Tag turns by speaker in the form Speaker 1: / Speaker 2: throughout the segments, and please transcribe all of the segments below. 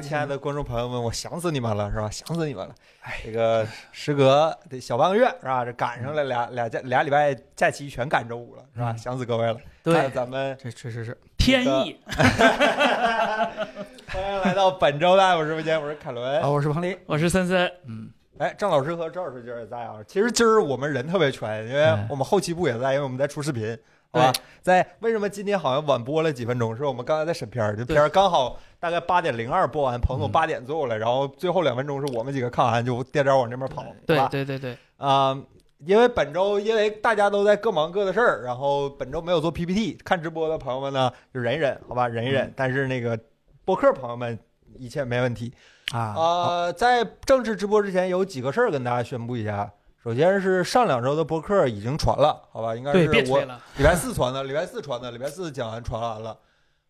Speaker 1: 亲爱的观众朋友们，我想死你们了，是吧？想死你们了。
Speaker 2: 哎
Speaker 1: 这个时隔得小半个月，是吧？这赶
Speaker 2: 嗯
Speaker 1: 上了俩俩假俩礼拜假期全赶周五了，是吧？
Speaker 3: 嗯
Speaker 1: 想死各位了。那
Speaker 3: 对，
Speaker 1: 咱们
Speaker 3: 这确实是
Speaker 2: 天意，
Speaker 1: 欢迎来到本周的爱我直播间，我是凯伦
Speaker 3: 啊，。我是王林，
Speaker 2: 我是森森，嗯，
Speaker 1: 哎，郑老师和周老师今儿也在啊。其实今儿我们人特别全，因为
Speaker 2: 哎
Speaker 1: 我们后期部也在，因为我们在出视频，好吧？在为什么今天好像晚播了几分钟？是我们刚才在审片儿，这片儿刚好大概八点零二播完，彭总
Speaker 2: 嗯
Speaker 1: 八点左右了，然后最后两分钟是我们几个看完就颠颠往这边跑，
Speaker 2: 对
Speaker 1: 吧？
Speaker 2: 对对对，
Speaker 1: 啊、因为本周因为大家都在各忙各的事儿，然后本周没有做 PPT，看直播的朋友们呢就忍一忍，好吧，忍一忍。
Speaker 3: 嗯
Speaker 1: 但是那个播客朋友们一切没问题。
Speaker 3: 啊，好
Speaker 1: 呃，在正式直播之前，有几个事儿跟大家宣布一下。首先是上两周的播客已经传了，好吧，应该是
Speaker 2: 对，别
Speaker 1: 我
Speaker 2: 吹了，
Speaker 1: 礼拜四传的，礼拜四传的，礼拜四讲完传完了，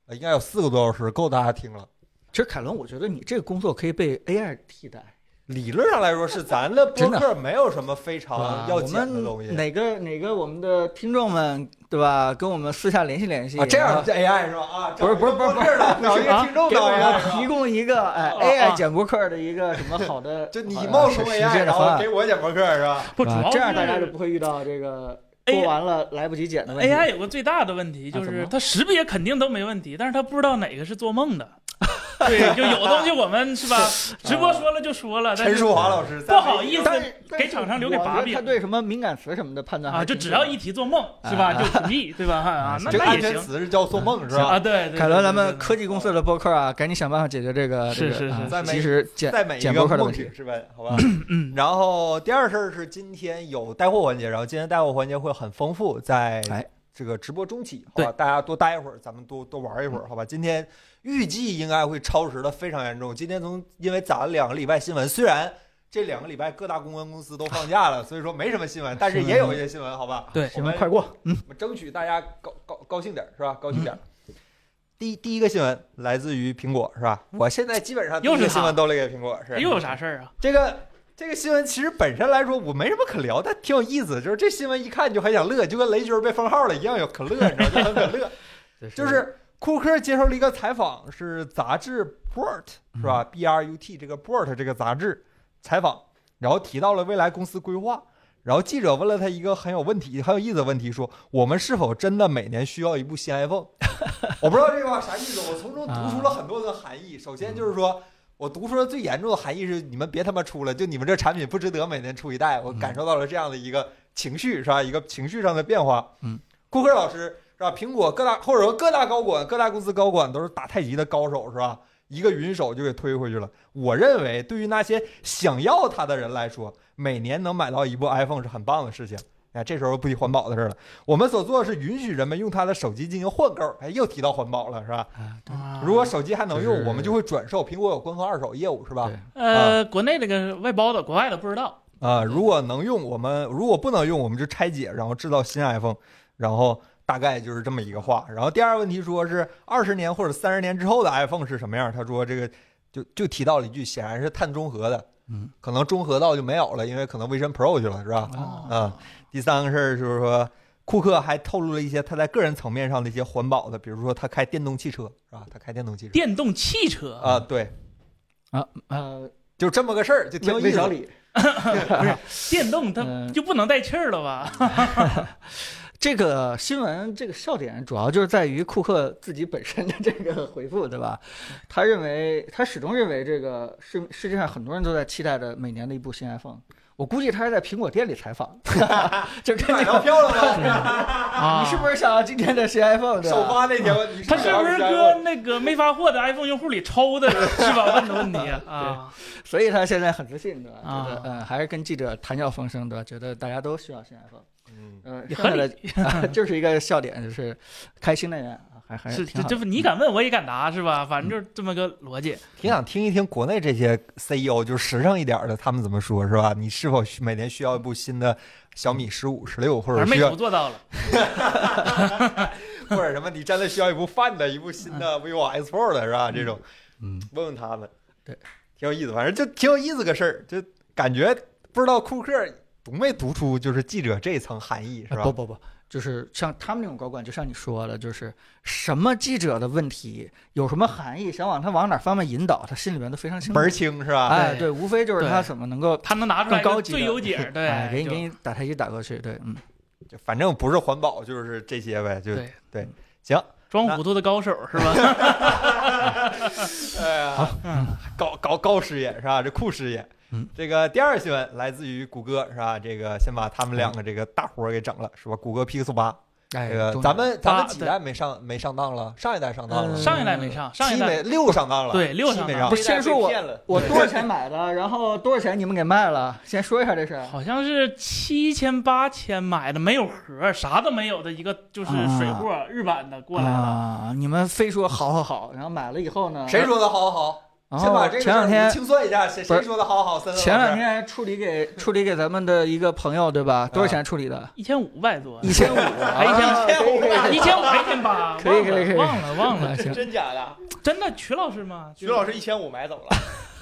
Speaker 1: 呃应该有四个多小时，够大家听了。
Speaker 3: 其实凯伦，我觉得你这个工作可以被 AI 替代，
Speaker 1: 理论上来说是咱的播
Speaker 3: 真的
Speaker 1: 客没有什么非常
Speaker 3: 啊
Speaker 1: 要
Speaker 3: 我
Speaker 1: 讲的东
Speaker 3: 们
Speaker 1: 西
Speaker 3: 哪个哪个我们的听众们对吧，跟我们私下联系联系
Speaker 1: 啊，这
Speaker 3: 然
Speaker 1: 样
Speaker 3: 后
Speaker 1: 叫 AI 是吧？啊，
Speaker 3: 不是不是不是啊
Speaker 1: 不是的，找一个听众
Speaker 3: 给我
Speaker 1: 当 AI
Speaker 3: 们
Speaker 1: 是吧
Speaker 3: 提供一个哎
Speaker 2: 啊啊
Speaker 3: AI 剪播客的一个什么好 的，
Speaker 1: 就你
Speaker 3: 好的
Speaker 1: 冒充
Speaker 3: 实
Speaker 1: AI，
Speaker 3: 实践的
Speaker 1: 然
Speaker 3: 方
Speaker 1: 后
Speaker 3: 案
Speaker 1: 给我讲播客是吧？
Speaker 2: 不主
Speaker 3: 啊
Speaker 2: 要
Speaker 3: 这样大家就是不会遇到这个
Speaker 2: AI
Speaker 3: 播完了来不及剪的问题。
Speaker 2: AI 有个最大的问题
Speaker 3: 啊
Speaker 2: 就
Speaker 3: 怎么
Speaker 2: 是
Speaker 3: 了
Speaker 2: 它识别肯定都没问题，但是它不知道哪个是做梦的，对，就有东西我们是吧，
Speaker 3: 啊
Speaker 2: 直播说了就说了，但
Speaker 1: 陈
Speaker 2: 是
Speaker 1: 淑华老师
Speaker 2: 不
Speaker 1: 在
Speaker 2: 好意思
Speaker 3: 但是但是
Speaker 2: 给厂商留
Speaker 3: 我
Speaker 2: 给
Speaker 3: 觉得
Speaker 2: 把柄
Speaker 3: 他对什么敏感词什么的判断还
Speaker 2: 啊，
Speaker 3: 是
Speaker 2: 就
Speaker 3: 挺
Speaker 2: 只
Speaker 3: 准
Speaker 2: 要
Speaker 3: 的
Speaker 2: 一提做梦是
Speaker 3: 啊
Speaker 2: 吧，就同意对吧？啊，那
Speaker 1: 这个
Speaker 2: 那
Speaker 1: 安
Speaker 2: 也
Speaker 1: 全
Speaker 2: 行
Speaker 1: 词是叫做梦是吧？
Speaker 2: 啊，对，对
Speaker 3: 凯伦，咱们
Speaker 2: 对对对哦
Speaker 3: 科技公司的播客啊，赶紧想办法解决这个，
Speaker 2: 是
Speaker 3: 这个
Speaker 2: 是
Speaker 3: 啊
Speaker 2: 是
Speaker 1: 在每
Speaker 3: 及时剪
Speaker 1: 在每一
Speaker 3: 剪
Speaker 1: 个
Speaker 3: 播客的嗯
Speaker 1: 梦
Speaker 3: 问题
Speaker 1: 醒。之奔，好吧。然后第二事儿是今天有带货环节，然后今天带货环节会很丰富，在
Speaker 3: 哎
Speaker 1: 这个直播中期，好吧，大家多待一会儿，咱们多多玩一
Speaker 3: 嗯
Speaker 1: 会儿，好吧。今天预计应该会超时的非常严重。今天从因为咱两个礼拜新闻，虽然这两个礼拜各大公关公司都放假了，所以说没什么新闻，但是
Speaker 3: 新闻
Speaker 1: 也有一些新闻，好吧。
Speaker 2: 对
Speaker 1: 我
Speaker 3: 行吧
Speaker 1: 们，
Speaker 3: 快过，
Speaker 1: 我们争取大家高高高兴点儿是吧？高兴点儿。嗯第第一个新闻来自于苹果是吧？我现在基本上第一
Speaker 2: 又是
Speaker 1: 个
Speaker 2: 他
Speaker 1: 新闻都留给苹果是。
Speaker 2: 又有啥事儿啊？
Speaker 1: 这个这个新闻其实本身来说我没什么可聊，但 挺有意思。就是这新闻一看你就很想乐，就跟雷军被封号了一样，有可乐，你知道吗？就很可 乐。就是库克接受了一个采访，是杂志 Burt 是吧？B R U T 这个 Burt 这个杂志采访，然后提到了未来公司规划。然后记者问了他一个很有问题、很有意思的问题，说我们是否真的每年需要一部新 iPhone？我 不知道这句话啥意思，我从中读出了很多的含义。首先就是说，我读出了最严重的含义是你们别他妈出了，就你们这产品不值得每年出一代。我感受到了这样的一个情绪，是吧？一个情绪上的变化。
Speaker 3: 嗯，
Speaker 1: 库克老师是吧？苹果各大或者说各大高管、各大公司高管都是打太极的高手，是吧？一个云手就给推回去了。我认为，对于那些想要它的人来说，每年能买到一部 iPhone 是很棒的事情。哎，这时候不提环保的事了。我们所做的是允许人们用他的手机进行换购。哎，又提到环保了，是吧？
Speaker 3: 嗯
Speaker 2: 啊
Speaker 1: 如果手机还能
Speaker 3: 就
Speaker 1: 用，
Speaker 3: 是
Speaker 1: 我们就会转售。苹果有官方二手业务，是吧
Speaker 3: 对？啊
Speaker 2: 呃，国内这个外包的，国外的不知道，
Speaker 1: 啊，如果能用，我们如果不能用，我们就拆解，然后制造新 iPhone，然后大概就是这么一个话。然后第二个问题说是二十年或者三十年之后的 iPhone 是什么样？他说这个就就提到了一句，显然是碳中和的，
Speaker 3: 嗯，
Speaker 1: 可能中和到就没有了，因为可能 Vision Pro 去了，是吧？
Speaker 3: 啊
Speaker 1: 啊，第三个事儿就是说，库克还透露了一些他在个人层面上的一些环保的，比如说他开电动汽车，是吧？他开电动汽车
Speaker 2: 电动汽车
Speaker 1: 啊，对，
Speaker 3: 呃，
Speaker 1: 就这么个事儿，就挺有
Speaker 3: 魏
Speaker 1: 意思
Speaker 3: 小
Speaker 1: 的。
Speaker 3: 李，
Speaker 2: 电动它
Speaker 3: 嗯
Speaker 2: 就不能带气儿了吧？
Speaker 3: 这个新闻这个笑点主要就是在于库克自己本身的这个回复，对吧？
Speaker 2: 嗯
Speaker 3: 他认为他始终认为这个世世界上很多人都在期待着每年的一部新 iPhone。我估计他是在苹果店里采 访，就跟
Speaker 1: 买
Speaker 3: 那
Speaker 1: 着
Speaker 3: 个
Speaker 1: 票了吗？
Speaker 2: 啊
Speaker 3: 你是不是想要今天的新 iPhone？对吧
Speaker 1: 首发那天，你
Speaker 2: 他是不是
Speaker 1: 想要
Speaker 2: 搁那个没发货的 iPhone 用户里抽 的，是吧？问的问题啊，
Speaker 3: 所以他现在很自信，对吧？
Speaker 2: 啊
Speaker 3: 觉得嗯，还是跟记者谈笑风生，对吧？觉得大家都需要新 iPhone，
Speaker 1: 嗯，
Speaker 3: 嗯，
Speaker 2: 也
Speaker 3: 剩下
Speaker 2: 合
Speaker 3: 的啊 就是一个笑点，就是开新能源啊，还还
Speaker 2: 是
Speaker 3: 挺
Speaker 2: 这
Speaker 3: 好
Speaker 2: 这
Speaker 3: 的。
Speaker 2: 不你敢问我也敢答是吧？反正就是这么个逻辑。
Speaker 1: 挺想听一听国内这些 CEO 就是时尚一点儿的，他们怎么说，是吧？你是否需每年需要一部新的小米十五、十六，或
Speaker 2: 反
Speaker 1: 者
Speaker 2: 正魅
Speaker 1: 需要
Speaker 2: 族做到了，
Speaker 1: 或者什么？你真的需要一部 Find 的一部新
Speaker 2: 嗯
Speaker 1: 的 vivo X Fold 的是吧？这种，
Speaker 3: 嗯，
Speaker 1: 问问他们，
Speaker 3: 对，
Speaker 1: 挺有意思，反正就挺有意思个事儿，就感觉不知道库克读没读出就是记者这一层含义是吧
Speaker 2: 啊
Speaker 3: 不？不不，就是像他们那种高管，就像你说的，就是什么记者的问题有什么含义，想往他往哪方面引导，他心里面都非常清楚
Speaker 1: 门。儿清是吧？
Speaker 3: 哎，
Speaker 2: 对
Speaker 3: 对，无非就是他
Speaker 2: 对
Speaker 3: 怎么能够
Speaker 2: 他能拿出来
Speaker 3: 更高
Speaker 2: 一个
Speaker 3: 级的
Speaker 2: 最 优解，对
Speaker 3: 哎，，给你
Speaker 2: 就
Speaker 3: 给你打太极打过去，对，嗯，
Speaker 1: 就反正不是环保就是这些呗，就
Speaker 2: 对
Speaker 1: 对
Speaker 3: 嗯，
Speaker 1: 行，
Speaker 2: 装糊涂的高手是吧？
Speaker 1: 哎呀，
Speaker 4: 嗯
Speaker 1: 高高高师爷是吧？这酷师爷
Speaker 3: 嗯。
Speaker 1: 这个第二新闻来自于谷歌是吧？这个先把他们两个这个大活儿给整了是吧？谷歌 Pixel 八，
Speaker 3: 哎
Speaker 1: 这，个
Speaker 3: 终于
Speaker 1: 咱们咱们
Speaker 2: 八
Speaker 1: 几
Speaker 2: 对
Speaker 1: 代没上没上当了，上一代上当
Speaker 4: 呃
Speaker 1: 了，
Speaker 3: 嗯
Speaker 2: 上一代没上，上一
Speaker 1: 七
Speaker 2: 代
Speaker 1: 没六上当了，
Speaker 2: 对六
Speaker 1: 七
Speaker 2: 上
Speaker 1: 没
Speaker 2: 当
Speaker 1: 上
Speaker 3: 不是先说我我
Speaker 1: 对
Speaker 3: 多少钱买的，然后多少钱你们给卖了，先说一下这事儿。
Speaker 2: 好像是七千八千买的，没有盒，啥都没有的一个，就是水货，日版的过来了。
Speaker 3: 啊，你们非说好好好，然后买了以后呢？
Speaker 1: 谁说的好好好？
Speaker 3: 然
Speaker 1: 先
Speaker 3: 后
Speaker 1: 把这个
Speaker 3: 哦前两
Speaker 1: 事儿
Speaker 3: 天
Speaker 1: 清算一下，谁
Speaker 3: 不是
Speaker 1: 谁说的好好？森森
Speaker 3: 前
Speaker 1: 呃老师
Speaker 3: 两天处理给处理给咱们的一个朋友，对吧？多少钱处理的？
Speaker 2: 一千五百多，
Speaker 3: 一千五，
Speaker 2: 还一千
Speaker 3: 啊
Speaker 1: 千五
Speaker 3: 可以可以
Speaker 2: 一千五还一千八，
Speaker 3: 可以可以可以
Speaker 2: 忘了忘 了，
Speaker 3: 啊 行
Speaker 4: 真假的？
Speaker 2: 真的曲老师吗？
Speaker 4: 徐老师一千五买走了，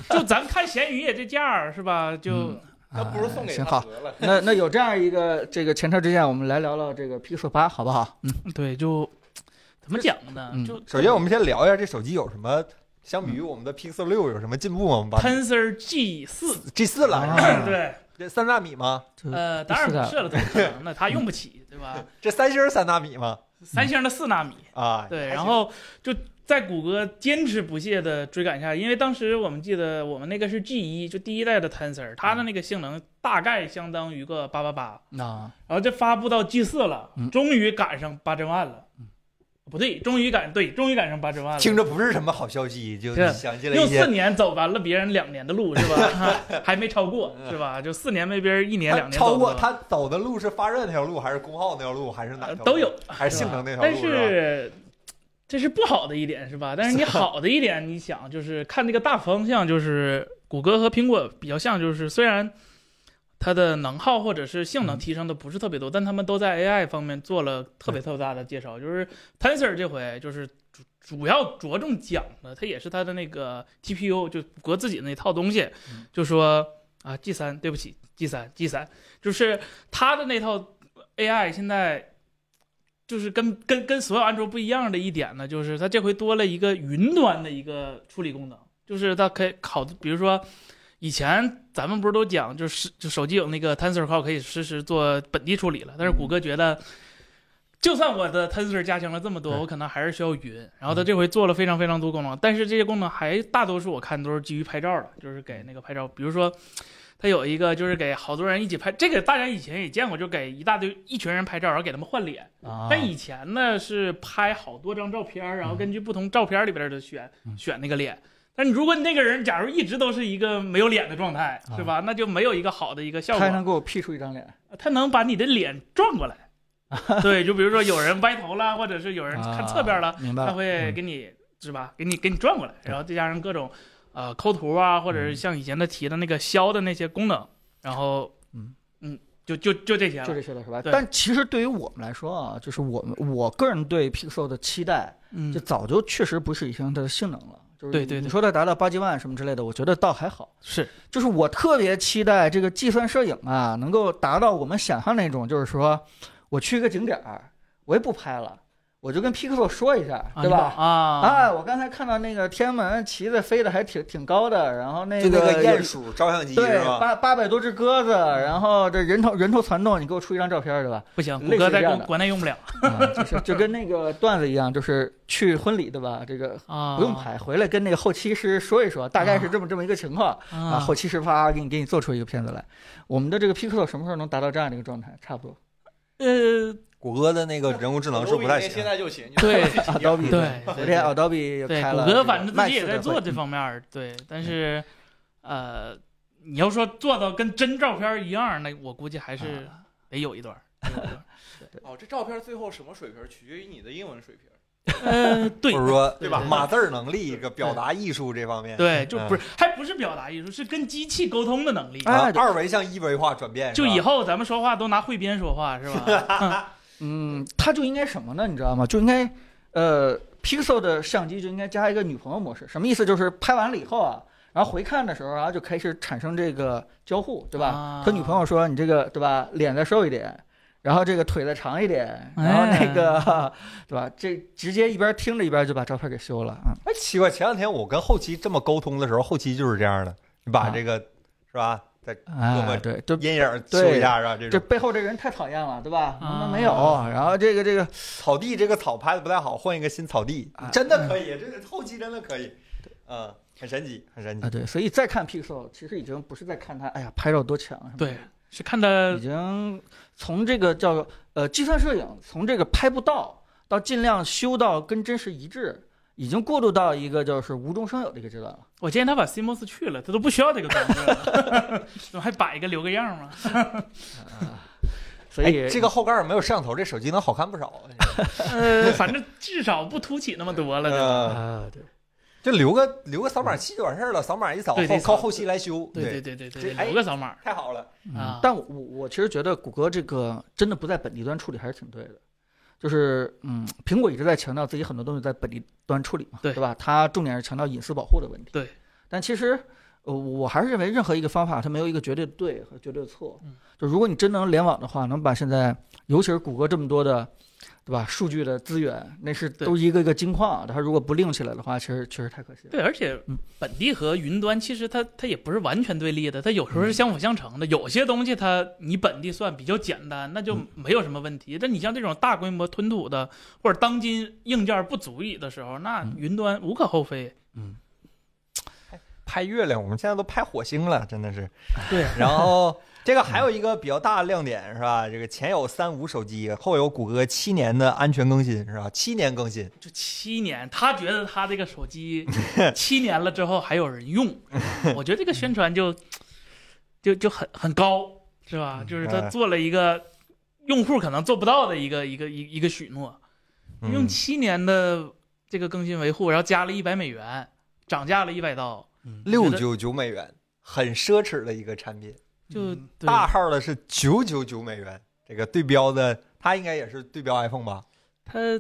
Speaker 3: 哎
Speaker 2: 就咱们看咸鱼也这价儿是吧？就
Speaker 3: 嗯
Speaker 4: 那不如送
Speaker 3: 啊
Speaker 4: 给
Speaker 3: 行
Speaker 4: 他
Speaker 3: 好。
Speaker 4: 得了。
Speaker 3: 那那有这样一个这个前车之鉴，我们来聊聊这个 Pixel 八，好不好？嗯，
Speaker 2: 对，就 怎么讲呢
Speaker 3: 嗯？
Speaker 2: 就
Speaker 1: 首先我们先聊一下这手机有什么，相比于我们的 Pixel 六有什么进步吗？我们把
Speaker 2: Tensor G 四，
Speaker 1: G 四了
Speaker 2: 嗯
Speaker 1: 是吧，
Speaker 3: 啊
Speaker 2: 对，
Speaker 1: 这三纳米吗？
Speaker 3: 就
Speaker 2: 呃，当然不是了，怎么可能 呢？他用不起，对吧？
Speaker 1: 这三星儿三纳米吗？
Speaker 2: 三星的四纳米，
Speaker 1: 啊，
Speaker 2: 对，
Speaker 1: 还行
Speaker 2: 然后就在谷歌坚持不懈的追赶下，因为当时我们记得我们那个是 G 一，就第一代的 Tensor，它的那个性能大概相当于个八八八，
Speaker 3: 啊，
Speaker 2: 然后这发布到 G 四了
Speaker 3: 嗯，
Speaker 2: 终于赶上八千万了，不对，终于赶对，终于赶上八千万了。
Speaker 1: 听着不是什么好消息，就
Speaker 2: 对
Speaker 1: 想起了
Speaker 2: 用
Speaker 1: 一
Speaker 2: 四
Speaker 1: 些
Speaker 2: 年走完了别人两年的路是吧？ 还没超过是吧？就四年没别人一年
Speaker 1: 他
Speaker 2: 两年走
Speaker 1: 超
Speaker 2: 的
Speaker 1: 过
Speaker 2: 吧
Speaker 1: 他走的路是发热那条路，还是功耗那条路，还是哪条
Speaker 2: 呃
Speaker 1: 路
Speaker 2: 都有，
Speaker 1: 还是
Speaker 2: 是吧
Speaker 1: 性能那条
Speaker 2: 但
Speaker 1: 路吧？
Speaker 2: 是这是不好的一点是吧？但是 你好的一点，你想就是看这个大方向，就是谷歌和苹果比较像，就是虽然它的能耗或者是性
Speaker 1: 嗯
Speaker 2: 能提升的不是特别多，但他们都在 AI 方面做了特别特别大的介绍。就是 Tensor 这回就是主主要着重讲的，它也是它的那个 TPU，就谷歌自己那套东西，
Speaker 1: 嗯
Speaker 2: 就说啊 G 三，对不起 G 三 G 三，就是它的那套 AI 现在就是跟跟跟所有安卓不一样的一点呢，就是它这回多了一个云端的一个处理功能，就是它可以考，比如说以前咱们不是都讲，就是就手机有那个 Tensor Core 可以实时做本地处理了，但是谷歌觉得。就算我的 Tensor 加强了这么多，
Speaker 3: 对
Speaker 2: 我可能还是需要云。然后它这回做了非常非常多功能，但是这些功能还大多数我看都是基于拍照的，就是给那个拍照，比如说它有一个就是给好多人一起拍，这个大家以前也见过，就给一大堆一群人拍照，然后给他们换脸。
Speaker 3: 啊
Speaker 2: 但以前呢是拍好多张照片儿，然后根据不同照片儿里边儿的选、
Speaker 3: 嗯
Speaker 2: 选那个脸。但你如果你那个人假如一直都是一个没有脸的状态，
Speaker 3: 啊
Speaker 2: 是吧？那就没有一个好的一个效果。
Speaker 3: 还能给我 P 出一张脸，
Speaker 2: 他能把你的脸转过来，
Speaker 3: 啊
Speaker 2: 对，就比如说有人歪头了，或者是有人看侧边了，
Speaker 3: 啊，明白了，
Speaker 2: 他会给你是吧？给你给你转过来，然后再加上各种呃抠图啊，或者
Speaker 3: 嗯
Speaker 2: 是像以前他提的那个削的那些功能，然后
Speaker 3: 嗯
Speaker 2: 嗯，就就就这些了，
Speaker 3: 就这些了是吧？
Speaker 2: 对
Speaker 3: 但其实对于我们来说啊，就是我们我个人对 Pixel 的期待，
Speaker 2: 嗯
Speaker 3: 就早就确实不是以前它的性能了。就是
Speaker 2: 对对
Speaker 3: 你
Speaker 2: 对
Speaker 3: 说它达到八 G 万什么之类的，我觉得倒还好。
Speaker 2: 是
Speaker 3: 就是我特别期待这个计算摄影啊，能够达到我们想象那种，就是说我去一个景点儿，我也不拍了，我就跟 Pixel 说一下，
Speaker 2: 啊
Speaker 3: 对
Speaker 2: 你懂
Speaker 3: 吧？
Speaker 2: 啊
Speaker 3: 哎，我刚才看到那个天安门旗子飞的还挺挺高的，然后那
Speaker 1: 就那
Speaker 3: 个
Speaker 1: 个鼹鼠照相机
Speaker 3: 对
Speaker 1: 是，吧？
Speaker 3: 八八百多只鸽子，然后这人头人头攒动，你给我出一张照片儿，对吧？
Speaker 2: 不行，
Speaker 3: 类
Speaker 2: 谷
Speaker 3: 似
Speaker 2: 歌
Speaker 3: 于
Speaker 2: 在
Speaker 3: 这样
Speaker 2: 国
Speaker 3: 的
Speaker 2: 国内用不了
Speaker 3: 啊，就是就跟那个段子一样，就是去婚礼，对吧？这个
Speaker 2: 啊，
Speaker 3: 不用拍，回来跟那个后期师说一说，大概是这么这么一个情况啊。
Speaker 2: 啊
Speaker 3: 后期师啪给你给你做出一个片子来。我们的这个 Pixel 什么时候能达到这样的一个状态？差不多。
Speaker 2: 呃，
Speaker 1: 谷歌的那个人工智能是不太行
Speaker 4: 现，在就行。
Speaker 2: 对
Speaker 3: 啊 Adobe
Speaker 2: 对
Speaker 3: 昨
Speaker 2: 对
Speaker 3: 天 Adobe
Speaker 2: 对，
Speaker 3: 开
Speaker 2: 谷
Speaker 3: 了，
Speaker 2: 歌反正自己也在做这方面
Speaker 3: 嗯
Speaker 2: 儿，对，但是呃，你要说做到跟真照片儿一样儿，那我估计还
Speaker 3: 嗯
Speaker 2: 是得有一段儿。得有一段 儿
Speaker 4: 哦，这照片最后什么水平取决于你的英文水平。
Speaker 2: 呃，对
Speaker 1: 或者说
Speaker 2: 对
Speaker 4: 吧
Speaker 1: 码字儿能力、这个表达艺术这方面，
Speaker 2: 对，就不是还不是表达艺术，是跟机器沟通的能力。
Speaker 1: 啊
Speaker 3: 嗯哎对
Speaker 1: 二维向一维化转变，
Speaker 2: 就以
Speaker 1: 是吧
Speaker 2: 后咱们说话都拿汇编说话是吧？
Speaker 3: 嗯，它就应该什么呢？你知道吗？就应该呃，Pixel 的相机就应该加一个女朋友模式。什么意思？就是拍完了以后啊，然后回看的时候啊，就开始产生这个交互，对吧？
Speaker 2: 啊
Speaker 3: 他女朋友说你这个对吧，脸再瘦一点。然后这个腿再长一点，然后
Speaker 2: 哎
Speaker 3: 那个、 对吧？这直接一边听着一边就把照片给修了啊。
Speaker 1: 哎，奇怪，前两天我跟后期这么沟通的时候，后期就是这样的，你把
Speaker 3: 啊
Speaker 1: 这个是吧，再要
Speaker 3: 哎，
Speaker 1: 么
Speaker 3: 对，就
Speaker 1: 阴影修
Speaker 3: 对
Speaker 1: 一下是吧？这
Speaker 3: 这
Speaker 1: 种
Speaker 3: 背后这个人太讨厌了，对吧？
Speaker 2: 啊
Speaker 3: 没有，然后这个这个
Speaker 1: 草地这个草拍的不太好，换一个新草地
Speaker 3: 啊，
Speaker 1: 真的可以，
Speaker 2: 嗯
Speaker 1: 这个后期真的可以，嗯，很神奇，很神
Speaker 3: 啊，
Speaker 1: 奇。
Speaker 3: 对，所以再看 Pixel，其实已经不是在看它，哎呀，拍照多强，什么
Speaker 2: 对，呃是看他
Speaker 3: 已经从这个叫呃计算摄影，从这个拍不到到尽量修到跟真实一致，已经过渡到一个就是无中生有的一个阶段了。
Speaker 2: 我建议他把 CMOS 去了，他都不需要这个装置了， 怎么还摆一个留个样吗？
Speaker 3: 所以、
Speaker 1: 哎，这个后盖儿没有摄像头，这手机能好看不少。哎
Speaker 2: 呃，反正至少不凸起那么多了，对吧？
Speaker 1: 呃，
Speaker 3: 啊，对，
Speaker 1: 就留个留个扫码器就完事儿了，扫码一扫，
Speaker 2: 对
Speaker 1: 后
Speaker 2: 得
Speaker 1: 靠
Speaker 2: 扫
Speaker 1: 后期来修。
Speaker 2: 对对对对对，
Speaker 1: 哎
Speaker 2: 留个扫码
Speaker 1: 太好了，
Speaker 3: 嗯
Speaker 2: 啊
Speaker 3: 但我我我其实觉得谷歌这个真的不在本地端处理还是挺对的，就是嗯，苹果一直在强调自己很多东西在本地端处理嘛，
Speaker 2: 对
Speaker 3: 吧？它重点是强调隐私保护的问题。
Speaker 2: 对，
Speaker 3: 但其实呃，我还是认为任何一个方法它没有一个绝对的对和绝对的错。
Speaker 2: 嗯
Speaker 3: 就如果你真能联网的话，能把现在尤其是谷歌这么多的。对吧？数据的资源那是
Speaker 2: 对
Speaker 3: 都一个一个金矿，它如果不令起来的话，其实确实太可惜了。
Speaker 2: 对，而且
Speaker 3: 嗯
Speaker 2: 本地和云端其实它它也不是完全对立的，它有时候是相辅相成的。
Speaker 1: 嗯
Speaker 2: 有些东西它你本地算比较简单，那就没有什么问题。但你像这种大规模吞吐的，或者当今硬件不足以的时候，那
Speaker 3: 嗯
Speaker 2: 云端无可厚非。
Speaker 1: 拍月亮，我们现在都拍火星了，真的是。
Speaker 2: 对，
Speaker 1: 然后这个还有一个比较大的亮点是吧？这个前有三无手机，后有谷歌七年的安全更新是吧？七年更新，
Speaker 2: 就七年，他觉得他这个 手机七年了之后还有人用，我觉得这个宣传就就就很很高，是吧？就是他
Speaker 1: 哎
Speaker 2: 做了一个用户可能做不到的一个一个一一个许诺，
Speaker 1: 嗯
Speaker 2: 用七年的这个更新维护，然后加了一百美元，涨价了一百刀，
Speaker 1: 嗯六九九美元，很奢侈的一个产品。
Speaker 2: 就
Speaker 3: 嗯
Speaker 2: 对
Speaker 1: 大号的是九九九美元，这个对标的它应该也是对标 iPhone 吧？
Speaker 2: 他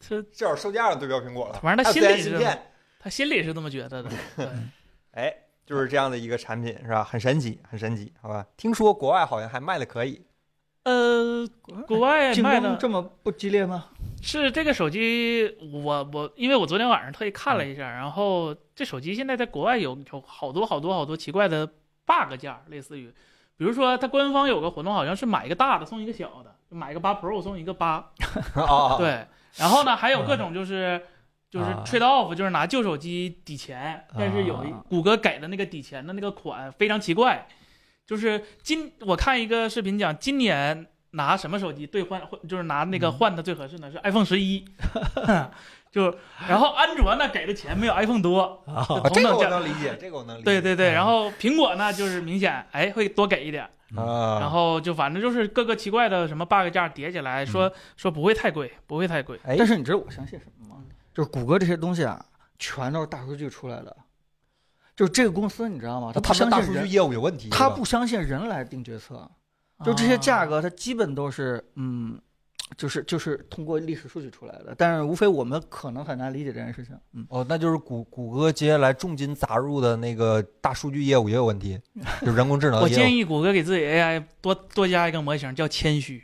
Speaker 2: 他
Speaker 1: 至少售价上对标苹果了。
Speaker 2: 反正它
Speaker 1: 还有
Speaker 2: 心
Speaker 1: 3S
Speaker 2: 里是
Speaker 1: 芯
Speaker 2: 这么
Speaker 1: 片，
Speaker 2: 他心里是这么觉得的， 对
Speaker 1: 哎，就是这样的一个产品是吧？很神奇，很神奇，好吧？听说国外好像还卖的可 以，
Speaker 2: 呃，国外
Speaker 3: 竞
Speaker 2: 卖
Speaker 3: 争
Speaker 2: 的
Speaker 3: 这么不激烈吗？
Speaker 2: 是这个手机，我我因为我昨天晚上特意看了一下，然后这手机现在在国外有有好多好多好多奇怪的 bug 价儿，类似于，比如说它官方有个活动，好像是买一个大的送一个小的，就买一个八 Pro 送一个八，
Speaker 1: 啊，，
Speaker 2: 对，然后呢还有各
Speaker 1: 嗯
Speaker 2: 种就是。就是
Speaker 3: 啊
Speaker 2: trade off，就是拿旧手机抵钱，但是有一
Speaker 3: 啊
Speaker 2: 谷歌给的那个抵钱的那个款非常奇怪，就是今我看一个视频讲，今年拿什么手机兑换，换就是拿那个
Speaker 3: 嗯
Speaker 2: 换的最合适呢？是 iPhone 十一， 就然后安卓呢给的钱没有 iPhone 多，
Speaker 3: 啊
Speaker 2: 就
Speaker 1: 哦这个
Speaker 2: 同等
Speaker 1: 我
Speaker 2: 价。
Speaker 1: 能理解，这个我能理
Speaker 2: 对
Speaker 1: 解。嗯
Speaker 2: 对对，然后苹果呢就是明显哎会多给一点，
Speaker 1: 啊，
Speaker 2: 然后就反正就是各个奇怪的什么 bug 价叠起来，
Speaker 1: 嗯
Speaker 2: 说说不会太贵，不会太贵。
Speaker 1: 哎
Speaker 3: 但是你知道我相信什么吗
Speaker 2: 嗯？
Speaker 3: 就是谷歌这些东西啊，全都是大数据出来的。就是这个公司，你知道吗？它
Speaker 1: 他们
Speaker 3: 不相
Speaker 1: 大
Speaker 3: 信
Speaker 1: 数据
Speaker 3: 人，
Speaker 1: 业务有问题，
Speaker 3: 它
Speaker 1: 是吧
Speaker 3: 不相信人来定决策。就这些价
Speaker 2: 啊，
Speaker 3: 格，它基本都是嗯，就是就是通过历史数据出来的。但是无非我们可能很难理解这件事情。嗯，
Speaker 1: 哦，那就是谷谷歌接下来重金砸入的那个大数据业务也有问 题，就人工智能
Speaker 2: 我
Speaker 1: 也有
Speaker 2: 建议谷歌给自己 AI 多多加一个模型，叫谦虚。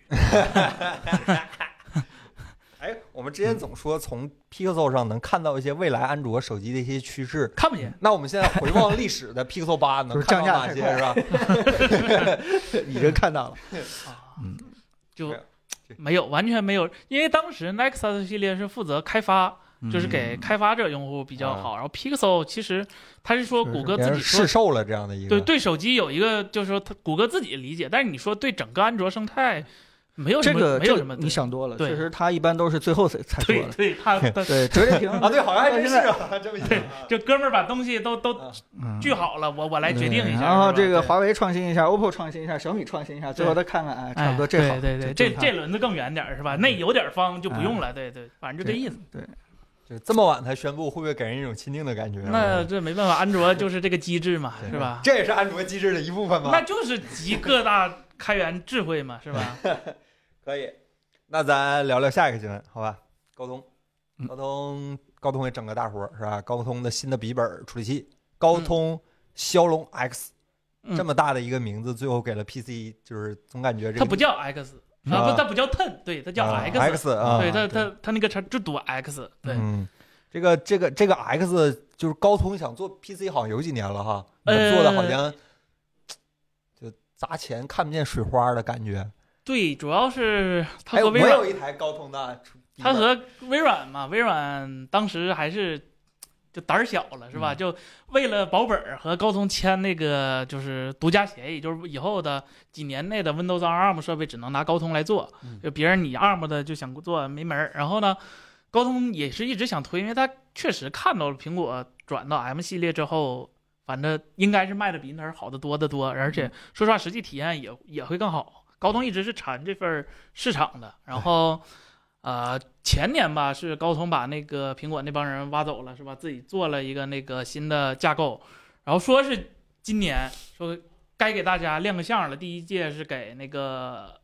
Speaker 1: 哎，我们之前总说从 Pixel 上能看到一些未来安卓手机的一些趋势，
Speaker 2: 看不见，
Speaker 1: 那我们现在回望历史的 Pixel 八 能
Speaker 3: 就是
Speaker 1: 看
Speaker 3: 降
Speaker 1: 到哪
Speaker 3: 价太
Speaker 1: 些
Speaker 3: 快
Speaker 1: 是吧？
Speaker 3: 已经看到 了。嗯
Speaker 2: 啊就
Speaker 1: 对
Speaker 2: 没有完全没有，因为当时 Nexus 系列是负责开发，
Speaker 3: 嗯
Speaker 2: 就是给开发者用户比较好。然后 Pixel 其实他是说
Speaker 3: 哦是
Speaker 2: 谷
Speaker 3: 是
Speaker 2: 歌
Speaker 1: 别
Speaker 2: 自
Speaker 1: 人
Speaker 2: 己说
Speaker 1: 试售了这样的一个，
Speaker 2: 对对手机有一个就是说它谷歌自己理解，但是你说对整个安卓生态没有什
Speaker 3: 这
Speaker 2: 么
Speaker 3: 个
Speaker 2: 没有
Speaker 3: 这
Speaker 2: 什
Speaker 3: 个
Speaker 2: 么
Speaker 3: 你想多了，
Speaker 2: 对
Speaker 3: 确实它一般都是最后才才做
Speaker 2: 对
Speaker 3: 的。
Speaker 2: 对 他他
Speaker 3: 对，折 叠屏
Speaker 1: 啊，对，好像还真
Speaker 3: 现
Speaker 1: 是
Speaker 3: 在
Speaker 1: 啊，这么想 啊
Speaker 2: 这哥们儿把东西都都
Speaker 1: 啊
Speaker 3: 嗯
Speaker 2: 聚好了，我我来决定
Speaker 3: 对
Speaker 2: 一下。
Speaker 3: 然后
Speaker 2: 是吧
Speaker 3: 这个
Speaker 2: 对
Speaker 3: 华为创新一下，OPPO 创新一下，小米创新一下，最后再看看，哎，差不多
Speaker 2: 哎
Speaker 3: 这好，
Speaker 2: 对对对，
Speaker 3: 这
Speaker 2: 这这轮子更远点儿是吧？那有点方就不用
Speaker 1: 哎
Speaker 2: 了，对对，反正就这
Speaker 3: 对
Speaker 2: 意思。
Speaker 1: 就这么晚才宣布，会不会给人一种亲定的感觉？啊
Speaker 2: 那这没办法，安卓就是这个机制嘛，
Speaker 1: 对
Speaker 2: 是吧？
Speaker 1: 这也是安卓机制的一部分
Speaker 2: 那
Speaker 1: 吗？
Speaker 2: 就是集各大开源智慧嘛，是吧？
Speaker 1: 可以，那咱聊聊下一个新闻，好吧？高通，
Speaker 3: 嗯
Speaker 1: 高通，高通也整个大活儿是吧？高通的新的笔记本处理器，高通骁龙 X
Speaker 2: 嗯
Speaker 1: 这么大的一个名字，最后给了 PC，就是总感觉这
Speaker 2: 它
Speaker 1: 个
Speaker 2: 不叫 X，啊，
Speaker 1: 啊
Speaker 2: 不，它不叫 ten，对，它叫
Speaker 1: 啊
Speaker 2: X，,、
Speaker 1: X 啊，
Speaker 2: 对，
Speaker 3: 对
Speaker 2: 它它它那个它就读 X，对，
Speaker 1: 嗯，这个这个这个 X 就是高通想做 PC 好像有几年了哈，
Speaker 2: 呃
Speaker 1: 做的好像就砸钱看不见水花的感觉。
Speaker 2: 对，主要是它
Speaker 1: 哎，
Speaker 2: 和
Speaker 1: 我
Speaker 2: 微软，
Speaker 1: 有一台高通的，
Speaker 2: 它和微软嘛，微软当时还是就胆儿小了，是吧？就为了保本儿和高通签那个就是独家协议，就是以后的几年内的 Windows on ARM 设备只能拿高通来做，
Speaker 3: 嗯
Speaker 2: 就别人你 ARM 的就想做没门儿。然后呢，高通也是一直想推，因为它确实看到了苹果转到 M 系列之后。反正应该是卖的比英特尔好的多得多，而且说实话，实际体验也也会更好。高通一直是馋这份儿市场的，然后，呃，前年吧是高通把那个苹果那帮人挖走了，是吧？自己做了一个那个新的架构，然后说是今年说该给大家亮个相了。第一届是给那个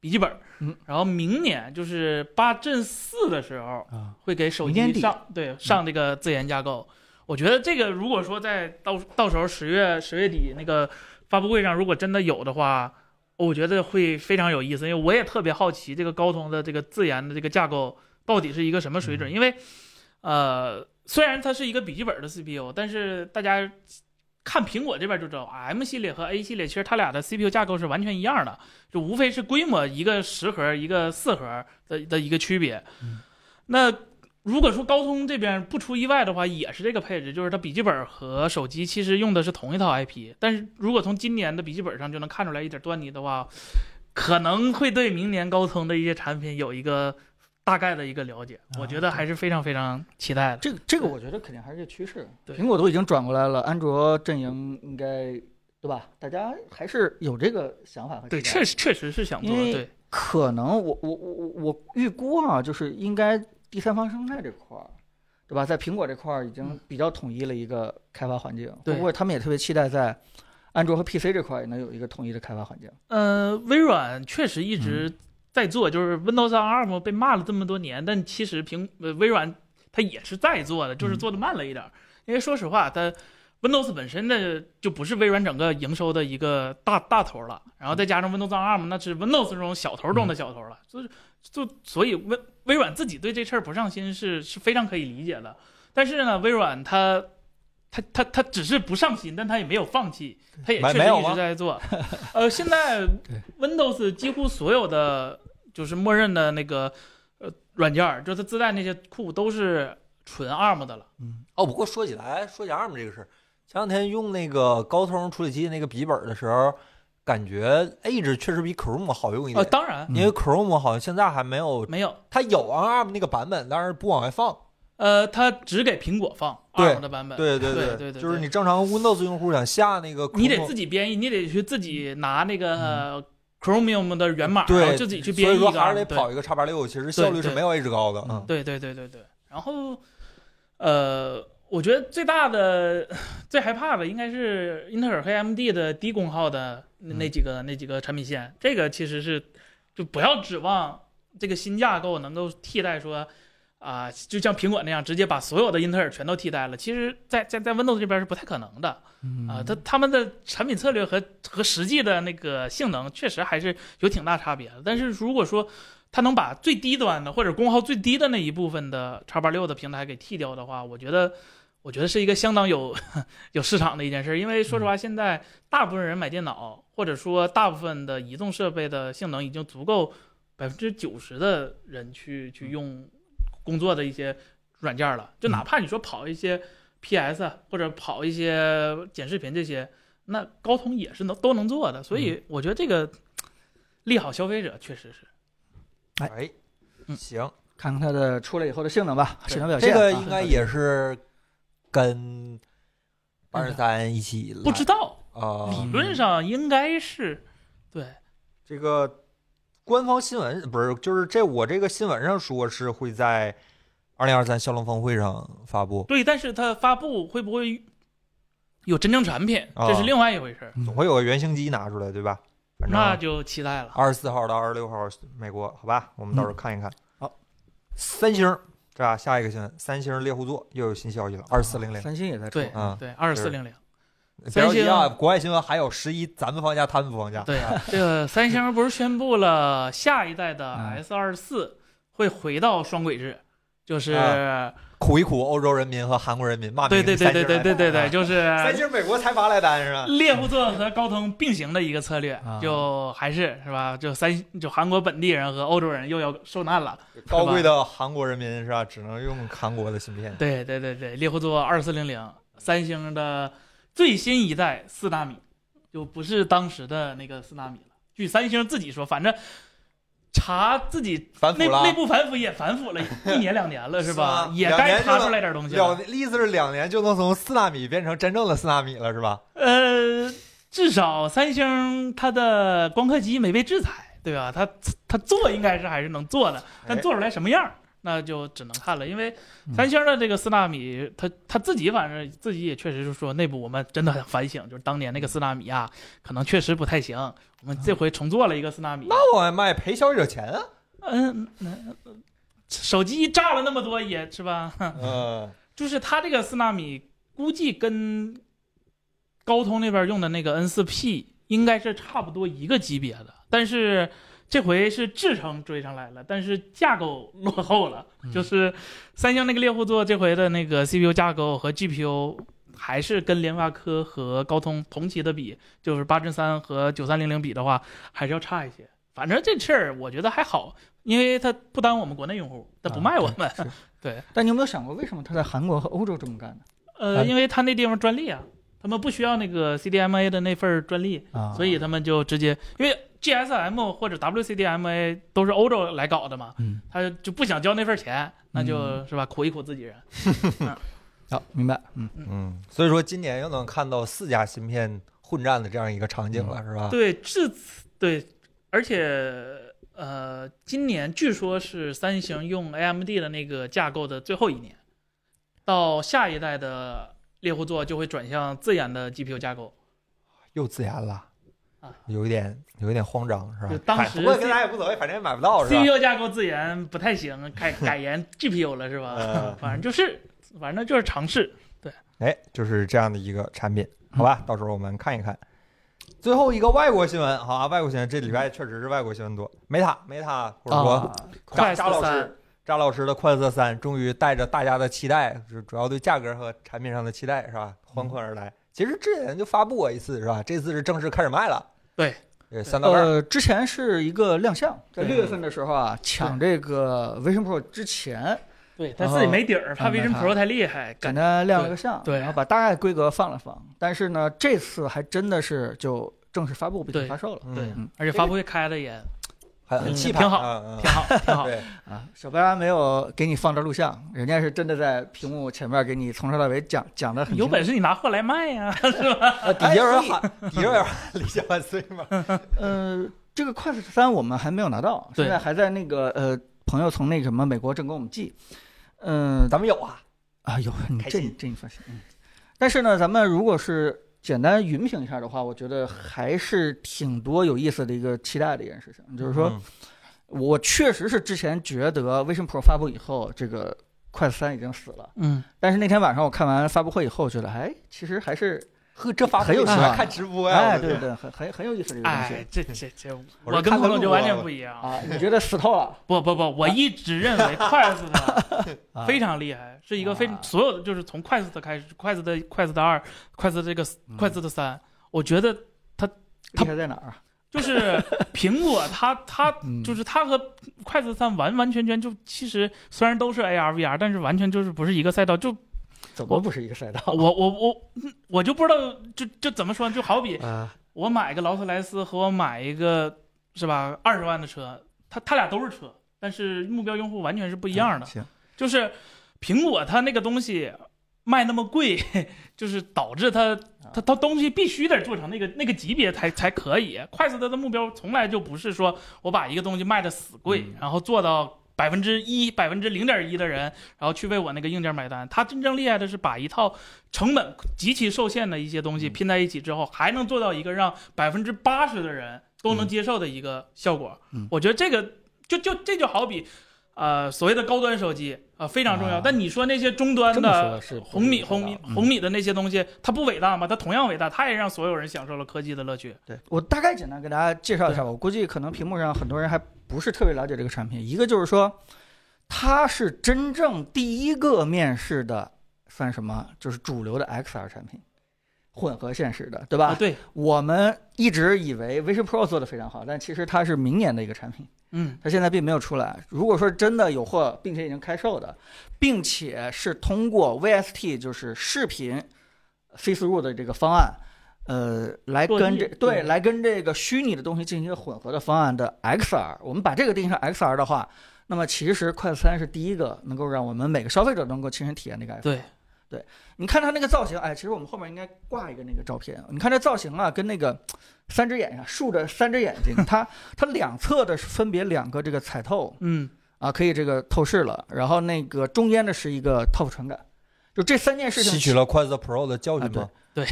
Speaker 2: 笔记本儿，
Speaker 3: 嗯
Speaker 2: 然后明年就是八阵四的时候，
Speaker 3: 啊，
Speaker 2: 会给手
Speaker 3: 明年
Speaker 2: 机
Speaker 3: 底
Speaker 2: 上对上这个自研架构。我觉得这个如果说在到到时候十月十月底那个发布会上，如果真的有的话，我觉得会非常有意思，因为我也特别好奇这个高通的这个自研的这个架构到底是一个什么水准。因为，呃，虽然它是一个笔记本的 CPU，但是大家看苹果这边就知道，M 啊系列和 A 系列其实它俩的 CPU 架构是完全一样的，就无非是规模一个十核一个四核的的一个区别。
Speaker 3: 嗯
Speaker 2: 那如果说高通这边不出意外的话，也是这个配置，就是它笔记本和手机其实用的是同一套 IP，但是如果从今年的笔记本上就能看出来一点端倪的话，可能会对明年高通的一些产品有一个大概的一个了解，
Speaker 3: 啊
Speaker 2: 我觉得还是非常非常期待的。
Speaker 3: 这个这个我觉得肯定还是个趋势。
Speaker 2: 对
Speaker 3: 苹果都已经转过来了，安卓阵营应该对吧？大家还是有这个想法和
Speaker 2: 对，
Speaker 3: 期待
Speaker 2: 确实确实是想做，
Speaker 3: 因为
Speaker 2: 对，
Speaker 3: 可能我我我我预估啊，就是应该第三方生态这块儿，对吧？在苹果这块儿已经
Speaker 2: 嗯
Speaker 3: 比较统一了一个开发环境，
Speaker 2: 对
Speaker 3: 会不会他们也特别期待在安卓和 PC 这块儿也能有一个统一的开发环境？
Speaker 2: 呃，微软确实一直
Speaker 3: 嗯
Speaker 2: 在做，就是 Windows on ARM 被骂了这么多年，但其实苹呃微软它也是在做的，
Speaker 3: 嗯
Speaker 2: 就是做的慢了一点儿。因为说实话，它 Windows 本身的就不是微软整个营收的一个大大头了，然后再加上 Windows on ARM，那是 Windows 这种小头中的
Speaker 1: 嗯
Speaker 2: 小头了，就是就所以微微软自己对这事儿不上心是是非常可以理解的。但是呢，微软它它它它只是不上心，但它也没有放弃，它也
Speaker 1: 没
Speaker 2: 确实
Speaker 1: 没有
Speaker 2: 一
Speaker 1: 吗
Speaker 2: 直在 做。呃，现在 Windows 几乎所有的就是默认的那个呃软件儿，就是它自带那些库都是纯 ARM 的了。
Speaker 1: 哦，不过说起来，说起 ARM 这个事儿，前两天用那个高通处理器那个笔记本的时候，感觉 Edge 确实比 Chrome 好用一
Speaker 2: 呃，
Speaker 1: 点，
Speaker 2: 当然
Speaker 1: 因为 Chrome 好像现在还没有，
Speaker 2: 没有，
Speaker 1: 它有 ARM 那个版本，但是不往外放。
Speaker 2: 呃，它只给苹果放
Speaker 1: 对
Speaker 2: ARM 的版本。
Speaker 1: 对对
Speaker 2: 对对对
Speaker 1: 就是你正常 Windows 用户想下那个 Chrome，嗯
Speaker 2: 你得自己编译，你得去自己拿那个 Chromium 的源码，
Speaker 1: 对
Speaker 2: 然后就自己去
Speaker 1: 所
Speaker 2: 编译
Speaker 1: 以
Speaker 2: 一个
Speaker 1: 说
Speaker 2: ARM。
Speaker 1: 还是得
Speaker 2: 对
Speaker 1: 跑一个叉八六，其实效率是没有 Edge 高的。嗯，
Speaker 2: 对对对对对。然后，呃，我觉得最大的、最害怕的应该是英特尔和 AMD 的低功耗的那那几个、那几个产品线。这个其实是，就不要指望这个新架构能够替代说。啊、就像苹果那样，直接把所有的英特尔全都替代了。其实在，在在 Windows 这边是不太可能的
Speaker 3: 嗯
Speaker 2: 啊、它他们的产品策略和和实际的那个性能，确实还是有挺大差别的。但是如果说它能把最低端的或者功耗最低的那一部分的叉八六的平台给剃掉的话，我觉得，我觉得是一个相当有 有市场的一件事儿。因为说实话，现在大部分人买电脑，或者说大部分的移动设备的性能已经足够百分之九十的人去去用工作的一些软件了。就哪怕你说跑一些 PS 啊或者跑一些剪视频这些，那高通也是能都能做的。所
Speaker 1: 嗯
Speaker 2: 以我觉得这个利好消费者确实是。
Speaker 1: 哎，
Speaker 2: 嗯
Speaker 1: 行，
Speaker 3: 看看它的出来以后的性能吧，
Speaker 2: 对
Speaker 3: 性能表现
Speaker 1: 这
Speaker 3: 啊。
Speaker 1: 个应该也是跟八十三一起来
Speaker 2: 不知道，
Speaker 1: 啊，
Speaker 2: 理论上应该是，对，
Speaker 1: 这个官方新闻不是，就是这我这个新闻上说是会在二零二三骁龙峰会上发布，
Speaker 2: 对，但是它发布会不会有真正产品，
Speaker 1: 啊
Speaker 2: 这是另外一回事儿，
Speaker 1: 总会有个原型机拿出来，对吧？反
Speaker 2: 那
Speaker 1: 正啊
Speaker 2: 就期待了。
Speaker 1: 二十四号到二十六号美国，好吧，我们到时候
Speaker 2: 嗯
Speaker 1: 看一看。
Speaker 3: 好，
Speaker 1: 三星儿这啊下一个新闻，三星儿猎户座又有新消息了，二四零零。
Speaker 3: 三星也在出
Speaker 2: 对
Speaker 1: 啊
Speaker 2: 对，二
Speaker 1: 是
Speaker 2: 四零零，
Speaker 1: 不要
Speaker 2: 三星
Speaker 1: 一样，啊国外新闻还有十一，咱们放假，他们不放假。
Speaker 2: 对，这个三星不是宣布了下一代的
Speaker 1: 啊
Speaker 3: 嗯
Speaker 2: S 二四会回到双轨制，就是、
Speaker 1: 啊苦一苦欧洲人民和韩国人民，骂
Speaker 2: 对
Speaker 1: 名
Speaker 2: 对对对对对对对，
Speaker 1: 就
Speaker 2: 就是
Speaker 1: 三星美国才发来单是吧？
Speaker 2: 猎户座和高通并行的一个策略
Speaker 3: 啊，
Speaker 2: 就还是是吧？就三就韩国本地人和欧洲人又要受难了。
Speaker 1: 高贵的韩国人民是吧？只能用韩国的芯片。
Speaker 2: 对对对对，猎户座二四零零，三星的最新一代四纳米，就不是当时的那个四纳米了。据三星自己说，反正查自己
Speaker 1: 反腐
Speaker 2: 内
Speaker 1: 了
Speaker 2: 内，部反腐也反腐了一年两年了，是
Speaker 1: 是
Speaker 2: 吧
Speaker 1: 吗？
Speaker 2: 也
Speaker 1: 两年
Speaker 2: 该
Speaker 1: 就
Speaker 2: 查
Speaker 1: 能
Speaker 2: 出来点东西了。
Speaker 1: 两意思是两年就能从四纳米变成真正的四纳米了是吧？
Speaker 2: 呃，至少三星它的光刻机没被制裁，对吧？它它做应该是还是能做的，但
Speaker 1: 哎
Speaker 2: 做出来什么样儿，那就只能看了。因为
Speaker 3: 嗯
Speaker 2: 三星的这个四纳米，它它自己反正自己也确实是说，内部我们真的很反省，就是当年那个四纳米啊，可能确实不太行。我们这回重做了一个四纳米，
Speaker 1: 那往外卖赔消费者钱啊。
Speaker 2: 嗯，那手机炸了那么多也是吧？
Speaker 1: 嗯，
Speaker 2: 就是它这个四纳米估计跟高通那边用的那个 N 4 P 应该是差不多一个级别的，但是这回是制程追上来了，但是架构 落后了。
Speaker 3: 嗯
Speaker 2: 就是三星那个猎户座这回的那个 CPU 架构和 GPU 还是跟联发科和高通同期的比，就是八针三和九三零零比的话，还是要差一些。反正这事儿我觉得还好，因为它不耽误我们国内用户，它不
Speaker 3: 啊
Speaker 2: 卖我
Speaker 3: 对
Speaker 2: 们。
Speaker 3: 但你有没有想过，为什么他在韩国和欧洲这么干呢？
Speaker 1: 啊
Speaker 2: 呃，
Speaker 3: 反
Speaker 2: 因为他那地方专利啊，他们不需要那个 CDMA 的那份儿专利，
Speaker 3: 啊
Speaker 2: 所以他们就直接因为 GSM 或者 WCDMA 都是欧洲来搞的嘛，
Speaker 3: 嗯，
Speaker 2: 他就不想交那份儿钱，那就、
Speaker 3: 嗯
Speaker 2: 是吧，苦一苦自己人。
Speaker 3: 好，明白，嗯，
Speaker 1: 嗯，所以说今年又能看到四家芯片混战的这样一个场景了，是吧？
Speaker 2: 对，至此对，而且呃，今年据说是三星用 AMD 的那个架构的最后一年，到下一代的猎户座就会转向自研的 GPU 架构。
Speaker 1: 又自研了
Speaker 2: 啊，
Speaker 1: 有一点有一点慌张，是吧？
Speaker 2: 就当时
Speaker 1: 反不过跟咱也无所谓，反正也买不到，是吧？
Speaker 2: CPU E 架构自研不太行，改改研 GPU 了是
Speaker 1: 嗯
Speaker 2: 吧？ 反正就是，反正就是尝试。
Speaker 1: 哎，就是这样的一个产品，好吧？
Speaker 2: 嗯
Speaker 1: 到时候我们看一看。最后一个外国新闻，好啊，外国新闻这礼拜确实是外国新闻多。美塔，美塔或者说
Speaker 3: 啊，
Speaker 1: 扎
Speaker 2: 快
Speaker 1: 扎
Speaker 2: 速
Speaker 1: 老
Speaker 2: 哦三
Speaker 1: 师，扎老师的《快乐三》终于带着大家的期待，就是主要对价格和产品上的期待是吧？
Speaker 2: 嗯
Speaker 1: 欢快而来。其实之前就发布过一次是吧？这次是正式开始卖了。
Speaker 2: 对，
Speaker 1: 对，三道杠。
Speaker 3: 呃，之前是一个亮相，在
Speaker 1: 对
Speaker 3: 六月份的时候啊，抢这个 Vision Pro 之前，
Speaker 2: 对他
Speaker 1: 哦
Speaker 2: 自己没底儿，怕
Speaker 3: 嗯没
Speaker 2: Vision
Speaker 3: 法
Speaker 2: Pro 太厉害，
Speaker 3: 简
Speaker 2: 感
Speaker 3: 单亮了个相，
Speaker 2: 对
Speaker 3: 然后把大概规格放了放，但是呢，这次还真的是就正式发布并且
Speaker 2: 对
Speaker 3: 发售了
Speaker 2: 对
Speaker 1: 嗯，
Speaker 2: 而且发布会开的也
Speaker 1: 很很
Speaker 2: 嗯
Speaker 1: 气派，
Speaker 2: 挺好
Speaker 1: 嗯
Speaker 2: 挺好，挺
Speaker 1: 嗯，
Speaker 2: 好。
Speaker 1: 对，
Speaker 3: 啊。小白没有给你放这录像，人家是真的在屏幕前面给你从头到尾讲讲的很
Speaker 2: 有本
Speaker 3: 事，
Speaker 2: 事你拿货来 卖呀！
Speaker 1: 呃
Speaker 2: 哎
Speaker 1: 底下有人喊，底下有人喊“理想万岁”嘛，
Speaker 2: 嗯
Speaker 3: 呃，这个 Quest 三我们还没有拿到，
Speaker 2: 对
Speaker 3: 现在还在那个呃朋友从那个什么美国正给我们寄，嗯、
Speaker 1: 咱们有啊，
Speaker 3: 啊，有你
Speaker 1: 开
Speaker 3: 这
Speaker 1: 心
Speaker 3: 你这你放心。嗯，但是呢，咱们如果是简单云评一下的话，我觉得还是挺多有意思的一个期待的一件事情。就是说，
Speaker 1: 嗯
Speaker 3: 我确实是之前觉得 Vision Pro 发布以后，这个快三已经死了。
Speaker 2: 嗯，
Speaker 3: 但是那天晚上我看完发布会以后，觉得哎，其实还是
Speaker 1: 呵，这发布
Speaker 3: 很有
Speaker 1: 喜
Speaker 3: 希
Speaker 1: 欢
Speaker 3: 望
Speaker 1: 看直播呀，
Speaker 3: 哎，
Speaker 1: 我的
Speaker 3: 对对
Speaker 1: 天
Speaker 3: 对，很很很有意思的一个东
Speaker 2: 哎
Speaker 3: 西，
Speaker 2: 这这这，
Speaker 1: 我
Speaker 2: 我
Speaker 1: 是
Speaker 2: 跟
Speaker 1: 看他
Speaker 2: 彭总
Speaker 1: 录
Speaker 2: 就完
Speaker 1: 过
Speaker 2: 全
Speaker 1: 了
Speaker 2: 不一样。
Speaker 3: 啊。你觉得死透了？
Speaker 2: 不不不，我一直认为 Quest 的
Speaker 3: 啊
Speaker 2: 非常厉害，是一个非
Speaker 3: 啊
Speaker 2: 所有的就是从 Quest 开始，Quest 的 Quest 的二，Quest 的这个
Speaker 3: 嗯
Speaker 2: Quest 的三，我觉得
Speaker 3: 厉害在哪儿啊？
Speaker 2: 就是 苹果它它
Speaker 3: 嗯，
Speaker 2: 就是它和筷子三完完全全就其实虽然都是 AR VR，但是完全就是不是一个赛道。就
Speaker 3: 怎么不是一个赛道？
Speaker 2: 我我我嗯我就不知道，就就怎么说呢？就好比
Speaker 1: 嗯
Speaker 2: 我买个劳斯莱斯和我买一个是吧二十万的车，它它俩都是车，但是目标用户完全是不一样的。
Speaker 3: 行，
Speaker 2: 就是苹果它那个东西卖那么贵， 就是导致它
Speaker 3: 啊
Speaker 2: 它它东西必须得做成那个那个级别才才可以。快速它的目标从来就不是说我把一个东西卖的死贵，
Speaker 3: 嗯
Speaker 2: 然后做到。百分之一、百分之零点一的人，然后去为我那个硬件买单。它真正厉害的是把一套成本极其受限的一些东西
Speaker 3: 嗯
Speaker 2: 拼在一起之后，还能做到一个让百分之八十的人都能
Speaker 3: 嗯
Speaker 2: 接受的一个效果。
Speaker 3: 嗯
Speaker 2: 我觉得这个就就这就好比，呃，所谓的高端手机，啊，非常重要。
Speaker 3: 啊
Speaker 2: 但你说那些终端
Speaker 3: 这么说
Speaker 2: 的
Speaker 3: 是不
Speaker 2: 红米、
Speaker 3: 知道
Speaker 2: 红米、
Speaker 3: 嗯
Speaker 2: 红米的那些东西，它不伟大吗？它同样伟大，它也让所有人享受了科技的乐趣。
Speaker 3: 对我大概简单给大家介绍一下吧，我估计可能屏幕上很多人还不是特别了解这个产品。一个就是说，它是真正第一个面世的，算什么？就是主流的 XR 产品，混合现实的，对吧？
Speaker 2: 啊，对，
Speaker 3: 我们一直以为 Vision Pro 做的非常好，但其实它是明年的一个产品，
Speaker 2: 嗯，
Speaker 3: 它现在并没有出来。如果说真的有货，并且已经开售的，并且是通过 VST 就是视频 C 四 r 的这个方案，呃，来
Speaker 2: 落
Speaker 3: 跟
Speaker 2: 地
Speaker 3: 这
Speaker 2: 对
Speaker 3: 对来跟这个虚拟的东西进行一个混合的方案的 XR，我们把这个定义成 XR 的话，那么其实快三是第一个能够让我们每个消费者能够亲身体验这个 XR。
Speaker 2: 对，
Speaker 3: 你看它那个造型，哎，其实我们后面应该挂一个那个照片。你看这造型啊，跟那个三只眼呀、竖着三只眼睛，它它两侧的是分别两个这个彩透
Speaker 2: 嗯，
Speaker 3: 啊，可以这个透视了。然后那个中间的是一个 top 传感，就这三件事情
Speaker 1: 吸取了筷子 Pro 的教
Speaker 3: 啊
Speaker 1: 训
Speaker 3: 对
Speaker 1: 吗？
Speaker 3: 呃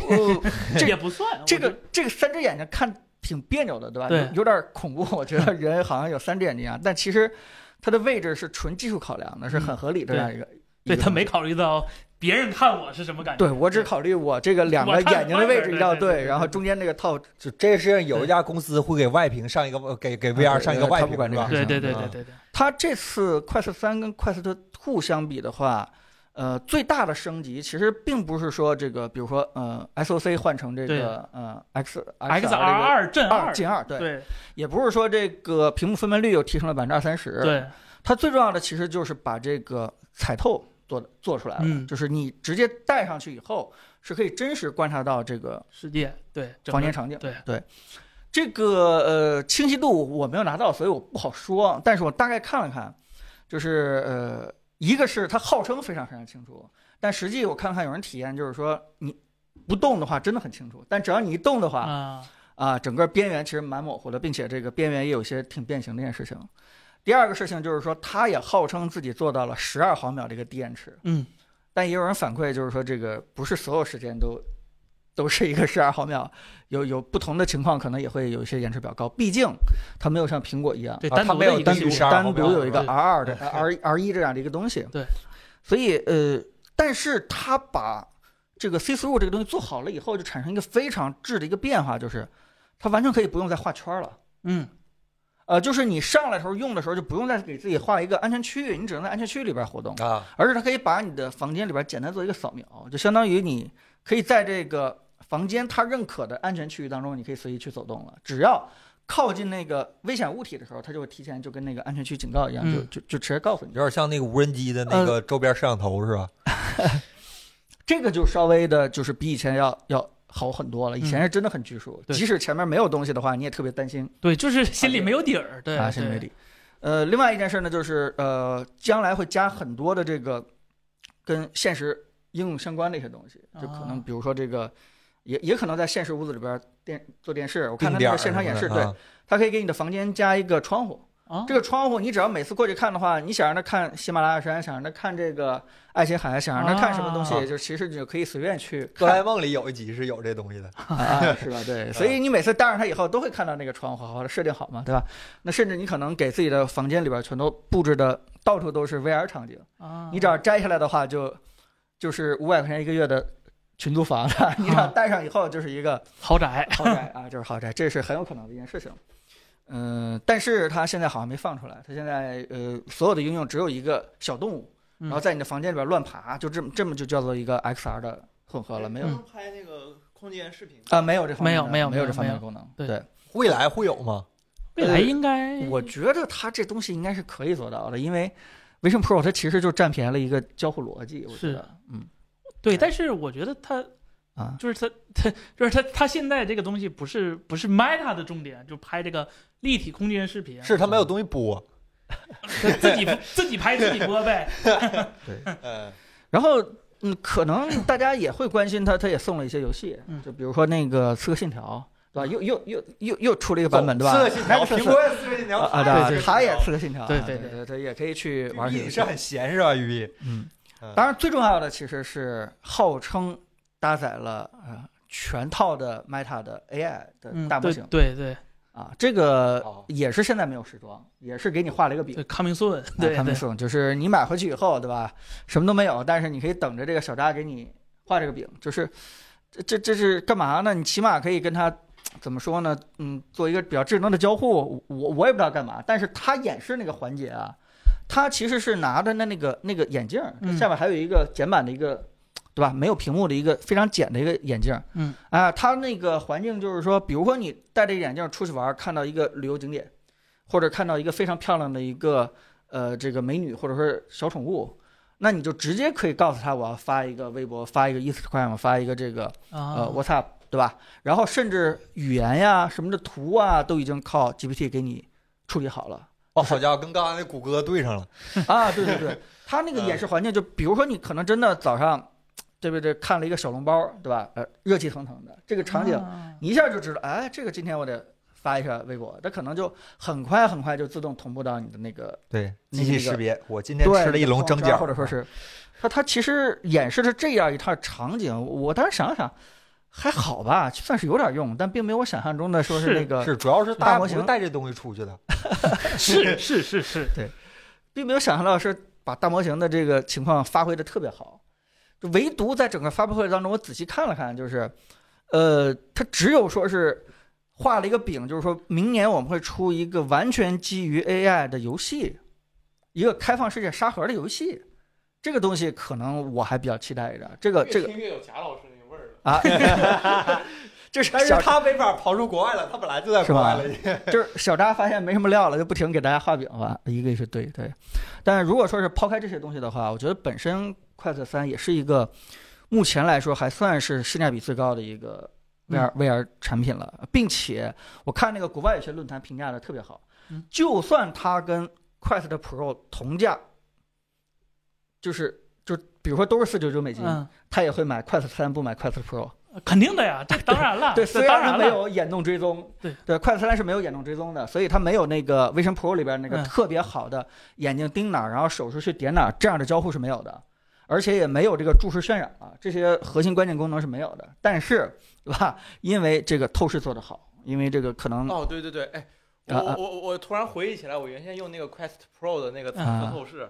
Speaker 3: 这
Speaker 2: 也不算
Speaker 3: 这
Speaker 2: 我
Speaker 3: 个
Speaker 2: 觉
Speaker 3: 这个三只眼睛看挺别扭的，对吧？
Speaker 2: 对
Speaker 3: 有有点恐怖，我觉得人好像有三只眼睛一样，但其实它的位置是纯技术考量的，是很合理的这样一个。
Speaker 2: 嗯对
Speaker 3: 一个
Speaker 2: 他
Speaker 3: 东
Speaker 2: 没
Speaker 3: 西
Speaker 2: 考虑到别人看我是什么感觉。
Speaker 3: 对我只考虑我这个两个
Speaker 2: 我看
Speaker 3: 眼睛的位
Speaker 2: 外
Speaker 3: 置
Speaker 2: 边
Speaker 3: 要
Speaker 2: 对对对对
Speaker 3: 然后中间那个套
Speaker 1: 就这个事情，有一家公司会给外屏上一个呃给给
Speaker 3: 啊对
Speaker 1: VR 上一个
Speaker 3: 对
Speaker 1: 外
Speaker 3: 他
Speaker 1: 屏，
Speaker 3: 不管这
Speaker 1: 是
Speaker 3: 个
Speaker 1: 吧
Speaker 3: 事
Speaker 2: 对
Speaker 3: 情啊
Speaker 2: 对
Speaker 1: 嗯
Speaker 2: 对对对对，
Speaker 3: 它这次快速三跟快速的 two 相比的话，呃，最大的升级其实并不是说这个，比如说呃，SOC 换成这
Speaker 2: 对
Speaker 3: 个呃 X
Speaker 2: ，XR
Speaker 3: 二
Speaker 2: 二震
Speaker 3: 二
Speaker 2: 二，
Speaker 3: 进二，对，
Speaker 2: 对
Speaker 3: 也不是说这个屏幕分辨率又提升了百分之二三十，，
Speaker 2: 对，
Speaker 3: 它最重要的其实就是把这个彩透做的做出来了，
Speaker 2: 嗯
Speaker 3: 就是你直接戴上去以后是可以真实观察到这个
Speaker 2: 世界对整
Speaker 3: 房
Speaker 2: 个
Speaker 3: 间场景。
Speaker 2: 对
Speaker 3: 对，这个呃清晰度我没有拿到，所以我不好说。但是我大概看了看，就是呃，一个是它号称非常非常清楚，但实际我看看有人体验，就是说你不动的话真的很清楚，但只要你一动的话啊、
Speaker 2: 啊，
Speaker 3: 整个边缘其实蛮模糊的，并且这个边缘也有一些挺变形的一件事情。第二个事情就是说，它也号称自己做到了十二毫秒这个低延迟，
Speaker 2: 嗯，
Speaker 3: 但也有人反馈，就是说这个不是所有时间都都是一个十二毫秒，有有不同的情况，可能也会有一些延迟比较高。毕竟它没有像苹果一样，
Speaker 2: 对，
Speaker 1: 啊
Speaker 2: 单
Speaker 1: 它
Speaker 2: 独
Speaker 1: 没
Speaker 2: 的
Speaker 1: 有
Speaker 2: 一个
Speaker 1: 单
Speaker 2: 系
Speaker 1: 独
Speaker 2: 统
Speaker 1: 12
Speaker 3: 单
Speaker 1: 毫
Speaker 3: 独
Speaker 1: 秒
Speaker 3: 有一个
Speaker 2: 对
Speaker 3: R 二的 R R 一这样的一个东西。
Speaker 2: 对，
Speaker 3: 所以呃，但是它把这个 C through 这个东西做好了以后，就产生一个非常质的一个变化，就是它完全可以不用再画圈了。
Speaker 2: 嗯，
Speaker 3: 呃，就是你上来的时候用的时候，就不用再给自己画一个安全区域，你只能在安全区域里边活动。
Speaker 1: 啊，
Speaker 3: 而是它可以把你的房间里边简单做一个扫描，就相当于你可以在这个房间它认可的安全区域当中，你可以随意去走动了。只要靠近那个危险物体的时候，它就会提前就跟那个安全区警告一样，就
Speaker 2: 嗯
Speaker 3: 就就直接告诉你。
Speaker 1: 有点像那个无人机的
Speaker 3: 呃
Speaker 1: 那个周边摄像头是吧？
Speaker 3: 这个就稍微的，就是比以前要要好很多了。以前是真的很拘束，
Speaker 2: 嗯对
Speaker 3: 即使前面没有东西的话，你也特别担心
Speaker 2: 对，就是心里没有底儿，对
Speaker 3: 啊，心里没
Speaker 2: 对
Speaker 3: 底。呃，另外一件事呢，就是呃，将来会加很多的这个跟现实应用相关的一些东西，就可能
Speaker 1: 哦
Speaker 2: 啊
Speaker 3: 比如说这个，也也可能在现实屋子里边儿电做电视。我
Speaker 1: 定
Speaker 3: 看它那
Speaker 1: 点儿
Speaker 3: 个现场演示，
Speaker 1: 什么
Speaker 3: 对
Speaker 1: 的，啊哦
Speaker 3: 它可以给你的房间加一个窗户。
Speaker 2: 啊，
Speaker 3: 这个窗户你只要每次过去看的话，你想让它看喜马拉雅山，想让它看这个爱琴海，想让它看什么东
Speaker 2: 啊
Speaker 1: 哦
Speaker 3: 西，就其实你就可以随便去
Speaker 1: 哆啦 A
Speaker 3: 看
Speaker 1: 梦里有一集是有这东西的，
Speaker 3: 啊，是吧？对，所以你每次搭上它以后，都会看到那个窗户，好好的设定好嘛，对吧？那甚至你可能给自己的房间里边全都布置的到处都是 VR 场景。
Speaker 2: 啊，
Speaker 3: 你只要摘下来的话就，就是五百块钱一个月的群租 房了。你只要戴上以后，就是一个
Speaker 2: 啊豪宅，
Speaker 3: 豪宅啊，就是豪宅，这是很有可能的一件事情。嗯、但是它现在好像没放出来，它现在呃所有的应用只有一个小动物，
Speaker 2: 嗯
Speaker 3: 然后在你的房间里边乱爬，就这么这么就叫做一个 XR 的混合了，没有
Speaker 4: 不
Speaker 3: 啊、
Speaker 4: 能拍那个空间视频。
Speaker 3: 没有这方面的
Speaker 2: 嗯没有没有
Speaker 3: 没
Speaker 2: 没有
Speaker 3: 这方面的
Speaker 2: 没
Speaker 3: 功能。
Speaker 2: 对
Speaker 1: 未来会有吗？
Speaker 2: 未来应该
Speaker 3: 呃我觉得它这东西应该是可以做到的，因为 Vision Pro 它其实就占便宜了一个交互逻辑，我觉
Speaker 2: 是
Speaker 3: 得，嗯
Speaker 2: 对，但是我觉得它
Speaker 3: 啊，
Speaker 2: 就是它它就是它它现在这个东西不是不是 Meta 的重点，就拍这个立体空间视频，
Speaker 1: 是它没有东西播，
Speaker 3: 嗯
Speaker 2: 它 自己自己拍自己播呗，
Speaker 1: 嗯，
Speaker 4: 呃
Speaker 3: 然后，嗯，可能大家也会关心它，它也送了一些游戏
Speaker 2: 嗯，啊
Speaker 3: 就比如说那个《刺客信条》，对吧？又又又又又出了一个版本，对吧？
Speaker 1: 刺客信条，
Speaker 3: Nexus-
Speaker 1: 苹果也哦刺客信条
Speaker 3: 啊啊，吧
Speaker 1: 对对
Speaker 3: 它也《刺客信条》啊，
Speaker 2: 对对
Speaker 3: 对对，
Speaker 2: 对
Speaker 3: 它也可以去玩
Speaker 1: 玉碧
Speaker 3: 这个
Speaker 1: 你
Speaker 3: 游
Speaker 1: 是
Speaker 3: 戏。
Speaker 1: 很闲是吧？玉碧，
Speaker 3: 嗯
Speaker 1: 嗯，
Speaker 3: 当然最重要的其实是号称搭载了呃全套的 Meta 的 AI
Speaker 2: 嗯，
Speaker 3: 的大模
Speaker 2: 对
Speaker 3: 型，
Speaker 2: 对对，
Speaker 3: 啊，这个
Speaker 1: 哦
Speaker 3: 也是现在没有时装，也是给你画了一个饼
Speaker 2: 对。，coming soon，对
Speaker 3: 他们
Speaker 2: 对
Speaker 3: 说就是你买回去以后，对吧？什么都没有，但是你可以等着这个小扎给你画这个饼，就是这这这是干嘛呢？你起码可以跟他怎么说呢？嗯，做一个比较智能的交互。我我也不知道干嘛，但是他演示那个环节啊，他其实是拿着那那个那个眼镜儿，
Speaker 2: 嗯
Speaker 3: 下面还有一个简版的一个。对吧？没有屏幕的一个非常简的一个眼镜儿，
Speaker 2: 嗯
Speaker 3: 啊，它那个环境就是说，比如说你戴着眼镜儿出去玩儿，看到一个旅游景点，或者看到一个非常漂亮的一个呃这个美女或者说小宠物，那你就直接可以告诉他我要发一个微博，发一个 Instagram，发一个这个
Speaker 2: 啊
Speaker 3: 呃，WhatsApp，对吧？然后甚至语言呀什么的图啊，都已经靠 GPT 给你处理好 了
Speaker 1: 哦，好家伙，跟刚才那谷歌对上了。
Speaker 3: 啊！对对对，它那个演示环境就，比如说你可能真的早上，对不对？看了一个小笼包，对吧？呃，热气腾腾的这个场景，
Speaker 2: 啊
Speaker 3: 你一下就知道，哎，这个今天我得发一下微博，它可能就很快很快就自动同步到你的那个
Speaker 1: 对，
Speaker 3: 那
Speaker 1: 机器
Speaker 3: 个
Speaker 1: 识别，我今天
Speaker 3: 对
Speaker 1: 吃了一笼蒸饺，
Speaker 3: 或者说是，它它其实演示着这样一套场景，我当时想了想，还好吧，算是有点用，但并没有我想象中的说是
Speaker 2: 是
Speaker 3: 那个，
Speaker 1: 啊是主要是
Speaker 3: 大
Speaker 1: 大家
Speaker 3: 模
Speaker 1: 不
Speaker 3: 型
Speaker 1: 会带这东西出去的。
Speaker 2: 是是 是是，
Speaker 3: 并没有想象到是把大模型的这个情况发挥的特别好，就唯独在整个发布会当中，我仔细看了看，就是，呃，它只有说是画了一个饼，就是说明年我们会出一个完全基于 AI 的游戏，一个开放世界沙盒的游戏。这个东西可能我还比较期待一点，这个呃这
Speaker 4: 越
Speaker 3: 个
Speaker 4: 听越有贾老师那味儿了。
Speaker 3: 啊， 这是
Speaker 1: 但是
Speaker 3: 小
Speaker 1: 他没法刨出国外了，他本来就在
Speaker 3: 是
Speaker 1: 国
Speaker 3: 吧
Speaker 1: 外了已经。
Speaker 3: 就是小扎发现没什么料了，就不停给大家画饼吧，一个也是对对。但是如果说是抛开这些东西的话，我觉得本身快测三也是一个目前来说还算是性价比最高的一个 VR、VR 产品了，并且我看那个国外有些论坛评价的特别好，
Speaker 2: 嗯
Speaker 3: 就算它跟 Quest Pro 同价，就是就比如说都是四九九美金，
Speaker 2: 嗯，
Speaker 3: 他也会买 Quest 三，不买 Quest Pro。
Speaker 2: 肯定的呀，这当然 了，
Speaker 3: 对，
Speaker 2: 这
Speaker 3: 虽
Speaker 2: 当
Speaker 3: 然它
Speaker 2: 然
Speaker 3: 没
Speaker 2: 了，
Speaker 3: 有眼动追踪，
Speaker 2: 对
Speaker 3: 对，快餐是没有眼动追踪的，所以它没有那个 Vision Pro 里边那个
Speaker 2: 嗯
Speaker 3: 特别好的眼睛盯哪儿，然后手势去点哪儿这样的交互是没有的，而且也没有这个注视渲染啊，这些核心关键功能是没有的。但是，对吧？ 因为这个透视做得好，因为这个可能
Speaker 4: 哦，对对对，哎，我
Speaker 3: 嗯啊啊
Speaker 4: 我我我突然回忆起来，我原先用那个 Quest Pro 的那个
Speaker 2: 嗯
Speaker 4: 彩
Speaker 3: 啊
Speaker 4: 色透视，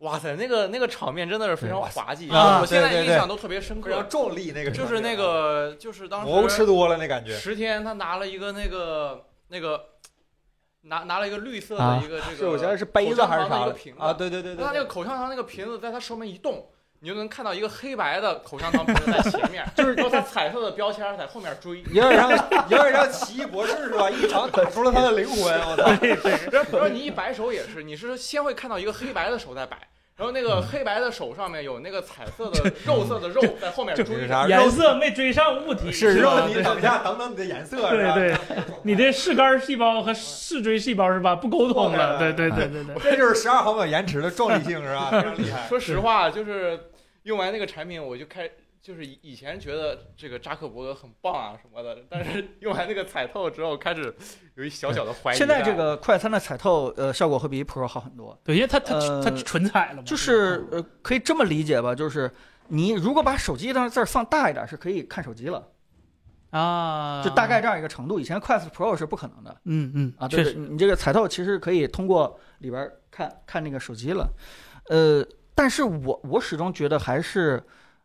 Speaker 4: 哇塞，那个那个场面真的是非常
Speaker 1: 对
Speaker 4: 滑稽，
Speaker 1: 塞啊
Speaker 4: 我现在
Speaker 1: 对对
Speaker 4: 印
Speaker 1: 对
Speaker 4: 象都特别深
Speaker 1: 非常
Speaker 4: 刻，
Speaker 1: 重力那个，
Speaker 4: 就是那个就是当时
Speaker 1: 蘑菇吃多了那感觉，
Speaker 4: 十天他拿了一个那个那个拿拿了一个绿色
Speaker 3: 啊
Speaker 4: 的一个这
Speaker 1: 是
Speaker 4: 个，
Speaker 1: 我觉得是杯子还是啥
Speaker 4: 口香糖的一个
Speaker 1: 的
Speaker 4: 瓶子
Speaker 1: 啊？对对对对
Speaker 4: 他那个
Speaker 1: 对，
Speaker 4: 口香糖那个瓶子在他手里面一动。你就能看到一个黑白的口香糖瓶子在前 面，就是然后它彩色的标签儿在后面追，
Speaker 1: 有点像有点像奇异博士是吧？一掌打出了他的灵魂，我 操！
Speaker 4: 然后你一摆手也是，你是先会看到一个黑白的手在摆，然后那个黑白的手上面有那个彩色的肉色的肉在后面
Speaker 1: 这
Speaker 4: 追
Speaker 1: 是
Speaker 4: 着。
Speaker 1: 啥？
Speaker 2: 颜色没追上物体，
Speaker 1: 是
Speaker 2: 吧
Speaker 1: 肉，你等一下，等等你的颜色是
Speaker 2: 对
Speaker 1: 吧？
Speaker 2: 对，你这视杆细胞和视锥细胞是吧？不沟通了，对对对对对，
Speaker 1: 这就是十二毫秒延迟的重力性是吧？非常厉 害。
Speaker 4: 说实话，就是用完那个产品，我就开就是以以前觉得这个扎克伯格很棒啊什么的，但是用完那个彩透之后，开始有一小小的怀疑啊。
Speaker 3: 现在这个快餐的彩透呃效果会比 Pro 好很多。
Speaker 2: 对，因为它它
Speaker 3: 呃
Speaker 2: 它纯彩了嘛，
Speaker 3: 就是呃，可以这么理解吧，就是你如果把手机的字儿放大一点，是可以看手机了，
Speaker 2: 啊，
Speaker 3: 就大概这样一个程度。以前 Quest Pro 是不可能的
Speaker 2: 嗯嗯
Speaker 3: 啊，对
Speaker 2: 确
Speaker 3: 对，
Speaker 2: 实
Speaker 3: 你你这个彩透其实可以通过里边儿看看那个手机了，呃，但是我我始终觉得还是。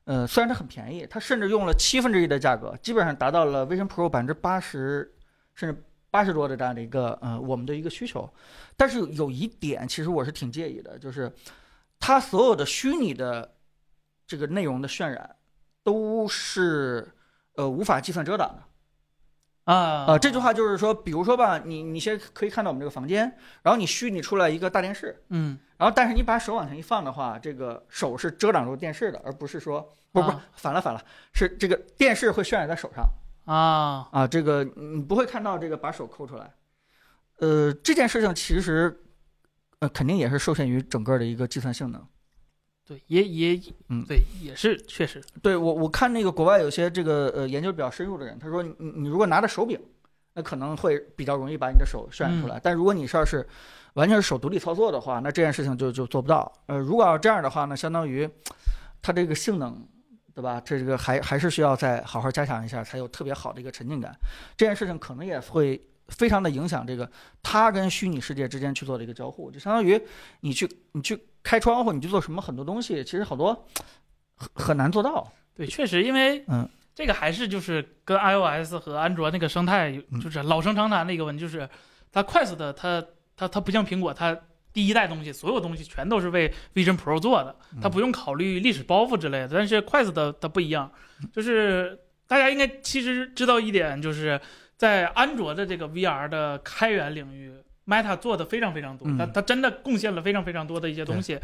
Speaker 3: 呃，虽然它很便宜，它甚至用了七分之一的价格，基本上达到了 Vision Pro 百分之八十，甚至八十多的这样的一个呃我们的一个需求。但是有一点，其实我是挺介意的，就是它所有的虚拟的这个内容的渲染都是呃无法计算遮挡的。
Speaker 2: 啊
Speaker 3: 呃，这句话就是说，比如说吧，你你先可以看到我们这个房间，然后你虚拟出来一个大电视，
Speaker 2: 嗯
Speaker 3: 然后但是你把手往前一放的话，这个手是遮挡住电视的，而不是说不不
Speaker 2: 啊
Speaker 3: 反了反了，是这个电视会渲染在手上
Speaker 2: 啊
Speaker 3: 啊，这个你不会看到这个把手抠出来。呃，这件事情其实呃肯定也是受限于整个的一个计算性能。
Speaker 2: 对也也
Speaker 3: 嗯
Speaker 2: 对也是确实
Speaker 3: 对我我看那个国外有些这个呃研究比较深入的人，他说你你你如果拿着手柄，那可能会比较容易把你的手渲染出来，但如果你是要是完全是手独立操作的话，那这件事情就就做不到。呃，如果要这样的话呢，相当于它这个性能。对吧？这个还还是需要再好好加强一下，才有特别好的一个沉浸感。这件事情可能也会非常的影响这个它跟虚拟世界之间去做的一个交互，就相当于你去你去开窗户，你去做什么很多东西，其实好多很很难做到。
Speaker 2: 对，确实，因为
Speaker 3: 嗯，
Speaker 2: 这个还是就是跟 iOS 和安卓那个生态
Speaker 3: 嗯
Speaker 2: 有就是老生常谈的一个问题，就是它快速的，它它它不像苹果，它第一代东西所有东西全都是为 Vision Pro 做的，它不用考虑历史包袱之类的。但是快速的它不一样，就是大家应该其实知道一点，就是在安卓的这个 VR 的开源领域，Meta 做的非常非常多
Speaker 3: 嗯，
Speaker 2: 它它真的贡献了非常非常多的一些东西。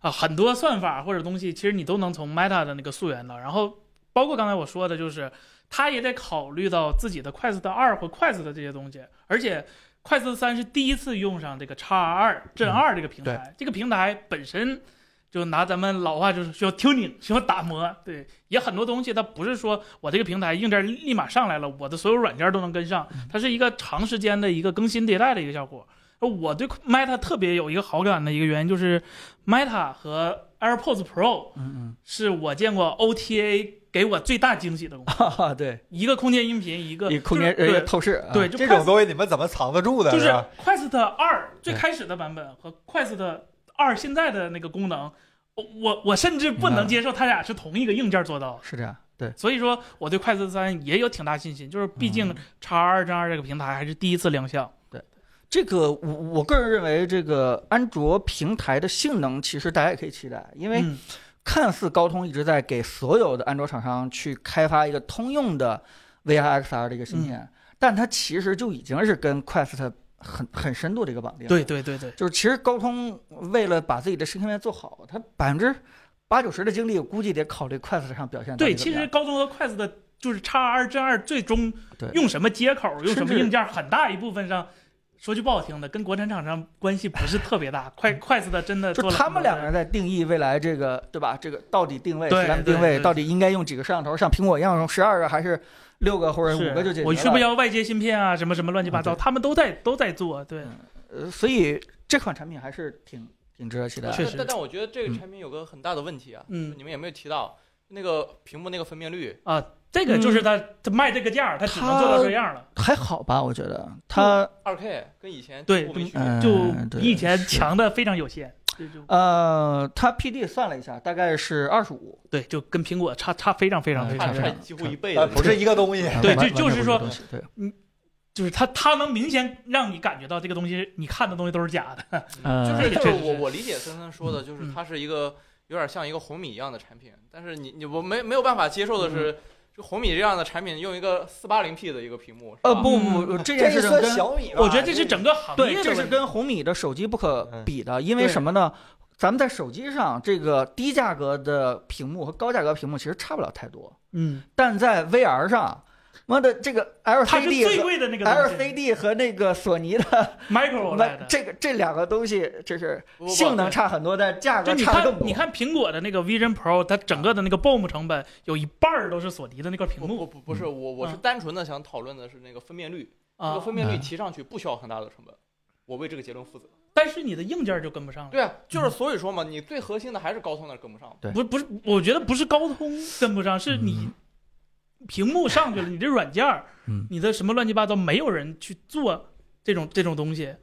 Speaker 2: 啊，很多算法或者东西，其实你都能从 Meta 的那个溯源到，然后包括刚才我说的，就是他也得考虑到自己的快速的二或快速的这些东西，而且快速三是第一次用上这个 x 二震二这个平台，这个平台本身就拿咱们老话就是需要 tuning，需 要打磨，对，也很多东西它不是说我这个平台硬件立马上来了，我的所有软件都能跟上，它是一个长时间的一个更新迭代的一个效果。而我对 Meta 特别有一个好感的一个原因就是 Meta 和 AirPods Pro
Speaker 3: 嗯
Speaker 2: 是我见过 OTA 给我最大惊喜的
Speaker 3: 嗯，
Speaker 2: 功能，
Speaker 3: 哈哈，对，
Speaker 2: 一个空间音频，一个
Speaker 3: 一空间
Speaker 2: 就是
Speaker 3: 呃透视啊，
Speaker 2: 对对，就
Speaker 1: 这
Speaker 2: 快
Speaker 1: 种东西你们怎么藏得住的？
Speaker 2: 就是是
Speaker 1: 吧
Speaker 2: Quest 二最
Speaker 3: 对
Speaker 2: 开始的版本和 Quest 二现在的那个功能，我我甚至不
Speaker 3: 明白
Speaker 2: 能
Speaker 3: 了
Speaker 2: 接受它俩是同一个硬件做到的。
Speaker 3: 是这样，对，
Speaker 2: 所以说，我对 Quest 三也有挺大信心，就是毕竟
Speaker 3: 嗯
Speaker 2: x 二正二这个平台还是第一次亮相。
Speaker 3: 这个我我个人认为，这个安卓平台的性能其实大家也可以期待，因为
Speaker 2: 嗯
Speaker 3: 看似高通一直在给所有的安卓厂商去开发一个通用的 VR XR 的一个
Speaker 2: 嗯
Speaker 3: 芯片，但它其实就已经是跟 Quest 很很深度的一个绑定。
Speaker 2: 对，对对对，
Speaker 3: 就是其实高通为了把自己的芯片做好，它百分之八九十的精力，估计得考虑 Quest 上表现到底
Speaker 2: 对，
Speaker 3: 怎
Speaker 2: 其
Speaker 3: 么样
Speaker 2: 实高通和 Quest 的就是 x 二正二最终
Speaker 3: 对
Speaker 2: 用什么接口，用什
Speaker 3: 甚
Speaker 2: 么
Speaker 3: 至
Speaker 2: 硬件，很大一部分上。说句不好听的，跟国产厂商关系不是特别大。快快速的真的
Speaker 3: 就
Speaker 2: 做了
Speaker 3: 他
Speaker 2: 很
Speaker 3: 们
Speaker 2: 多
Speaker 3: 两
Speaker 2: 的
Speaker 3: 个人在定义未来这个，对吧？这个到底定位，
Speaker 2: 对
Speaker 3: 咱们
Speaker 2: 对
Speaker 3: 定位
Speaker 2: 对
Speaker 3: 到底应该用几个摄像头？像苹果一样用十二个，还是六个或者
Speaker 2: 是
Speaker 3: 五个就解决了？
Speaker 2: 我需不需要外接芯片啊？什么什么乱七八糟，
Speaker 3: 啊对
Speaker 2: 他们都在都在做。对，
Speaker 3: 呃，所以这款产品还是挺挺值得期待的。
Speaker 2: 确实
Speaker 4: 但但我觉得这个
Speaker 3: 嗯
Speaker 4: 产品有个很大的问题啊，
Speaker 2: 嗯
Speaker 4: 你们有没有提到那个屏幕那个分辨率？
Speaker 2: 这个就是他他卖这个价嗯儿，他只能做到这样了，
Speaker 3: 还好吧，我觉得它
Speaker 4: 二 K 跟以前
Speaker 2: 对
Speaker 4: 几乎没区别。
Speaker 3: 嗯
Speaker 2: 就
Speaker 3: 对
Speaker 2: 比以前
Speaker 3: 是
Speaker 2: 强的非常有 限。这就
Speaker 3: 呃，它 PD 算了一下，大概是二十五，
Speaker 2: 对，就跟苹果差差非常非常非
Speaker 4: 差
Speaker 3: 嗯
Speaker 2: 常非
Speaker 4: 差
Speaker 2: 常，
Speaker 3: 嗯
Speaker 4: 几乎一倍
Speaker 1: 呃
Speaker 4: 的，
Speaker 1: 不是一个东西。
Speaker 2: 对
Speaker 3: 哎完
Speaker 2: 就就是说，
Speaker 3: 完全不是东西对，
Speaker 2: 就是他他能明显让你感觉到这个东西，你看的东西都是假的。
Speaker 4: 就
Speaker 3: 呃
Speaker 4: 是
Speaker 2: 嗯
Speaker 4: 就是
Speaker 2: 确实
Speaker 4: 我
Speaker 2: 是
Speaker 4: 我理解森森说的，就是
Speaker 2: 嗯
Speaker 4: 它是一个有点像一个红米一样的产品，但是你你我没没有办法接受的是，就红米这样的产品用一个四八零 P 的一个屏幕，是
Speaker 3: 呃
Speaker 4: 吧
Speaker 3: 不不
Speaker 2: 嗯
Speaker 3: 不，这件
Speaker 1: 这
Speaker 3: 事情
Speaker 1: 算
Speaker 3: 跟
Speaker 1: 小米吧？
Speaker 2: 我觉得这是整个行
Speaker 3: 啊对，
Speaker 2: 业
Speaker 3: 这
Speaker 2: 的
Speaker 3: 是
Speaker 2: 问题。
Speaker 3: 跟红米的手机不可
Speaker 1: 嗯
Speaker 3: 比的，因为
Speaker 2: 对
Speaker 3: 什么呢？咱们在手机上，这个低价格的屏幕和高价格屏幕其实差不了太多，
Speaker 2: 嗯，
Speaker 3: 但在 VR 上，妈的这个
Speaker 2: 它是最
Speaker 3: LCD 和
Speaker 2: 贵的那个东西
Speaker 3: LCD 和那个索尼的，
Speaker 2: ，micro
Speaker 3: 妈
Speaker 2: 来的。
Speaker 3: 这个这两个东西，这是
Speaker 4: 不不不
Speaker 3: 性能差很多，但价
Speaker 2: 就
Speaker 3: 格
Speaker 2: 你
Speaker 3: 差的
Speaker 2: 看
Speaker 3: 更，多。
Speaker 2: 你看苹果的那个 Vision Pro，它整个的那个 BOM 成本有一半儿都是索尼的那块屏
Speaker 4: 不不
Speaker 2: 幕
Speaker 4: 不不是我我是
Speaker 2: 嗯
Speaker 4: 单纯的想讨论的是那个分辨率，这
Speaker 2: 啊
Speaker 4: 个，分辨率
Speaker 3: 嗯
Speaker 4: 提上去不需要很大的成本，我为这个结论负责。
Speaker 2: 但是你的硬件就跟不上了。
Speaker 4: 对啊，就是所以说嘛，你最核心的还是高通那儿跟不上。
Speaker 2: 不不是，我觉得不是高通跟不上，是你屏幕上去了，你这软件儿
Speaker 3: 嗯，
Speaker 2: 你的什么乱七八糟，没有人去做这种这种东西。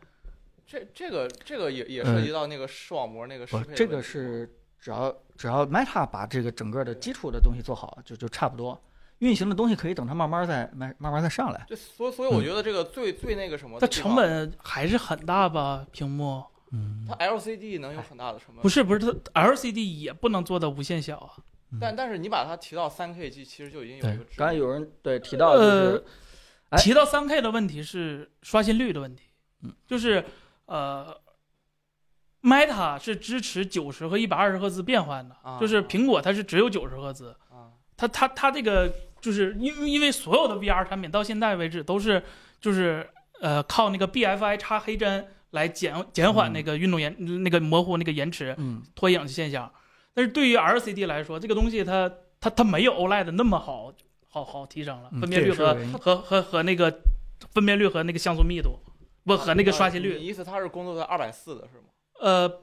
Speaker 4: 这这个这个也也
Speaker 3: 嗯
Speaker 4: 涉及到那个视网膜那个适
Speaker 3: 不
Speaker 4: 配的问题，
Speaker 3: 这个是只要只要 Meta 把这个整个的基础的东西做好，就就差不多。运行的东西可以等它慢慢再慢慢慢再上来。
Speaker 4: 就所以所以我觉得这个最最那个什么
Speaker 2: 嗯它
Speaker 4: 的地方，
Speaker 2: 成本还是很大吧？屏幕
Speaker 3: 嗯
Speaker 4: 它 LCD 能有很大的成本
Speaker 2: 不，是不是，它 LCD 也不能做到无限小啊。
Speaker 4: 但但是你把它提到三 K 其实就已经有一个质
Speaker 3: 刚才
Speaker 4: 疑。
Speaker 3: 有人对提到就是，哎
Speaker 2: 呃提到三 K 的问题是刷新率的问题
Speaker 3: 嗯，
Speaker 2: 就是呃，Meta 是支持九十和一百二十赫兹变换的
Speaker 4: 啊，
Speaker 2: 就是苹果它是只有九十赫兹，
Speaker 4: 啊，
Speaker 2: 它它它这个就是因为因为所有的 VR 产品到现在为止都是就是呃靠那个 BFI 插黑针来减减缓那个运动延、那个模糊那个延迟
Speaker 3: 嗯，
Speaker 2: 拖影现象，但是对于 LCD 来说，这个东西它它它没有 OLED 那么好好好提升了
Speaker 3: 嗯
Speaker 2: 分辨
Speaker 3: 这
Speaker 2: 率
Speaker 3: 也是
Speaker 2: 和、
Speaker 3: 原因
Speaker 2: 和和和那个分辨率和那个像素密度不和那个刷新率，
Speaker 4: 你意思它是工作在二百四的是吗？
Speaker 2: 呃，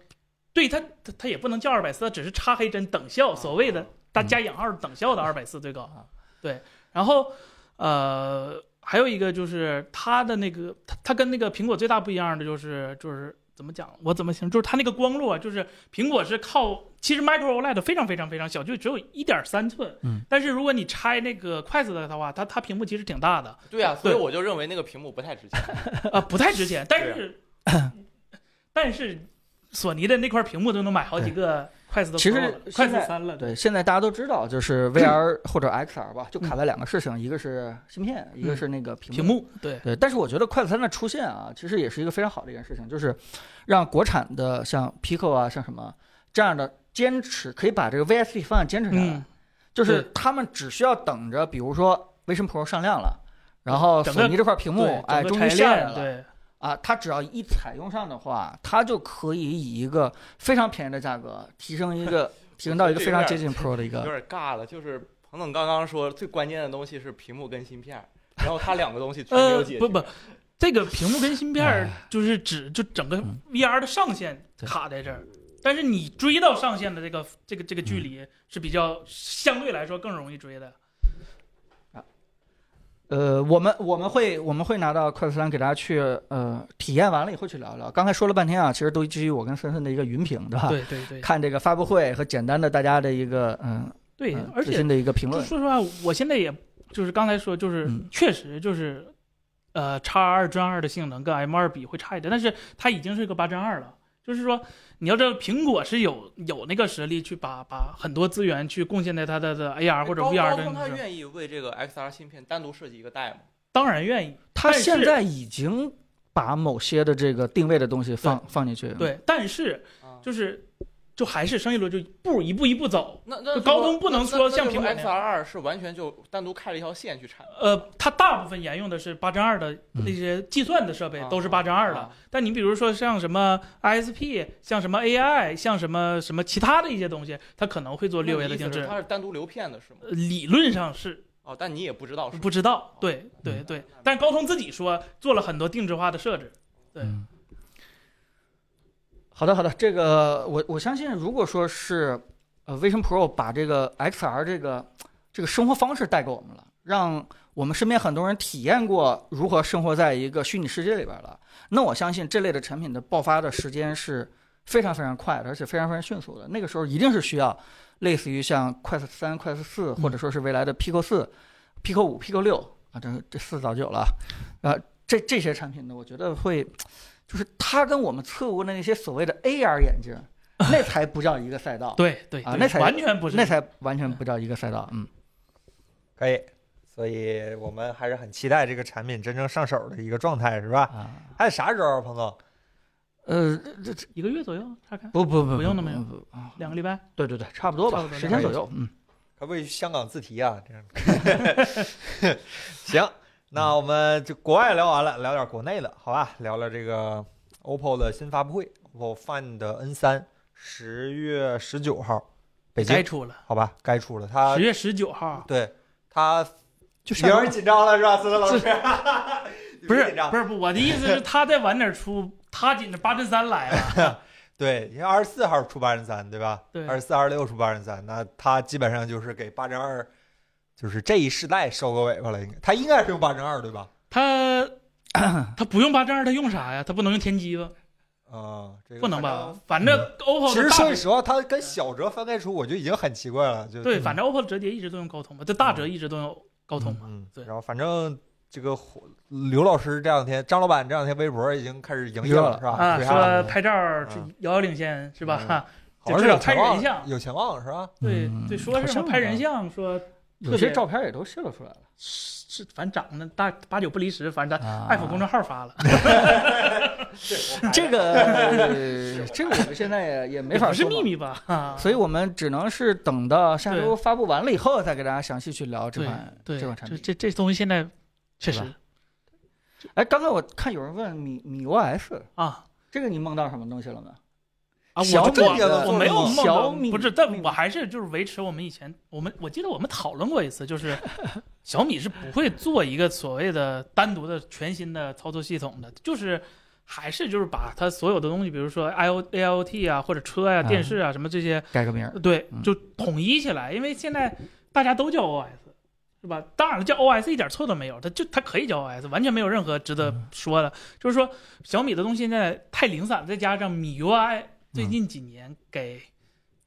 Speaker 2: 对它它它也不能叫二百四，它只是插黑针等效，哦所谓的
Speaker 4: 啊
Speaker 3: 嗯
Speaker 2: 啊大加引号等效的二百四最高
Speaker 3: 啊。
Speaker 2: 对，然后呃，还有一个就是它的那个，它它跟那个苹果最大不一样的就是就是怎么讲，我怎么形容？就是它那个光路啊，就是苹果是靠，其实 Micro OLED 非常非常非常小，就只有一点三寸。
Speaker 3: 嗯，
Speaker 2: 但是如果你拆那个筷子的话，它它屏幕其实挺大的，
Speaker 4: 对啊，所以
Speaker 2: 对
Speaker 4: 我就认为那个屏幕不太值钱。
Speaker 2: 啊，不太值钱，但
Speaker 4: 对啊
Speaker 2: 是但是索尼的那块屏幕都能买好几个筷子的
Speaker 3: 其实
Speaker 2: Pro 了筷
Speaker 3: 现
Speaker 2: 子
Speaker 3: 在
Speaker 2: 三了，
Speaker 3: 对，现在大家都知道，就是 VR 或者 XR 吧，就卡在两个事情，一个是芯片，一个是那个屏
Speaker 2: 屏幕对，
Speaker 3: 对，但是我觉得快餐的出现啊，其实也是一个非常好的一件事情，就是让国产的像 Pico 啊，像什么这样的坚持，可以把这个 VST 方案坚持下来。
Speaker 2: 嗯
Speaker 3: 就是
Speaker 2: 对
Speaker 3: 他们只需要等着，比如说 Vision Pro 上量了，然后
Speaker 2: 整
Speaker 3: 索
Speaker 2: 个
Speaker 3: 尼这块屏幕
Speaker 2: 对
Speaker 3: 哎
Speaker 2: 整
Speaker 3: 终
Speaker 2: 个
Speaker 3: 于
Speaker 2: 产业
Speaker 3: 下来
Speaker 2: 链
Speaker 3: 了，
Speaker 2: 对，
Speaker 3: 啊，它只要一采用上的话，它就可以以一个非常便宜的价格提升一 个提升到一个非常接近 Pro 的一
Speaker 4: 有
Speaker 3: 个。
Speaker 4: 点尬了，就是彭总刚刚说最关键的东西是屏幕跟芯片儿，然后他两个东西全没有
Speaker 2: 呃
Speaker 4: 解决。
Speaker 2: 不不，这个屏幕跟芯片儿
Speaker 3: 哎
Speaker 2: 就是指就整个
Speaker 3: 嗯
Speaker 2: VR 的上限
Speaker 3: 对
Speaker 2: 卡在这儿，但是你追到上限的这个这个这个距
Speaker 3: 嗯
Speaker 2: 离是比较相对来说更容易追的。
Speaker 3: 呃，我们我们会我们会拿到快速三给大家去呃体验完了以后去聊聊。刚才说了半天啊，其实都基于我跟森森的一个云评，对吧？
Speaker 2: 对对对
Speaker 3: 看这个发布会和简单的大家的一个嗯
Speaker 2: 对
Speaker 3: 嗯，
Speaker 2: 而
Speaker 3: 最
Speaker 2: 且
Speaker 3: 新的一个评
Speaker 2: 就
Speaker 3: 论。
Speaker 2: 说实话，我现在也就是刚才说，就是、
Speaker 3: 嗯
Speaker 2: 确实就是，呃，叉二针二的性能跟 M 二比会差一点，但是它已经是个八针二了。就是说，你要知道，苹果是有有那个实力去把把很多资源去贡献在它的的 AR 啊或者
Speaker 4: 高
Speaker 2: VR
Speaker 4: 高通他
Speaker 2: 的，
Speaker 4: 愿意为这个 XR 芯片单独设计一个代码，
Speaker 2: 当然愿意。
Speaker 3: 他
Speaker 2: 但是
Speaker 3: 现在已经把某些的这个定位的东西放放进去。，
Speaker 2: 对，但是
Speaker 4: 啊
Speaker 2: 就是就还是生意轮就步一步一步走。
Speaker 4: 那那
Speaker 2: 就高通不能说像
Speaker 4: 那那
Speaker 2: 苹果那样
Speaker 4: XR 二是完全就单独开了一条线去产的，
Speaker 2: 呃，它大部分沿用的是八针二的
Speaker 3: 嗯
Speaker 2: 那些计算的设备
Speaker 4: 啊
Speaker 2: 都是八针二的，
Speaker 4: 啊
Speaker 2: 但你比如说像什么 ISP，像什么 AI，像什么什么其他的一些东西，它可能会做六
Speaker 4: 那
Speaker 2: 维的
Speaker 4: 你意思
Speaker 2: 定
Speaker 4: 是
Speaker 2: 制。
Speaker 4: 它是单独流片的是吗？
Speaker 2: 呃理论上是
Speaker 4: 哦，但你也不知道是吗
Speaker 2: 不知道，对对对。但高通自己说做了很多定制化的设置，对
Speaker 3: 嗯。好的，好的，这个我我相信，如果说是呃，Vision Pro 把这个 XR 这个这个生活方式带给我们了，让我们身边很多人体验过如何生活在一个虚拟世界里边了，那我相信这类的产品的爆发的时间是非常非常快的，而且非常非常迅速的。那个时候一定是需要类似于像快四三、快四四，或者说是未来的 Pico 四、Pico 五、Pico 六啊，这这四早就有了啊，呃，这这些产品呢，我觉得会。就是它跟我们测过的那些所谓的 AR 眼镜，那才不叫一个赛道。
Speaker 2: 对对
Speaker 3: 啊
Speaker 2: 对
Speaker 3: 那才
Speaker 2: 完全不是
Speaker 3: 那才完全不叫一个赛道。嗯，
Speaker 1: 可以，所以我们还是很期待这个产品真正上手的一个状态，是吧？
Speaker 3: 啊，
Speaker 1: 还有啥时候，彭总？
Speaker 3: 呃，
Speaker 2: 一个月左右，查看
Speaker 3: 不不不，
Speaker 2: 不用那么远
Speaker 3: 不，不
Speaker 2: 两个礼拜。
Speaker 3: 对对对，差不多
Speaker 2: 差
Speaker 3: 吧
Speaker 2: 不，多
Speaker 3: 十天左右。嗯，
Speaker 1: 可不可以去香港自提啊？这样。行，
Speaker 2: 嗯
Speaker 1: 那我们就国外聊完了，聊点国内的，好吧？聊聊这个 OPPO 的新发布会，OPPO Find N 3十月十九号，北
Speaker 2: 该
Speaker 1: 京，
Speaker 2: 出了，
Speaker 1: 好吧？该出了，啊它
Speaker 2: 啊十月十九号。
Speaker 1: 对它
Speaker 3: 就
Speaker 1: 有点紧张了是吧，思思老师？ 你
Speaker 2: 不
Speaker 1: 别
Speaker 2: 是
Speaker 1: 紧张
Speaker 2: 不，是不，我的意思是，他再晚点出，他紧着八针三 来了。
Speaker 1: 对，因为二十四号出八人三，对吧？
Speaker 2: 对
Speaker 1: 二十四、二十六出八人三，那它基本上就是给八针二，就是这一世代收个尾巴了，应该，它应该是用八针二对吧？
Speaker 2: 他他不用八针二，他用啥呀？他不能用天玑吧？
Speaker 1: 嗯，这个
Speaker 2: 不能
Speaker 1: 反
Speaker 2: 吧
Speaker 1: 正？？嗯
Speaker 2: 反正 OPPO
Speaker 1: 其实
Speaker 2: 的大
Speaker 1: 说
Speaker 2: 屏
Speaker 1: 句实话，它跟小折分开出，我就已经很奇怪了。就
Speaker 2: 对，
Speaker 3: 嗯
Speaker 2: 反正 OPPO 折叠一直都用高通嘛，这大折一直都用高通嘛。
Speaker 1: 嗯，
Speaker 2: 对
Speaker 1: 然后反正这个火刘老师这两天，张老板这两天微博已经开始营业
Speaker 3: 热
Speaker 1: 了，
Speaker 3: 了
Speaker 1: 是吧？
Speaker 2: 啊，
Speaker 1: 回家
Speaker 2: 说
Speaker 1: 了
Speaker 2: 拍照是
Speaker 3: 嗯
Speaker 2: 遥遥领先是吧？
Speaker 1: 嗯
Speaker 2: 哈，
Speaker 1: 好像是有前
Speaker 2: 就至少拍
Speaker 1: 望
Speaker 2: 人像
Speaker 1: 有前望是吧？
Speaker 2: 对
Speaker 3: 嗯
Speaker 2: 对，说是
Speaker 3: 好
Speaker 2: 嘛
Speaker 3: 像
Speaker 2: 拍人像，说
Speaker 3: 有些照片也都泄露出来了。
Speaker 2: 是反正长得大八九不离十，反正
Speaker 3: 啊
Speaker 2: 爱普公众号发了，
Speaker 3: 这个呃这个我们现在也也没法
Speaker 2: 也不是
Speaker 3: 说嘛
Speaker 2: 秘，密吧？哈，
Speaker 3: 所以我们只能是等到下周
Speaker 2: 对
Speaker 3: 发布完了以后，再给大家详细去聊这
Speaker 2: 对
Speaker 3: 款
Speaker 2: 对，
Speaker 3: 这款产
Speaker 2: 这
Speaker 3: 品。
Speaker 2: 这这东西现在确实
Speaker 3: 是吧哎，刚才我看有人问米米 OS
Speaker 2: 啊
Speaker 3: 这个你梦到什么东西了吗？
Speaker 2: 啊，
Speaker 3: 小
Speaker 2: 我
Speaker 3: 米
Speaker 2: 我
Speaker 1: 的
Speaker 2: 我没有梦
Speaker 3: 小
Speaker 2: 到，
Speaker 3: 米
Speaker 2: 不是，但我还是就是维持我们以前我们我记得我们讨论过一次，就是 小米是不会做一个所谓的单独的全新的操作系统的，就是还是就是把它所有的东西，比如说 I O A I O T 啊，或者车呀、
Speaker 3: 嗯
Speaker 2: 电视啊什么这些，
Speaker 3: 改个名儿
Speaker 2: 对
Speaker 3: 嗯，
Speaker 2: 就统一起来，因为现在大家都叫 O S，是吧？当然了，叫 OS 一点错都没有，它就它可以叫 OS，完全没有任何值得
Speaker 3: 嗯
Speaker 2: 说的。就是说，小米的东西现在太零散，再加上米
Speaker 3: 嗯
Speaker 2: UI 最近几年给，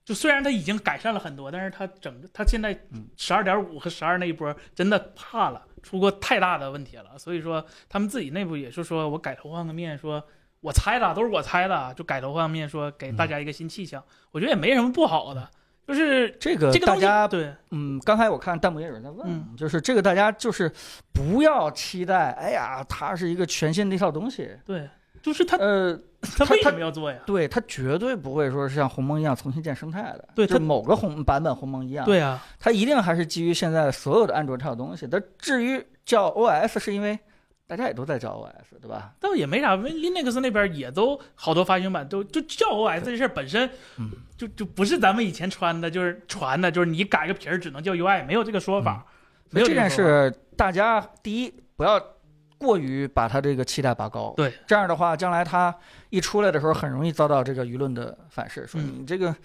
Speaker 2: 就虽然它已经改善了很多，但是它整个它现在
Speaker 3: 嗯
Speaker 2: 十二点五和十二那一波真的怕了，出过太大的问题了。所以说，他们自己内部也是说我改头换个面，说我猜的都是我猜的，啊就改头换面说给
Speaker 3: 嗯
Speaker 2: 大家一个新气象，我觉得也没什么不好的，就是
Speaker 3: 这个
Speaker 2: 这个
Speaker 3: 呃大
Speaker 2: 东西
Speaker 3: 家
Speaker 2: 对
Speaker 3: 嗯，刚才我看弹幕也有人在问，
Speaker 2: 嗯
Speaker 3: 就是这个大家就是不要期待，哎呀，它是一个全新的一套东西。
Speaker 2: 对，就是他
Speaker 3: 呃，
Speaker 2: 他
Speaker 3: 他
Speaker 2: 为什么要做呀？
Speaker 3: 对，它绝对不会说是像鸿蒙一样重新建生态的，
Speaker 2: 对
Speaker 3: 就
Speaker 2: 它
Speaker 3: 某个鸿版本鸿蒙一样，
Speaker 2: 对啊，
Speaker 3: 它一定还是基于现在所有的安卓这套东西。但至于叫 OS，是因为大家也都在叫 OS，对吧？
Speaker 2: 倒也没啥，Win-，Linux 那边也都好多发行版都就叫 OS 这事儿本身
Speaker 3: 嗯，
Speaker 2: 就就不是咱们以前传的，就是传的，就是你改个皮儿只能叫 UI，没有这个说法，没
Speaker 3: 所嗯
Speaker 2: 有
Speaker 3: 以这
Speaker 2: 个
Speaker 3: 件
Speaker 2: 说法，
Speaker 3: 事，大家第一不要过于把它这个期待拔高。
Speaker 2: 对，
Speaker 3: 这样的话，将来它一出来的时候，很容易遭到这个舆论的反噬，说
Speaker 2: 嗯
Speaker 3: 你这个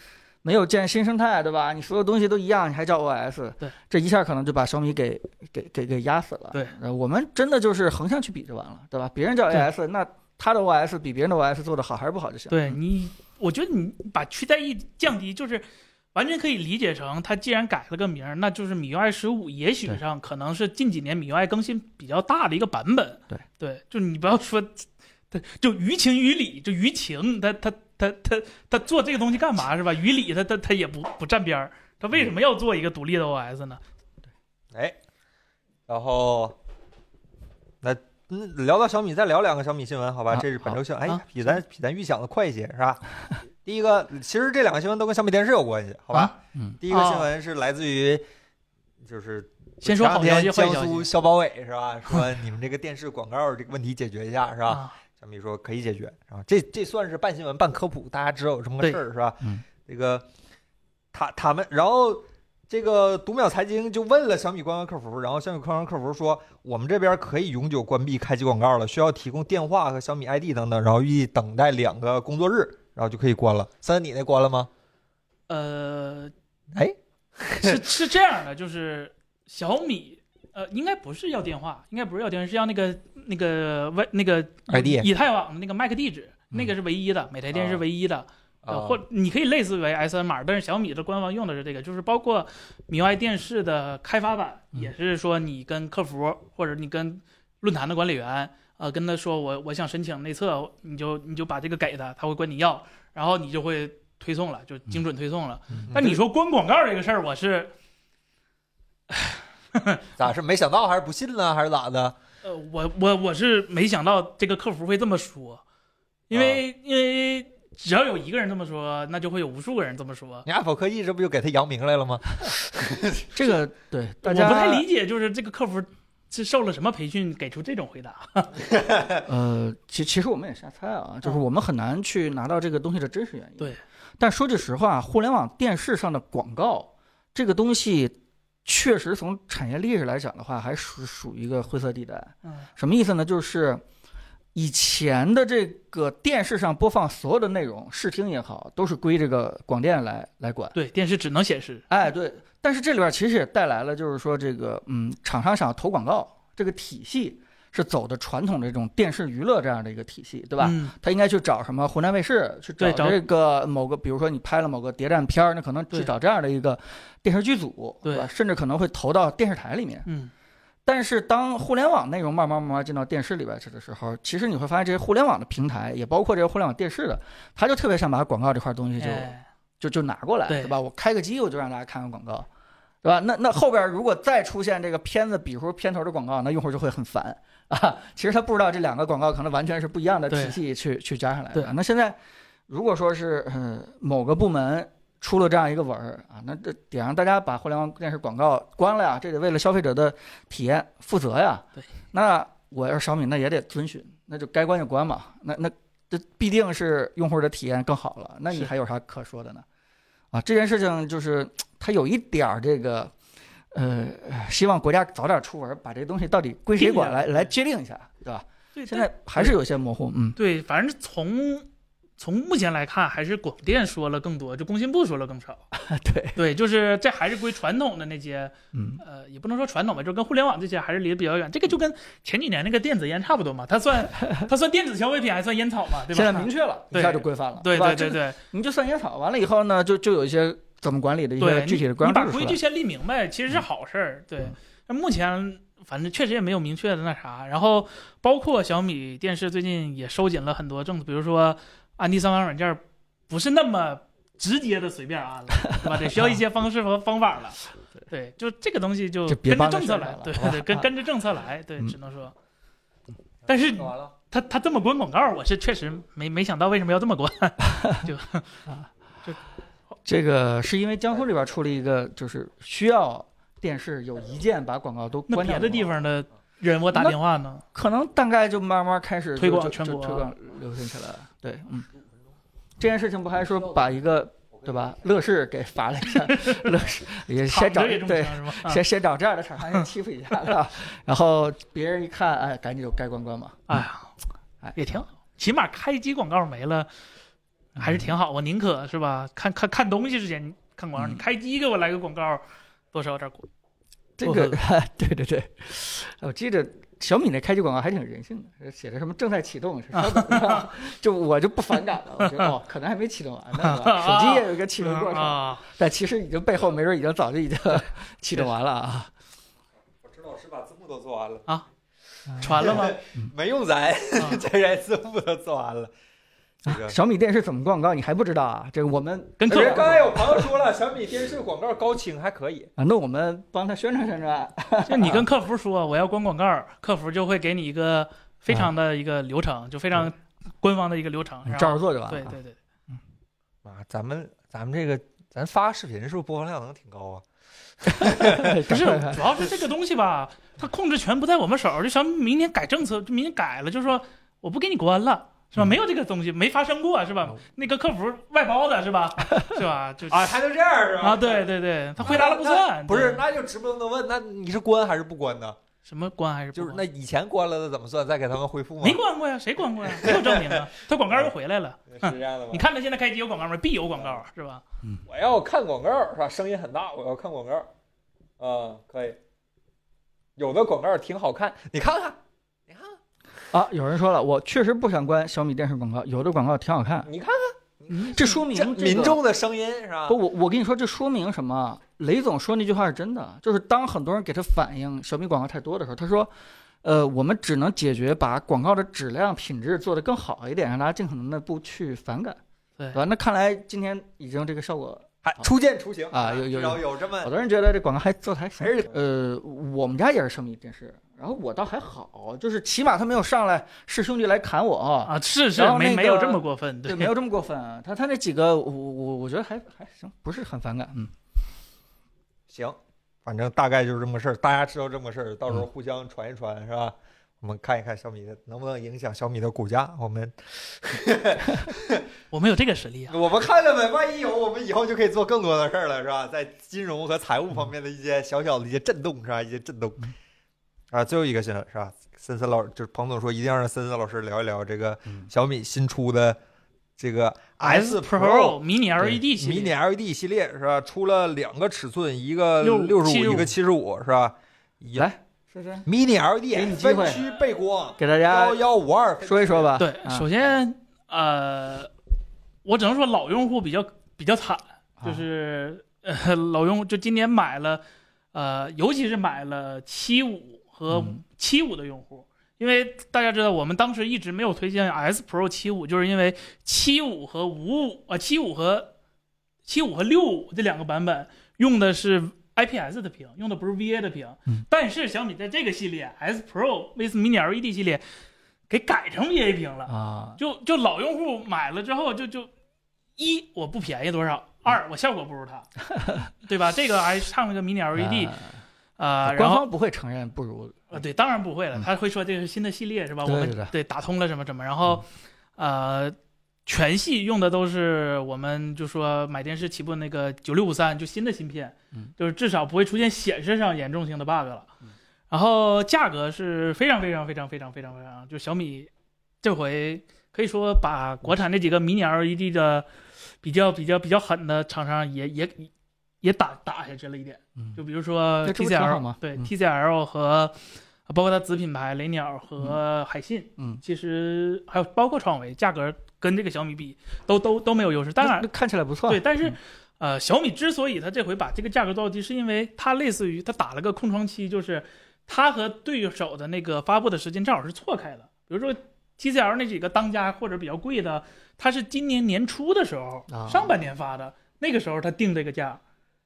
Speaker 3: 没有建新生态，对吧？你所有东西都一样，你还叫 OS，
Speaker 2: 对，
Speaker 3: 这一下可能就把小米给给给给压死了。
Speaker 2: 对
Speaker 3: 呃，我们真的就是横向去比就完了，对吧？别人叫
Speaker 2: 对
Speaker 3: OS，那他的 OS 比别人的 OS 做的嗯好还是不好就行。
Speaker 2: 对你，我觉得你把期待一降低，就是完全可以理解成，它既然改了个名儿，那就是米 UI 十五，也许
Speaker 3: 对
Speaker 2: 上可能是近几年米 UI 更新比较大的一个版本。
Speaker 3: 对
Speaker 2: 对，就你不要说，它就于情于理，就于情，他他他他他做这个东西干嘛是吧？于理他他他也不不站边儿，他为什么要做一个独立的 OS 呢？
Speaker 1: 哎，然后那嗯聊到小米，再聊两个小米新闻，好吧？
Speaker 3: 啊
Speaker 1: 这是本周新闻，哎
Speaker 3: 啊，
Speaker 1: 比咱比咱预想的快一些，是 吧？第一个，其实这两个新闻都跟小米电视有关系，好吧？
Speaker 3: 啊嗯
Speaker 1: 第一个新闻是来自于，就是
Speaker 2: 哦先说好
Speaker 1: 前
Speaker 2: 消
Speaker 1: 两
Speaker 2: 息，
Speaker 1: 天
Speaker 2: 坏
Speaker 1: 江
Speaker 2: 消
Speaker 1: 苏
Speaker 2: 息
Speaker 1: 消保委是吧？说你们这个电视广告这个问题解决一下是吧？
Speaker 2: 啊，
Speaker 1: 小米说可以解决，然后这这算是半新闻半科普，大家知道有这么个
Speaker 2: 对
Speaker 1: 事儿是吧？
Speaker 3: 嗯，
Speaker 1: 这个他他们，然后这个读秒财经就问了小米官方客服，然后小米官方客服说我们这边可以永久关闭开机广告了，需要提供电话和小米 ID 等等，然后预计等待两个工作日，然后就可以关了。三，你那关了吗？
Speaker 2: 呃，
Speaker 1: 哎，
Speaker 2: 是是这样的，就是小米，呃，应该不是要电话，应该不是要电话，是要那个那个外那个
Speaker 1: ID
Speaker 2: 以太网的那个 MAC 地址，
Speaker 3: 嗯
Speaker 2: 那个是唯一的，美台电视
Speaker 1: 啊
Speaker 2: 唯一的，呃，或你可以类似为 SN 码，但是小米的官方用的是这个，就是包括米 UI 电视的开发版，
Speaker 3: 嗯
Speaker 2: 也是说你跟客服或者你跟论坛的管理员，呃，跟他说我我想申请内测，你就你就把这个给他，他会管你要，然后你就会推送了，就精准推送了。
Speaker 1: 嗯
Speaker 2: 但你说关广告这个事儿，我是
Speaker 1: 咋是没想到还是不信了还是咋的？
Speaker 2: 呃，我我我是没想到这个客服会这么说，因
Speaker 1: 啊
Speaker 2: 为、因为只要有一个人这么说，那就会有无数个人这么说。
Speaker 1: 你 Apple 科技这不就给他扬名来了吗？
Speaker 3: 这个对
Speaker 2: 我
Speaker 3: 大家
Speaker 2: 不太理解，就是这个客服是受了什么培训，给出这种回答？
Speaker 3: 呃，其其实我们也瞎猜啊，就是我们很难去拿到这个东西的真实原因。
Speaker 2: 对，
Speaker 3: 但说句实话，互联网电视上的广告这个东西，确实从产业历史来讲的话，还属属于一个灰色地带。
Speaker 2: 嗯
Speaker 3: 什么意思呢？就是以前的这个电视上播放所有的内容，视听也好，都是归这个广电来来管。
Speaker 2: 对，电视只能显示。
Speaker 3: 哎，对，但是这里边其实也带来了，就是说这个，嗯，厂商想投广告，这个体系是走的传统的这种电视娱乐这样的一个体系，对吧？
Speaker 2: 嗯，
Speaker 3: 他应该去找什么湖南卫视，去
Speaker 2: 对找
Speaker 3: 这个某个，比如说你拍了某个谍战片儿，那可能
Speaker 2: 对
Speaker 3: 去找这样的一个电视剧组，
Speaker 2: 对
Speaker 3: 吧？甚至可能会投到电视台里面。
Speaker 2: 嗯，
Speaker 3: 但是当互联网内容慢慢慢慢进到电视里边去的时候，其实你会发现这些互联网的平台，也包括这些互联网电视的，他就特别想把广告这块东西就、
Speaker 2: 哎
Speaker 3: 就就拿过来，
Speaker 2: 对
Speaker 3: 对吧？我开个机我就让大家看看广告，对吧？那那后边如果再出现这个片子，比如说片头的广告，那用户就会很烦啊。其实他不知道这两个广告可能完全是不一样的
Speaker 2: 对
Speaker 3: 体系去去加上来的
Speaker 2: 对。
Speaker 3: 那现在如果说是嗯某个部门出了这样一个文儿啊，那这得让大家把互联网电视广告关了呀，这得为了消费者的体验负责呀。
Speaker 2: 对，
Speaker 3: 那我要是小米，那也得遵循，那就该关就关嘛。那那这必定是用户的体验更好了，那你
Speaker 2: 是
Speaker 3: 还有啥可说的呢？啊，这件事情就是它有一点儿这个，呃，希望国家早点出文，把这东西到底归谁管
Speaker 2: 定一
Speaker 3: 来
Speaker 2: 下
Speaker 3: 来界定一下，对吧？
Speaker 2: 对，
Speaker 3: 现在还是有些模糊，嗯，
Speaker 2: 对，反正从从目前来看，还是广电说了更多，就工信部说了更少。
Speaker 3: 对，
Speaker 2: 对，就是这还是归传统的那些，
Speaker 3: 嗯，
Speaker 2: 呃，也不能说传统吧，就是跟互联网这些还是离得比较远。这个就跟前几年那个电子烟差不多嘛，它算它算电子消费品，还算烟草嘛，对
Speaker 3: 现在
Speaker 2: 吧
Speaker 3: 明？确了，一
Speaker 2: 对
Speaker 3: 下就规范了，
Speaker 2: 对
Speaker 3: 吧
Speaker 2: 对对，对
Speaker 3: 这你就算烟草，完了以后呢，就就有一些怎么管理的一些
Speaker 2: 对，
Speaker 3: 具体的
Speaker 2: 你
Speaker 3: 规
Speaker 2: 你把
Speaker 3: 范出
Speaker 2: 规
Speaker 3: 来
Speaker 2: 矩。先立明白，其实是好事儿。对
Speaker 3: 嗯，
Speaker 2: 那目前反正确实也没有明确的那啥。然后包括小米电视最近也收紧了很多政策，比如说安第三方软件儿不是那么直接的随便安了，对吧？得需要一些方式和 方法了。对，就这个东西就
Speaker 3: 就别
Speaker 2: 跟着
Speaker 3: 帮着
Speaker 2: 政策
Speaker 3: 宣传
Speaker 2: 来
Speaker 3: 了，
Speaker 2: 对
Speaker 3: 好吧
Speaker 2: 对， 跟跟着政策来，对，
Speaker 3: 嗯
Speaker 2: 只能说。但是
Speaker 1: 说完了，
Speaker 2: 他他这么关广告，我是确实没没想到为什么要这么关，就
Speaker 3: 这个是因为江苏这边出了一个，就是需要电视有一键把广告都
Speaker 2: 那
Speaker 3: 关掉了。
Speaker 2: 别的地方的人我打
Speaker 3: 那
Speaker 2: 电话呢，
Speaker 3: 可能大概就慢慢开始就
Speaker 2: 推广
Speaker 3: 就
Speaker 2: 全
Speaker 3: 就
Speaker 2: 国
Speaker 3: 推广流行起来了。对，嗯，这件事情不还说把一个对吧，乐视给罚了一 下，乐视也先找
Speaker 2: 躺着也中
Speaker 3: 对
Speaker 2: 枪。是吧？ 啊
Speaker 3: 先先找这样的厂商先欺负 一下，是吧？然后别人一看，哎，赶紧就该关关嘛。
Speaker 2: 哎呀，
Speaker 3: 哎
Speaker 2: 也挺好，起码开机广告没了，
Speaker 3: 嗯
Speaker 2: 还是挺好。我宁可是吧，看看看东西之前看广告，
Speaker 3: 嗯
Speaker 2: 你开机给我来个广告，多少有点过。
Speaker 3: 这个， 对对对，我记得小米那开机广告还挺人性的，写的什么正在启动，是稍等一 下就我就不反感了，我觉得哦，可能还没启动完呢，是 吧手机也有一个启动过程，
Speaker 2: 啊，
Speaker 3: 但其实已经背后没准已经早就已经 启动完了啊。
Speaker 1: 我陈老师把字幕都做完了，
Speaker 2: 传 了吗？
Speaker 1: 没用 咱
Speaker 2: 啊
Speaker 1: 这人字幕都做完了。这个
Speaker 3: 小米电视怎么广告你还不知道啊？这个我们
Speaker 2: 跟客
Speaker 1: 人
Speaker 2: 户
Speaker 1: 刚才有朋友说了，小米电视广告高清还可以，
Speaker 3: 啊，那我们帮他宣传宣传。
Speaker 2: 就你跟客服说我要关广告，客服就会给你一个非常的一个流程，就非常官方的一个流程。
Speaker 3: 你
Speaker 2: 然
Speaker 3: 嗯照
Speaker 2: 后
Speaker 3: 着做就完了
Speaker 2: 对
Speaker 3: 啊。
Speaker 2: 对对，
Speaker 1: 啊，咱们咱们这个咱发视频是不是播放量能挺高啊？
Speaker 3: 啊
Speaker 2: 不是，主要是这个东西吧，它控制权不在我们手儿。就想明年改政策，就明年改了，就说我不给你关了，是吧？没有这个东西，没发生过，是吧
Speaker 1: 嗯？
Speaker 2: 那个客服外包的，是吧？ 是吧？就
Speaker 1: 啊，他就这样是吧？
Speaker 2: 啊，对对对，他回答了不算，
Speaker 1: 哎不是，
Speaker 2: 对
Speaker 1: 那就直不愣的问，那你是关还是不关呢？
Speaker 2: 什么关还是不
Speaker 1: 就是
Speaker 2: 关
Speaker 1: 那以前关了的怎么算？再给他们恢复吗？
Speaker 2: 没关过呀，谁关过呀？没有证明啊，他广告又回来了。
Speaker 1: 是这样的吗？
Speaker 2: 你，看他现在开机有广告吗？必有广告，是吧？
Speaker 1: 哎我要看广告是吧？声音很大，我要看广告。啊、可以。有的广告挺好看，你看看，你看看，
Speaker 3: 啊，有人说了，我确实不想关小米电视广告，有的广告挺好看。
Speaker 1: 你看看，
Speaker 3: 这说明
Speaker 1: 这
Speaker 3: 这个
Speaker 1: 民众的声音是吧
Speaker 3: 不，？我我跟你说，这说明什么？雷总说那句话是真的，就是当很多人给他反映小米广告太多的时候，他说，呃，我们只能解决把广告的质量、品质做得更好一点，让大家尽可能的不去反感，
Speaker 2: 对
Speaker 3: 吧？那看来今天已经这个效果，
Speaker 1: 还初见雏形
Speaker 3: 啊有有
Speaker 1: 至少有这么
Speaker 3: 好多人觉得这广告还做得还行
Speaker 1: 还是。
Speaker 3: 呃，我们家也是小米电视，然后我倒还好，就是起码他没有上来是兄弟来砍我啊，
Speaker 2: 啊，是是
Speaker 3: 然，后那
Speaker 2: 没
Speaker 3: 个
Speaker 2: 没有这么过分，
Speaker 3: 对，没有这么过分啊。他他那几个，我我我觉得还还行，不是很反感，嗯。
Speaker 1: 行，反正大概就是这么个事儿，大家知道这么个事儿，到时候互相传一传，是吧？我们看一看小米的能不能影响小米的股价，我们
Speaker 2: 我们有这个实力啊。
Speaker 1: 我们看看呗，万一有，我们以后就可以做更多的事儿了，是吧？在金融和财务方面的一些小小的一些震动，是吧？一些震动。啊，最后一个新闻是吧？森森老就是彭总说一定要让森森老师聊一聊这个
Speaker 3: 嗯
Speaker 1: 小米新出的这个 S
Speaker 2: Pro 迷你 LED 系
Speaker 1: 迷你
Speaker 2: 列，
Speaker 1: LED E 系列是吧？出了两个尺寸，一个
Speaker 2: 六
Speaker 1: 六十
Speaker 2: 75
Speaker 1: 五，一个七十五，是吧？也
Speaker 3: 来深深
Speaker 1: 迷你
Speaker 3: 给你
Speaker 1: LED
Speaker 3: 机会
Speaker 1: 哎分区背光
Speaker 3: 给大家
Speaker 1: 幺幺五二，
Speaker 3: 说一说吧。
Speaker 2: 对，
Speaker 3: 啊
Speaker 2: 首先呃，我只能说老用户比较比较惨，
Speaker 3: 啊
Speaker 2: 就是、呃老用户就今年买了，呃，尤其是买了七五和
Speaker 3: 嗯
Speaker 2: 七五的用户。因为大家知道，我们当时一直没有推荐 S Pro 七五，就是因为七五和五五啊，七五和七五和六五这两个版本用的是 IPS 的屏，用的不是 VA 的屏。
Speaker 3: 嗯
Speaker 2: 但是小米在这个系列 S Pro with Mini LED E 系列给改成 VA 屏了，
Speaker 3: 啊，
Speaker 2: 就就老用户买了之后就就一我不便宜多少，二我效果不如 它，对吧？这个还上了个 Mini LED E 啊、
Speaker 3: 啊，呃
Speaker 2: 然
Speaker 3: 官
Speaker 2: 后
Speaker 3: 方不会承认不如
Speaker 2: 啊，对，当然不会了
Speaker 3: 嗯，
Speaker 2: 他会说这是新的系列是吧？
Speaker 3: 对
Speaker 2: 我
Speaker 3: 对对嗯
Speaker 2: 们对打通了什么什么，然后呃，全系用的都是我们就说买电视起步那个九六五三，就新的芯片
Speaker 3: 嗯，
Speaker 2: 就是至少不会出现显示上严重性的 bug 了
Speaker 3: 嗯。
Speaker 2: 然后价格是非常非常非常非常非常非常，就小米这回。可以说把国产这几个迷你 LED 的比较比较比较狠的厂商也也也打打下去了一点。
Speaker 3: 嗯
Speaker 2: 就比如说
Speaker 3: 那这不挺好
Speaker 2: TCL，
Speaker 3: 吗
Speaker 2: 对
Speaker 3: 嗯
Speaker 2: TCL 和包括它子品牌雷鸟和海信，
Speaker 3: 嗯，
Speaker 2: 其实还有包括创维，价格跟这个小米比都都都没有优势。当然
Speaker 3: 那，那看起来不错。
Speaker 2: 对，但是
Speaker 3: 嗯。
Speaker 2: 呃，小米之所以它这回把这个价格做到低，是因为它类似于它打了个空窗期，就是它和对手的那个发布的时间正好是错开了。比如说 TCL 那几个当家或者比较贵的，它是今年年初的时候，
Speaker 3: 啊
Speaker 2: 上半年发的，那个时候它定这个价。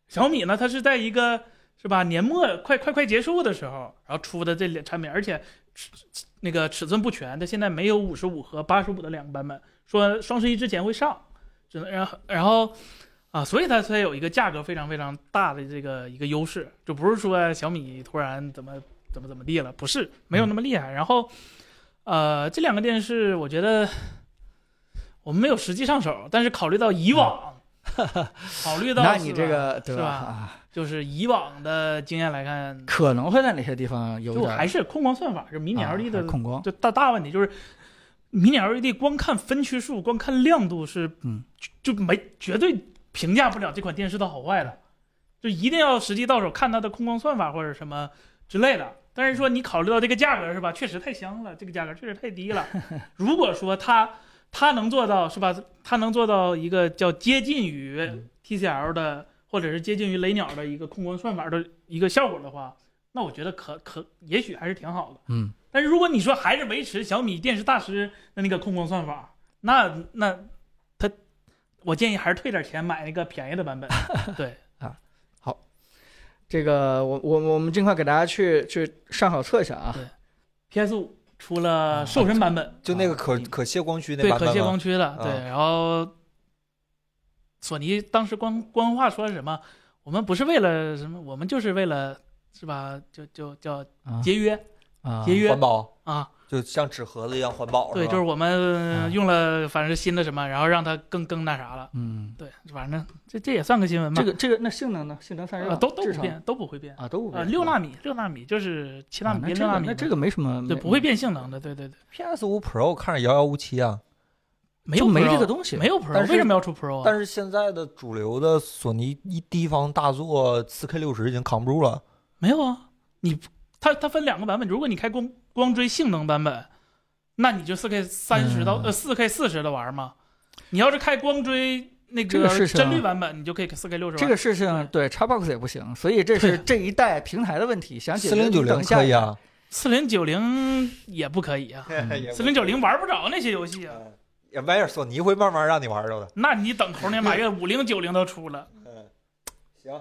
Speaker 2: 小米呢，它是在一个是吧年末快快快结束的时候，然后出的这两产品，而且尺那个尺寸不全，它现在没有五十五和八十五的两个版本，说双十一之前会上，只能然后然后啊，所以它才有一个价格非常非常大的这个一个优势，就不是说小米突然怎么怎么怎么地了，不是没有那么厉害。然后呃，这两个电视我觉得我们没有实际上手，但是考虑到以往，考 虑到
Speaker 3: 嗯那
Speaker 2: 是
Speaker 3: 你
Speaker 2: 吧
Speaker 3: 这个对
Speaker 2: 是吧
Speaker 3: 啊
Speaker 2: 就是以往的经验来看，
Speaker 3: 可能会在哪些地方有
Speaker 2: 就
Speaker 3: 点
Speaker 2: 还是控光算法，就迷你
Speaker 3: 啊
Speaker 2: LED E 的
Speaker 3: 还恐光？
Speaker 2: 就大大问题就是，迷你 LED 光看分区数、光看亮度是，
Speaker 3: 嗯
Speaker 2: 就，就没绝对评价不了这款电视的好坏的，就一定要实际到手看它的控光算法或者什么之类的。但是说你考虑到这个价格是吧，确实太香了，这个价格确实太低了。如果说它它能做到是吧，它能做到一个叫接近于 TCL 的或者是接近于雷鸟的一个控光算法的一个效果的话，那我觉得可可也许还是挺好的。
Speaker 3: 嗯，
Speaker 2: 但是如果你说还是维持小米电视大师的那个控光算法，那那他，我建议还是退点钱买那个便宜的版本。对，
Speaker 3: 这个我我我们尽快给大家去去上好测一下啊。
Speaker 2: PS 五出了瘦身版本，
Speaker 1: 就那个可
Speaker 2: 嗯
Speaker 1: 可卸光驱那
Speaker 2: 对，
Speaker 1: 版本
Speaker 2: 可
Speaker 1: 吗
Speaker 2: 卸光驱的，
Speaker 1: 啊
Speaker 2: 对。然后，索尼当时官官话说是什么？我们不是为了什么，我们就是为了是吧？就就叫
Speaker 3: 啊
Speaker 2: 节约
Speaker 3: 啊
Speaker 2: 节约
Speaker 1: 环保，
Speaker 2: 啊，
Speaker 1: 就像纸盒子一样环保。
Speaker 2: 对，就是
Speaker 1: 吧
Speaker 2: 我
Speaker 3: 啊
Speaker 2: 们用了反正新的什么，然后让它更更那啥了。
Speaker 3: 嗯，
Speaker 2: 对，反正这这也算个新闻吧。
Speaker 3: 这个这个那性能呢？性能散热
Speaker 2: 啊，都都
Speaker 3: 至
Speaker 2: 不
Speaker 3: 少
Speaker 2: 变，都不会变。
Speaker 3: 啊，都不
Speaker 2: 啊，
Speaker 3: 变
Speaker 2: 六
Speaker 3: 啊
Speaker 2: 纳米，六纳米就是七纳
Speaker 3: 啊
Speaker 2: 米
Speaker 3: 那
Speaker 2: 变
Speaker 3: 这
Speaker 2: 六
Speaker 3: 个
Speaker 2: 纳米嘛，
Speaker 3: 那这个没什么，
Speaker 2: 对
Speaker 3: 没
Speaker 2: 不会变性能的，对对对，
Speaker 1: PS 五 Pro 看着遥遥无期啊，
Speaker 2: 没
Speaker 3: 就
Speaker 2: 有
Speaker 3: 没
Speaker 2: Pro
Speaker 3: 这个东西，
Speaker 2: 没有
Speaker 1: 但
Speaker 2: Pro，
Speaker 1: 是
Speaker 2: 为什么要出
Speaker 3: 嗯
Speaker 2: Pro 啊？
Speaker 1: 但是现在的主流的索尼一第一方大作四 K 六十已经扛不住了。
Speaker 2: 没有啊，你它它分两个版本，如果你开光光追性能版本，那你就四 K 三十到
Speaker 3: 嗯
Speaker 2: 呃四 K 四十的玩嘛。你要是开光追那
Speaker 3: 这个
Speaker 2: 个
Speaker 3: 事情啊
Speaker 2: 帧率版本，你就可以四 K 六十。
Speaker 3: 这个事情，对 Xbox 也不行，所以这是这一代平台的问题，想解
Speaker 1: 四
Speaker 3: 决
Speaker 1: 零九
Speaker 3: 你等
Speaker 1: 零
Speaker 3: 一下
Speaker 1: 可以，啊，
Speaker 2: 四零九零也不可以啊，
Speaker 1: 哎
Speaker 2: 四零九零玩不着那些游戏
Speaker 1: 嗯
Speaker 2: 啊。
Speaker 1: 也没事，索尼会慢慢让你玩着的。
Speaker 2: 那你等猴年马月五零九零都出了，
Speaker 1: 嗯，行。
Speaker 3: 嗯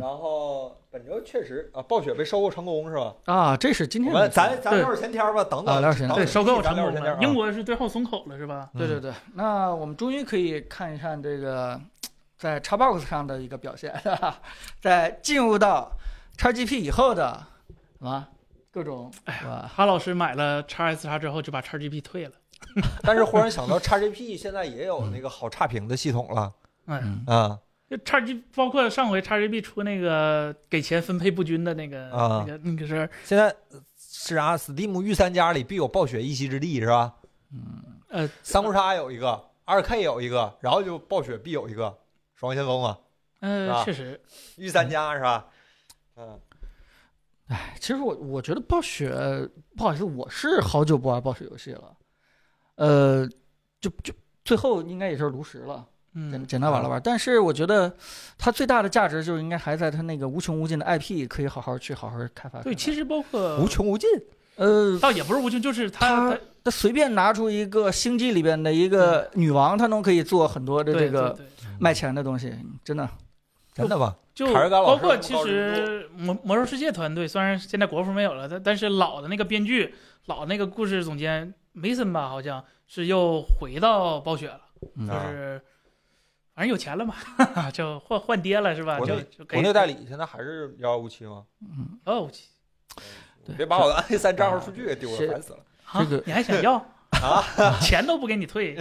Speaker 1: 然后本周确实啊，暴雪被收购成功是吧？
Speaker 3: 啊，这是今
Speaker 1: 我
Speaker 3: 天
Speaker 1: 们
Speaker 3: 的
Speaker 1: 咱咱
Speaker 2: 对
Speaker 1: 聊会儿闲天儿吧，等
Speaker 3: 啊
Speaker 1: 等
Speaker 3: 聊会儿闲天儿
Speaker 1: 等
Speaker 2: 对，
Speaker 1: 等
Speaker 2: 收购
Speaker 1: 咱
Speaker 2: 成
Speaker 1: 聊会儿
Speaker 2: 功
Speaker 1: 闲天儿
Speaker 2: 了
Speaker 1: 啊。。
Speaker 2: 英国是最后松口了是吧？
Speaker 3: 对对对，那我们终于可以看一看这个在 Xbox 上的一个表现，在进入到 XGP 以后的什么各种
Speaker 2: 哎
Speaker 3: 是吧？
Speaker 2: 哈老师买了 x S x 之后就把 x GP 退了。
Speaker 1: 但是忽然想到，XGP 现在也有那个好差评的系统了
Speaker 2: 嗯，
Speaker 3: 嗯
Speaker 1: 啊。
Speaker 2: 就 x G 包括上回 x GP 出那个给钱分配不均的那个、
Speaker 1: 啊
Speaker 2: 那个那个事儿，
Speaker 1: 现在呃是啥？Steam 御三家里必有暴雪一席之地是吧？
Speaker 2: 呃，
Speaker 1: 三国杀有一个，二 K 有一个，然后就暴雪必有一个双先锋啊，
Speaker 2: 呃，
Speaker 1: 啊
Speaker 2: 确实，
Speaker 1: 御三家是吧？嗯，
Speaker 3: 哎，其实我我觉得暴雪，不好意思，我是好久不玩暴雪游戏了，呃，就就最后应该也就是炉石了。简
Speaker 2: 嗯，
Speaker 3: 简单玩了玩。但是我觉得它最大的价值就是应该还在它那个无穷无尽的 IP 可以好好去好好开发。
Speaker 2: 对，其
Speaker 3: 实
Speaker 2: 实包括
Speaker 1: 无，穷无尽。
Speaker 3: 呃，
Speaker 2: 倒也不是无穷，就是
Speaker 3: 他
Speaker 2: 他
Speaker 3: 它随便拿出一个星际里边的一个女王，她能可以做很多的
Speaker 2: 嗯对
Speaker 3: 这
Speaker 2: 对
Speaker 3: 个
Speaker 2: 对
Speaker 3: 卖钱的东西，真的。
Speaker 1: 真的吗？
Speaker 2: 就
Speaker 1: 凯尔甘老
Speaker 2: 包
Speaker 1: 师
Speaker 2: 括
Speaker 1: 这么
Speaker 2: 其
Speaker 1: 高
Speaker 2: 实魔魔兽世界团队，虽然现在国服没有了，但但是老的那个编剧、老那个故事总监梅森吧，好像是又回到暴雪了，
Speaker 3: 嗯
Speaker 2: 就
Speaker 1: 啊
Speaker 2: 是反正有钱了嘛， 就换换爹了是吧？
Speaker 1: 国
Speaker 2: 就
Speaker 1: 内
Speaker 2: 就可
Speaker 1: 国
Speaker 2: 以
Speaker 1: 内代理现在还是幺幺五七吗？
Speaker 3: 嗯，
Speaker 2: 哦，
Speaker 3: 对
Speaker 1: 别把我的 i 三账号数据给丢
Speaker 3: 是
Speaker 1: 了，烦死了！
Speaker 3: 这
Speaker 2: 啊
Speaker 3: 个
Speaker 2: 你还 想要啊？ 钱都不给你退，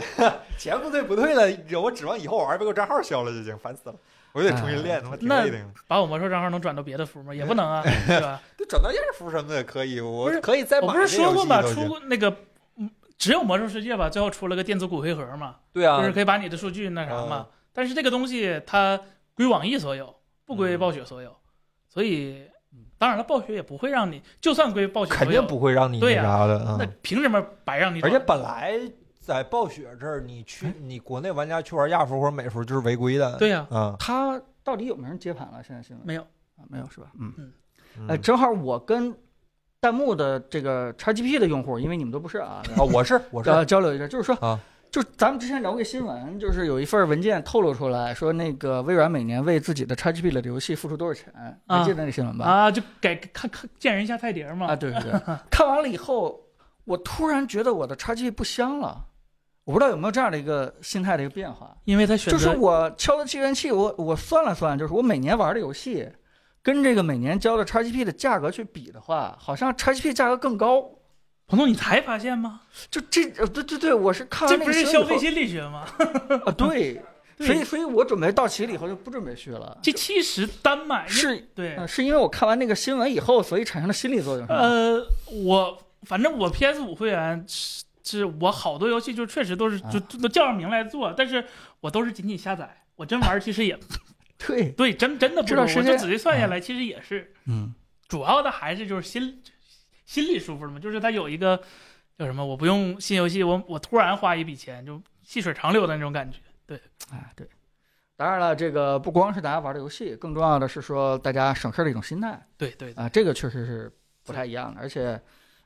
Speaker 1: 钱不退不退了，我指望以后玩儿别给我账号消了就行，烦死了！我得重新练，他妈挺
Speaker 2: 那
Speaker 1: 累的。
Speaker 2: 把我魔兽账号能转到别的服吗？也不 能啊，对吧？
Speaker 1: 就转到亚服什么的也可以，我
Speaker 2: 不是
Speaker 1: 可以再
Speaker 2: 我
Speaker 1: 哎买
Speaker 2: 不
Speaker 1: 这游
Speaker 2: 是
Speaker 1: 戏
Speaker 2: 说过吗？
Speaker 1: 都行
Speaker 2: 出那个嗯只有魔兽世界吧，最后出了个电子骨灰盒嘛，
Speaker 1: 对啊，
Speaker 2: 就是可以把你的数据那啥嘛。
Speaker 1: 啊
Speaker 2: 但是这个东西它归网易所有，不归暴雪
Speaker 1: 嗯
Speaker 2: 所有，所以当然了，暴雪也不会让你，就算归暴雪所有，
Speaker 1: 肯定不会让你
Speaker 2: 对
Speaker 1: 那
Speaker 2: 呀
Speaker 1: 啥的。
Speaker 2: 那
Speaker 1: 嗯
Speaker 2: 凭什么白让你找？
Speaker 1: 而且本来在暴雪这儿，你去你国内玩家去玩亚服或者美服就是违规的。
Speaker 2: 哎对呀、
Speaker 1: 啊，
Speaker 3: 他到底有没有人接盘了？现在新闻
Speaker 2: 没有
Speaker 3: 啊，没有是吧？嗯，
Speaker 1: 嗯
Speaker 3: 哎，正好我跟弹幕的这个 XGP 的用户，因为你们都不是啊，
Speaker 1: 啊，我是我是
Speaker 2: 呃
Speaker 3: 交交流一下，就是说
Speaker 1: 啊，
Speaker 3: 就咱们之前聊过新闻，就是有一份文件透露出来说，那个微软每年为自己的 XGP 的游戏付出多少钱？你
Speaker 2: 啊
Speaker 3: 记得那个新闻吧？
Speaker 2: 啊，就改看看见人下菜碟嘛。
Speaker 3: 啊，对对对，看完了以后，我突然觉得我的 XGP 不香了，我不知道有没有这样的一个心态的一个变化。
Speaker 2: 因为他选
Speaker 3: 就
Speaker 2: 择
Speaker 3: 是我敲了计算器，我我算了算，就是我每年玩的游戏，跟这个每年交的 XGP 的价格去比的话，好像 XGP 价格更高。
Speaker 2: 彭总，你才发现吗？
Speaker 3: 就这，呃对对对，我是看
Speaker 2: 这
Speaker 3: 完那
Speaker 2: 不
Speaker 3: 个
Speaker 2: 是
Speaker 3: 新
Speaker 2: 消
Speaker 3: 闻以
Speaker 2: 费
Speaker 3: 后
Speaker 2: 心理学吗？
Speaker 3: 啊，对，
Speaker 2: 对
Speaker 3: 所以所以我准备到齐了以后就不准备续了。
Speaker 2: 这其实单买
Speaker 3: 是，
Speaker 2: 对，
Speaker 3: 呃是因为我看完那个新闻以后，所以产生了心理作用。是吧
Speaker 2: 呃，我反正我 PS 五会员是是我好多游戏就确实都是
Speaker 3: 啊
Speaker 2: 就都叫上名来做，但是我都是仅仅下载，我真玩儿其实也
Speaker 3: 对，
Speaker 2: 对，真真的不
Speaker 3: 知道
Speaker 2: 多
Speaker 3: 时
Speaker 2: 我就
Speaker 3: 间啊
Speaker 2: 仔细算下来，其实也是
Speaker 3: 嗯，
Speaker 2: 主要的还是就是心心里舒服了嘛，就是它有一个叫什么，我不用新游戏，我我突然花一笔钱，就细水长流的那种感觉。
Speaker 3: 哎，对。当然了，这个不光是大家玩的游戏，更重要的是说大家省事儿的一种心态啊、
Speaker 2: 对对对，
Speaker 3: 这个确实是不太一样的。而且，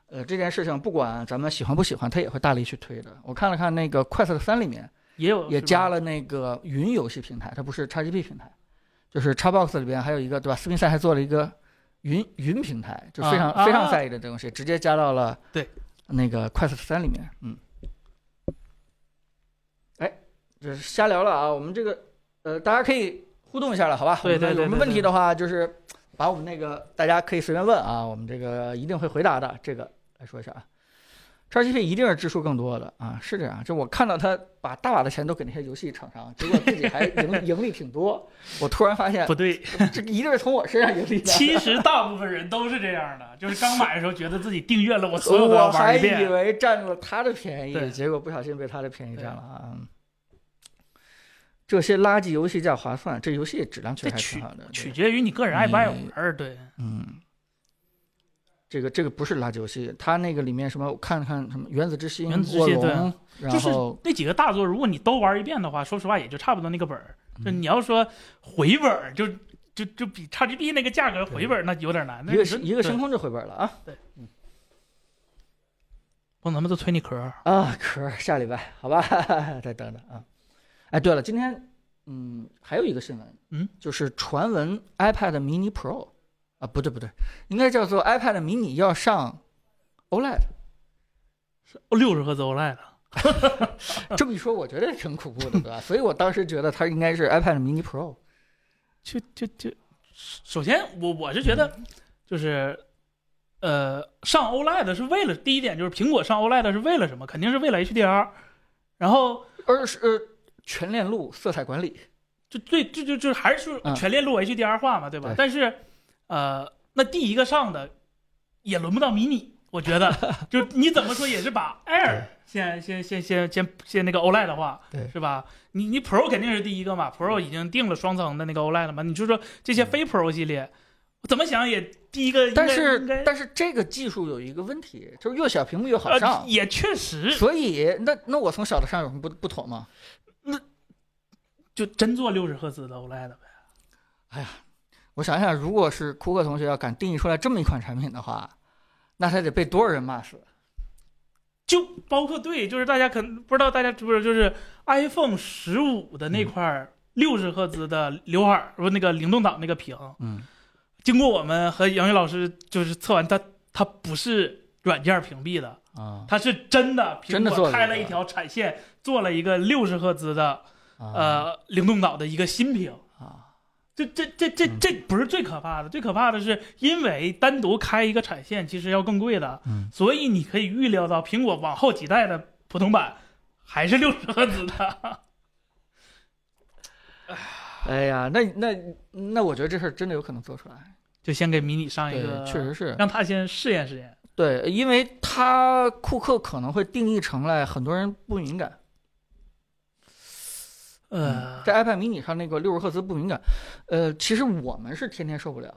Speaker 3: 呃，这件事情不管咱们喜欢不喜欢，它也会大力去推的。我看了看那个《快速的三》里面，
Speaker 2: 也有
Speaker 3: 也
Speaker 2: 是吧
Speaker 3: 加了那个云游戏平台，它不是 XGP 平台，就是 Xbox 里边还有一个对吧？斯宾塞还做了一个云云平台，就非常、
Speaker 2: 啊
Speaker 3: 非常在意的东西，直接加到了
Speaker 2: 对
Speaker 3: 那个快速三里面，嗯。哎，这是瞎聊了啊，我们这个呃，大家可以互动一下了，好吧？
Speaker 2: 对对
Speaker 3: 我们
Speaker 2: 对
Speaker 3: 有什么
Speaker 2: 对
Speaker 3: 问题
Speaker 2: 对
Speaker 3: 的话，就是把我们那个大家可以随便问啊，我们这个一定会回答的。这个来说一下啊。XGP 一定是支出更多的啊，是这样。就我看到他把大把的钱都给那些游戏厂商，结果自己还 盈盈利挺多，我突然发现
Speaker 2: 不 对，
Speaker 3: 这个一定是从我身上盈利的。
Speaker 2: 其实大部分人都是这样的，就是刚买的时候觉得自己订阅了，我所有都要
Speaker 3: 我
Speaker 2: 玩
Speaker 3: 还
Speaker 2: 一
Speaker 3: 以
Speaker 2: 遍。
Speaker 3: 为占了他的便宜，
Speaker 2: 对
Speaker 3: 结果不小心被他的便宜占了啊！嗯这些垃圾游戏价划算，这游戏质量确实
Speaker 2: 这
Speaker 3: 还
Speaker 2: 取
Speaker 3: 挺好的。
Speaker 2: 嗯取
Speaker 3: 对
Speaker 2: 决于你个人爱不爱玩儿，对，
Speaker 3: 嗯，这个这个不是垃圾游戏，它那个里面什么，我看看什么《原子之心》
Speaker 2: 原子之
Speaker 3: 卧
Speaker 2: 心
Speaker 3: 龙
Speaker 2: 对啊就
Speaker 3: 然
Speaker 2: 是
Speaker 3: 后
Speaker 2: 那几个大作，如果你都玩一遍的话，说实话也就差不多那个本儿。
Speaker 3: 嗯
Speaker 2: 就你要说回本儿，就就就比 XGP 那个价格回本儿那有点难。那
Speaker 3: 一个
Speaker 2: 你说
Speaker 3: 星一个
Speaker 2: 对
Speaker 3: 星空就回本了啊！
Speaker 2: 朋友们都吹你壳儿，
Speaker 3: 啊，可儿下礼拜好吧， 再等等啊。哎，对了，今天嗯还有一个新闻，
Speaker 2: 嗯，
Speaker 3: 就是传闻 iPad mini Pro 啊，不对不对，应该叫做 iPad mini 要上 OLED。
Speaker 2: 六十赫兹 OLED 了。
Speaker 3: 这么一说，我觉得挺恐怖的，对吧？所以我当时觉得它应该是 iPad mini Pro。
Speaker 2: 就就就，首先我我是觉得，就是，呃，上 OLED 是为了第一点就是苹果上 OLED 是为了什么？肯定是为了 HDR，然后
Speaker 3: 而是呃全链路色彩管理，
Speaker 2: 就最就就就还是
Speaker 3: 嗯
Speaker 2: 全链路 HDR 化嘛，对吧？
Speaker 3: 对
Speaker 2: 但是，呃，那第一个上的也轮不到迷你，我觉得就你怎么说也是 把 Air 先先先先先先那个 E OLED 化，
Speaker 3: 对
Speaker 2: 是吧？你你 Pro 肯定是第一个嘛，Pro 已经定了双层的那个 OLED 了嘛，你就说这些非 Pro 系列，我怎么想也第一个应该
Speaker 3: 嗯但
Speaker 2: 应
Speaker 3: 是
Speaker 2: 该
Speaker 3: 但是这个技术有一个问题，就是越小屏幕越好
Speaker 2: 呃
Speaker 3: 上，
Speaker 2: 也确实
Speaker 3: 所以那那我从小的上有什么不不妥吗？
Speaker 2: 就真做六十赫兹的 E OLED 呗，
Speaker 3: 我想想，如果是库克同学要敢定义出来这么一款产品的话，那他得被多少人骂死？
Speaker 2: 就包括对，就是大家可能不知道大家知不知道，就是 iPhone 十五的
Speaker 3: 嗯
Speaker 2: 那块六十赫兹的刘海儿不那个灵动岛那个屏，
Speaker 3: 嗯，
Speaker 2: 经过我们和杨宇老师就是测完它，它不是软件屏蔽的，
Speaker 3: 啊
Speaker 2: 它是真的苹
Speaker 3: 真的做
Speaker 2: 果
Speaker 3: 了
Speaker 2: 开
Speaker 3: 一个
Speaker 2: 了一条产线，做了一个六十赫兹的
Speaker 3: 啊
Speaker 2: 呃灵动岛的一个新屏。
Speaker 3: 啊！
Speaker 2: 这这这这
Speaker 3: 嗯
Speaker 2: 这不是最可怕的，最可怕的是因为单独开一个产线其实要更贵的，
Speaker 3: 嗯
Speaker 2: 所以你可以预料到苹果往后几代的普通版还是六十赫兹的。
Speaker 3: 哎呀，那那那，我觉得这事儿真的有可能做出来。
Speaker 2: 就先给迷你上一
Speaker 3: 对
Speaker 2: 个，，
Speaker 3: 确实是。
Speaker 2: 让他先试验试验。
Speaker 3: 对，因为他库克可能会定义成来很多人不敏感，
Speaker 2: 呃，
Speaker 3: 在 iPad mini 上那个六十赫兹不敏感，呃，其实我们是天天受不了，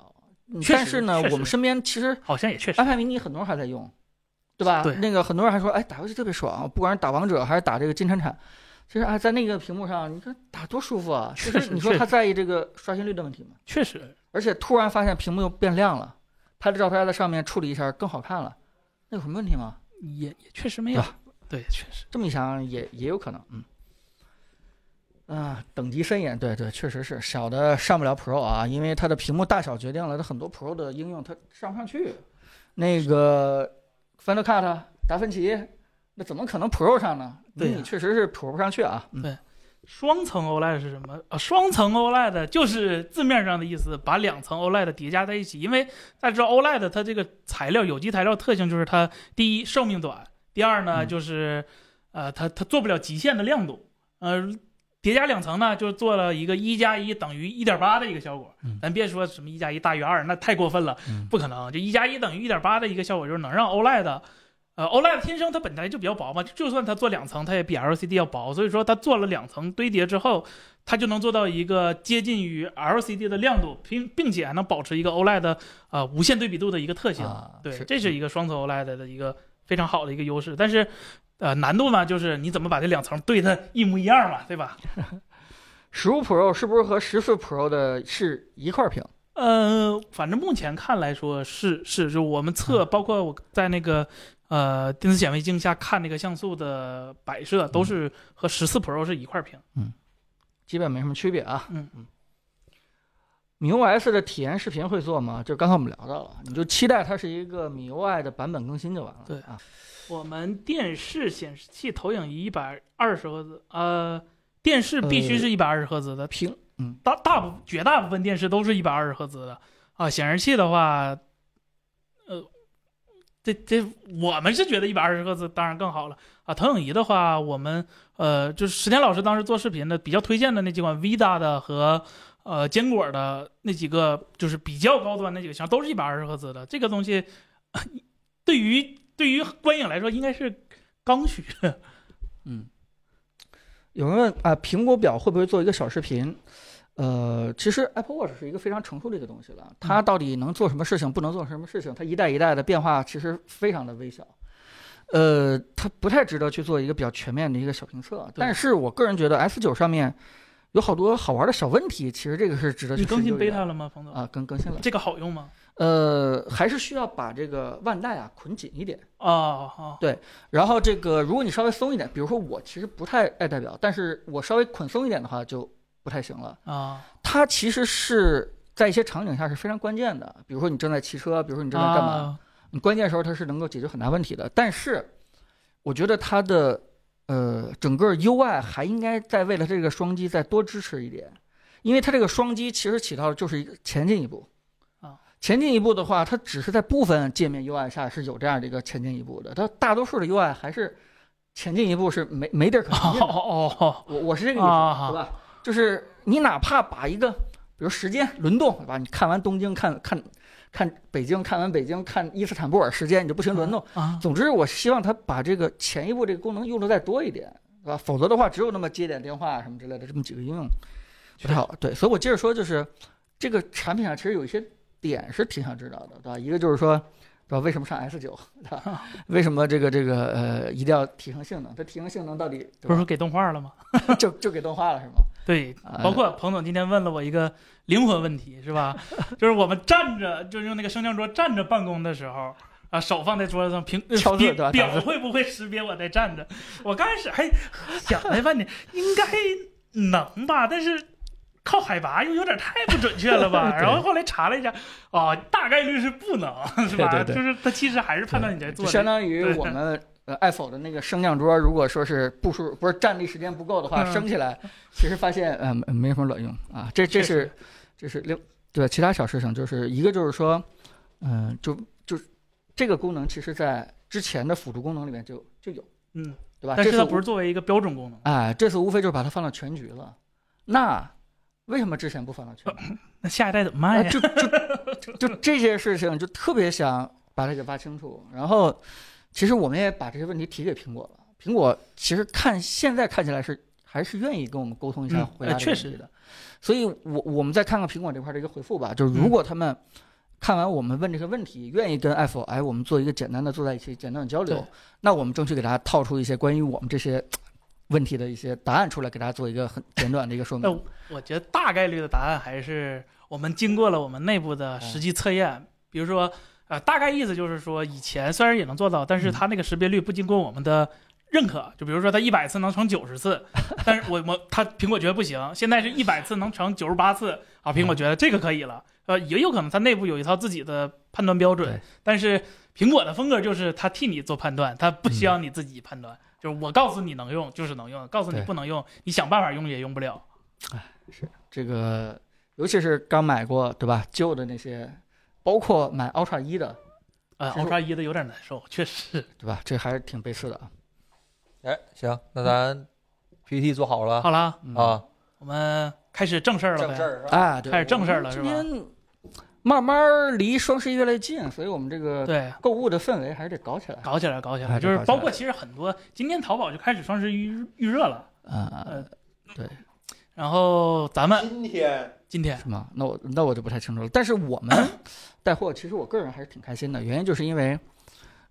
Speaker 3: 嗯
Speaker 2: 确实
Speaker 3: 但是呢
Speaker 2: 确，实
Speaker 3: 我们身边其实
Speaker 2: 好像也确实
Speaker 3: iPad mini 很多人还在用，对吧？
Speaker 2: 对
Speaker 3: 那个很多人还说，哎，打游戏特别爽，不管是打王者还是打这个金铲铲，其实啊，在那个屏幕上，你看打多舒服啊！
Speaker 2: 确
Speaker 3: 就
Speaker 2: 实
Speaker 3: 是你说
Speaker 2: 确
Speaker 3: 他在意这个刷新率的问题吗？
Speaker 2: 确实，
Speaker 3: 而且突然发现屏幕又变亮了，拍的照片在上面处理一下更好看了，那有什么问题吗？
Speaker 2: 也也确实没有，对，确实
Speaker 3: 这么一想也也有可能，嗯。啊，等级森严，对对，确实是小的上不了 Pro 啊，因为它的屏幕大小决定了它很多 Pro 的应用它上不上去。那个 Final Cut、达芬奇，那怎么可能 Pro 上呢？
Speaker 2: 对呀
Speaker 3: 你确实是 Pro 不上去啊。嗯
Speaker 2: 对双层 OLED 是什么？啊，双层 OLED 就是字面上的意思，把两层 OLED 叠加在一起。因为大家知道 OLED 它这个材料，有机材料特性就是它第一寿命短，第二呢、
Speaker 3: 嗯
Speaker 2: 就是，呃，它它做不了极限的亮度。呃，叠加两层呢，就做了一个一加一等于一点八的一个效果。
Speaker 3: 嗯
Speaker 2: 咱别说什么一加一大于二，那太过分了，
Speaker 3: 嗯
Speaker 2: 不可能。就一加一等于一点八的一个效果，就是能让 OLED 呃，OLED 天生它本来就比较薄嘛，就算它做两层，它也比 LCD 要薄，所以说它做了两层堆叠之后，它就能做到一个接近于 LCD 的亮度，并并且还能保持一个 OLED 的呃无限对比度的一个特性。
Speaker 3: 啊，
Speaker 2: 对，
Speaker 3: 是
Speaker 2: 这是一个双层 OLED 的一个非常好的一个优势，但是。呃，难度呢，就是你怎么把这两层对它一模一样嘛，对吧？
Speaker 3: 十五 Pro 是不是和十四 Pro 的是一块屏？
Speaker 2: 呃，反正目前看来说是是，就我们测，包括我在那个呃电子显微镜下看那个像素的摆设，都是和十四 Pro 是一块屏。
Speaker 3: 基本没什么区别啊。
Speaker 2: 嗯
Speaker 3: 嗯。MIUI 的体验视频会做吗？就刚才我们聊到了，你就期待它是一个 MIUI 的版本更新就完了。
Speaker 2: 对
Speaker 3: 啊，
Speaker 2: 我们电视显示器投影仪一百二十赫兹，呃，电视必须是一百二十赫兹的，
Speaker 3: 呃屏嗯
Speaker 2: 大大部绝大部分电视都是一百二十赫兹的啊。显示器的话，呃，这这我们是觉得一百二十赫兹当然更好了啊。投影仪的话，我们呃就是石田老师当时做视频的比较推荐的那几款 Vida 的和。呃，坚果的那几个就是比较高端那几个像都是一百二十赫兹的，这个东西对于对于观影来说应该是刚需。
Speaker 3: 嗯。有人问啊，苹果表会不会做一个小视频？呃，其实 Apple Watch 是一个非常成熟的一个东西
Speaker 2: 嗯
Speaker 3: 了，它到底能做什么事情，不能做什么事情，它一代一代的变化其实非常的微小。呃，它不太值得去做一个比较全面的一个小评测。但是我个人觉得 S 9上面有好多好玩的小问题，其实这个是值得去
Speaker 2: 你更新
Speaker 3: 深究一下
Speaker 2: beta 了吗，冯总？
Speaker 3: 啊，更更新了。
Speaker 2: 这个好用吗？
Speaker 3: 呃，还是需要把这个腕带啊捆紧一点。
Speaker 2: 啊啊，
Speaker 3: 然后这个，如果你稍微松一点，比如说我其实不太爱戴表，但是我稍微捆松一点的话就不太行了。
Speaker 2: 啊
Speaker 3: 它其实是在一些场景下是非常关键的，比如说你正在骑车，比如说你正在干嘛，
Speaker 2: 啊
Speaker 3: 你关键时候它是能够解决很大问题的。但是我觉得它的呃整个 UI 还应该再为了这个双击再多支持一点，因为它这个双击其实起到的就是一个前进一步
Speaker 2: 啊。
Speaker 3: 前进一步的话，它只是在部分界面 UI 下是有这样的一个前进一步的，它大多数的 UI 还是前进一步是没没地儿可前进的。
Speaker 2: 哦哦
Speaker 3: 我我是这个意思，
Speaker 2: 啊
Speaker 3: 对吧？就是你哪怕把一个，比如时间轮动，对吧？你看完东京，看看看北京，看完北京，看伊斯坦布尔，时间你就不停轮动。
Speaker 2: 啊
Speaker 3: 总之，我希望它把这个前一步这个功能用的再多一点，对吧？否则的话，只有那么接点电话什么之类的这么几个应用，不太好。对，所以我接着说，就是这个产品上其实有一些点是挺想知道的，对吧？一个就是说。对吧？为什么上 S 九？对 吧？为什么这个这个呃一定要提升性能？它提升性能到底对
Speaker 2: 不是
Speaker 3: 吧
Speaker 2: 说给动画了吗？
Speaker 3: 就就给动画了是吗？
Speaker 2: 对，
Speaker 3: 啊
Speaker 2: 包括彭总今天问了我一个灵魂问题，是 吧？就是我们站着，就是用那个升降桌站着办公的时候。啊，手放在桌子上，屏呃
Speaker 3: 敲字
Speaker 2: 屏
Speaker 3: 对吧打
Speaker 2: 表
Speaker 3: 字
Speaker 2: 会不会识别我在站着？我刚开始还想了半天，应该能吧，但是靠海拔又有点太不准确了吧？
Speaker 3: 对
Speaker 2: 然后后来查了一下，啊，大概率是不能，是吧？
Speaker 3: 对对对
Speaker 2: 就是它其实还是判断你在做
Speaker 3: 就
Speaker 2: 这个，
Speaker 3: 相当于
Speaker 2: 对
Speaker 3: 我们呃爱否的那个升降桌，如果说是步数不是站立时间不够的话，
Speaker 2: 嗯
Speaker 3: 升起来其实发现呃没没什么卵用啊。这这
Speaker 2: 确
Speaker 3: 是
Speaker 2: 实
Speaker 3: 这是另对其他小事情，就是一个就是说，嗯、就就这个功能其实在之前的辅助功能里面就就有，
Speaker 2: 嗯，
Speaker 3: 对吧？
Speaker 2: 但是
Speaker 3: 这
Speaker 2: 它
Speaker 3: 次
Speaker 2: 不是作为一个标准功能，
Speaker 3: 哎，这次无非就是把它放到全局了。那为什么之前不放到全局？
Speaker 2: 那下一代怎么
Speaker 3: 啊，
Speaker 2: 卖呀？
Speaker 3: 就就就这些事情，就特别想把它给挖清楚。然后，其实我们也把这些问题提给苹果了，苹果其实看现在看起来是还是愿意跟我们沟通一下
Speaker 2: 嗯
Speaker 3: 回
Speaker 2: 哎
Speaker 3: 答这个
Speaker 2: 确
Speaker 3: 问
Speaker 2: 实
Speaker 3: 题的。所以我我们再看看苹果这块儿的一个回复吧，
Speaker 2: 嗯
Speaker 3: 就是如果他们看完我们问这些问题，愿意跟 Apple 哎我们做一个简单的坐在一起简单的交流
Speaker 2: 对，
Speaker 3: 那我们争取给大家套出一些关于我们这些。问题的一些答案出来，给大家做一个很简短的一个说明。
Speaker 2: 那我觉得大概率的答案还是我们经过了我们内部的实际测验，比如说，呃，大概意思就是说，以前虽然也能做到，但
Speaker 3: 嗯
Speaker 2: 是它那个识别率不经过我们的认可，就比如说它一百次能乘九十次，但是我我它苹果觉得不行，现在是一百次能乘九十八次啊，苹果觉得这个可以了，呃，也有可能它内部有一套自己的判断标准
Speaker 3: 对，
Speaker 2: 但是苹果的风格就是它替你做判断，它
Speaker 3: 嗯
Speaker 2: 不需要你自己判断。就是我告诉你能用就是能用，告诉你
Speaker 3: 对
Speaker 2: 不能用，你想办法用也用不了。
Speaker 3: 这个，尤其是刚买过对吧旧的那些，包括买 Ultra 一的
Speaker 2: 呃
Speaker 3: 其实
Speaker 2: ，Ultra 一的有点难受，确实。
Speaker 3: 对吧，这还是挺背刺的啊。
Speaker 1: 哎，行，那咱 PPT 做好了
Speaker 2: 好了，
Speaker 3: 嗯、
Speaker 1: 啊，
Speaker 2: 我们开始正事儿了呗。
Speaker 1: 正事儿是吧？
Speaker 3: 啊，对
Speaker 2: 开始正事儿了
Speaker 3: 我们
Speaker 2: 是吧
Speaker 3: 今天慢慢离双十一越来越近，所以我们这个
Speaker 2: 对，
Speaker 3: 购物的氛围还是得搞起来。
Speaker 2: 搞起来，搞起来，
Speaker 3: 哎
Speaker 2: 就是
Speaker 3: 搞起来
Speaker 2: 包括其实很多，今天淘宝就开始双十一预预热了，
Speaker 3: 啊
Speaker 2: 呃，然后咱们
Speaker 1: 今天
Speaker 2: 今天
Speaker 3: 是吗？那我那我就不太清楚了。但是我 们带货，其实我个人还是挺开心的，原因就是因为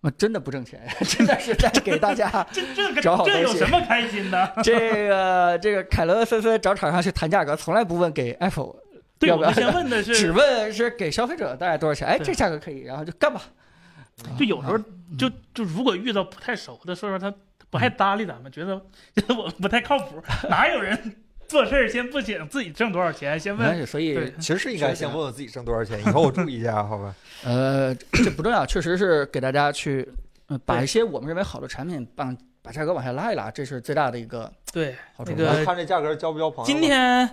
Speaker 3: 我真的不挣钱， 真的是在给大家
Speaker 2: 这这个
Speaker 3: 找好
Speaker 2: 这
Speaker 3: 东
Speaker 2: 有
Speaker 3: 西
Speaker 2: 什么开心 的？
Speaker 3: 这个这个凯伦纷纷找厂商去谈价格，从来不问给 Apple，
Speaker 2: 对，
Speaker 3: 要
Speaker 2: 我
Speaker 3: 不要
Speaker 2: 们先问的
Speaker 3: 只
Speaker 2: 是，
Speaker 3: 问是给消费者大概多少钱。哎，
Speaker 2: 对
Speaker 3: 这价格可以，然后就干吧。
Speaker 2: 就有时候就就如果遇到不太熟的，说实话他他不太搭理咱们，觉得觉得我们不太靠 谱，哪有人做事儿先不想自己挣多少钱，先问
Speaker 3: 但是所以
Speaker 2: 对
Speaker 1: 嗯
Speaker 3: 其实是
Speaker 1: 应该先问问自己挣多少钱，以后我注意一下，好吧？
Speaker 3: 呃，这不重要，确实是给大家去、呃把
Speaker 2: 对
Speaker 3: 一些我们认为好的产品把把价格往下拉一拉，这是最大的一个
Speaker 2: 对
Speaker 3: 好
Speaker 2: 那
Speaker 3: 处。
Speaker 2: 个
Speaker 1: 我看这价格交不交朋友吧。哎
Speaker 2: 今天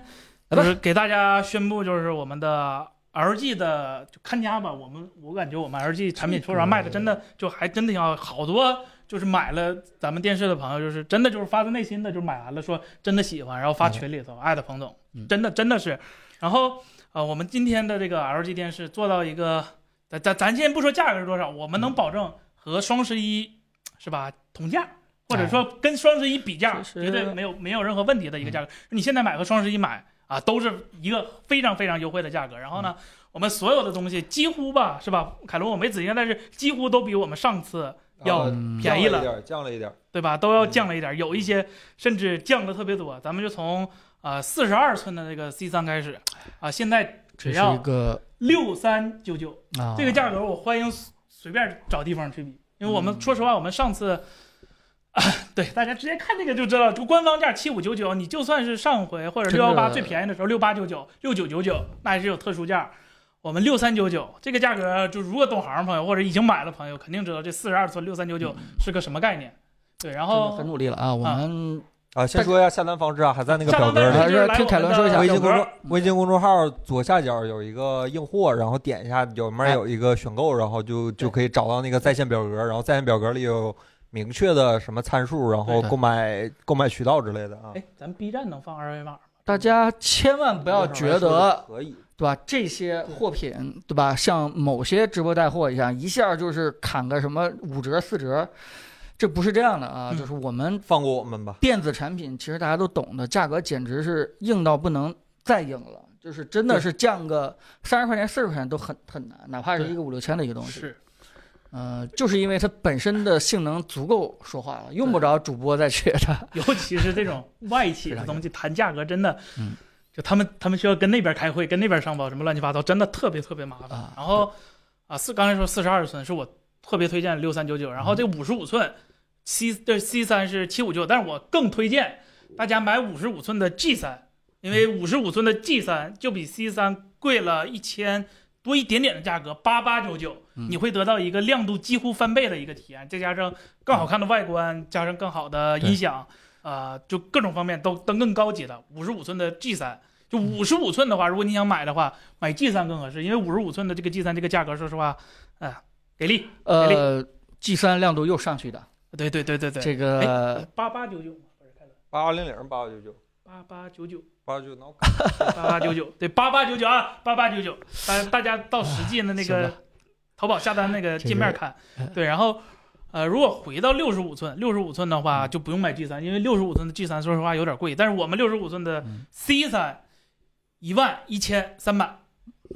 Speaker 3: 来
Speaker 2: 就
Speaker 3: 吧
Speaker 2: 是给大家宣布，就是我们的 LG 的就看家吧。我们我感觉我们 LG 产品，说实话卖的
Speaker 1: 嗯
Speaker 2: 真的就还真的挺好，好多就是买了咱们电视的朋友，就是真的就是发自内心的就是买完了，说真的喜欢，然后发群里头艾特彭总
Speaker 3: 嗯，
Speaker 2: 真的真的是。然后呃，我们今天的这个 LG 电视做到一个，咱咱咱先不说价格是多少，我们能保证和双十一是吧同价。或者说跟双十一比价，
Speaker 3: 其实嗯
Speaker 2: 绝对没有没有任何问题的一个价格。你现在买和双十一买啊，都是一个非常非常优惠的价格。然后呢，
Speaker 3: 嗯
Speaker 2: 我们所有的东西几乎吧，是吧？凯伦，我没仔细看，但是几乎都比我们上次要
Speaker 1: 嗯
Speaker 2: 便宜
Speaker 1: 降
Speaker 2: 了
Speaker 1: 一点儿，降了一点儿。
Speaker 2: 对吧都要降了
Speaker 3: 嗯
Speaker 2: 一点，有一些甚至降的特别多。咱们就从啊四十二寸的那个 C 3开始啊，现在只
Speaker 3: 这是
Speaker 2: 要
Speaker 3: 一个
Speaker 2: 六三九九，
Speaker 3: 啊，
Speaker 2: 这个价格我欢迎随随便找地方去比，因为我们、
Speaker 3: 嗯
Speaker 2: 说实话，我们上次，啊，对大家直接看这个就知道，就官方价七五九九，你就算是上回或者
Speaker 3: 真
Speaker 2: 六
Speaker 3: 的
Speaker 2: 幺八最便宜的时候六八九九、六九九九，那还是有特殊价。我们六三九九这个价格，就如果懂行的朋友或者已经买的朋友，肯定知道这四十二寸六三九
Speaker 1: 嗯
Speaker 2: 九是个什么概念。对，然
Speaker 3: 真的
Speaker 2: 后
Speaker 3: 很努力了啊，我们
Speaker 1: 啊，先说一下下单方式啊，还在那个
Speaker 2: 下
Speaker 1: 表
Speaker 2: 单
Speaker 1: 格
Speaker 2: 方
Speaker 1: 里
Speaker 2: 式。就是
Speaker 3: 啊
Speaker 2: 来
Speaker 3: 听
Speaker 2: 我
Speaker 3: 凯
Speaker 2: 们
Speaker 3: 伦说一下
Speaker 2: 的
Speaker 1: 微信
Speaker 2: 表格
Speaker 1: 公众微信公众号左下角有一个硬货，然后点一下，有面
Speaker 2: 哎
Speaker 1: 有一个选购，然后就就可以找到那个在线表格，然后在线表格里有明确的什么参数，然后
Speaker 3: 对
Speaker 1: 购买购买渠道之类的啊。
Speaker 2: 哎，咱 B 站能放二维码吗？
Speaker 3: 大家千万不要觉得
Speaker 1: 可以，
Speaker 3: 对吧？这些货品，对吧？像某些直播带货一样，一下就是砍个什么五折、四折，这不是这样的啊！
Speaker 2: 嗯
Speaker 3: 就是我们
Speaker 1: 放过我们吧。
Speaker 3: 电子产品，其实大家都懂的，价格简直是硬到不能再硬了，就是真的是降个三十块钱、四十块钱都很很难，哪怕是一个五六千的一个东西。
Speaker 2: 是，
Speaker 3: 呃，就是因为它本身的性能足够说话了，用不着主播再 学它。
Speaker 2: 尤其是这种外企的东西，谈价格真的，
Speaker 3: 嗯
Speaker 2: 就他们他们需要跟那边开会，跟那边上报，什么乱七八糟，真的特别特别麻烦。
Speaker 3: 啊
Speaker 2: 然后啊，四刚才说四十二寸是我特别推荐六三九九，然后
Speaker 3: 嗯
Speaker 2: 这五十五寸 C 这 C 三是七五九，但是我更推荐大家买五十五寸的 G 三，因为
Speaker 3: 嗯
Speaker 2: 五十五寸的 G 三就比 C 三贵了一千多一点点的价格，八八九九，
Speaker 3: 嗯
Speaker 2: 你会得到一个亮度几乎翻倍的一个体验，再加上更
Speaker 3: 嗯
Speaker 2: 好看的外观，加上更好的音响，啊，就各种方面都都更高级了。五十五寸的 G 三，就五十五寸的话，如果你想买的话，买 G 三更合适，因为五十五寸的这个 G 三这个价格，说实话，哎、给力。
Speaker 3: 呃，G 三亮度又上去的，
Speaker 2: 对对对对哎对，哎
Speaker 3: 这个
Speaker 2: 八八九九嘛，不是开了
Speaker 1: 八零零八九九
Speaker 2: 八八九九。
Speaker 1: 八九 九，
Speaker 2: 八八九九，对，八八九九啊，八八九九，大大家到实际的那
Speaker 3: 行
Speaker 2: 个
Speaker 3: 吧
Speaker 2: 淘宝下单那个界面看。对，然后呃，如果回到六十五寸，六十五寸的
Speaker 3: 嗯
Speaker 2: 话就不用买 G 三，因为六十五寸的 G 三说实话有点贵，但是我们六十五寸的
Speaker 3: 嗯
Speaker 2: C 三一万一千三百，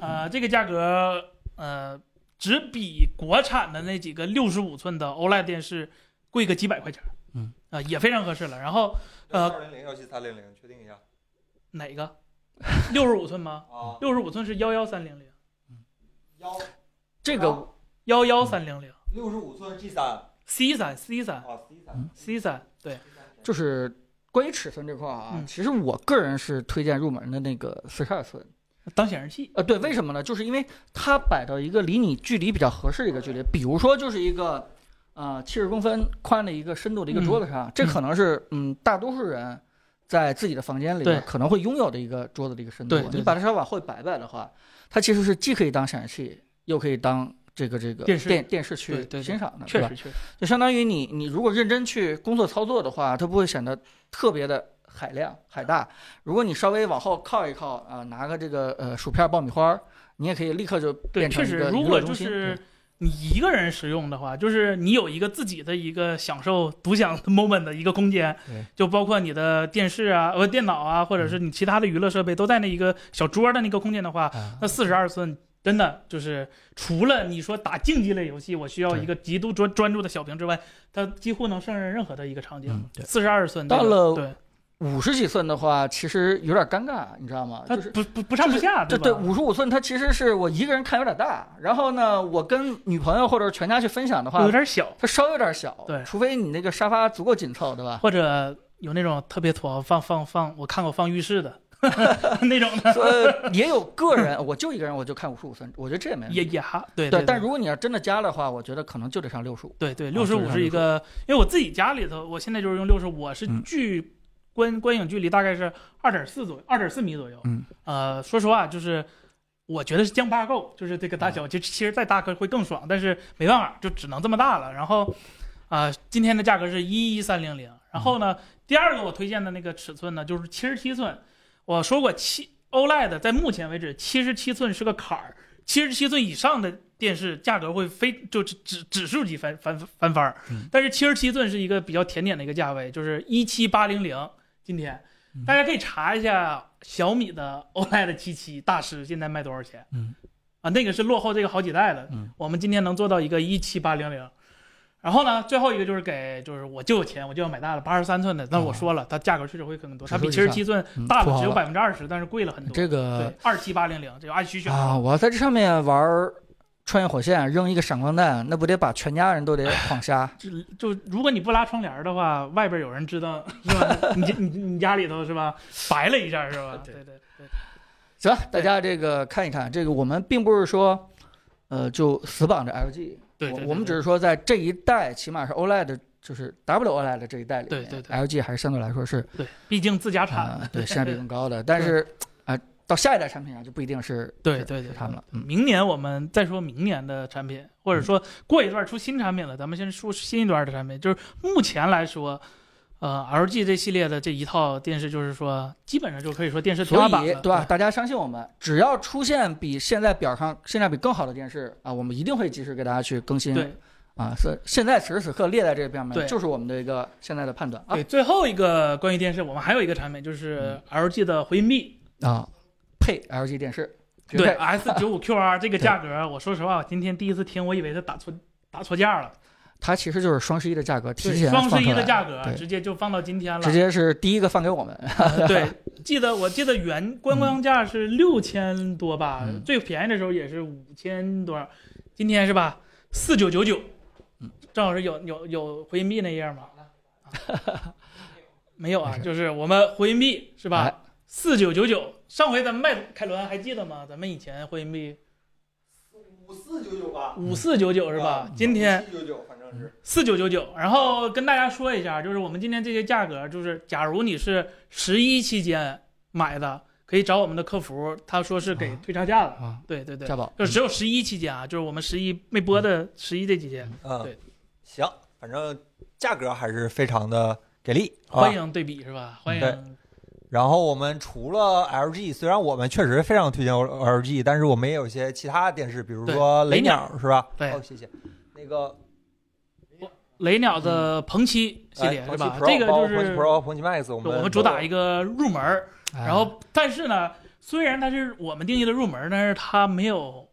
Speaker 3: 嗯
Speaker 2: 呃，这个价格呃只比国产的那几个六十五寸的 OLED 电视贵个几百块钱，
Speaker 3: 嗯，
Speaker 2: 啊、也非常合适了。然后呃
Speaker 1: 二零零幺七三零零，确定一下
Speaker 2: 哪个？六十五寸吗？
Speaker 1: 啊，
Speaker 2: 六十五寸是幺幺三零零，
Speaker 1: 幺
Speaker 3: 这个
Speaker 1: 啊
Speaker 2: 幺幺三零零
Speaker 1: 六十五寸 G 三啊
Speaker 2: C 三 C 三
Speaker 1: ，C 三
Speaker 3: 嗯
Speaker 2: C 三，对，
Speaker 3: 就是关于尺寸这块儿啊，
Speaker 2: 嗯
Speaker 3: 其实我个人是推荐入门的那个四十二寸。
Speaker 2: 当显示器。
Speaker 3: 呃，对，为什么呢？就是因为它摆到一个离你距离比较合适的一个距离，比如说就是一个呃七十公分宽的一个深度的一个桌子上，这可能是嗯大多数人在自己的房间里
Speaker 2: 对
Speaker 3: 边可能会拥有的一个桌子的一个深度啊
Speaker 2: 对对。对
Speaker 3: 你把它稍微往后摆摆的话，它其实是既可以当显示器，又可以当这个这个
Speaker 2: 电视
Speaker 3: 电视
Speaker 2: 对
Speaker 3: 去
Speaker 2: 对对
Speaker 3: 欣赏的，
Speaker 2: 确
Speaker 3: 是吧
Speaker 2: 实，确实，
Speaker 3: 就相当于你你如果认真去工作操作的话，它不会显得特别的海量海大。如果你稍微往后靠一靠啊、拿个这个呃薯片爆米花儿，你也可以立刻就
Speaker 2: 对，
Speaker 3: 变成
Speaker 2: 确
Speaker 3: 一
Speaker 2: 实
Speaker 3: 个，
Speaker 2: 如
Speaker 3: 娱
Speaker 2: 果
Speaker 3: 乐
Speaker 2: 就
Speaker 3: 中心。
Speaker 2: 是你一个人使用的话，就是你有一个自己的一个享受、独享 moment 的一个空间
Speaker 3: 对，
Speaker 2: 就包括你的电视啊、呃电脑啊，或者是你其他的娱乐设备都在那一个小桌的那个空间的话，
Speaker 3: 对啊
Speaker 2: 那四十二寸真的就是除了你说打竞技类游戏，我需要一个极度专专注的小屏之外，它几乎能胜任任何的一个场景
Speaker 3: 嗯。对
Speaker 2: 四十二寸这
Speaker 3: 到
Speaker 2: 个
Speaker 3: 了
Speaker 2: 对，
Speaker 3: 五十几寸的话，其实有点尴尬，你知道吗？
Speaker 2: 它
Speaker 3: 啊就是
Speaker 2: 不不不上不下，
Speaker 3: 这
Speaker 2: 对
Speaker 3: 对
Speaker 2: 吧？
Speaker 3: 五十五寸，它其实是我一个人看有点大，然后呢，我跟女朋友或者是全家去分享的话
Speaker 2: 有，点小，
Speaker 3: 它稍微有点小，
Speaker 2: 对
Speaker 3: 除非你那个沙发足够紧凑，对 吧？
Speaker 2: 或者有那种特别土豪放放放，我看过放浴室的 那种的，
Speaker 3: 呃，也有个人，我就一个人，我就看五十五寸，我觉得这也没问题
Speaker 2: 也也还对
Speaker 3: 对
Speaker 2: 对，
Speaker 3: 但如果你要真的加的话，我觉得可能就得上六十五。
Speaker 2: 对对，六
Speaker 3: 啊就
Speaker 2: 十
Speaker 3: 是
Speaker 2: 五
Speaker 3: 它
Speaker 2: 是
Speaker 3: 这
Speaker 2: 一
Speaker 3: 种
Speaker 2: 个，因为我自己家里头，我现在就是用六十，我是
Speaker 3: 嗯
Speaker 2: 距观观影距离大概是二点四左右，二点四米左右。
Speaker 3: 嗯，
Speaker 2: 呃，说实话，就是我觉得是将八够，就是这个大
Speaker 3: 嗯
Speaker 2: 小，就其实再大个会更爽，但是没办法，就只能这么大了。然后，啊、今天的价格是一一三零零。然后
Speaker 3: 嗯
Speaker 2: 呢，第二个我推荐的那个尺寸呢，就是七十七寸。我说过七 OLED 在目前为止，七十七寸是个坎儿，七十七寸以上的电视价格会非就指指指数级翻翻翻番儿
Speaker 3: 嗯。
Speaker 2: 但是七十七寸是一个比较甜点的一个价位，就是一七八零零。今天
Speaker 3: 嗯
Speaker 2: 大家可以查一下小米的 OLED 七七大师现在卖多少钱？
Speaker 3: 嗯，
Speaker 2: 啊，那个是落后这个好几代了。
Speaker 3: 嗯，
Speaker 2: 我们今天能做到一个一七八零零。然后呢，最后一个就是给，就是我就有钱，我就要买大的八十三寸的。但我说了，它价格确实会更多，它比七
Speaker 3: 哦指数
Speaker 2: 十
Speaker 3: 以上
Speaker 2: 七寸
Speaker 3: 嗯
Speaker 2: 大
Speaker 3: 土
Speaker 2: 了
Speaker 3: 豪
Speaker 2: 只有
Speaker 3: 了
Speaker 2: 百分之二十，但是贵了很多。
Speaker 3: 这
Speaker 2: 对
Speaker 3: 个，呃
Speaker 2: 二七八零零，这个按需选
Speaker 3: 啊，
Speaker 2: 择。
Speaker 3: 我要在这上面玩儿穿越火线，扔一个闪光弹，那不得把全家人都得晃
Speaker 2: ？
Speaker 3: 瞎
Speaker 2: 就就如果你不拉窗帘的话，外边有人知 道是吧？你你你家里头是吧？白了一下是吧？对
Speaker 4: 对
Speaker 2: 对对。
Speaker 3: 行，大家这个看一看，这个我们并不是说，呃，就死绑着 LG，
Speaker 2: 对对对
Speaker 3: 我我们只是说在这一代，起码是 OLED，就是 W OLED 这一代里面，
Speaker 2: 对对对
Speaker 3: l g 还是相对来说是
Speaker 2: 对，毕竟自家产
Speaker 3: 啊、。 对性价比更高的，但是啊、到下一代产品上就不一定是
Speaker 2: 对
Speaker 3: 是
Speaker 2: 对
Speaker 3: 是
Speaker 2: 对，
Speaker 3: 他们了，嗯。
Speaker 2: 明年我们再说明年的产品，或者说过一段出新产品了，咱们先说新一段的产品。就是目前来说，呃，LG 这系列的这一套电视，就是说基本上就可以说电视天
Speaker 3: 所
Speaker 2: 花
Speaker 3: 以
Speaker 2: 板了，
Speaker 3: 对吧？？大家相信我们，只要出现比现在表上性价比更好的电视啊，我们一定会及时给大家去更新。
Speaker 2: 对，
Speaker 3: 啊，是现在此时此刻列在这个表
Speaker 2: 对
Speaker 3: 面，就是我们的一个现在的判断啊
Speaker 2: 对，最后一个关于电视，我们还有一个产品就是
Speaker 3: 嗯
Speaker 2: LG 的回音壁，
Speaker 3: 啊，配 LG 电视，绝
Speaker 2: 对
Speaker 3: 配
Speaker 2: S 九五 QR 这个价格，我说实话，我今天第一次听，我以为它打错打错价了。
Speaker 3: 它其实就是双十一的价格提
Speaker 2: 对，
Speaker 3: 前
Speaker 2: 双十
Speaker 3: 放
Speaker 2: 一
Speaker 3: 出
Speaker 2: 的
Speaker 3: 来
Speaker 2: 价格
Speaker 3: 对
Speaker 2: 直接就放到今天了
Speaker 3: 直。接是第一个放给我们，
Speaker 2: 对，记得我记得原官方价是六千多吧，
Speaker 3: 嗯
Speaker 2: 最便宜的时候也是五千多少，今天是吧？四九九九
Speaker 3: 嗯，
Speaker 2: 正好是有有有回音壁那页 吗？啊没有啊
Speaker 3: 没，事
Speaker 2: 就是我们回音壁是
Speaker 3: 哎
Speaker 2: 吧？四九九九，上回咱们卖凯伦还记得吗？咱们以前回音壁
Speaker 1: 五四九九吧，
Speaker 2: 五四九九是
Speaker 3: 啊
Speaker 2: 吧？今天
Speaker 1: 四九九反正是
Speaker 2: 四九九九。然后跟大家说一下，就是我们今天这些价格，就是假如你是十一期间买的，可以找我们的客服，他说是给
Speaker 3: 啊
Speaker 2: 退差价的。
Speaker 3: 啊，
Speaker 2: 对对对
Speaker 3: 家，宝，
Speaker 2: 就是只有十一期间啊，就是我们十一没播的十一这几天，
Speaker 1: 嗯
Speaker 2: 对
Speaker 1: 行，反正价格还是非常的给力，
Speaker 2: 欢
Speaker 1: 啊。
Speaker 2: 迎对比是吧？欢
Speaker 1: 对
Speaker 2: 迎
Speaker 1: 然后我们除了 LG，虽然我们确实非常推荐 LG，但是我们也有一些其他电视，比如说
Speaker 2: 对雷
Speaker 1: 鸟是吧？
Speaker 2: 对
Speaker 1: 哦，谢谢。那个
Speaker 2: 雷鸟的鹏七系列
Speaker 1: 嗯哎
Speaker 2: 是吧？
Speaker 1: 红旗 Pro，
Speaker 2: 这个就
Speaker 1: 包括红旗
Speaker 2: 是
Speaker 1: Pro、红旗 Max，我们
Speaker 2: 我们主打一个入门儿，
Speaker 3: 哎
Speaker 2: 然后但是呢，虽然它是我们定义的入门儿，但是它没有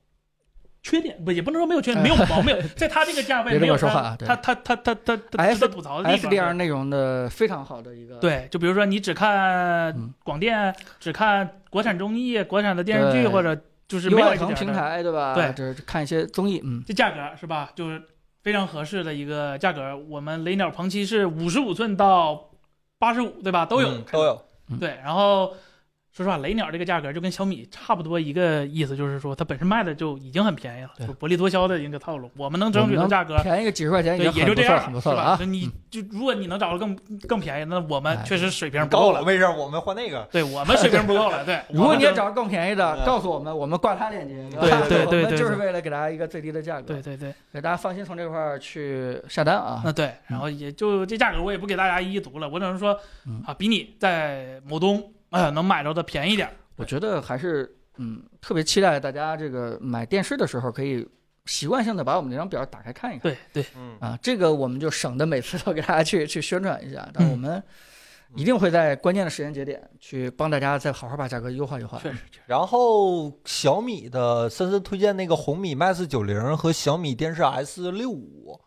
Speaker 2: 缺点，不也不能说没有缺点，没有毛病，在它这个价
Speaker 3: 别
Speaker 2: 位
Speaker 3: 这么
Speaker 2: 没有
Speaker 3: 说话
Speaker 2: 它
Speaker 3: 啊对
Speaker 2: 它它它它它它
Speaker 3: F-
Speaker 2: 值得吐槽的地方。
Speaker 3: SDR 内容的非常好的一个，
Speaker 2: 对，就比如说你只看
Speaker 3: 嗯
Speaker 2: 广电，只看国产综艺、国产的电视剧，
Speaker 3: 对
Speaker 2: 或者就是没有
Speaker 3: 外
Speaker 2: HDR
Speaker 3: 腾
Speaker 2: 的
Speaker 3: 平台对吧？
Speaker 2: 对
Speaker 3: 就是看一些综艺，嗯，
Speaker 2: 这价格是吧？就是非常合适的一个价格。我们雷鸟鹏七是五十五寸到八十五，对吧？ 都有、
Speaker 1: 嗯都。有。
Speaker 2: 对，然后说实话，雷鸟这个价格就跟小米差不多一个意思，就是说它本身卖的就已经很便宜了，
Speaker 3: 对
Speaker 2: 就薄利多销的一个套路。我们能争取的价格。
Speaker 3: 便宜个几十块钱已
Speaker 2: 对，
Speaker 3: 经
Speaker 2: 也
Speaker 3: 很不
Speaker 2: 就这
Speaker 3: 错，
Speaker 2: 样，
Speaker 3: 很不错
Speaker 2: 是
Speaker 3: 了
Speaker 2: 吧
Speaker 3: 啊。
Speaker 2: 就你就如果你能找到更更便宜，那我们
Speaker 3: 哎
Speaker 2: 确实水平不
Speaker 1: 高
Speaker 2: 够
Speaker 1: 我
Speaker 2: 了。
Speaker 1: 没事，我们换那个。
Speaker 2: 对我们水平不够了。对，
Speaker 3: 如果你也
Speaker 2: 我们
Speaker 3: 找到更便宜的，
Speaker 1: 嗯
Speaker 3: 告诉我们，我们挂他链接。
Speaker 1: 对
Speaker 3: 吧
Speaker 1: 对
Speaker 2: 对
Speaker 3: 我们
Speaker 2: 对
Speaker 3: 就是
Speaker 2: 对
Speaker 3: 为了给大家一个最低的价格，
Speaker 2: 对对对，
Speaker 3: 给大家放心从这块儿去下单啊。
Speaker 2: 那对，然后也就这价格我也不给大家一一读了，我只能说
Speaker 3: 嗯
Speaker 2: 啊，比你在某东啊能买着的便宜点儿。
Speaker 3: 我觉得还是嗯，特别期待大家这个买电视的时候可以习惯性的把我们这张表打开看一看。
Speaker 2: 对对，
Speaker 1: 嗯，
Speaker 3: 啊，这个我们就省得每次都给大家去去宣传一下，但
Speaker 2: 嗯
Speaker 3: 我们一定会在关键的时间节点去帮大家再好好把价格优化优化。
Speaker 2: 确实确实。
Speaker 1: 然后小米的森森推荐那个红米 Max 九零和小米电视 S 六五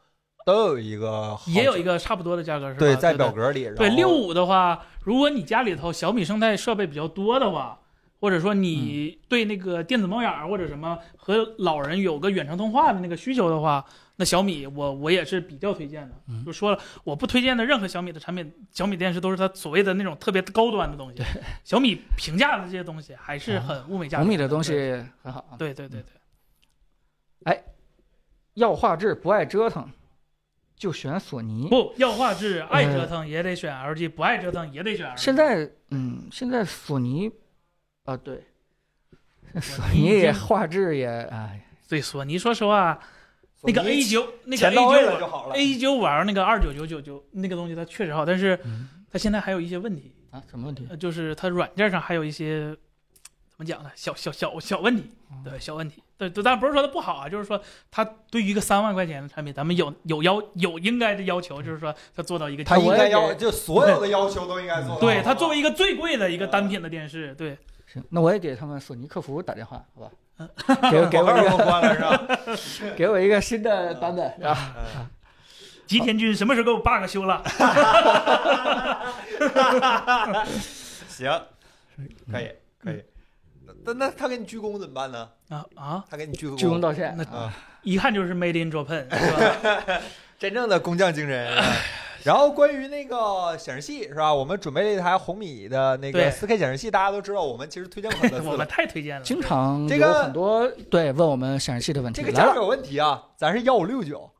Speaker 1: 都有一个好，
Speaker 2: 也有一个差不多的价格是吧？
Speaker 1: 对在
Speaker 2: 对
Speaker 1: 表格里。
Speaker 2: 对
Speaker 1: 然后
Speaker 2: 六五的话，如果你家里头小米生态设备比较多的话，或者说你对那个电子猫眼儿或者什么和老人有个远程通话的那个需求的话，那小米我我也是比较推荐的。
Speaker 3: 嗯
Speaker 2: 就说了，我不推荐的任何小米的产品，小米电视都是它所谓的那种特别高端的东西。小米平价的这些东西还是很物美价
Speaker 3: 红
Speaker 2: 廉。
Speaker 3: 米的东，西很好啊，
Speaker 2: 对对对对，
Speaker 3: 要画质不爱折腾，就选索尼。
Speaker 2: 不要画质，爱折腾也得选 LG，不爱折腾也得选 LG。
Speaker 3: 现在嗯，现在索尼啊，对，
Speaker 2: 索
Speaker 3: 索尼
Speaker 2: 已
Speaker 3: 也
Speaker 2: 经
Speaker 3: 画质也哎，
Speaker 2: 对索尼，说实话，那个 A 九，那个
Speaker 1: 钱
Speaker 2: A
Speaker 1: 到位了
Speaker 2: 九
Speaker 1: 就好了。
Speaker 2: A 九玩那个二九九九九那个东西，它确实好，但是
Speaker 1: 嗯
Speaker 2: 它现在还有一些问题，
Speaker 3: 啊，什么问题？
Speaker 2: 呃就是它软件上还有一些怎么讲呢？小小小小问题，
Speaker 1: 嗯
Speaker 2: 对，小问题。对，对，但不是说它不好啊，就是说它对于一个三万块钱的产品，咱们有有要有应该的要求，就是说它做到一个
Speaker 1: 他
Speaker 2: 极
Speaker 1: 应
Speaker 3: 我也
Speaker 1: 该
Speaker 3: 给
Speaker 1: 要就所有的啊要求都应该做到。
Speaker 2: 对它作为一个最贵的一个单品的电视，对，
Speaker 3: 行，那我也给他们索尼客服打电话，好吧？给给
Speaker 1: 广
Speaker 3: 我
Speaker 1: 告
Speaker 3: 一
Speaker 1: 都
Speaker 3: 个
Speaker 1: 关了是吧？ 嗯
Speaker 3: 给我一个新的版本啊。
Speaker 2: 吉田君什么时候给我 bug 修了？
Speaker 1: 行，可以可以。嗯那那他给你鞠躬怎么办呢？
Speaker 2: 啊 啊，
Speaker 1: 他给你鞠个
Speaker 3: 鞠躬
Speaker 1: 躬，
Speaker 3: 道歉
Speaker 2: 那
Speaker 3: 啊，
Speaker 2: 一看就是 Made in Japan，是吧？
Speaker 1: 真正的工匠精神。是吧然后关于那个显示器是吧？我们准备了一台红米的那个
Speaker 2: 对
Speaker 1: 4K 显示器，大家都知道，我们其实推荐过很 多次
Speaker 2: 我们
Speaker 1: 了。
Speaker 2: 太推荐了，
Speaker 3: 经常
Speaker 1: 这
Speaker 3: 有
Speaker 1: 个
Speaker 3: 很多对问我们显示器的问题。
Speaker 1: 这个
Speaker 3: 来
Speaker 1: 价
Speaker 3: 了
Speaker 1: 格有问题啊，咱是幺五六九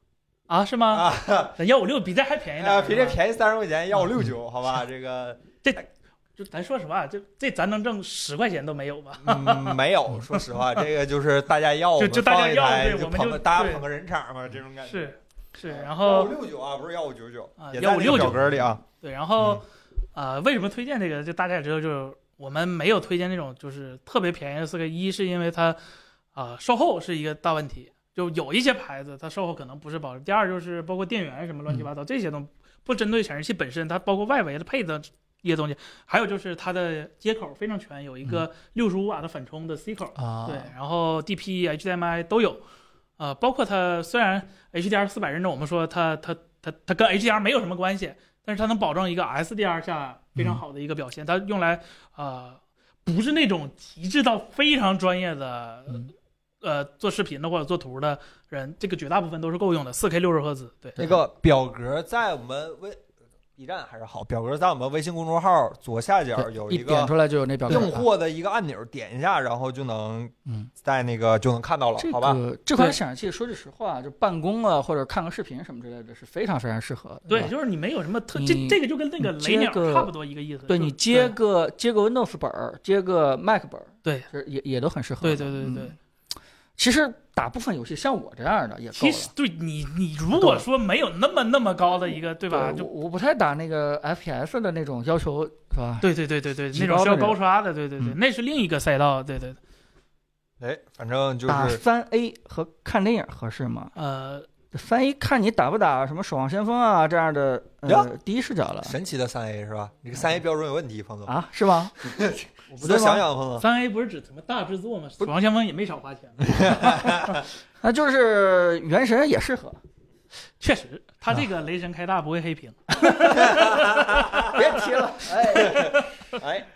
Speaker 2: 啊，是吗？
Speaker 1: 啊，
Speaker 2: 幺五六比这还便宜呢，
Speaker 1: 呃，比这
Speaker 2: 是吧嗯
Speaker 1: 便宜三十块钱，幺五六九，好吧？这个
Speaker 2: 就咱说实话，这这咱能挣十块钱都没有吧？
Speaker 1: 嗯没有，说实话，这个就是大家要，
Speaker 2: 就
Speaker 1: 我们
Speaker 2: 就大家
Speaker 1: 放一
Speaker 2: 要
Speaker 1: 台
Speaker 2: 对我们
Speaker 1: 捧
Speaker 2: 就
Speaker 1: 个大家
Speaker 2: 对
Speaker 1: 捧个人场嘛，这种感觉。啊
Speaker 2: 是是，然
Speaker 1: 幺
Speaker 2: 后
Speaker 1: 五六九啊，不是幺五九九
Speaker 2: 啊，
Speaker 1: 也在那个
Speaker 2: 1569
Speaker 1: 表格里啊。
Speaker 2: 对，然后呃，为什么推荐这个？就大家也知道，就是我们没有推荐那种就是特别便宜的四 K，一是因为它啊、售后是一个大问题，就有一些牌子它售后可能不是保证。第二就是包括电源什么乱七
Speaker 1: 嗯
Speaker 2: 八糟这些东西，不针对显示器本身，它包括外围的配的一些东西，还有就是它的接口非常全，有一
Speaker 1: 嗯
Speaker 2: 个六十五瓦的反充的 C 口，
Speaker 3: 啊，
Speaker 2: 对，然后 DP、HDMI 都有，呃，包括它虽然 HDR 四百认证，我们说它它它它跟 HDR 没有什么关系，但是它能保证一个 SDR 下非
Speaker 3: 嗯
Speaker 2: 常好的一个表现。它用来呃，不是那种极致到非常专业的、
Speaker 3: 嗯
Speaker 2: 呃做视频的或者做图的人，这个绝大部分都是够用的，四 K 六十赫兹，对，
Speaker 1: 那个表格在我们微 B 站还是好，表格在我们微信公众号左下角
Speaker 3: 对
Speaker 1: 有
Speaker 3: 一点
Speaker 1: 个
Speaker 3: 出来就有那表格啊。
Speaker 1: 订货的一个按钮，点一下，然后就能
Speaker 3: 嗯
Speaker 1: 在那个就能看到了，
Speaker 3: 这
Speaker 1: 好吧？
Speaker 3: 个这款
Speaker 2: 对
Speaker 3: 显示器，说句实话，就办公啊，或者看个视频什么之类的，是非常非常适合的。
Speaker 2: 对，
Speaker 3: 吧
Speaker 2: 就是你没有什么特
Speaker 3: 你
Speaker 2: 这这个就跟那个
Speaker 3: 你
Speaker 2: 雷
Speaker 3: 接
Speaker 2: 鸟
Speaker 3: 个
Speaker 2: 差不多一个意思，
Speaker 3: 对
Speaker 2: 就
Speaker 3: 你接个接个 Windows 本儿，接个 Mac 本儿，
Speaker 2: 对
Speaker 3: 这也也都很适合
Speaker 2: 对
Speaker 3: 的。
Speaker 2: 对对对
Speaker 3: 嗯其实打部分游戏像我这样的也够
Speaker 2: 其
Speaker 3: 了。
Speaker 2: 实对你，你如果说没有那么那么高的一个，对吧？
Speaker 3: 我
Speaker 2: 就
Speaker 3: 我不太打那个 FPS 的那种要求，是 吧？
Speaker 2: 对对对对对，
Speaker 3: 极
Speaker 2: 那种
Speaker 3: 高
Speaker 2: 需要
Speaker 3: 的那
Speaker 2: 高
Speaker 3: 种
Speaker 2: 刷的，对对对，
Speaker 3: 嗯
Speaker 2: 那是另一个赛道，对对对。
Speaker 1: 哎，反正就
Speaker 3: 打
Speaker 1: 是
Speaker 3: 三 A 和看电影合适吗？
Speaker 2: 呃，
Speaker 3: 三 A 看你打不打什么《守望先锋》啊这样的
Speaker 1: 呀
Speaker 3: 呃第一视角了
Speaker 1: 神奇的三 A 是吧？你三 A 标准有问题，彭总，
Speaker 3: 啊，是吗？
Speaker 1: 我
Speaker 3: 不
Speaker 1: 多
Speaker 3: 对吗
Speaker 1: 想想，彭总。
Speaker 2: 三 A 不是指什么大制作吗？
Speaker 3: 不
Speaker 2: 死亡先锋也没少花钱，
Speaker 3: 那就是《原神》也适合，
Speaker 2: 确实，他这个雷神开大不会黑屏。
Speaker 3: 别提了，哎，
Speaker 1: 哎，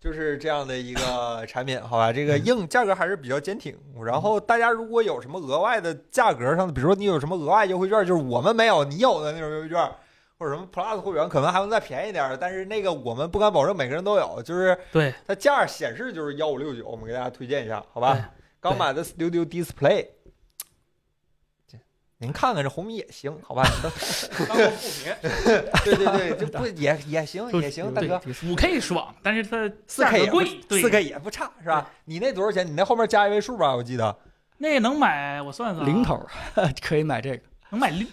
Speaker 1: 就是这样的一个产品，好吧，这
Speaker 2: 嗯
Speaker 1: 个硬价格还是比较坚挺。然后大家如果有什么额外的价格上的，比如说你有什么额外优惠券，就是我们没有，你有的那种优惠券。或者什么 Plus 会员可能还能再便宜点儿，但是那个我们不敢保证每个人都有，就是
Speaker 2: 对，
Speaker 1: 它价儿显示就是幺五六九，我们给大家推荐一下，好吧？
Speaker 2: 对
Speaker 1: 刚买的 Studio Display，这您看看这红米也行，好 吧？
Speaker 4: 当过副评，
Speaker 1: 对对对，就不也也行
Speaker 2: 就
Speaker 1: 也行，大
Speaker 2: 对
Speaker 1: 哥，
Speaker 2: 五 K 爽，但是它
Speaker 1: 四
Speaker 2: 价
Speaker 1: K
Speaker 2: 格
Speaker 1: 也不
Speaker 2: 贵，对，
Speaker 1: 四 K 也不差是吧？你那多少钱？你那后面加一位数吧，我记得。
Speaker 2: 那能买我算算啊
Speaker 3: 零头 可以买这个，
Speaker 2: 能买六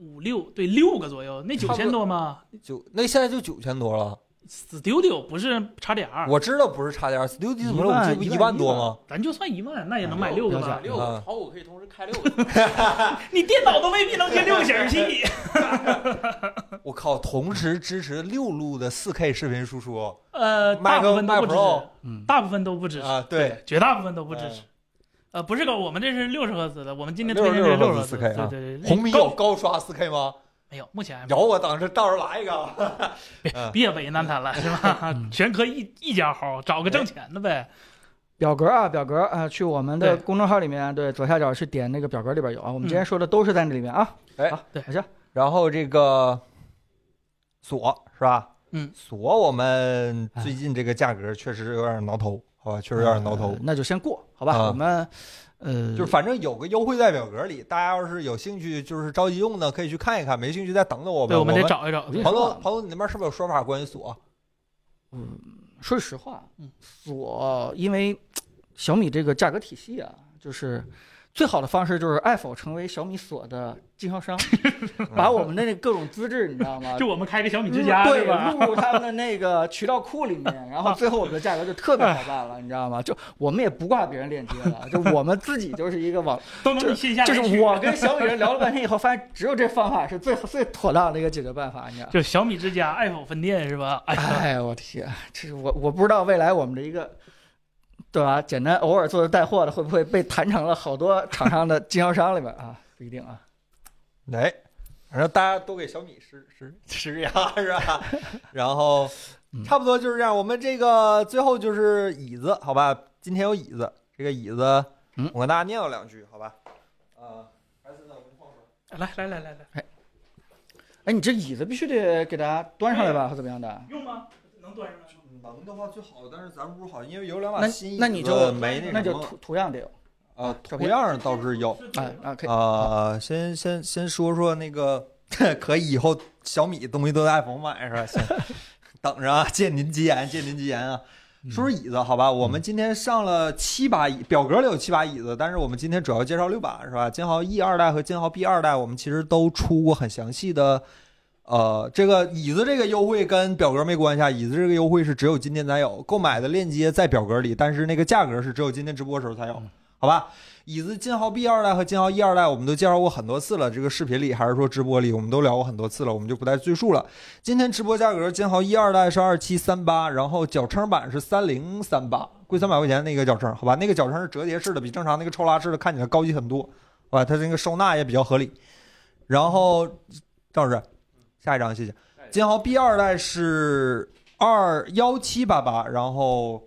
Speaker 2: 五六对六个左右，那
Speaker 1: 差
Speaker 2: 九
Speaker 1: 不多
Speaker 2: 千多吗
Speaker 1: 九，那现在就九千多了。
Speaker 2: ？Studio 不是 x D R，
Speaker 1: 我知道不是差点 s t u d i o 不是我记得不
Speaker 3: 一
Speaker 1: 一
Speaker 3: 万
Speaker 1: 万多吗？
Speaker 2: 咱就算一万，那也 能买
Speaker 4: 啊
Speaker 2: 六个
Speaker 3: 标
Speaker 2: 吧
Speaker 3: 价？
Speaker 4: 六
Speaker 1: 啊
Speaker 4: 个炒股可以同时开六 个，
Speaker 2: 你电脑都未必能接六个显示器。
Speaker 1: 我靠，同时支持六路的四 K 视频输出
Speaker 2: 呃，大
Speaker 1: Mac
Speaker 2: 部分都
Speaker 1: Mac
Speaker 2: 不支
Speaker 1: Pro
Speaker 2: 持，
Speaker 3: 嗯，
Speaker 2: 大部分都不支持，
Speaker 1: 啊，对，
Speaker 2: 绝大部分都不支持
Speaker 1: 嗯。
Speaker 2: 呃，不是个，我们这是六十赫兹的，我们今天
Speaker 1: 66
Speaker 2: 推荐这六
Speaker 1: 赫
Speaker 2: 十
Speaker 1: 兹
Speaker 2: 兹
Speaker 1: 4K 啊
Speaker 2: 对对对，
Speaker 1: 红米有
Speaker 2: 高哎
Speaker 1: 高刷四 K 吗？
Speaker 2: 没有？目前还没有
Speaker 1: 有，我等着到时候来一个。
Speaker 2: 别为难他了，是吧？
Speaker 3: 嗯
Speaker 2: 全科一一家薅，找个挣钱的呗。
Speaker 3: 表格啊，表格啊，去我们的
Speaker 2: 对
Speaker 3: 公众号里面，对，左下角去点那个表格里边有啊，我们
Speaker 2: 嗯
Speaker 3: 今天说的都是在那里面啊。
Speaker 1: 哎
Speaker 3: 好
Speaker 2: 对
Speaker 3: 好像
Speaker 1: 然后这个锁是吧？
Speaker 2: 嗯
Speaker 1: 锁我们最近这个价格确实有点挠头，好吧，确实有点挠头。
Speaker 3: 呃那就先过，好吧？
Speaker 1: 啊
Speaker 3: 我们呃，
Speaker 2: 嗯
Speaker 1: 就是反正有个优惠在表格里，大家要是有兴趣，就是着急用的可以去看一看，没兴趣再等等我们。
Speaker 2: 对，我
Speaker 1: 我
Speaker 2: 们得。找一找。
Speaker 3: 我
Speaker 1: 彭
Speaker 3: 说
Speaker 1: 总，彭总，你那边是不是有说法关于锁？
Speaker 3: 说实话
Speaker 2: 嗯，
Speaker 3: 我因为嘖小米这个价格体系啊，就是最好的方式就是爱否成为小米锁的 经销商，把我们的那各种资质，你知道吗？
Speaker 2: 就我们开个小米
Speaker 1: 嗯
Speaker 2: 之家，
Speaker 3: 对
Speaker 2: 是吧？
Speaker 3: 录入他们的那个渠道库里 面，然后最后我们的价格就特别好办了，你知道吗？就我们也不挂别人链接了，就我们自己就是一个网，
Speaker 2: 都能线下来
Speaker 3: 就
Speaker 2: 取。
Speaker 3: 是我跟小米人聊了半天以后，发现只有这方法是最最妥当的一个解决办法，你知道吗？
Speaker 2: 就小米之家爱否分店是吧？哎呀，
Speaker 3: 哎，我天，这是我我不知道未来我们的一个，对吧？简单偶尔做的带货的，会不会被谈成了好多厂商的经销商里边啊？不一定啊。
Speaker 1: 哎，反正大家都给小米施施施压是吧？ 然后
Speaker 3: 嗯
Speaker 1: 差不多就是这样。我们这个最后就是椅子，好吧？今天有椅子，这个椅子
Speaker 3: 嗯，
Speaker 1: 我跟大家念叨两句，好吧？啊，还是呢，我们放手
Speaker 2: 来来来来来，
Speaker 3: 哎，你这椅子必须得给大家端上来吧，或怎么样的？
Speaker 2: 用吗？能端上来吗？
Speaker 1: 嗯能的话最好，但是咱屋好，因为有两把
Speaker 3: 那
Speaker 1: 新椅子，
Speaker 3: 那你就
Speaker 1: 没那
Speaker 3: 那就
Speaker 1: 什么
Speaker 3: 图图样得有
Speaker 1: 啊，
Speaker 3: 照
Speaker 1: 图
Speaker 3: 片
Speaker 1: 样倒是有。哎
Speaker 3: 啊啊，可以。
Speaker 1: 啊，先先先说说那个， 可以以后小米东西都在 iPhone 买是吧？ 行，等着啊，借您吉言，借您吉言啊。
Speaker 3: 嗯
Speaker 1: 说说椅子，好吧，我们今天上了七把椅，表格里有七把椅子，但是我们今天主要介绍六把，是吧？金豪 E 二代和金豪 B 二代，我们其实都出过很详细的，呃，这个椅子这个优惠跟表格没关系啊，椅子这个优惠是只有今天才有，购买的链接在表格里，但是那个价格是只有今天直播的时候才有
Speaker 3: 嗯，
Speaker 1: 好吧？椅子金豪 B 二代和金豪 E 二代，我们都介绍过很多次了，这个视频里还是说直播里，我们都聊过很多次了，我们就不再赘述了。今天直播价格，金豪 E 二代是二七三八，然后脚撑版是三零三八，贵三百块钱那个脚撑，好吧，那个脚撑是折叠式的，比正常那个抽拉式的看起来高级很多，好吧，它那个收纳也比较合理。然后赵老师，下一张谢谢。金豪 B 二代是二幺七八八，然后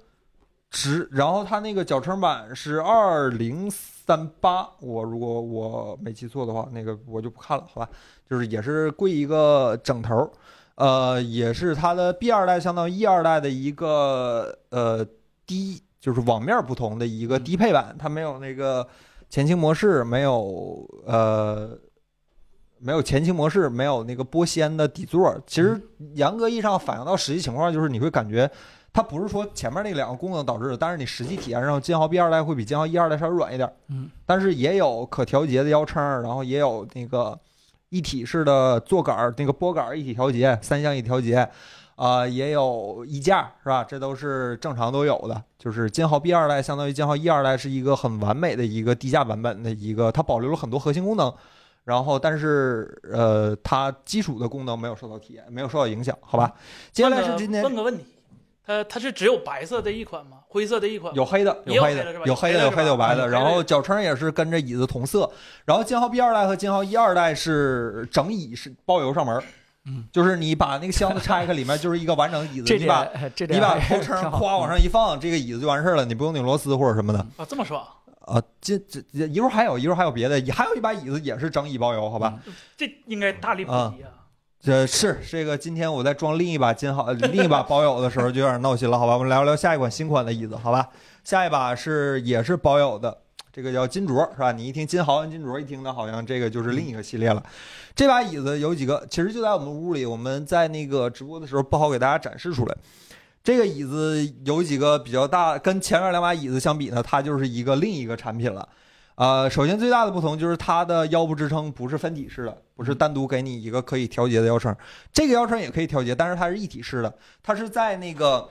Speaker 1: 直，然后它那个脚撑版是二零三八，我如果我没记错的话，那个我就不看了，好吧？就是也是贵一个整头儿，呃，也是它的 B 二代相当于 E 二代的一个呃低，就是网面不同的一个低配版，它没有那个前倾模式，没有呃没有前倾模式，没有那个波掀的底座儿。其实严格意义上反映到实际情况，就是你会感觉它不是说前面那两个功能导致的，但是你实际体验上，金豪 B 二代会比金豪 E 二代稍微软一点，
Speaker 3: 嗯，
Speaker 1: 但是也有可调节的腰撑，然后也有那个一体式的坐杆儿，那个拨杆儿一体调节，三项一体调节，啊、也有衣架是吧？这都是正常都有的。就是金豪 B 二代相当于金豪 E 二代是一个很完美的一个低价版本的一个，它保留了很多核心功能，然后但是呃，它基础的功能没有受到体验，没有受到影响，好吧？接下来是今天
Speaker 2: 问个问题，它它是只有白色的一款吗？灰色的一 款吗？
Speaker 1: 有黑的，
Speaker 2: 也
Speaker 1: 有
Speaker 2: 有
Speaker 1: 黑
Speaker 2: 黑的
Speaker 1: 的
Speaker 2: 是，吧
Speaker 1: 有
Speaker 2: 有
Speaker 1: 黑
Speaker 2: 黑
Speaker 1: 的，
Speaker 2: 的
Speaker 1: 有
Speaker 2: 是
Speaker 1: 黑的，
Speaker 2: 吧啊
Speaker 1: 有白
Speaker 2: 有
Speaker 1: 的。
Speaker 2: 黑
Speaker 1: 然
Speaker 2: 的
Speaker 1: 后脚撑也是跟着椅子同色。然后金豪 B 二代和金豪 E 二代是整椅是包邮上门儿，
Speaker 3: 嗯
Speaker 1: 就是你把那个箱子拆开，里面就是一个完整椅子，
Speaker 3: 这
Speaker 1: 你
Speaker 3: 点
Speaker 1: 把
Speaker 3: 哎这点
Speaker 1: 你把
Speaker 3: 还
Speaker 1: 头
Speaker 3: 是
Speaker 1: 撑
Speaker 3: 挺好
Speaker 1: 夸往上一放，这个椅子就完事儿了，你不用拧螺丝或者什么的。
Speaker 2: 啊，这么爽，
Speaker 3: 嗯
Speaker 1: 啊，这这这一会儿还有一会儿还有别的，还有一把椅子也是整椅包邮，好吧？
Speaker 2: 这应该大力普及啊！
Speaker 1: 这呃是这个，今天我在装另一把金好另一把保友的时候就有点闹心了，好吧？我们聊聊下一款新款的椅子，好吧？下一把是也是保友的，这个叫金镯，是吧？你一听金豪跟金镯，一听呢好像这个就是另一个系列了。这把椅子有几个，其实就在我们屋里，我们在那个直播的时候不好给大家展示出来。这个椅子有几个比较大，跟前面两把椅子相比呢，它就是一个另一个产品了。呃，首先最大的不同就是它的腰部支撑不是分体式的，不是单独给你一个可以调节的腰撑，这个腰撑也可以调节，但是它是一体式的，它是在那个，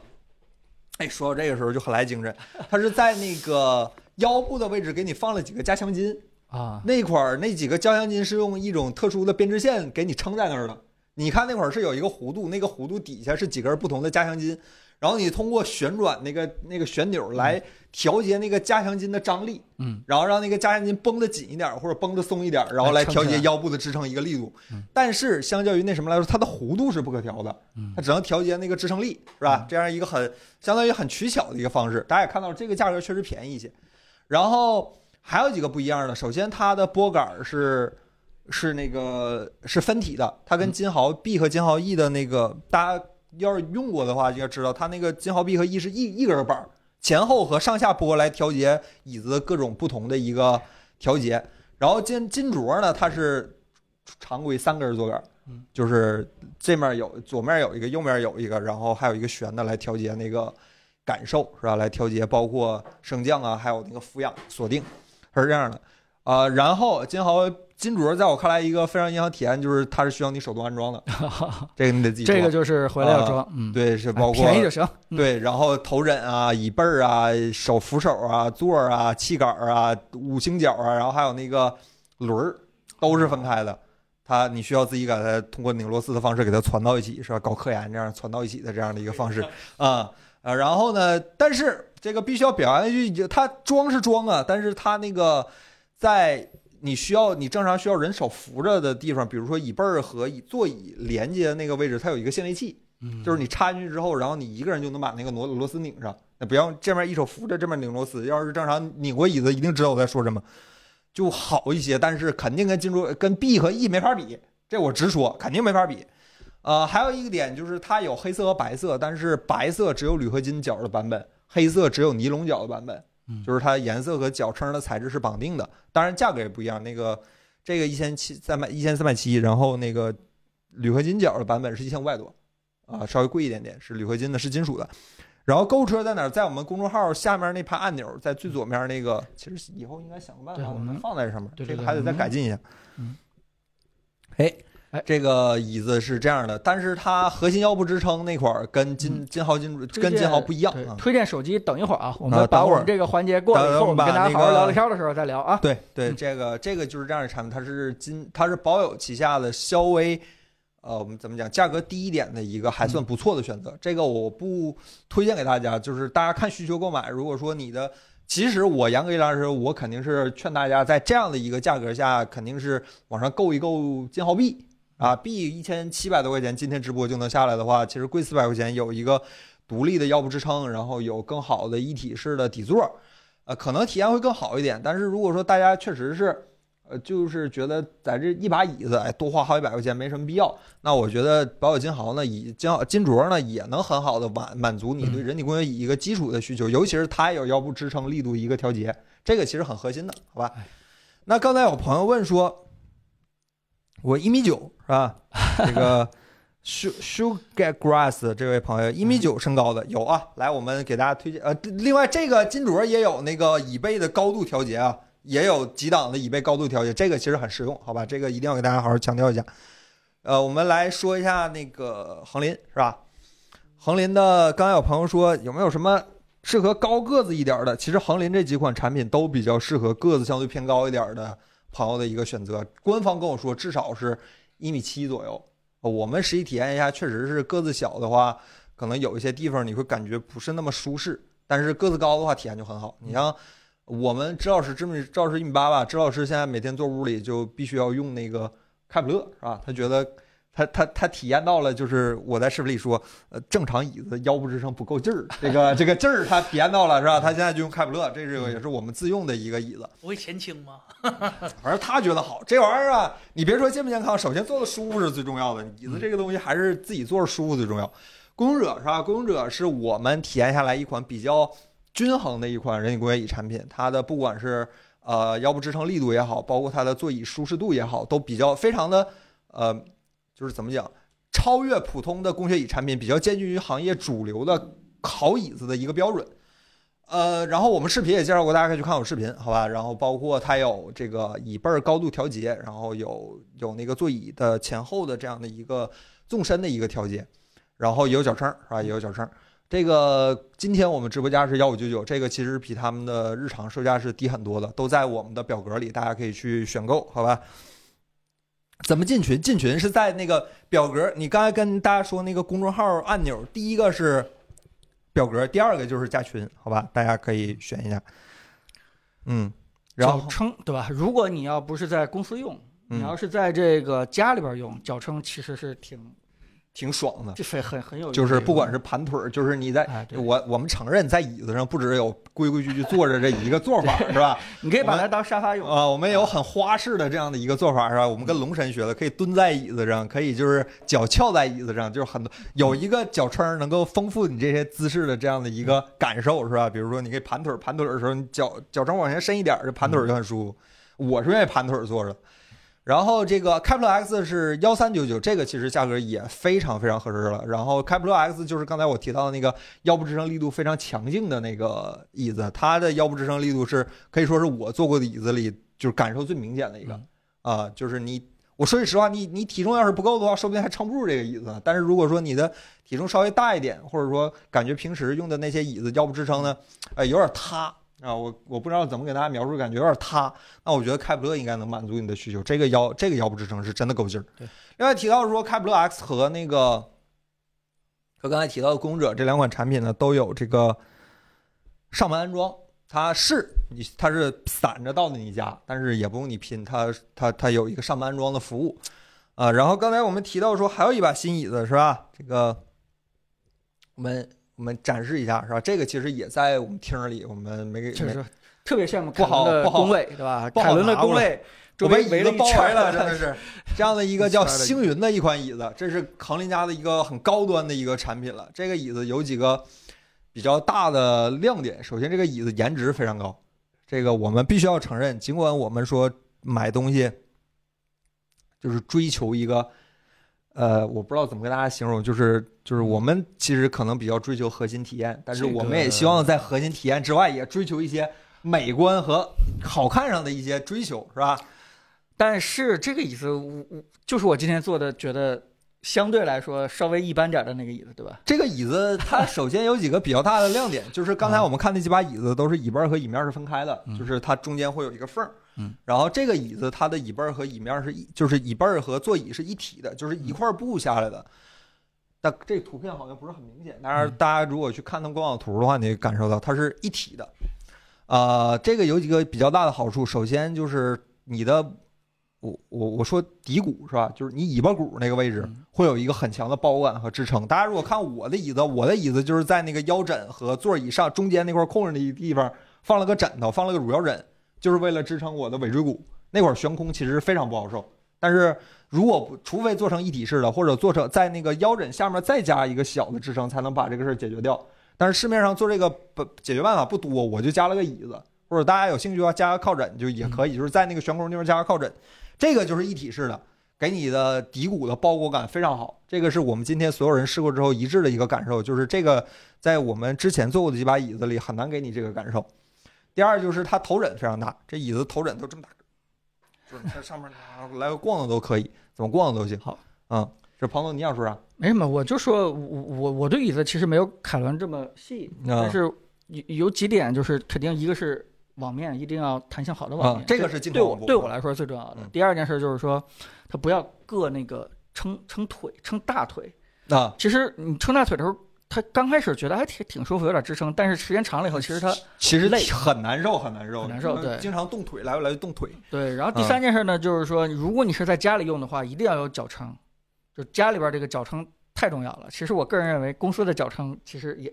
Speaker 1: 哎，说到这个时候就很来精神，它是在那个腰部的位置给你放了几个加强筋，
Speaker 3: 啊，
Speaker 1: 那块儿那几个加强筋是用一种特殊的编织线给你撑在那儿的。你看那会儿是有一个弧度，那个弧度底下是几根不同的加强筋，然后你通过旋转那个那个旋钮来调节那个加强筋的张力，
Speaker 3: 嗯，
Speaker 1: 然后让那个加强筋绷得紧一点儿或者绷得松一点儿，然后来
Speaker 3: 来撑起
Speaker 1: 调
Speaker 3: 来
Speaker 1: 节腰部的支撑一个力度
Speaker 3: 嗯。
Speaker 1: 但是相较于那什么来说，它的弧度是不可调的
Speaker 3: 嗯，
Speaker 1: 它只能调节那个支撑力，是吧？这样一个很相当于很取巧的一个方式。大家也看到这个价格确实便宜一些，然后。还有几个不一样的。首先，它的拨杆儿是是那个是分体的，它
Speaker 3: 嗯
Speaker 1: 跟金豪 B 和金豪 E 的那个，大家要是用过的话，应该知道它那个金豪 B 和 E 是一一根板儿，前后和上下拨来调节椅子各种不同的一个调节。然后金金镯呢，它是常规三根坐杆儿
Speaker 3: 嗯，
Speaker 1: 就是这面有左面有一个，右面有一个，然后还有一个悬的来调节那个感受，是吧？来调节包括升降啊，还有那个俯仰锁定。它是这样的，呃，然后金豪金镯在我看来一个非常影响体验就是它是需要你手动安装 的，这个你得自己装
Speaker 3: 这个就是回来要装，嗯，
Speaker 1: 对是包括
Speaker 3: 便宜就行，嗯
Speaker 1: 对，然后头枕啊、椅背儿啊、手扶手啊、座儿啊、气杆儿啊、五星角啊，然后还有那个轮儿，都是分开的。它你需要自己给它通过拧螺丝的方式给它攒到一起，是吧？搞科研这样攒到一起的这样的一个方式啊、呃，然后呢，但是这个必须要表扬一句，它装是装啊，但是它那个在你需要你正常需要人手扶着的地方，比如说椅背儿和椅座椅连接的那个位置，它有一个限位器。
Speaker 3: 嗯
Speaker 1: 就是你插进去之后，然后你一个人就能把那个螺螺丝拧上，那不要这边一手扶着这边拧螺丝。要是正常拧过椅子，一定知道我在说什么，就好一些。但是肯定跟金镯跟 B 和 E 没法比，这我直说，肯定没法比。呃，还有一个点就是它有黑色和白色，但是白色只有铝合金角的版本，黑色只有尼龙角的版本
Speaker 3: 嗯，
Speaker 1: 就是它颜色和角撑的材质是绑定的，当然价格也不一样。那个这个一千七三百一千三百七，然后那个铝合金角的版本是一千五百多。啊，稍微贵一点点，是铝合金的，是金属的。然后购物车在哪儿？在我们公众号下面那排按钮，在最左面那个，其实以后应该想个办
Speaker 3: 嗯对
Speaker 1: 法
Speaker 3: 我们
Speaker 1: 放在这上面，
Speaker 3: 对
Speaker 1: 这
Speaker 3: 对
Speaker 1: 个
Speaker 3: 对
Speaker 1: 还得再
Speaker 3: 嗯
Speaker 1: 改进一下。
Speaker 3: 嗯，
Speaker 1: 哎
Speaker 3: 哎。
Speaker 1: 这个椅子是这样的，但是它核心腰部支撑那块儿跟金金豪金
Speaker 3: 推
Speaker 1: 跟
Speaker 3: 荐
Speaker 1: 金豪不一样
Speaker 3: 对
Speaker 1: 啊。
Speaker 3: 推荐手机等一会儿啊，我
Speaker 1: 啊
Speaker 3: 们
Speaker 1: 等
Speaker 3: 把
Speaker 1: 会
Speaker 3: 我
Speaker 1: 儿
Speaker 3: 们这个环节过了以
Speaker 1: 等
Speaker 3: 后，我们跟
Speaker 1: 把
Speaker 3: 大
Speaker 1: 那
Speaker 3: 家好好
Speaker 1: 个
Speaker 3: 聊聊天的时候再聊啊。
Speaker 1: 对对，
Speaker 3: 嗯
Speaker 1: 这个这个就是这样的产品，它是金，它是保有旗下的稍微，呃，我们怎么讲，价格低一点的一个还
Speaker 3: 嗯
Speaker 1: 算不错的选择。这个我不推荐给大家，就是大家看需求购买。如果说你的，其实我严格来说，我肯定是劝大家在这样的一个价格下，肯定是往上购一购金豪币
Speaker 3: 嗯
Speaker 1: 啊币一千七百多块钱，今天直播就能下来的话，其实贵四百块钱有一个独立的腰部支撑，然后有更好的一体式的底座。呃，可能体验会更好一点。但是如果说大家确实是，呃，就是觉得在这一把椅子，哎，多花好几百块钱没什么必要，那我觉得保有金豪呢，以金豪金镯呢，也能很好的满满足你对人体工学椅一个基础的需求，尤其是它也有腰部支撑力度一个调节，这个其实很核心的，好吧
Speaker 3: 哎？
Speaker 1: 那刚才有朋友问说，我一米九是吧？这个 Su- Sugargrass 这位朋友，一米九身高的有啊，来我们给大家推荐。呃，另外这个金镯也有那个椅背的高度调节啊，也有几档的椅背高度调节，这个其实很实用，好吧？这个一定要给大家好好强调一下。呃，我们来说一下那个恒林是吧？恒林的刚才有朋友说有没有什么适合高个子一点儿的？其实恒林这几款产品都比较适合个子相对偏高一点儿的朋友的一个选择。官方跟我说至少是一米七左右，我们实际体验一下，确实是个子小的话，可能有一些地方你会感觉不是那么舒适，但是个子高的话体验就很好。你像我们支老师这么赵老师一米八吧，支老师现在每天坐屋里就必须要用那个开普勒，是吧？他觉得他他他体验到了，就是我在视频里说，呃，正常椅子腰部支撑不够劲儿，这个这个劲儿他体验到了，是吧？他现在就用开普勒，这是也是我们自用的一个椅子。
Speaker 2: 不会前倾吗？
Speaker 1: 反正他觉得好，这玩意儿啊，你别说健不健康，首先坐的舒服是最重要的。椅子这个东西还是自己坐着舒服最重要。公用者是吧？公用者是我们体验下来一款比较均衡的一款人体工业椅产品，它的不管是呃腰部支撑力度也好，包括它的座椅舒适度也好，都比较非常的呃，就是怎么讲，超越普通的工学椅产品，比较接近于行业主流的好椅子的一个标准。呃，然后我们视频也介绍过，大家可以去看我视频，好吧？然后包括它有这个椅背儿高度调节，然后有有那个座椅的前后的这样的一个纵深的一个调节，然后也有脚撑儿，是
Speaker 3: 嗯
Speaker 1: 吧？也有脚撑儿。这个今天我们直播价是幺五九九，这个其实比他们的日常售价是低很多的，都在我们的表格里，大家可以去选购，好吧？怎么进群？进群是在那个表格，你刚才跟大家说那个公众号按钮，第一个是表格，第二个就是加群，好吧？大家可以选一下。嗯，然
Speaker 3: 脚
Speaker 1: 后
Speaker 3: 撑对吧？如果你要不是在公司用，你要
Speaker 1: 嗯，
Speaker 3: 是在这个家里边用，脚撑其实是挺
Speaker 1: 挺爽的，
Speaker 3: 这很很很有用的一
Speaker 1: 就
Speaker 3: 个，
Speaker 1: 是不管是盘腿儿，就是你在。
Speaker 3: 哎，对，
Speaker 1: 我我们承认，在椅子上不只有规规矩矩坐着这一个做法， 是吧？
Speaker 3: 你可以
Speaker 1: 我
Speaker 3: 把
Speaker 1: 们
Speaker 3: 它当沙发用。
Speaker 1: 啊，我们也有很花式的这样的一个做法，是吧？我们跟龙神学的，可以蹲在椅子上，可以就是脚翘在椅子上，就是很多有一个脚撑儿能够丰富你这些姿势的这样的一个感受，是吧？比如说你可以盘腿儿，盘腿儿的时候，你脚脚撑往前伸一点儿，这盘腿儿就很舒服。我是愿意盘腿儿坐着的。然后这个开普勒 X 是幺三九九，这个其实价格也非常非常合适了。然后开普勒 X 就是刚才我提到的那个腰部支撑力度非常强劲的那个椅子，它的腰部支撑力度是可以说是我坐过的椅子里就是感受最明显的一个
Speaker 3: 嗯
Speaker 1: 啊、就是你我说句实话，你你体重要是不够的话，说不定还撑不住这个椅子呢。但是如果说你的体重稍微大一点，或者说感觉平时用的那些椅子腰部支撑呢，呃，有点塌。啊，我我不知道怎么给大家描述，感觉有点塌。那我觉得开普勒应该能满足你的需求，这个腰这个腰部支撑是真的够劲儿。
Speaker 3: 对，
Speaker 1: 另外提到说开普勒 X 和那个和刚才提到的公者这两款产品呢，都有这个上门安装，它是你它是散着到的你家，但是也不用你拼，它它它有一个上门安装的服务啊。然后刚才我们提到说还有一把新椅子是吧？这个我们我们展示一下是吧？这个其实也在我们厅里，我们没给
Speaker 3: 确
Speaker 1: 没
Speaker 3: 实特别羡慕
Speaker 1: 不
Speaker 3: 凯
Speaker 1: 好
Speaker 3: 伦的
Speaker 1: 不好
Speaker 3: 工位，对吧？
Speaker 1: 不好
Speaker 3: 凯伦的
Speaker 1: 拿
Speaker 3: 工
Speaker 1: 过来
Speaker 3: 位周
Speaker 1: 我
Speaker 3: 围
Speaker 1: 被椅
Speaker 3: 围了
Speaker 1: 子
Speaker 3: 一
Speaker 1: 包
Speaker 3: 圈
Speaker 1: 围
Speaker 3: 儿
Speaker 1: 了，
Speaker 3: 的
Speaker 1: 真的是 这样的一个叫星云的一款椅子，这是康林家的一个很高端的一个产品了。这个椅子有几个比较大的亮点，首先这个椅子颜值非常高，这个我们必须要承认。尽管我们说买东西就是追求一个，呃，我不知道怎么跟大家形容，就是就是我们其实可能比较追求核心体验，但是
Speaker 3: 这个
Speaker 1: 我们也希望在核心体验之外，也追求一些美观和好看上的一些追求，是吧？
Speaker 3: 但是这个椅子，我我就是我今天坐的，觉得相对来说稍微一般点儿的那个椅子，对吧？
Speaker 1: 这个椅 子它首先有几个比较大的亮点，就是刚才我们看那几把椅子都是椅背儿和椅面儿是分开的，
Speaker 3: 嗯
Speaker 1: 就是它中间会有一个缝儿。
Speaker 3: 嗯，
Speaker 1: 然后这个椅子它的椅背儿和椅面儿是一，就是椅背儿和座椅是一体的，就是
Speaker 3: 嗯
Speaker 1: 一块布下来的。但这个图片好像不是很明显，但是
Speaker 3: 嗯
Speaker 1: 大家如果去看它们官网图的话，你会感受到它是一体的。呃，这个有几个比较大的好处，首先就是你的，我我我说骶骨是吧？就是你尾巴骨那个位置
Speaker 3: 嗯
Speaker 1: 会有一个很强的包感和支撑。大家如果看我的椅子，我的椅子就是在那个腰枕和座椅上中间那块空着的地方放了个枕头，放了个乳腰枕，就是为了支撑我的尾椎骨。那会儿悬空其实非常不好受，但是如果不除非做成一体式的，或者做成在那个腰枕下面再加一个小的支撑，才能把这个事儿解决掉。但是市面上做这个不解决办法不多，我就加了个椅子，或者大家有兴趣的话加个靠枕就也可以，就是在那个悬空地方加个靠枕，这个就是一体式的。给你的底骨的包裹感非常好。这个是我们今天所有人试过之后一致的一个感受，就是这个在我们之前坐过的几把椅子里很难给你这个感受。第二就是它头枕非常大，这椅子头枕都这么大，就是在上面来回逛荡都可以，怎么逛荡都行。
Speaker 3: 好，
Speaker 1: 嗯，这庞总你想说啥？
Speaker 3: 没什么，我就说我我我对椅子其实没有凯伦这么细，
Speaker 1: 啊
Speaker 3: 但是有有几点就是肯定，一个是网面一定要弹性好的网
Speaker 1: 啊
Speaker 3: 面，，
Speaker 1: 这个是镜
Speaker 3: 对
Speaker 1: 头
Speaker 3: 我
Speaker 1: 网布
Speaker 3: 对我来说最重要的
Speaker 1: 嗯。
Speaker 3: 第二件事就是说，它不要硌那个撑撑腿、撑大腿。
Speaker 1: 啊，
Speaker 3: 其实你撑大腿的时候，它刚开始觉得还挺挺舒服，有点支撑，但是时间长了以后，其实它
Speaker 1: 其实
Speaker 3: 累
Speaker 1: 很难受，很难受，
Speaker 3: 很难受对
Speaker 1: 经常动腿，来回来去动腿。
Speaker 3: 对。然后
Speaker 1: 啊
Speaker 3: 第三件事呢，就是说，如果你是在家里用的话，一定要有脚撑，就家里边这个脚撑太重要了。其实我个人认为，公司的脚撑其实也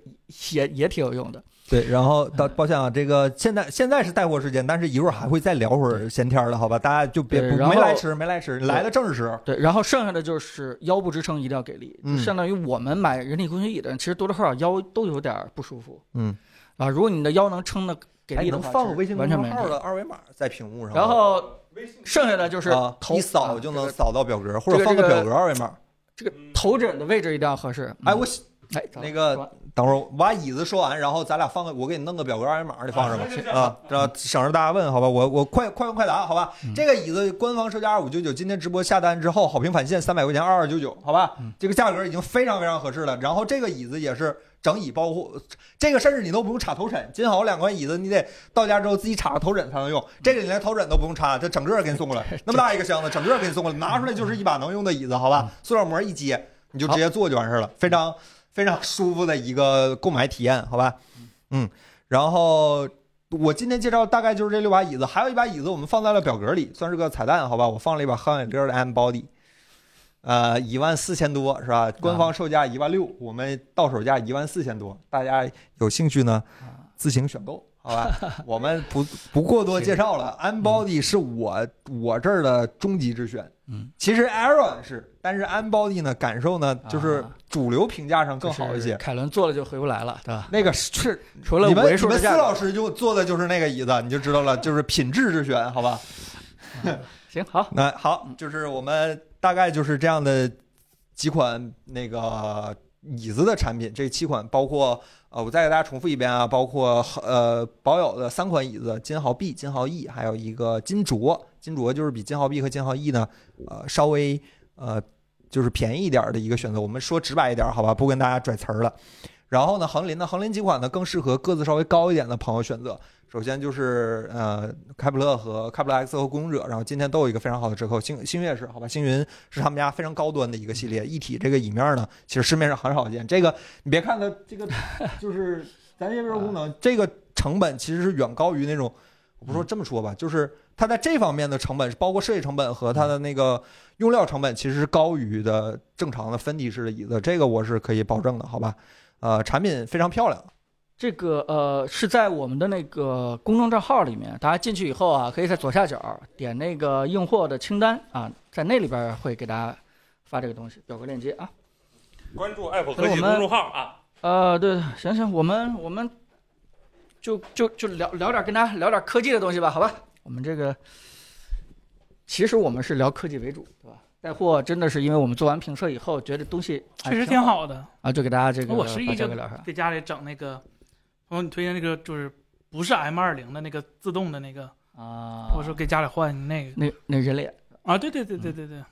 Speaker 3: 也也挺有用的。
Speaker 1: 对，然后
Speaker 3: 嗯
Speaker 1: 到抱歉啊，这个现在现在是带货时间，但是一会儿还会再聊会儿闲天儿的，好吧？大家就别
Speaker 3: 对
Speaker 1: 不
Speaker 3: 然后
Speaker 1: 没来迟，没来迟，来了正是时候。
Speaker 3: 对，然后剩下的就是腰部支撑一定要给力，
Speaker 1: 嗯
Speaker 3: 相当于我们买人体工学椅的人，其实多多少少腰都有点儿不舒服。
Speaker 1: 嗯，
Speaker 3: 啊，如果你的腰能撑的给
Speaker 1: 哎，
Speaker 3: 力的
Speaker 1: 能
Speaker 3: 话，
Speaker 1: 放
Speaker 3: 其
Speaker 1: 个
Speaker 3: 实
Speaker 1: 微信公
Speaker 3: 完全
Speaker 1: 众
Speaker 3: 没
Speaker 1: 号
Speaker 3: 问
Speaker 1: 的
Speaker 3: 题。
Speaker 1: 二维码在屏幕上，
Speaker 3: 然后
Speaker 4: 微信
Speaker 3: 剩下的就是
Speaker 1: 啊，
Speaker 3: 头
Speaker 1: 一扫就能
Speaker 3: 啊
Speaker 1: 扫到表格，或者
Speaker 3: 这个
Speaker 1: 放个
Speaker 3: 这个
Speaker 1: 表格二维码。
Speaker 3: 这个
Speaker 4: 嗯
Speaker 3: 头枕的位置一定要合适。
Speaker 1: 哎，
Speaker 3: 嗯
Speaker 1: 我
Speaker 3: 哎
Speaker 1: 那个
Speaker 3: 说完
Speaker 1: 等会儿我把椅子说完，然后咱俩放个，我给你弄个表格二维码，你放上 吧
Speaker 4: 啊行行，行
Speaker 1: 啊，这样省着大家问，好吧？我我快快问快答，好吧
Speaker 3: 嗯？
Speaker 1: 这个椅子官方售价二五九九，今天直播下单之后好评返现三百块钱，二二九九，好吧
Speaker 3: 嗯？
Speaker 1: 这个价格已经非常非常合适了。然后这个椅子也是整椅包括，这个甚至你都不用插头枕，金豪两款椅子你得到家之后自己插个头枕才能用，这个你连头枕都不用插，这整个给你送过来，那么大一个箱子，整个给你送过来，拿出来就是一把能用的椅子，好吧？塑料膜一接，你就直接坐就完事儿了，非常非常舒服的一个购买体验，好吧？嗯，然后我今天介绍大概就是这六把椅子，还有一把椅子我们放在了表格里，算是个彩蛋，好吧？我放了一把汉伟勒的 M Body。呃，一万四千多是吧？官方售价一万六，我们到手价一万四千多。大家有兴趣呢，
Speaker 3: 啊
Speaker 1: 自行选购，好吧？我们不不过多介绍了。Unbody 是我我这儿的终极之选，
Speaker 3: 嗯，
Speaker 1: 其实 Aaron 是，但是 Unbody 呢，感受呢就是
Speaker 3: 啊
Speaker 1: 主流评价上更好一
Speaker 3: 就是
Speaker 1: 些。
Speaker 3: 凯伦坐了就回不来了，对吧？
Speaker 1: 那个是
Speaker 3: 除了
Speaker 1: 你
Speaker 3: 五
Speaker 1: 们
Speaker 3: 位
Speaker 1: 你
Speaker 3: 数
Speaker 1: 们
Speaker 3: 的
Speaker 1: 司
Speaker 3: 价
Speaker 1: 老
Speaker 3: 格，
Speaker 1: 师就坐的就是那个椅子，你就知道了，就是品质之选，好吧？
Speaker 3: 行好，
Speaker 1: 那好，就是我们大概就是这样的几款那个椅子的产品，这七款包括呃，我再给大家重复一遍啊，包括呃保友的三款椅子，金豪 B、金豪 E，还有一个金卓，金卓就是比金豪 B 和金豪 E 呢，呃稍微呃就是便宜一点儿的一个选择。我们说直白一点儿，好吧，不跟大家拽词儿了。然后呢，恒林呢，恒林几款呢更适合个子稍微高一点的朋友选择。首先就是呃，开普勒和开普勒 X 和孤勇者，然后今天都有一个非常好的折扣。星星月是好吧？星云是他们家非常高端的一个系列，一体这个椅面呢，其实市面上很少见。这个你别看它这个就是咱这边功能，这个成本其实是远高于那种，我不说这么说吧，就是它在这方面的成本，包括设计成本和它的那个用料成本，其实是高于的正常的分体式的椅子，这个我是可以保证的，好吧？呃，产品非常漂亮，
Speaker 3: 这个呃是在我们的那个公众账号里面，大家进去以后啊，可以在左下角点那个硬货的清单啊，在那里边儿会给大家发这个东西表格链接啊。
Speaker 5: 关注爱普科技公众号啊，
Speaker 3: 呃，对，行行，我们我们就就就聊聊点儿跟大家聊点儿科技的东西吧，好吧？我们这个其实我们是聊科技为主，对吧？带货真的是因为我们做完评测以后，觉得东西
Speaker 2: 确实
Speaker 3: 挺
Speaker 2: 挺好的。
Speaker 3: 啊，就给啊大家这个
Speaker 2: 我是一
Speaker 3: 把
Speaker 2: 个
Speaker 3: 价格聊上。
Speaker 2: 给家里整那个，朋友你推荐那个就是不是 M 二零的那个自动的那个，
Speaker 3: 啊，
Speaker 2: 我说给家里换那个
Speaker 3: 那那人脸
Speaker 2: 啊，对对对对对对，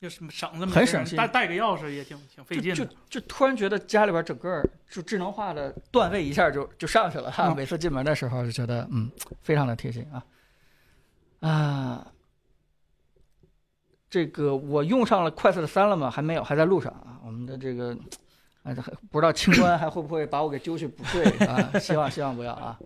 Speaker 2: 就是省这么
Speaker 3: 嗯很省心
Speaker 2: 带带个钥匙也挺挺费
Speaker 3: 就
Speaker 2: 劲
Speaker 3: 就
Speaker 2: 的。
Speaker 3: 就突然觉得家里边整个就智能化的段位一下就就上去了哈、
Speaker 2: 嗯
Speaker 3: 每次进门的时候就觉得嗯非常的贴心啊啊，这个我用上了快速的三了吗？还没有，还在路上啊。我们的这个哎这还不知道清官还会不会把我给揪去补税啊？希望希望不要啊。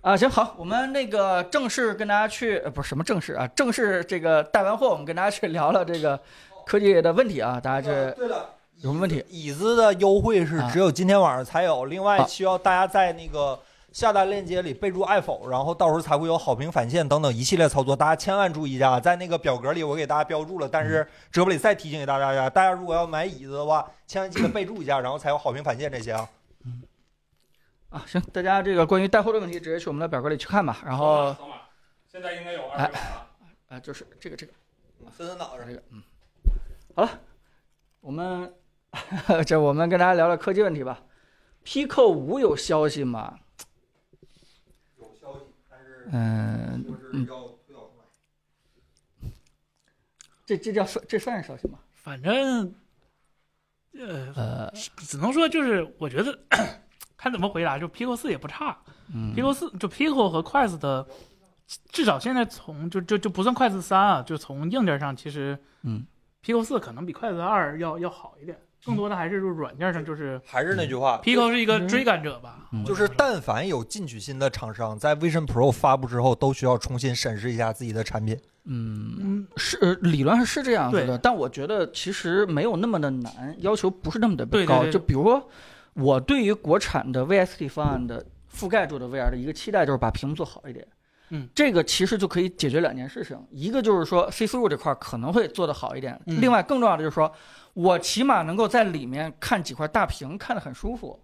Speaker 3: 啊，行好，我们那个正式跟大家去，呃，不是什么正式啊，正式这个带完货，我们跟大家去聊聊这个科技的问题啊，大家这
Speaker 1: 对了。
Speaker 3: 有什么问题？
Speaker 1: 椅子的优惠是只有今天晚上才有，另外
Speaker 3: 啊
Speaker 1: 需要大家在那个下单链接里备注爱否，然后到时候才会有好评返现等等一系列操作，大家千万注意一下，啊在那个表格里我给大家标注了，但
Speaker 3: 嗯
Speaker 1: 是直播里再提醒给大家一下，大家如果要买椅子的话，千万记得备注一下，然后才有好评返现这些啊。
Speaker 3: 啊，行，大家这个关于带货的问题，直接去我们的表格里去看吧。然后，
Speaker 2: 哎
Speaker 5: 扫码，现在应该有二维码了，
Speaker 3: 啊，就是这个这个
Speaker 1: 分分脑上
Speaker 3: 这个，嗯，好了，我们这我们跟大家聊聊科技问题吧。Pico 五有消息吗？
Speaker 1: 有消息，但是
Speaker 3: 嗯，
Speaker 1: 就是要推导出来。
Speaker 3: 这这叫算这算是消息吗？
Speaker 2: 反正，呃，
Speaker 3: 呃，
Speaker 2: 只能说就是我觉得看怎么回答，就 Pico 四也不差
Speaker 3: 嗯
Speaker 2: ，Pico 四就 Pico 和筷子的，至少现在从就就就不算筷子三啊，就从硬件上其实，
Speaker 3: 嗯
Speaker 2: ，Pico 四可能比筷子二要要好一点，更多的还是就是软件上就是
Speaker 1: 还是那句话，
Speaker 2: Pico 是一个追赶者吧，
Speaker 3: 嗯
Speaker 1: 就是但凡有进取心的厂商，在 Vision Pro 发布之后，都需要重新审视一下自己的产品。
Speaker 3: 嗯，
Speaker 2: 嗯，
Speaker 3: 是呃理论上是这样子的，
Speaker 2: 对
Speaker 3: 但我觉得其实没有那么的难，要求不是那么的高。
Speaker 2: 对对对
Speaker 3: 就比如说，我对于国产的 VST 方案的覆盖住的 VR 的一个期待就是把屏幕做好一点。
Speaker 2: 嗯，
Speaker 3: 这个其实就可以解决两件事情，一个就是说 C through 这块儿可能会做得好一点，
Speaker 2: 嗯
Speaker 3: 另外更重要的就是说，我起码能够在里面看几块大屏，看得很舒服。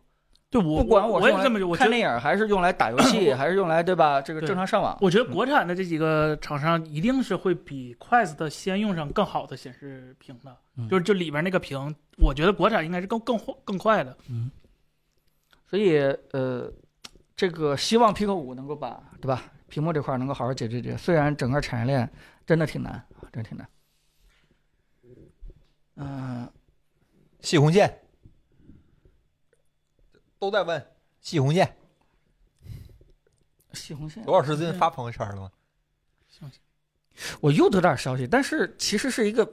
Speaker 2: 对我
Speaker 3: 不管
Speaker 2: 我
Speaker 3: 是
Speaker 2: 也
Speaker 3: 用
Speaker 2: 是这么觉
Speaker 3: 来
Speaker 2: 得，我觉
Speaker 3: 看
Speaker 2: 得
Speaker 3: 电影，还是用来打游 戏，还是用来对吧？这个嗯
Speaker 2: 对
Speaker 3: 正常上网，
Speaker 2: 我觉得国产的这几个厂商一定是会比筷子的先用上更好的显示屏的，
Speaker 3: 嗯
Speaker 2: 就是就里边那个屏，我觉得国产应该是更更更快的。
Speaker 3: 所以呃，这个希望 Pico 五能够把对吧屏幕这块儿能够好好解决解决。虽然整个产业链真的挺难，真的挺难。嗯、
Speaker 1: 细红线都在问细红线，
Speaker 3: 西红柿，
Speaker 1: 罗老师最近发朋友圈了吗？
Speaker 3: 我又得到点消息，但是其实是一个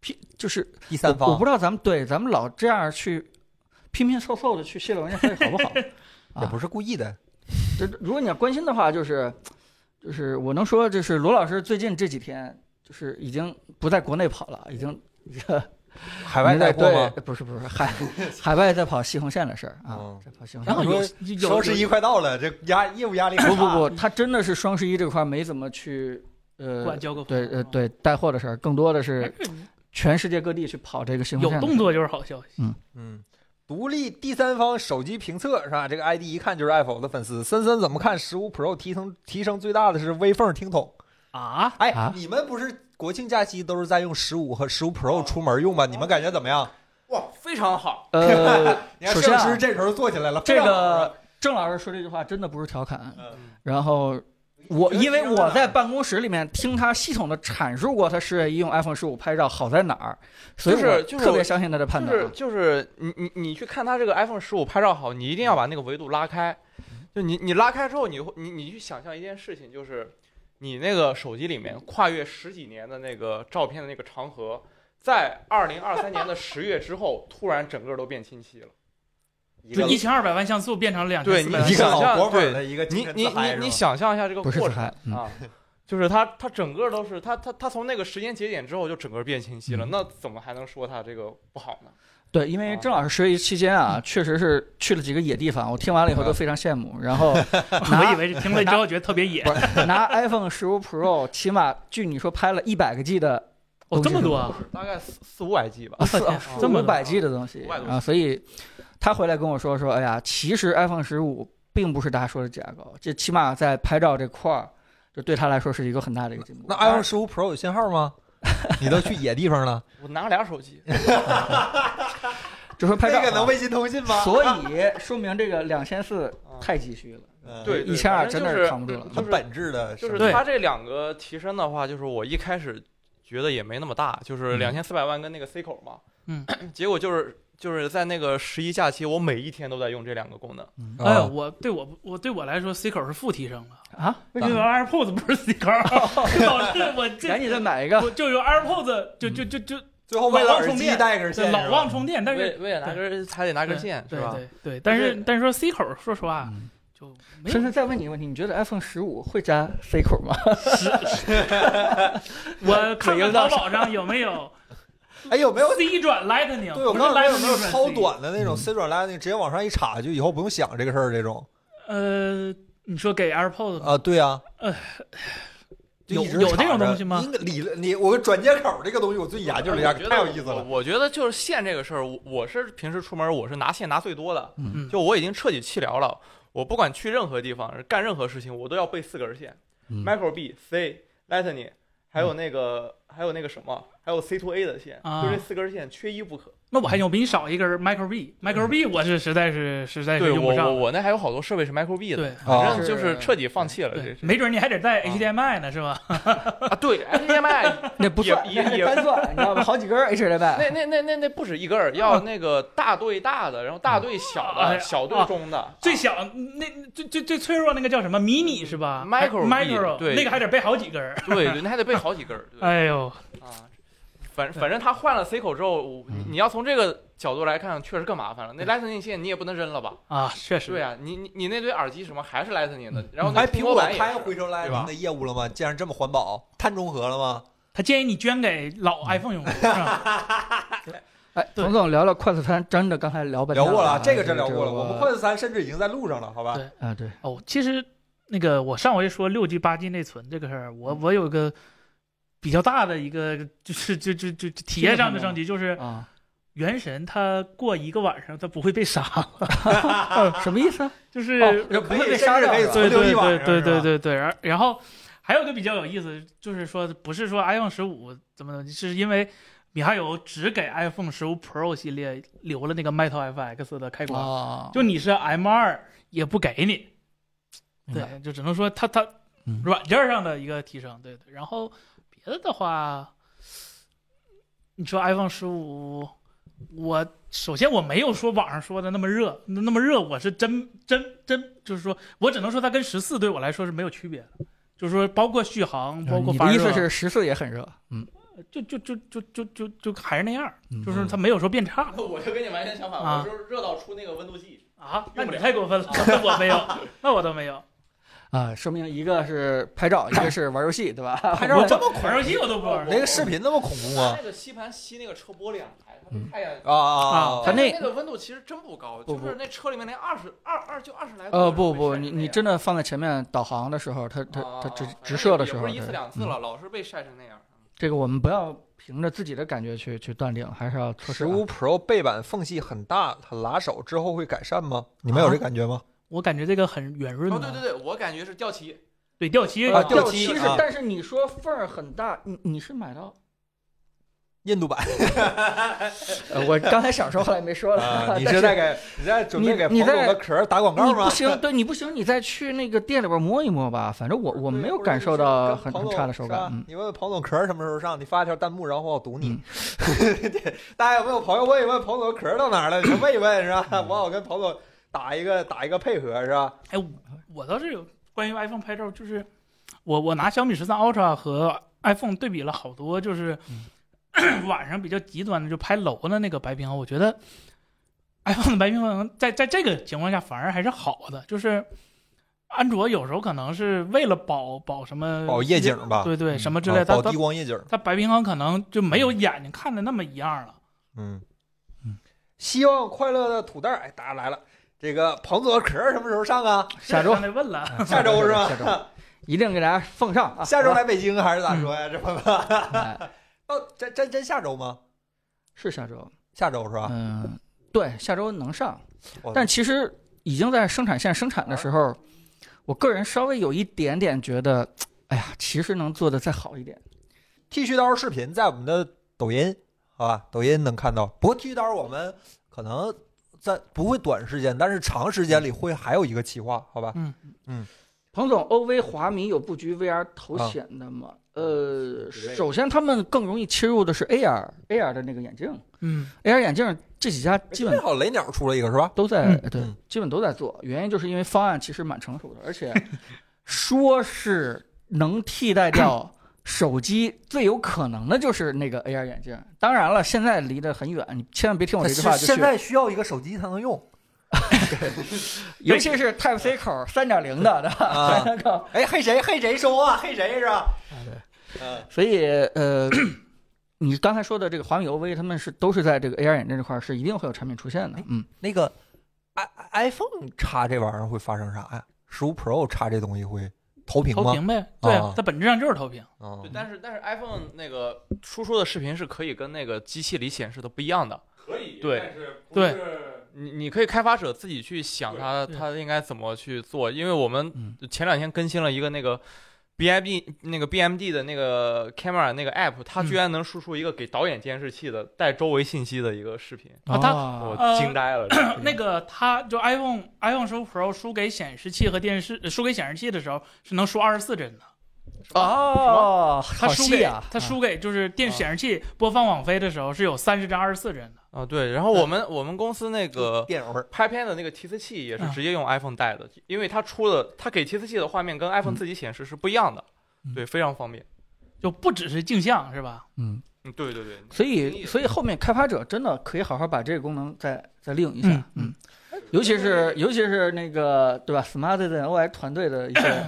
Speaker 3: P，就是
Speaker 1: 第三
Speaker 3: 我我
Speaker 1: 方
Speaker 3: 不知道咱们对咱们老这样去拼拼凑凑的去泄露人家消息好不好？
Speaker 1: 也不是故意的，
Speaker 3: 这如果你要关心的话，就是就是我能说，就是罗老师最近这几天就是已经不在国内跑了，已经
Speaker 1: 海外带货吗？
Speaker 3: 对？不是不是， 海海外在跑西红线的事儿啊
Speaker 1: 嗯，
Speaker 4: 哦
Speaker 3: 在跑西红
Speaker 1: 然后
Speaker 3: 线。
Speaker 1: 有
Speaker 2: 有
Speaker 1: 双十一快到了，这压业务压力很
Speaker 3: 不
Speaker 1: 大
Speaker 3: 不不，他真的是双十一这块没怎么去呃，
Speaker 2: 管交个
Speaker 3: 对呃对带货的事儿，更多的是全世界各地去跑这个西红
Speaker 2: 有
Speaker 3: 线的事儿。
Speaker 2: 动作就是好消息。
Speaker 1: 嗯，独立第三方手机评测是吧？这个 ID 一看就是 Apple 的粉丝。森森怎么看十五 Pro 提升提升最大的是微缝听筒？
Speaker 2: 啊，
Speaker 1: 哎，
Speaker 3: 啊
Speaker 1: 你们不是国庆假期都是在用十五和十五 Pro 出门用吗？你们感觉怎么样？
Speaker 4: 哇，非常好，
Speaker 3: 呃，
Speaker 1: 你看
Speaker 3: 首
Speaker 1: 摄
Speaker 3: 先
Speaker 1: 影
Speaker 3: 啊
Speaker 1: 师这时候坐起来了，
Speaker 3: 这
Speaker 1: 非常好
Speaker 3: 个郑老师说这句话真的不是调侃，
Speaker 1: 嗯
Speaker 3: 然后我因为我在办公室里面听他系统的阐述过他十月一用 iPhone 十五拍照好在哪儿，所以
Speaker 4: 就是
Speaker 3: 我
Speaker 4: 就是
Speaker 3: 特别相信他的判
Speaker 4: 就
Speaker 3: 断
Speaker 4: 是
Speaker 3: 啊。
Speaker 4: 就是你你你去看它这个 iPhone 十五拍照好，你一
Speaker 3: 嗯
Speaker 4: 定要把那个维度拉开，就你你拉开之后，你会你你去想象一件事情，就是你那个手机里面跨越十几年的那个照片的那个长河，在二零二三年的十月之后，突然整个都变清晰了。
Speaker 1: 一
Speaker 2: 就一千二百万像素变成两千
Speaker 4: 对
Speaker 2: 四
Speaker 4: 你
Speaker 2: 百
Speaker 4: 你
Speaker 2: 万
Speaker 1: 一个
Speaker 2: 像
Speaker 4: 想
Speaker 1: 老
Speaker 4: 象
Speaker 1: 果粉
Speaker 4: 对
Speaker 1: 的一个
Speaker 4: 你
Speaker 1: 精神
Speaker 4: 你
Speaker 1: 自嗨
Speaker 4: 你你
Speaker 1: 是吧
Speaker 4: 想象一下这个
Speaker 3: 不是
Speaker 4: 过
Speaker 3: 自
Speaker 4: 程
Speaker 3: 嗨嗯
Speaker 4: 啊，就是它它整个都是它它它从那个时间节点之后就整个变清晰了，
Speaker 3: 嗯
Speaker 4: 那怎么还能说它这个不好呢？
Speaker 3: 对，因为
Speaker 4: 啊
Speaker 3: 郑老师十月一期间啊，确实是去了几个野地方，我听完了以后都非常羡慕。然后
Speaker 2: 素，我以为是听了之后觉得特别野。
Speaker 3: 拿 iPhone 十五 Pro，起码据你说拍了一百个 G 的
Speaker 2: 哦，这么多啊！
Speaker 4: 大概四四五百 G 吧。
Speaker 3: 啊，四
Speaker 2: 天这么
Speaker 3: 五
Speaker 2: 多
Speaker 3: 百 G 的东西
Speaker 4: 500多
Speaker 3: 啊，所以他回来跟我说说，哎呀，其实 iPhone 十五并不是大家说的价高，这起码在拍照这块儿，就对他来说是一个很大的一个进步。
Speaker 1: 那哎 iPhone 十五 Pro 有信号 吗？你都去野地方了，
Speaker 4: 我拿俩手机，
Speaker 3: 就说拍照啊、
Speaker 1: 这个能微信通信吗？
Speaker 3: 所以说明这个两千四太急需了。
Speaker 1: 嗯
Speaker 4: 对
Speaker 3: 一千二
Speaker 4: 反正
Speaker 3: 真的
Speaker 4: 就是
Speaker 3: 是扛不住了
Speaker 4: 就
Speaker 1: 很
Speaker 4: 是
Speaker 1: 本质的，
Speaker 4: 就
Speaker 1: 吧
Speaker 4: 是
Speaker 2: 对
Speaker 4: 它这两个提升的话，就是我一开始觉得也没那么大，就是
Speaker 3: 嗯
Speaker 4: 两千四百万跟那个 C 口嘛，
Speaker 2: 嗯，
Speaker 4: 结果就是就是在那个十一假期，我每一天都在用这两个功能，
Speaker 1: 哦
Speaker 2: 哎呀，我对我我对我来说，C 口是负提升了，
Speaker 3: 啊，
Speaker 2: 因为 AirPods 不是 C 口， 导致我
Speaker 3: 赶紧
Speaker 2: 这
Speaker 3: 再买一个。
Speaker 2: 我就有 AirPods 就就就就
Speaker 1: 最后为了耳机带根
Speaker 2: 就
Speaker 1: 线，
Speaker 2: 老忘充电，但是
Speaker 4: 为为了拿根还得拿根线是
Speaker 2: 对
Speaker 4: 吧？
Speaker 2: 对对，但是
Speaker 4: 是
Speaker 2: 但是说 C 口，说实话
Speaker 3: 嗯
Speaker 2: 就没有
Speaker 3: 深深再问你一个问题，你觉得 iPhone 十五会加 C 口吗？
Speaker 2: 我看
Speaker 3: 没有
Speaker 2: 看
Speaker 3: 到
Speaker 2: 淘宝上有没有
Speaker 1: 是吧哎，有没有
Speaker 2: C 转 Lightning，
Speaker 1: 对，我
Speaker 2: 不
Speaker 1: 刚
Speaker 2: 是
Speaker 1: 才有
Speaker 2: Lightning
Speaker 1: 没有
Speaker 2: 转
Speaker 1: 超
Speaker 2: C
Speaker 1: 短的那种 C 转 Lightning，直接往上一插就以后不用想这个事儿这种
Speaker 2: 呃，你说给 AirPods 吗
Speaker 1: 啊？对啊
Speaker 2: 呃，
Speaker 1: 就一直
Speaker 2: 有有
Speaker 1: 插
Speaker 2: 这种
Speaker 1: 着
Speaker 2: 东西吗
Speaker 1: 应该理论你我转接口这个东西，我最近研究了一下，
Speaker 4: 我觉得
Speaker 1: 太有意思
Speaker 4: 我
Speaker 1: 了。
Speaker 4: 我觉得就是线这个事儿，我我是平时出门我是拿线拿最多的，
Speaker 2: 嗯
Speaker 4: 就我已经彻底弃疗了。我不管去任何地方干任何事情，我都要备四根线
Speaker 3: 嗯
Speaker 4: ：micro B、C、Lightning、还有那个还有那个什么，还有 C to A 的线，
Speaker 2: 啊
Speaker 4: 就这四根线缺一不可。
Speaker 2: 那我还牛比你少一根 micro B，micro B 我是实在是实在是
Speaker 4: 对
Speaker 2: 用
Speaker 4: 我
Speaker 2: 不
Speaker 4: 我
Speaker 2: 上了。
Speaker 4: 我那还有好多设备是 micro B 的，
Speaker 2: 对
Speaker 4: 反
Speaker 1: 啊
Speaker 4: 正就是
Speaker 3: 是
Speaker 4: 彻底放弃了这
Speaker 2: 对，
Speaker 4: 是
Speaker 2: 没准你还得带
Speaker 4: 啊
Speaker 2: HDMI 呢，是吧？
Speaker 4: 啊， 对 HDMI
Speaker 3: 那不
Speaker 4: 也
Speaker 3: 算，
Speaker 4: 也
Speaker 3: 那
Speaker 4: 也
Speaker 3: 单算，你知道吗？好几根 H 来
Speaker 4: 那
Speaker 3: 拜，
Speaker 4: 那那那那不止一根儿，要那个大对大的，然后大对小
Speaker 2: 啊哎
Speaker 4: 的，小对
Speaker 2: 啊
Speaker 4: 中的，
Speaker 2: 最小那最最最脆弱那个叫什么迷你是吧
Speaker 4: Micro B，
Speaker 2: micro
Speaker 4: 对
Speaker 2: 那个还得备好几根儿。
Speaker 4: 对对，你还得备好几根儿。对
Speaker 2: 哎呦，
Speaker 4: 啊，反反正他换了 C 口之后，我你
Speaker 3: 嗯
Speaker 4: 你要从这个角度来看，确实更麻烦了。那 Lightning 线你也不能扔了吧？
Speaker 2: 啊，确实
Speaker 4: 对啊，你你你那堆耳机什么还是 Lightning
Speaker 3: 嗯
Speaker 4: 的，然后那
Speaker 1: 哎，
Speaker 4: 个
Speaker 1: 苹
Speaker 4: 苹
Speaker 1: 果
Speaker 4: 板也
Speaker 1: 开
Speaker 4: 是。
Speaker 1: 回收来
Speaker 2: 对吧
Speaker 1: 的业务了吗？既然这么环保，碳中和了吗？
Speaker 2: 他建议你捐给
Speaker 4: 嗯
Speaker 2: 老 iPhone 用户，是 吧？
Speaker 3: 哎，
Speaker 2: 对
Speaker 3: 冯总聊聊快速餐，真的刚才聊半
Speaker 1: 聊
Speaker 3: 天
Speaker 1: 过了
Speaker 3: 了
Speaker 1: 啊，
Speaker 3: 啊，
Speaker 1: 这个真聊过了。
Speaker 3: 这
Speaker 1: 我们快速三甚至已经在路上了，好吧
Speaker 2: 对？
Speaker 3: 啊，对，
Speaker 2: 哦，其实那个我上回说六 G 八 G 内存这个事儿，
Speaker 4: 嗯
Speaker 2: 我我有个比较大的一个就是就就就就体验上的升级，就是
Speaker 3: 啊，
Speaker 2: 原神它过一个晚上它不会被杀 了，
Speaker 3: 什么意思啊？
Speaker 2: 就是
Speaker 3: 哦
Speaker 1: 就
Speaker 3: 不
Speaker 1: 可
Speaker 3: 会
Speaker 1: 以
Speaker 3: 被杀
Speaker 1: 甚至
Speaker 3: 掉
Speaker 1: 可以
Speaker 3: 是吧
Speaker 1: 存
Speaker 2: 对
Speaker 1: 留
Speaker 2: 对
Speaker 1: 一晚
Speaker 2: 对
Speaker 1: 上，
Speaker 2: 对
Speaker 1: 是
Speaker 2: 对
Speaker 1: 吧
Speaker 2: 对对，然然后还有一个比较有意思，就是说不是说 iPhone 十五怎么怎么，是因为米哈游只给 iPhone 十五 Pro 系列留了那个 Metal FX 的开关，
Speaker 3: 哦
Speaker 2: 啊就你是 M 二也不给你，
Speaker 3: 明
Speaker 2: 对，就只能说它它
Speaker 3: 嗯
Speaker 2: 软件上的一个提升，对对。然后别的的话，你说 iPhone 十五，我首先我没有说网上说的那么热，那那么热，我是真真真，就是说我只能说它跟十四对我来说是没有区别的，就是说包括续航，包括
Speaker 3: 嗯你
Speaker 2: 发
Speaker 3: 的
Speaker 2: 热，啊
Speaker 3: 意思是十四也很热，嗯，
Speaker 2: 就就就就就就就还是那样儿，
Speaker 3: 嗯
Speaker 2: 就是它没有说变差
Speaker 4: 我就跟你完全相反，
Speaker 2: 啊
Speaker 4: 我就是热到出那个温度计。
Speaker 2: 啊。那
Speaker 4: 用不
Speaker 2: 你
Speaker 4: 了
Speaker 2: 太过分了， 那我没有，那我都没有，
Speaker 3: 啊，说明一个是拍照，一个是玩游戏，对吧？
Speaker 1: 拍照这么恐
Speaker 2: 玩游戏我都不玩儿。
Speaker 1: 那个视频那么恐怖吗？
Speaker 4: 那个吸盘吸那个车玻璃啊，哎它那太阳。
Speaker 1: 啊啊
Speaker 2: 啊
Speaker 1: 啊！
Speaker 3: 嗯它那
Speaker 4: 那个温度其实真不高，
Speaker 3: 不
Speaker 4: 就
Speaker 3: 不
Speaker 4: 是那车里面连二十二二就二十来度。
Speaker 3: 呃，不不，你你真
Speaker 4: 的
Speaker 3: 的放在前面导航的时候，它它它直直射的时候，
Speaker 4: 啊也不是一次
Speaker 3: 对
Speaker 4: 两次
Speaker 3: 嗯
Speaker 4: 了，老是被晒成那样。
Speaker 3: 这个我们不要凭着自己的感觉去去断定，还是要测试
Speaker 1: 十
Speaker 3: 啊。
Speaker 1: 五 Pro 背板缝隙很大，很拉手，之后会改善吗？你
Speaker 3: 啊
Speaker 1: 们有这感觉吗？
Speaker 2: 我感觉这个很圆润
Speaker 4: 哦，
Speaker 2: 啊，
Speaker 4: 对对对，我感觉是掉漆。
Speaker 2: 对掉漆
Speaker 1: 啊
Speaker 3: 掉
Speaker 1: 掉漆
Speaker 3: 是
Speaker 1: 啊，
Speaker 3: 但是你说缝儿很大，你你是买到？
Speaker 1: 印度版
Speaker 3: 呃，我刚才想说，后来没说
Speaker 1: 啊，
Speaker 3: 了。
Speaker 1: 你
Speaker 3: 但
Speaker 1: 是在给你在准备
Speaker 3: 你
Speaker 1: 给
Speaker 3: 你
Speaker 1: 彭总
Speaker 3: 在
Speaker 1: 的壳儿打广告
Speaker 3: 你不
Speaker 1: 吗？
Speaker 3: 行，对你不行，你再去那个店里边摸一摸吧。反正我我没有感受到很很差的手感。嗯，
Speaker 1: 你问问彭总壳儿什么时候上？你发一条弹幕，然后我堵你
Speaker 3: 嗯。
Speaker 1: 大家有没有朋友问一问彭总壳儿到哪儿了？你就问一问是
Speaker 3: 嗯
Speaker 1: 吧？我好跟彭总打一个打一个配合是吧？
Speaker 2: 哎，我我倒是有关于 iPhone 拍照，就是我我拿小米十三 Ultra 和 iPhone 对比了好多，就是、 晚上比较极端的就拍楼的那个白平啊衡，我觉得 iPhone 的白平衡在在这个情况下反而还是好的，就是安卓有时候可能是为了保保什么
Speaker 1: 保夜景吧
Speaker 2: 对对，
Speaker 3: 嗯
Speaker 2: 什么之类
Speaker 1: 啊
Speaker 2: 的，它
Speaker 1: 保
Speaker 2: 它
Speaker 1: 低光夜景。
Speaker 2: 它白平衡可能就没有眼睛看的那么一样了。
Speaker 1: 嗯
Speaker 3: 嗯，
Speaker 1: 希望快乐的土豆儿，哎，大家来了。这个彭总壳儿什么时候上啊？
Speaker 3: 下周
Speaker 2: 刚才问了，
Speaker 1: 下周是吧
Speaker 3: 下周一定给大家奉上啊！
Speaker 1: 下周来北京还是咋说呀？这朋友，
Speaker 3: 哎
Speaker 1: 哦，真真真下周吗？
Speaker 3: 是下周，
Speaker 1: 下周是吧？
Speaker 3: 嗯，对，下周能上
Speaker 1: 我，
Speaker 3: 但其实已经在生产线生产的时候，我个人稍微有一点点觉得，哎呀，其实能做的再好一点。
Speaker 1: 剃须刀视频在我们的抖音，好吧，抖音能看到。不过剃须刀我们可能在不会短时间，但是长时间里会还有一个企划，好吧？
Speaker 3: 彭总，OV 华米有布局 VR 头
Speaker 1: 啊
Speaker 3: 显的吗？呃，首先他们更容易切入的是 AR，AR 的那个眼镜
Speaker 2: 嗯，
Speaker 3: ，AR 眼镜这几家基本
Speaker 1: 正好雷鸟出了一个是吧？
Speaker 3: 都在、
Speaker 2: 嗯
Speaker 3: 对
Speaker 1: 嗯，
Speaker 3: 基本都在做。原因就是因为方案其实蛮成熟的，而且说是能替代掉 手机，最有可能的就是那个 AR 眼镜。当然了，现在离得很远，你千万别听我这句话
Speaker 1: 它
Speaker 3: 就
Speaker 1: 哦现
Speaker 3: 去，
Speaker 1: 在需要一个手机才能用
Speaker 3: 尤其是 Type C
Speaker 1: 嗯
Speaker 3: 口三点零的，对 吧？
Speaker 1: 啊！
Speaker 3: 那个
Speaker 1: 哎，嘿谁嘿谁说话，嘿谁是吧？嗯，
Speaker 3: 所以呃， 你刚才说的这个华米 OV，他们是都是在这个 AR 眼镜这块儿是一定会有产品出现的。嗯，
Speaker 1: 那个 i iPhone 插这玩意儿会发生啥呀？十五 Pro 插这东西会投屏
Speaker 2: 投
Speaker 1: 吗？
Speaker 2: 屏呗，对啊
Speaker 3: 哦
Speaker 1: 啊，
Speaker 2: 它本质上就是投屏。
Speaker 1: 嗯
Speaker 4: 对，但是但是 iPhone 那个输出的视频是可以跟那个机器里显示的不一样的。
Speaker 5: 可以，
Speaker 4: 对
Speaker 5: 但是不
Speaker 2: 对
Speaker 5: 是
Speaker 4: 你你可以开发者自己去想
Speaker 5: 对
Speaker 4: 它
Speaker 2: 对
Speaker 4: 它应该怎么去做，因为我们
Speaker 3: 嗯
Speaker 4: 前两天更新了一个那个 B I B 那个 B M D 的那个 camera 那个 app，它
Speaker 2: 嗯
Speaker 4: 居然能输出一个给导演监视器的带周围信息的一个视频，
Speaker 1: 哎
Speaker 2: 啊它
Speaker 4: 我
Speaker 2: 呃
Speaker 4: 惊呆了。这个
Speaker 2: 那个它就 iPhone iPhone 十五 Pro 输给显示器和电视呃输给显示器的时候是能输二十四帧的，
Speaker 3: 哦，
Speaker 2: 它
Speaker 3: 好
Speaker 2: 输
Speaker 3: 细
Speaker 2: 给
Speaker 3: 啊，
Speaker 2: 它输给就是电
Speaker 4: 啊
Speaker 2: 显示器播放网飞的时候是有三十帧二十四帧的。
Speaker 4: 啊，对，然后我们我们公司那个
Speaker 1: 电影味儿，
Speaker 4: 拍片的那个提示器也是
Speaker 2: 啊
Speaker 3: 嗯
Speaker 4: 直接用 iPhone 带的，因为它出的它给提示器的画面跟
Speaker 3: 嗯
Speaker 4: iPhone 自己显示是不一样的，
Speaker 3: 嗯
Speaker 4: 对，非常方便。
Speaker 2: 就不只是镜像是吧？
Speaker 3: 嗯，
Speaker 4: 嗯，对对对。
Speaker 3: 所以所以后面开发者真的可以好好把这个功能再再利用一下，
Speaker 2: 嗯嗯
Speaker 3: 尤其是尤其是那个对吧，Smart 的 OS 团队的一些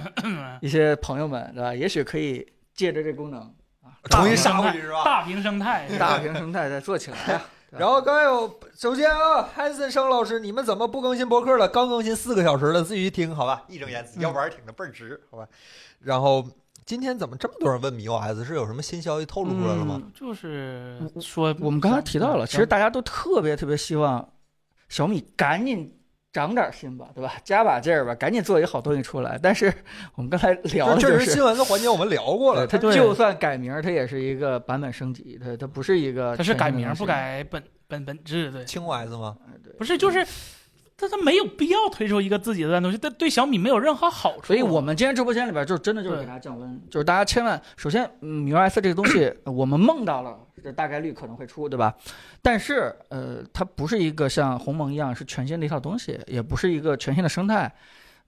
Speaker 3: 一些朋友们对吧，也许可以借着这功能啊，
Speaker 1: 重新
Speaker 2: 大
Speaker 1: 杀回去是吧？
Speaker 2: 大屏生态是吧
Speaker 3: 大屏生态再做起 来啊。对吧
Speaker 1: 然后刚才有，首先啊，汉森生老师，你们怎么不更新博客了？刚更新四个小时了，自己去听好吧，义正言辞，
Speaker 2: 嗯
Speaker 1: 要不然挺的倍儿值，好吧。然后今天怎么这么多人问 MIUI 是有什么新消息透露出来了吗？
Speaker 2: 就是说
Speaker 3: 嗯我们刚才提到了，其实大家都特别特别希望小米赶紧长点心吧，对吧？加把劲儿吧，赶紧做一个好东西出来。但是我们刚才聊的
Speaker 1: 这
Speaker 3: 就
Speaker 1: 这
Speaker 3: 是
Speaker 1: 是嗯新闻的环节，我们聊过了
Speaker 3: 对，。它
Speaker 2: 对
Speaker 3: 就算改名儿，它也是一个版本升级，它它不是一个
Speaker 2: 它是改名
Speaker 3: 全
Speaker 2: 儿
Speaker 3: 新
Speaker 2: 不
Speaker 3: 的东西。
Speaker 2: 改本本本质，对，
Speaker 1: 轻 OS 吗？
Speaker 2: 不是就是。它它没有必要推出一个自己的东西，但对小米没有任何好处。啊
Speaker 3: 所以我们今天直播间里边儿就真的就是给
Speaker 2: 对
Speaker 3: 大家降温，就是大家千万首先，嗯，MIUI 4这个东西我们梦到了，这大概率可能会出，对吧？但是呃，它不是一个像鸿蒙一样是全新的一套东西，也不是一个全新的生态，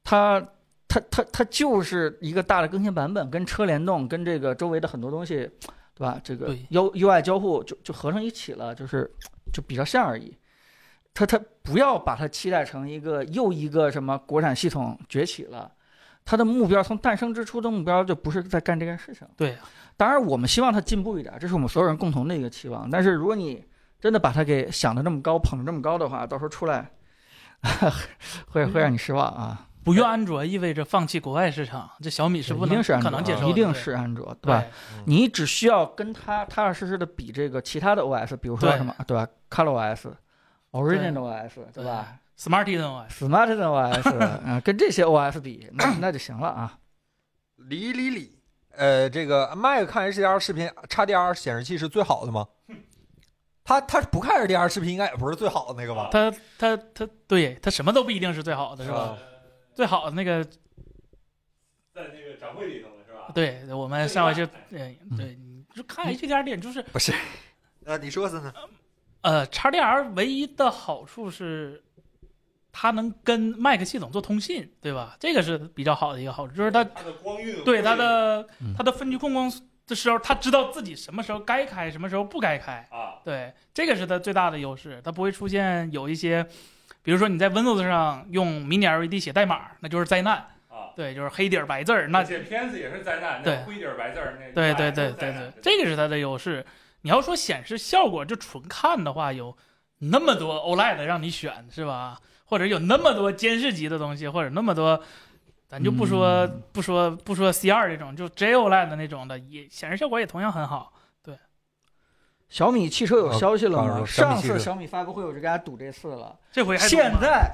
Speaker 3: 它它它它就是一个大的更新版本，跟车联动，跟这个周围的很多东西，对吧？这个
Speaker 2: 对
Speaker 3: U UI 交互就就合成一起了，就是就比较像而已。它它不要把它期待成一个又一个什么国产系统崛起了，它的目标从诞生之初的目标就不是在干这件事情。
Speaker 2: 对啊，
Speaker 3: 当然我们希望它进步一点，这是我们所有人共同的一个期望。但是如果你真的把它给想的这么高，捧得这么高的话，到时候出来 会会让你失望啊。
Speaker 2: 不用安卓意味着放弃国外市场，这小米是不
Speaker 3: 一定
Speaker 2: 能
Speaker 3: 是安
Speaker 2: 可
Speaker 3: 卓啊
Speaker 2: 能接受的，
Speaker 3: 一定
Speaker 2: 对
Speaker 3: 是安卓，对
Speaker 2: 对
Speaker 3: 吧？你只需要跟它踏踏实实的比这个其他的 OS，比如说
Speaker 2: 对
Speaker 3: 什么，对吧？ColorOS、Origin OS，对吧？
Speaker 2: ？Smartisan OS
Speaker 3: Smart OS 啊，跟这些 OS 比，那那就行了啊。
Speaker 1: 李李李，呃，这个 Mac 看 HDR 视频，XDR 显示器是最好的 吗？他他不看 HDR 视频，应该也不是最好的那个吧？
Speaker 2: 它它它对它什么都不一定是最好的，是吧？
Speaker 1: 啊
Speaker 2: 最好的那个，
Speaker 5: 在那个展会里头了是吧？
Speaker 2: 对我们上回就对
Speaker 3: 嗯
Speaker 2: 对，你就看 HDR 点就是
Speaker 1: 呃，你说是
Speaker 3: 哦
Speaker 1: 呢？
Speaker 2: 呃，XDR 唯一的好处是，它能跟 Mac 系统做通信，对吧？这个是比较好的一个好处，就是它
Speaker 5: 它的光晕
Speaker 2: 对它的
Speaker 3: 嗯
Speaker 2: 它的分区控光的时候，它知道自己什么时候该开，什么时候不该开。
Speaker 5: 啊，
Speaker 2: 对，这个是它最大的优势，它不会出现有一些，比如说你在 Windows 上用 Mini LED E 写代码，那就是灾难。
Speaker 5: 啊
Speaker 2: 对，就是黑底儿白字儿，那
Speaker 5: 这片子也是灾难，
Speaker 2: 对
Speaker 5: 那灰底儿白字儿那
Speaker 2: 对
Speaker 5: 哎
Speaker 2: 对对
Speaker 5: 都是
Speaker 2: 对
Speaker 5: 灾
Speaker 2: 对
Speaker 5: 难，
Speaker 2: 这个是它的优势。你要说显示效果，就纯看的话，有那么多 OLED 让你选是吧？或者有那么多监视级的东西，或者那么多，咱就不说、
Speaker 3: 嗯
Speaker 2: 不说不说 C 二这种，就 J OLED 的那种的，也显示效果也同样很好。
Speaker 3: 小米汽车有消息了
Speaker 1: 啊
Speaker 3: 吗？
Speaker 1: 小米
Speaker 3: 上
Speaker 1: 汽车
Speaker 3: 次小米发布会我就给大家赌这次了，
Speaker 2: 这回还懂
Speaker 3: 现
Speaker 2: 吗
Speaker 3: 在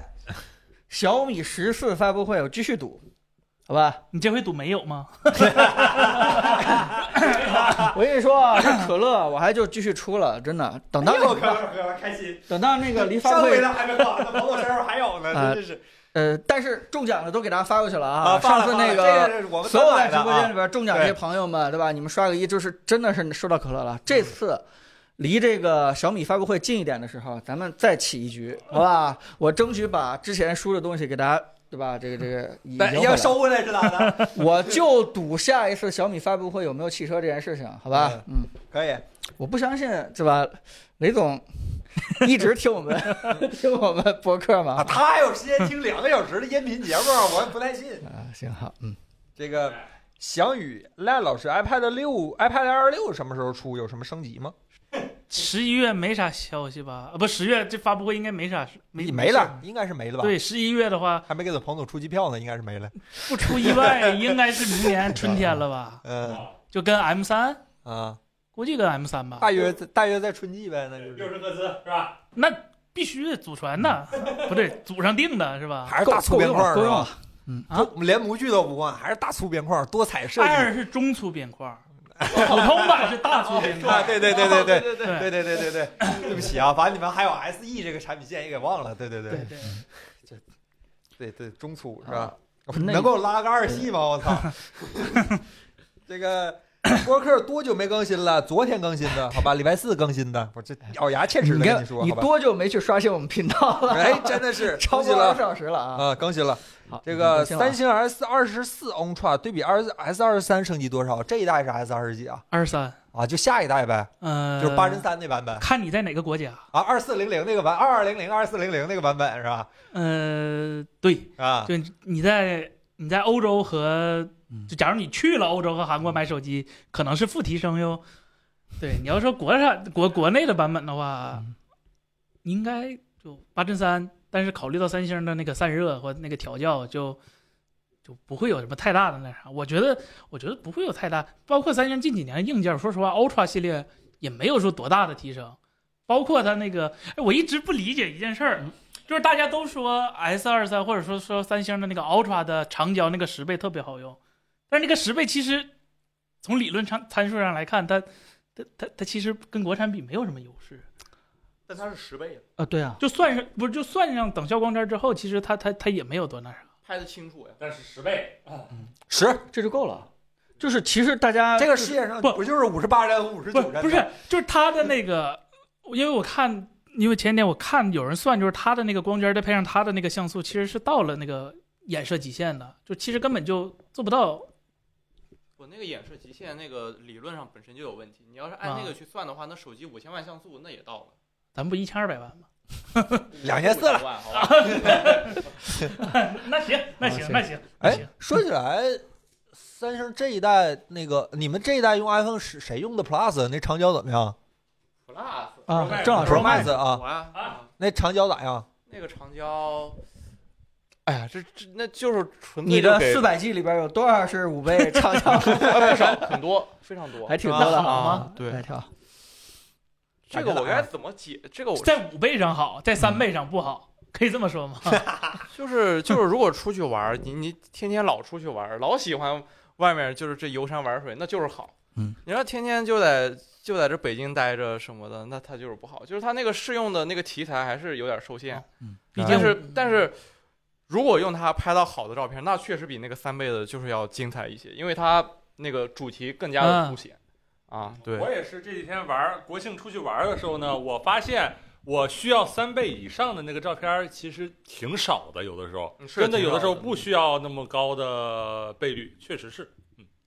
Speaker 3: 小米十四发布会我继续赌，好吧？
Speaker 2: 你这回赌没有吗？
Speaker 3: 我跟你说啊，这可乐我还就继续出了，真的。等
Speaker 2: 哎
Speaker 3: 到
Speaker 1: 又开始开心，
Speaker 3: 等到那个离发
Speaker 1: 上
Speaker 3: 布
Speaker 1: 回
Speaker 3: 会，
Speaker 1: 呢还没放完呢，朋友圈上还有呢，
Speaker 3: 啊
Speaker 1: 真是
Speaker 3: 呃，但是中奖的都给大家发过去了啊。
Speaker 1: 啊！
Speaker 3: 上
Speaker 1: 放
Speaker 3: 次
Speaker 1: 了
Speaker 3: 那
Speaker 1: 放了这是我们
Speaker 3: 所有
Speaker 1: 都买
Speaker 3: 在直
Speaker 1: 的
Speaker 3: 播间
Speaker 1: 啊
Speaker 3: 里边中奖这些朋友们，对吧？你们刷个一，就是真的是收到可乐了。这
Speaker 1: 嗯
Speaker 3: 次离这个小米发布会近一点的时候，咱们再起一局，好吧？我争取把之前输的东西给大家，对吧？这个这 个赢
Speaker 1: 啊对，
Speaker 3: 回
Speaker 1: 要
Speaker 3: 来。
Speaker 1: 收回来是咋 的？
Speaker 3: 我就赌下一次小米发布会有没有汽车这件事情，好吧？嗯，
Speaker 1: 可以，
Speaker 3: 我不相信，对吧？雷总一直听我 们听我们博客嘛
Speaker 1: 啊，他还有时间听两个小时的音频节目，我也不太信。
Speaker 3: 啊，行好，嗯。
Speaker 1: 这个翔宇赖老师，iPad 六、iPad Air 六什么时候出？有什么升级吗？
Speaker 2: 十一月没啥消息吧？啊，不，十月这发布会应该没啥，没
Speaker 1: 没了，。应该是没了吧？
Speaker 2: 对，十一月的话，
Speaker 1: 还没给咱彭总出机票呢，应该是没了。
Speaker 2: 不出意外，应该是明年春天了吧？
Speaker 1: 嗯
Speaker 5: 啊，
Speaker 2: 就跟 M 三，
Speaker 1: 啊，
Speaker 2: 估计跟 M 三吧。
Speaker 1: 大约在大约在春季呗，那就
Speaker 5: 六
Speaker 1: 是
Speaker 5: 十赫兹是吧？
Speaker 2: 那必须得祖传的，不对，祖上定的是吧？
Speaker 1: 还是大粗边框是
Speaker 3: 够用了，够用
Speaker 1: 吧？
Speaker 3: 了，嗯啊
Speaker 1: 就，我们连模具都不换，还是大粗边框多彩设计。
Speaker 2: 二是中粗 边框，普通版是大粗边
Speaker 1: 啊，
Speaker 2: 框。
Speaker 1: 对对对对对
Speaker 4: 对
Speaker 2: 对
Speaker 4: 对
Speaker 1: 对对对对对，对不起啊，把你们还有 SE 这个产品线也给忘了。对对
Speaker 2: 对
Speaker 1: 对
Speaker 2: 对，
Speaker 1: 对对，中粗是
Speaker 3: 啊
Speaker 1: 吧？
Speaker 3: 那
Speaker 1: 能给我拉个二系吗？我操！这个播客多久没更新了？昨天更新的，好吧？礼拜四更新的，我这咬牙切齿的跟
Speaker 3: 看
Speaker 1: 你说，
Speaker 3: 你
Speaker 1: 好吧？
Speaker 3: 多久没去刷新我们频道了？
Speaker 1: 哎，真的是
Speaker 3: 超
Speaker 1: 更
Speaker 3: 过
Speaker 1: 新
Speaker 3: 二
Speaker 1: 了
Speaker 3: 十小时了啊！
Speaker 1: 啊，更新了。
Speaker 3: 好
Speaker 1: 这个
Speaker 3: 更新了啊
Speaker 1: 三星 S 二十四 Ultra 对比 S S 二十三升级多少？这一代是 S 二十几啊？
Speaker 2: 二十三，
Speaker 1: 啊，就下一代呗，
Speaker 2: 呃，
Speaker 1: 就是八针，三那版本
Speaker 2: 看你在哪个国家。
Speaker 1: 啊，二四零零那个版，二二零零、二四零零那个版本是吧？
Speaker 2: 呃，对，
Speaker 1: 啊，
Speaker 2: 就你在你在欧洲和
Speaker 3: 嗯
Speaker 2: 就假如你去了欧洲和韩国买手机，可能是负提升哟。对，你要说国产国国内的版本的话，你应该就八针三，但是考虑到三星的那个散热和那个调教，就就不会有什么太大的那啥。我觉得，我觉得不会有太大。包括三星近几年硬件，说实话，Ultra 系列也没有说多大的提升。包括它那个，哎我一直不理解一件事儿
Speaker 3: 嗯，
Speaker 2: 就是大家都说 S 二三或者说说三星的那个 Ultra 的长焦那个十倍特别好用，但是那个十倍其实从理论参参数上来看，它它它它其实跟国产比没有什么优势。
Speaker 4: 但它是十倍，
Speaker 3: 啊，对啊，
Speaker 2: 就算是不是就算上等效光栅之后，其实它它它也没有多那啥。
Speaker 4: 拍的清楚呀。
Speaker 5: 但是十倍，
Speaker 1: 十
Speaker 3: 这就够了。就是其实大家
Speaker 1: 这个世界上
Speaker 2: 不
Speaker 1: 不就是五十八帧、五十
Speaker 2: 不
Speaker 1: 九
Speaker 2: 是
Speaker 1: 帧？
Speaker 2: 不是，就是它的那个，因为我看，因为前几天我看有人算，就是它的那个光圈再配上它的那个像素，其实是到了那个衍射极限的，就其实根本就做不到。
Speaker 4: 我那个衍射极限那个理论上本身就有问题，你要是按
Speaker 3: 啊
Speaker 4: 那个去算的话，那手机五千万像素那也到了
Speaker 2: 咱们不一千二百万吗？
Speaker 1: 2400了啊
Speaker 4: 5000万，好吧？
Speaker 2: 那行，那啊行，那行，那
Speaker 1: 哎
Speaker 2: 行，
Speaker 1: 说起来，三星这一代那个，你们这一代用 iPhone 十谁用的 Plus？那长焦怎么样
Speaker 4: Plus
Speaker 3: 啊，郑老师
Speaker 1: ？Pro Max 啊，
Speaker 4: 我呀
Speaker 5: 啊，
Speaker 1: 那长焦咋样？
Speaker 4: 那个长焦，哎呀，这这那就是纯粹
Speaker 3: 你的
Speaker 4: 就给
Speaker 3: 四百 G 里边有多少是五倍 长焦？
Speaker 4: 呃不少，很多，非常多
Speaker 3: 还。挺多的，好
Speaker 4: 啊
Speaker 3: 吗？
Speaker 4: 对
Speaker 3: 来跳。
Speaker 4: 这个我该怎么解？这个我
Speaker 2: 在五倍上好，在三倍上不好，可以这么说 吗？
Speaker 4: 就是就是，如果出去玩儿，你你天天老出去玩儿，老喜欢外面就是这游山玩水，那就是好。
Speaker 3: 嗯，
Speaker 4: 你要天天就在就在这北京待着什么的，那它就是不好。就是它那个适用的那个题材还是有点受限，
Speaker 2: 毕
Speaker 4: 但
Speaker 2: 竟
Speaker 4: 是但是。如果用它拍到好的照片，那确实比那个三倍的就是要精彩一些，因为它那个主题更加的凸显、啊。对，嗯
Speaker 5: 我也是这几天玩儿国庆出去玩儿的时候呢，我发现我需要三倍以上的那个照片儿其实挺少的，有的时候
Speaker 4: 嗯是
Speaker 5: 真的有的时候
Speaker 4: 挺少的
Speaker 5: 不需要那么高的倍率，确实是。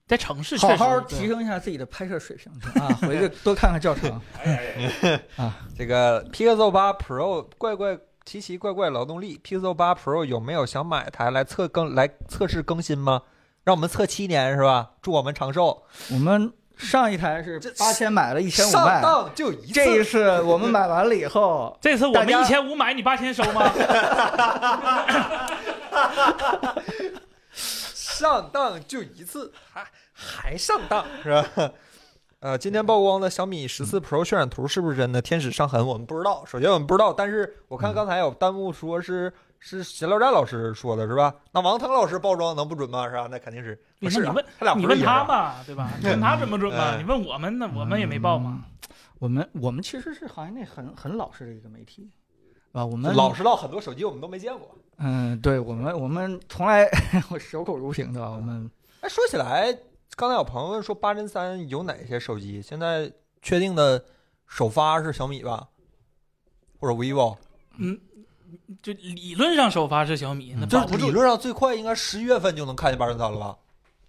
Speaker 2: 在城市确
Speaker 3: 好
Speaker 2: 实
Speaker 3: 好
Speaker 2: 对，
Speaker 3: 提升一下自己的拍摄水 平啊！回 去多看看教程。
Speaker 5: 哎呀呀呀，
Speaker 1: 这个 Pixel 八 Pro 怪怪奇奇怪怪劳动力，Pixel 八 Pro 有没有想买台来测更来测试更新吗？让我们测七年是吧？祝我们长寿。
Speaker 3: 我们上一台是
Speaker 1: 这
Speaker 3: 八千买了一千五
Speaker 1: 上
Speaker 3: 卖，
Speaker 1: 当就一次
Speaker 3: 这一次我们买完了以后
Speaker 2: 这次我
Speaker 3: 大
Speaker 2: 们
Speaker 3: 家
Speaker 2: 一千五买，你八千收 吗？
Speaker 1: 上当就一次，还还上当 是吧？呃，今天曝光的小米十四 Pro 渲染图是不是真的？天使上痕我们不知道，首先我们不知道，但是我看刚才有弹幕说是是闲聊站老师说的是吧？那王腾老师包装能不准吗？是吧？那肯定是不
Speaker 2: 你
Speaker 1: 是啊、
Speaker 2: 看你问
Speaker 1: 他俩不
Speaker 2: 你
Speaker 1: 是
Speaker 2: 问
Speaker 1: 一个人
Speaker 2: 他嘛，对吧？你问啊哎他准不准嘛？
Speaker 1: 嗯
Speaker 2: 你问我们呢？我们也没报嘛。
Speaker 3: 我们我们其实是行业内很很老实的一个媒体，啊，我们
Speaker 1: 老实到很多手机我们都没见过。
Speaker 3: 嗯，对我们我们从来我守口如瓶的，我们
Speaker 1: 哎，说起来，刚才有朋友问说八针三有哪些手机？现在确定的首发是小米吧，或者 vivo，
Speaker 2: 就理论上首发是小米，那
Speaker 3: 嗯
Speaker 1: 就
Speaker 2: 保
Speaker 1: 是
Speaker 2: 不
Speaker 1: 理
Speaker 2: 住。
Speaker 1: 论上最快应该十一月份就能看见八针三了吧？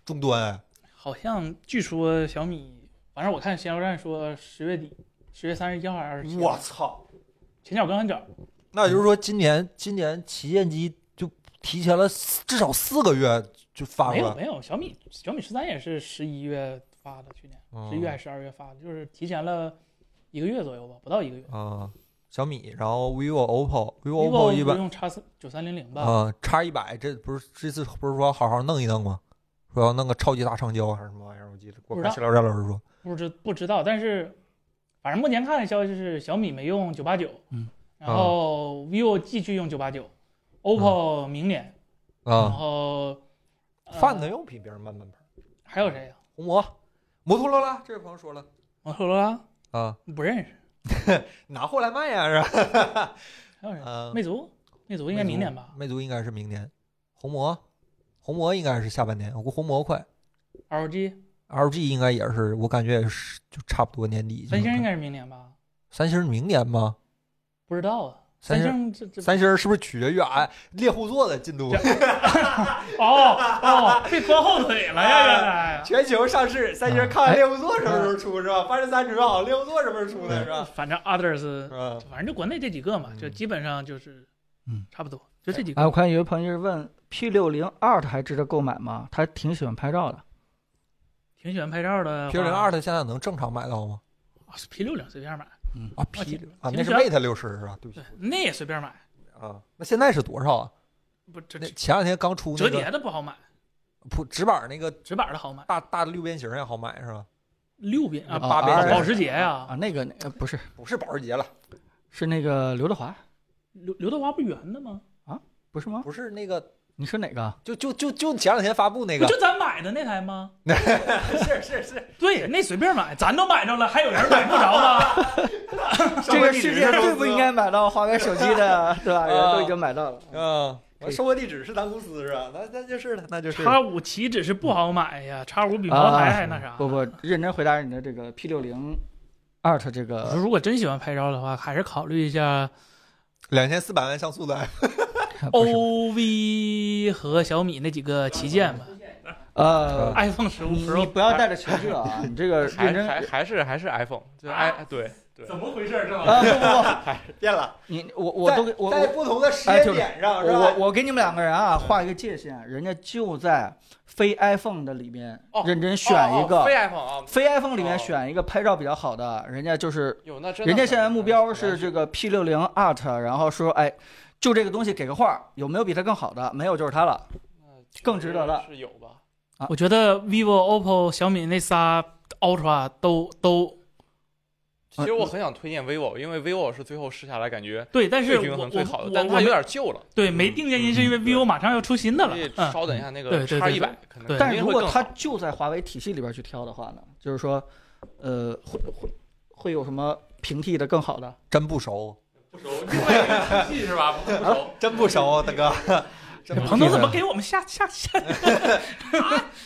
Speaker 1: 终端哎。
Speaker 2: 好像据说小米，反正我看闲聊站说十月底，十月三十一号还是27
Speaker 1: 我操！
Speaker 2: 前脚跟后脚，
Speaker 1: 那也就是说，今年今年旗舰机就提前了四至少四个月就发
Speaker 2: 没
Speaker 1: 出
Speaker 2: 有
Speaker 1: 来，
Speaker 2: 没有，小米小米十三也是十一月发的，去年
Speaker 1: 嗯
Speaker 2: 十一月还是十二月发的，就是提前了一个月左右吧，不到一个月。
Speaker 1: 啊、小米，然后 vivo、OPPO、vivo、
Speaker 2: vivo
Speaker 1: OPPO 一
Speaker 2: 不
Speaker 1: 百
Speaker 2: 用叉三九三零零吧？
Speaker 1: 啊，叉一百，这不是这次不是说好好弄一弄吗？说要弄个超级大长焦还是什么玩意儿？我记得我
Speaker 2: 不知
Speaker 1: 看
Speaker 2: 道
Speaker 1: 闲聊站老师说，
Speaker 2: 不知不知道，但是反正目前看的消息是小米没用九八九，
Speaker 3: 嗯，
Speaker 2: 然后 vivo 继续用九八九，OPPO 明年，然
Speaker 1: 嗯啊，
Speaker 2: 后呃
Speaker 1: 泛的又比别人慢半拍。
Speaker 2: 还有谁呀？
Speaker 1: 红魔、摩托罗拉，这位朋友说了
Speaker 2: 摩托罗拉
Speaker 1: 啊，
Speaker 2: 不认识，
Speaker 1: 拿货来卖呀，是 吧？
Speaker 2: 还有谁？
Speaker 1: 嗯，
Speaker 2: 魅族，魅族应该明年吧？
Speaker 1: 魅族应该是明年，红魔，红魔应该是下半年，我估红魔快
Speaker 2: ，LG，
Speaker 1: ，LG 应该也是，我感觉也是就差不多年底。
Speaker 2: 三星应该是明年吧？
Speaker 1: 三星明年吗？
Speaker 2: 不知道啊。
Speaker 1: 三
Speaker 2: 三
Speaker 1: 星
Speaker 2: 星这这
Speaker 1: 三星是不是取决于哎猎户座的进度？
Speaker 2: 哦哦，被拖后腿了呀，原来。啊
Speaker 1: 全球上市，三星看看猎户座什么时候出是吧？八十三准备好猎户座什么时候出的是 吧？
Speaker 2: 反正 others，
Speaker 1: 嗯，
Speaker 2: 反正就国内这几个嘛，
Speaker 1: 嗯
Speaker 2: 就基本上就是，
Speaker 3: 嗯，
Speaker 2: 差不多就这几
Speaker 3: 哎，我
Speaker 2: 个。
Speaker 3: 看有位朋友问 P 六零 Art 还值得购买吗？他挺喜欢拍照的，
Speaker 2: 挺喜欢拍照的话。哦
Speaker 1: P 零二的现在能正常买到吗？
Speaker 2: P 六零随便买，
Speaker 1: 啊
Speaker 2: 我
Speaker 1: ，P
Speaker 2: 记
Speaker 1: 啊，那
Speaker 2: 挺
Speaker 1: 是
Speaker 2: 喜欢
Speaker 1: Mate 六十是吧？对不
Speaker 2: 对
Speaker 1: 起，
Speaker 2: 那也随便买，
Speaker 1: 啊，那现在是多少啊？
Speaker 2: 不这
Speaker 1: 那
Speaker 2: 这
Speaker 1: 前两天刚出
Speaker 2: 折
Speaker 1: 那个
Speaker 2: 叠的不好买，
Speaker 1: 普直板那个
Speaker 2: 直板的好买，
Speaker 1: 大大六边形也好买是吧？
Speaker 2: 六边啊
Speaker 1: 啊
Speaker 3: 八边
Speaker 2: 啊
Speaker 3: 形
Speaker 2: 保时捷
Speaker 3: 啊，
Speaker 2: 呀，
Speaker 3: 那个那呃不是，
Speaker 1: 不是保时捷了，
Speaker 3: 是那个刘德华，
Speaker 2: 刘刘德华不圆的吗？
Speaker 3: 不是吗？
Speaker 1: 不是那个，
Speaker 3: 你说哪个？
Speaker 1: 就就就就前两天发布那
Speaker 2: 不
Speaker 1: 个，
Speaker 2: 就咱买的那台 吗？
Speaker 1: 是是是，
Speaker 2: 对，那随便买，咱都买着了，还有人买不着吗？
Speaker 3: 这个世界最不应该买到华为手机 的，对吧？人都已经买到了。
Speaker 1: 嗯，我收货地址是咱公司是吧？那那就是了，那就是
Speaker 2: 叉五岂止是不好买呀，叉五比茅台还那
Speaker 4: 啊
Speaker 2: 啥。
Speaker 3: 啊不不，认真回答你的这个 P 六零 Art 这
Speaker 2: 我说
Speaker 3: 个，
Speaker 2: 如果真喜欢拍照的话，还是考虑一下
Speaker 1: 两千四百万像素的，
Speaker 4: 哦
Speaker 3: 不是
Speaker 2: OV 和小米那几个旗舰吧。
Speaker 3: 呃，
Speaker 2: iPhone 十五
Speaker 3: 嗯你你
Speaker 2: Pro
Speaker 3: 不要带着情绪了啊！你这个
Speaker 4: 还
Speaker 3: 认真
Speaker 4: 还还是还是 iPhone，就 i 对对，
Speaker 5: 怎么回事？这
Speaker 3: 啊不不不，
Speaker 1: 变了，
Speaker 3: 你我我都给我
Speaker 1: 在
Speaker 3: 我
Speaker 1: 在不同的时
Speaker 3: 哎
Speaker 1: 间
Speaker 3: 就是
Speaker 1: 点上是
Speaker 3: 我
Speaker 1: 吧？
Speaker 3: 我给你们两个人
Speaker 4: 嗯
Speaker 3: 啊画一个界限，人家就在非 iPhone 的里面
Speaker 4: 哦
Speaker 3: 认真选一
Speaker 4: 哦哦非
Speaker 3: 个，
Speaker 4: iPhone 啊，
Speaker 3: 非 iPhone 里面
Speaker 4: 哦
Speaker 3: 选一个拍照比较好的，人家就是
Speaker 4: 有那真的
Speaker 3: 人家
Speaker 4: 很
Speaker 3: 现在目标是
Speaker 4: 很
Speaker 3: 这个 P 六零 Art，然后说哎，就这个东西给个画，有没有比它更好的？没有就是它了。
Speaker 4: 那
Speaker 3: 更值得了
Speaker 4: 是有吧？
Speaker 2: 我觉得 vivo、OPPO、小米那仨 Ultra 都都
Speaker 4: 其
Speaker 3: 嗯
Speaker 4: 实我很想推荐 vivo，因为 vivo 是最后试下来感觉
Speaker 2: 对，但是
Speaker 4: 最
Speaker 2: 我
Speaker 4: 均
Speaker 2: 我
Speaker 4: 衡最好
Speaker 2: 我
Speaker 4: 的，但它
Speaker 2: 我
Speaker 4: 有点旧了，
Speaker 2: 对没定原因是因为
Speaker 4: 嗯
Speaker 2: vivo 马上要出新的了
Speaker 4: 所以，
Speaker 2: 嗯，
Speaker 4: 稍等一下那个
Speaker 2: 对对对
Speaker 4: 叉
Speaker 2: 对
Speaker 4: 一百可能
Speaker 2: 对
Speaker 3: 但
Speaker 4: 肯定
Speaker 3: 如
Speaker 4: 会
Speaker 3: 果
Speaker 4: 更
Speaker 3: 它
Speaker 4: 好
Speaker 3: 就在华为体系里边去挑的话呢，就是说，呃，会会会有什么平替的更好的？
Speaker 1: 真不熟，
Speaker 5: 不熟，另外一个体系是吧？不
Speaker 3: 啊
Speaker 5: 熟，
Speaker 1: 真不 熟，大哥，真不熟
Speaker 2: 彭总怎么给我们下下下？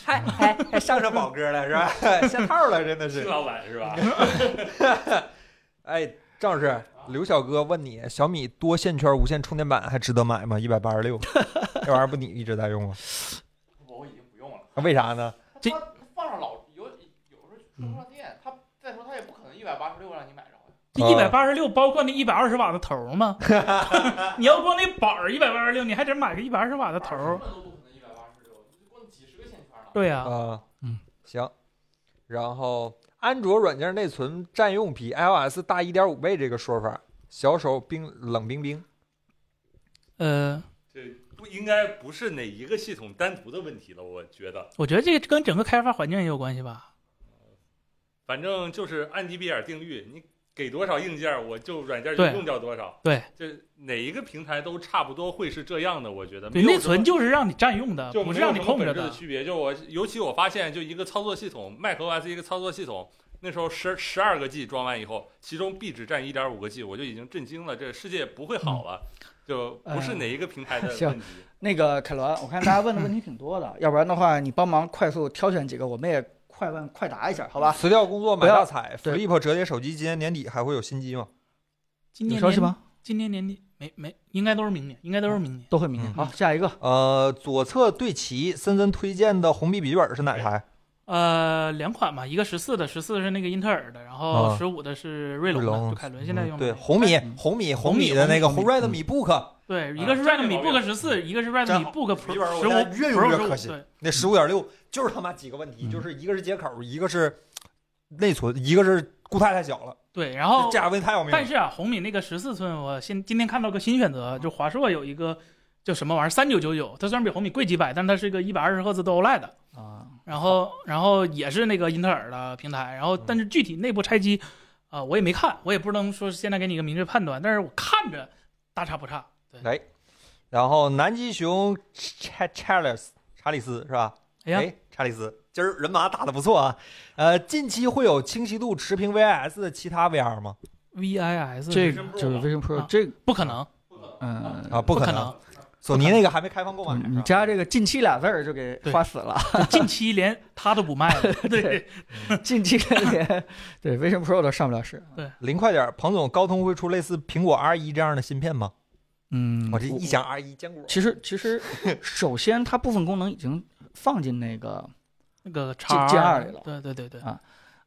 Speaker 1: 还还还 上上宝哥了是 吧？下套了，真的
Speaker 5: 新
Speaker 1: 是。啊
Speaker 5: 老板
Speaker 3: 嗯
Speaker 5: 是吧？
Speaker 1: 哎，张老师，刘小哥问你，小米多线圈无线充电板还值得买吗？一百八十 六，这玩意儿不你一直在用吗？
Speaker 4: 我已经不用了，
Speaker 1: 啊为啥呢？
Speaker 2: 这
Speaker 4: 它放上老有有时候充不上电，它再说它也不可能一百八十六让你买着呀。
Speaker 2: 这一百八十六包括那一百二十瓦的头儿吗？ 你要光那板儿一百八十六，你还得买个一百二十瓦的头儿。
Speaker 4: 都不可能一百八十六，就光几十个线圈了。
Speaker 2: 对呀、
Speaker 1: 啊、
Speaker 3: 嗯，
Speaker 1: 行。然后，安卓软件内存占用比 iOS 大一点五倍这个说法，小手冰冷冰冰。
Speaker 2: 呃，
Speaker 5: 这不应该不是哪一个系统单独的问题了，我觉得，
Speaker 2: 我觉得这个跟整个开发环境也有关系吧。
Speaker 5: 反正就是按基比尔定律，你给多少硬件儿，我就软件儿就
Speaker 2: 对
Speaker 5: 用掉多少。
Speaker 2: 对，
Speaker 5: 这哪一个平台都差不多会是这样的，我觉得。
Speaker 2: 对，
Speaker 5: 啊没有
Speaker 2: 内
Speaker 5: 什么
Speaker 2: 存就是让你占用的，
Speaker 5: 就
Speaker 2: 不
Speaker 5: 没
Speaker 2: 是
Speaker 5: 有
Speaker 2: 让你
Speaker 5: 什么
Speaker 2: 控
Speaker 5: 本
Speaker 2: 制
Speaker 5: 质的
Speaker 2: 的。
Speaker 5: 区别。就我，尤其我发现，就一个操作系统，macOS 一个操作系统，那时候十十二个 G 装完以后，其中壁纸占一点五个 G，我就已经震惊了，这世界不会好了，
Speaker 2: 嗯
Speaker 5: 就不是哪一个平台
Speaker 2: 哎
Speaker 5: 的
Speaker 3: 行
Speaker 5: 问题。
Speaker 3: 那个凯伦，我看大家问的问题挺多的，要不然的话，你帮忙快速挑选几个，我们也快问快答一下，好吧？
Speaker 1: 辞掉工作买
Speaker 3: 不要
Speaker 1: 大彩
Speaker 3: 对
Speaker 1: ，Flip 折叠手机今年年底还会有新机吗？
Speaker 2: 今年
Speaker 3: 有消息
Speaker 2: 年
Speaker 3: 吗？
Speaker 2: 今年年底没没，应该都是明年，应该都是明年。
Speaker 3: 都会明天。
Speaker 1: 嗯
Speaker 3: 好，下一个，
Speaker 1: 呃，左侧对齐，森森推荐的红笔笔记本是哪台？
Speaker 2: 呃，两款吧，一个十四的，十四是那个英特尔的，然后
Speaker 1: 啊
Speaker 2: 十五的是锐龙
Speaker 1: 锐龙
Speaker 2: 的，就凯伦现在用的。
Speaker 1: 对，红米
Speaker 3: 嗯，
Speaker 1: 红米，
Speaker 2: 红
Speaker 1: 红
Speaker 2: 米
Speaker 1: 米的那个
Speaker 2: 红米嗯
Speaker 1: Redmi Book，
Speaker 2: 对，一
Speaker 5: 啊
Speaker 2: 个是
Speaker 5: 这个
Speaker 2: Redmi
Speaker 5: 毛病
Speaker 2: Book 十四，一个是
Speaker 1: 真
Speaker 2: Redmi
Speaker 1: 好
Speaker 2: Book
Speaker 1: 笔记本
Speaker 2: Pro
Speaker 1: 我
Speaker 2: 十五
Speaker 1: 现在越用
Speaker 2: Pro
Speaker 1: 越
Speaker 2: 十
Speaker 1: 可
Speaker 2: 五。
Speaker 1: 惜
Speaker 2: 对，
Speaker 1: 那十五点六就是他妈几个问题，
Speaker 3: 嗯
Speaker 1: 就是一个是接口，一个是内存，一个是固态太小了，
Speaker 2: 对，然后
Speaker 1: 这价位太要命
Speaker 2: 哦但
Speaker 1: 了。
Speaker 2: 是啊，红米那个十四寸，我现今天看到个新选择，就华硕有一个叫什么玩意儿，三九九九，它虽然比红米贵几百，但它是一个一百二十赫兹的 OLED 的。
Speaker 3: 啊，
Speaker 2: 然后然后也是那个英特尔的平台，然后
Speaker 1: 嗯
Speaker 2: 但是具体内部拆机，啊、我也没看，我也不能说现在给你一个明确判断，但是我看着大差不差。对，
Speaker 1: 哎然后南极熊查查理斯查理斯是吧？
Speaker 2: 哎呀，
Speaker 1: 查理斯，今儿人马打的不错啊。呃，近期会有清晰度持平 VIS 的其他 VR 吗？
Speaker 2: VIS
Speaker 3: 这
Speaker 5: 个 Vision Pro
Speaker 3: 就是
Speaker 5: 吧
Speaker 3: Vision Pro，
Speaker 2: 啊
Speaker 3: 这个
Speaker 2: 不可能，
Speaker 3: 嗯
Speaker 1: 啊，不
Speaker 2: 不
Speaker 1: 可
Speaker 2: 可
Speaker 1: 能，
Speaker 2: 能，
Speaker 1: 索尼那个还没开放购买
Speaker 3: 你
Speaker 1: 是
Speaker 3: 你
Speaker 1: 吧？
Speaker 3: 加这个“近期”俩字儿就给
Speaker 2: 对
Speaker 3: 花死了。
Speaker 2: 近期连他都不卖了。对，
Speaker 3: 近期连连对 Vision Pro 都上不了市。
Speaker 1: 零快点儿，彭总，高通会出类似苹果 R 1这样的芯片吗？
Speaker 2: 嗯
Speaker 1: 我这一想 R 1坚果，
Speaker 3: 其实其实，首先它部分功能已经放进那个
Speaker 2: 那个叉
Speaker 3: 进二里了
Speaker 2: 对对对对，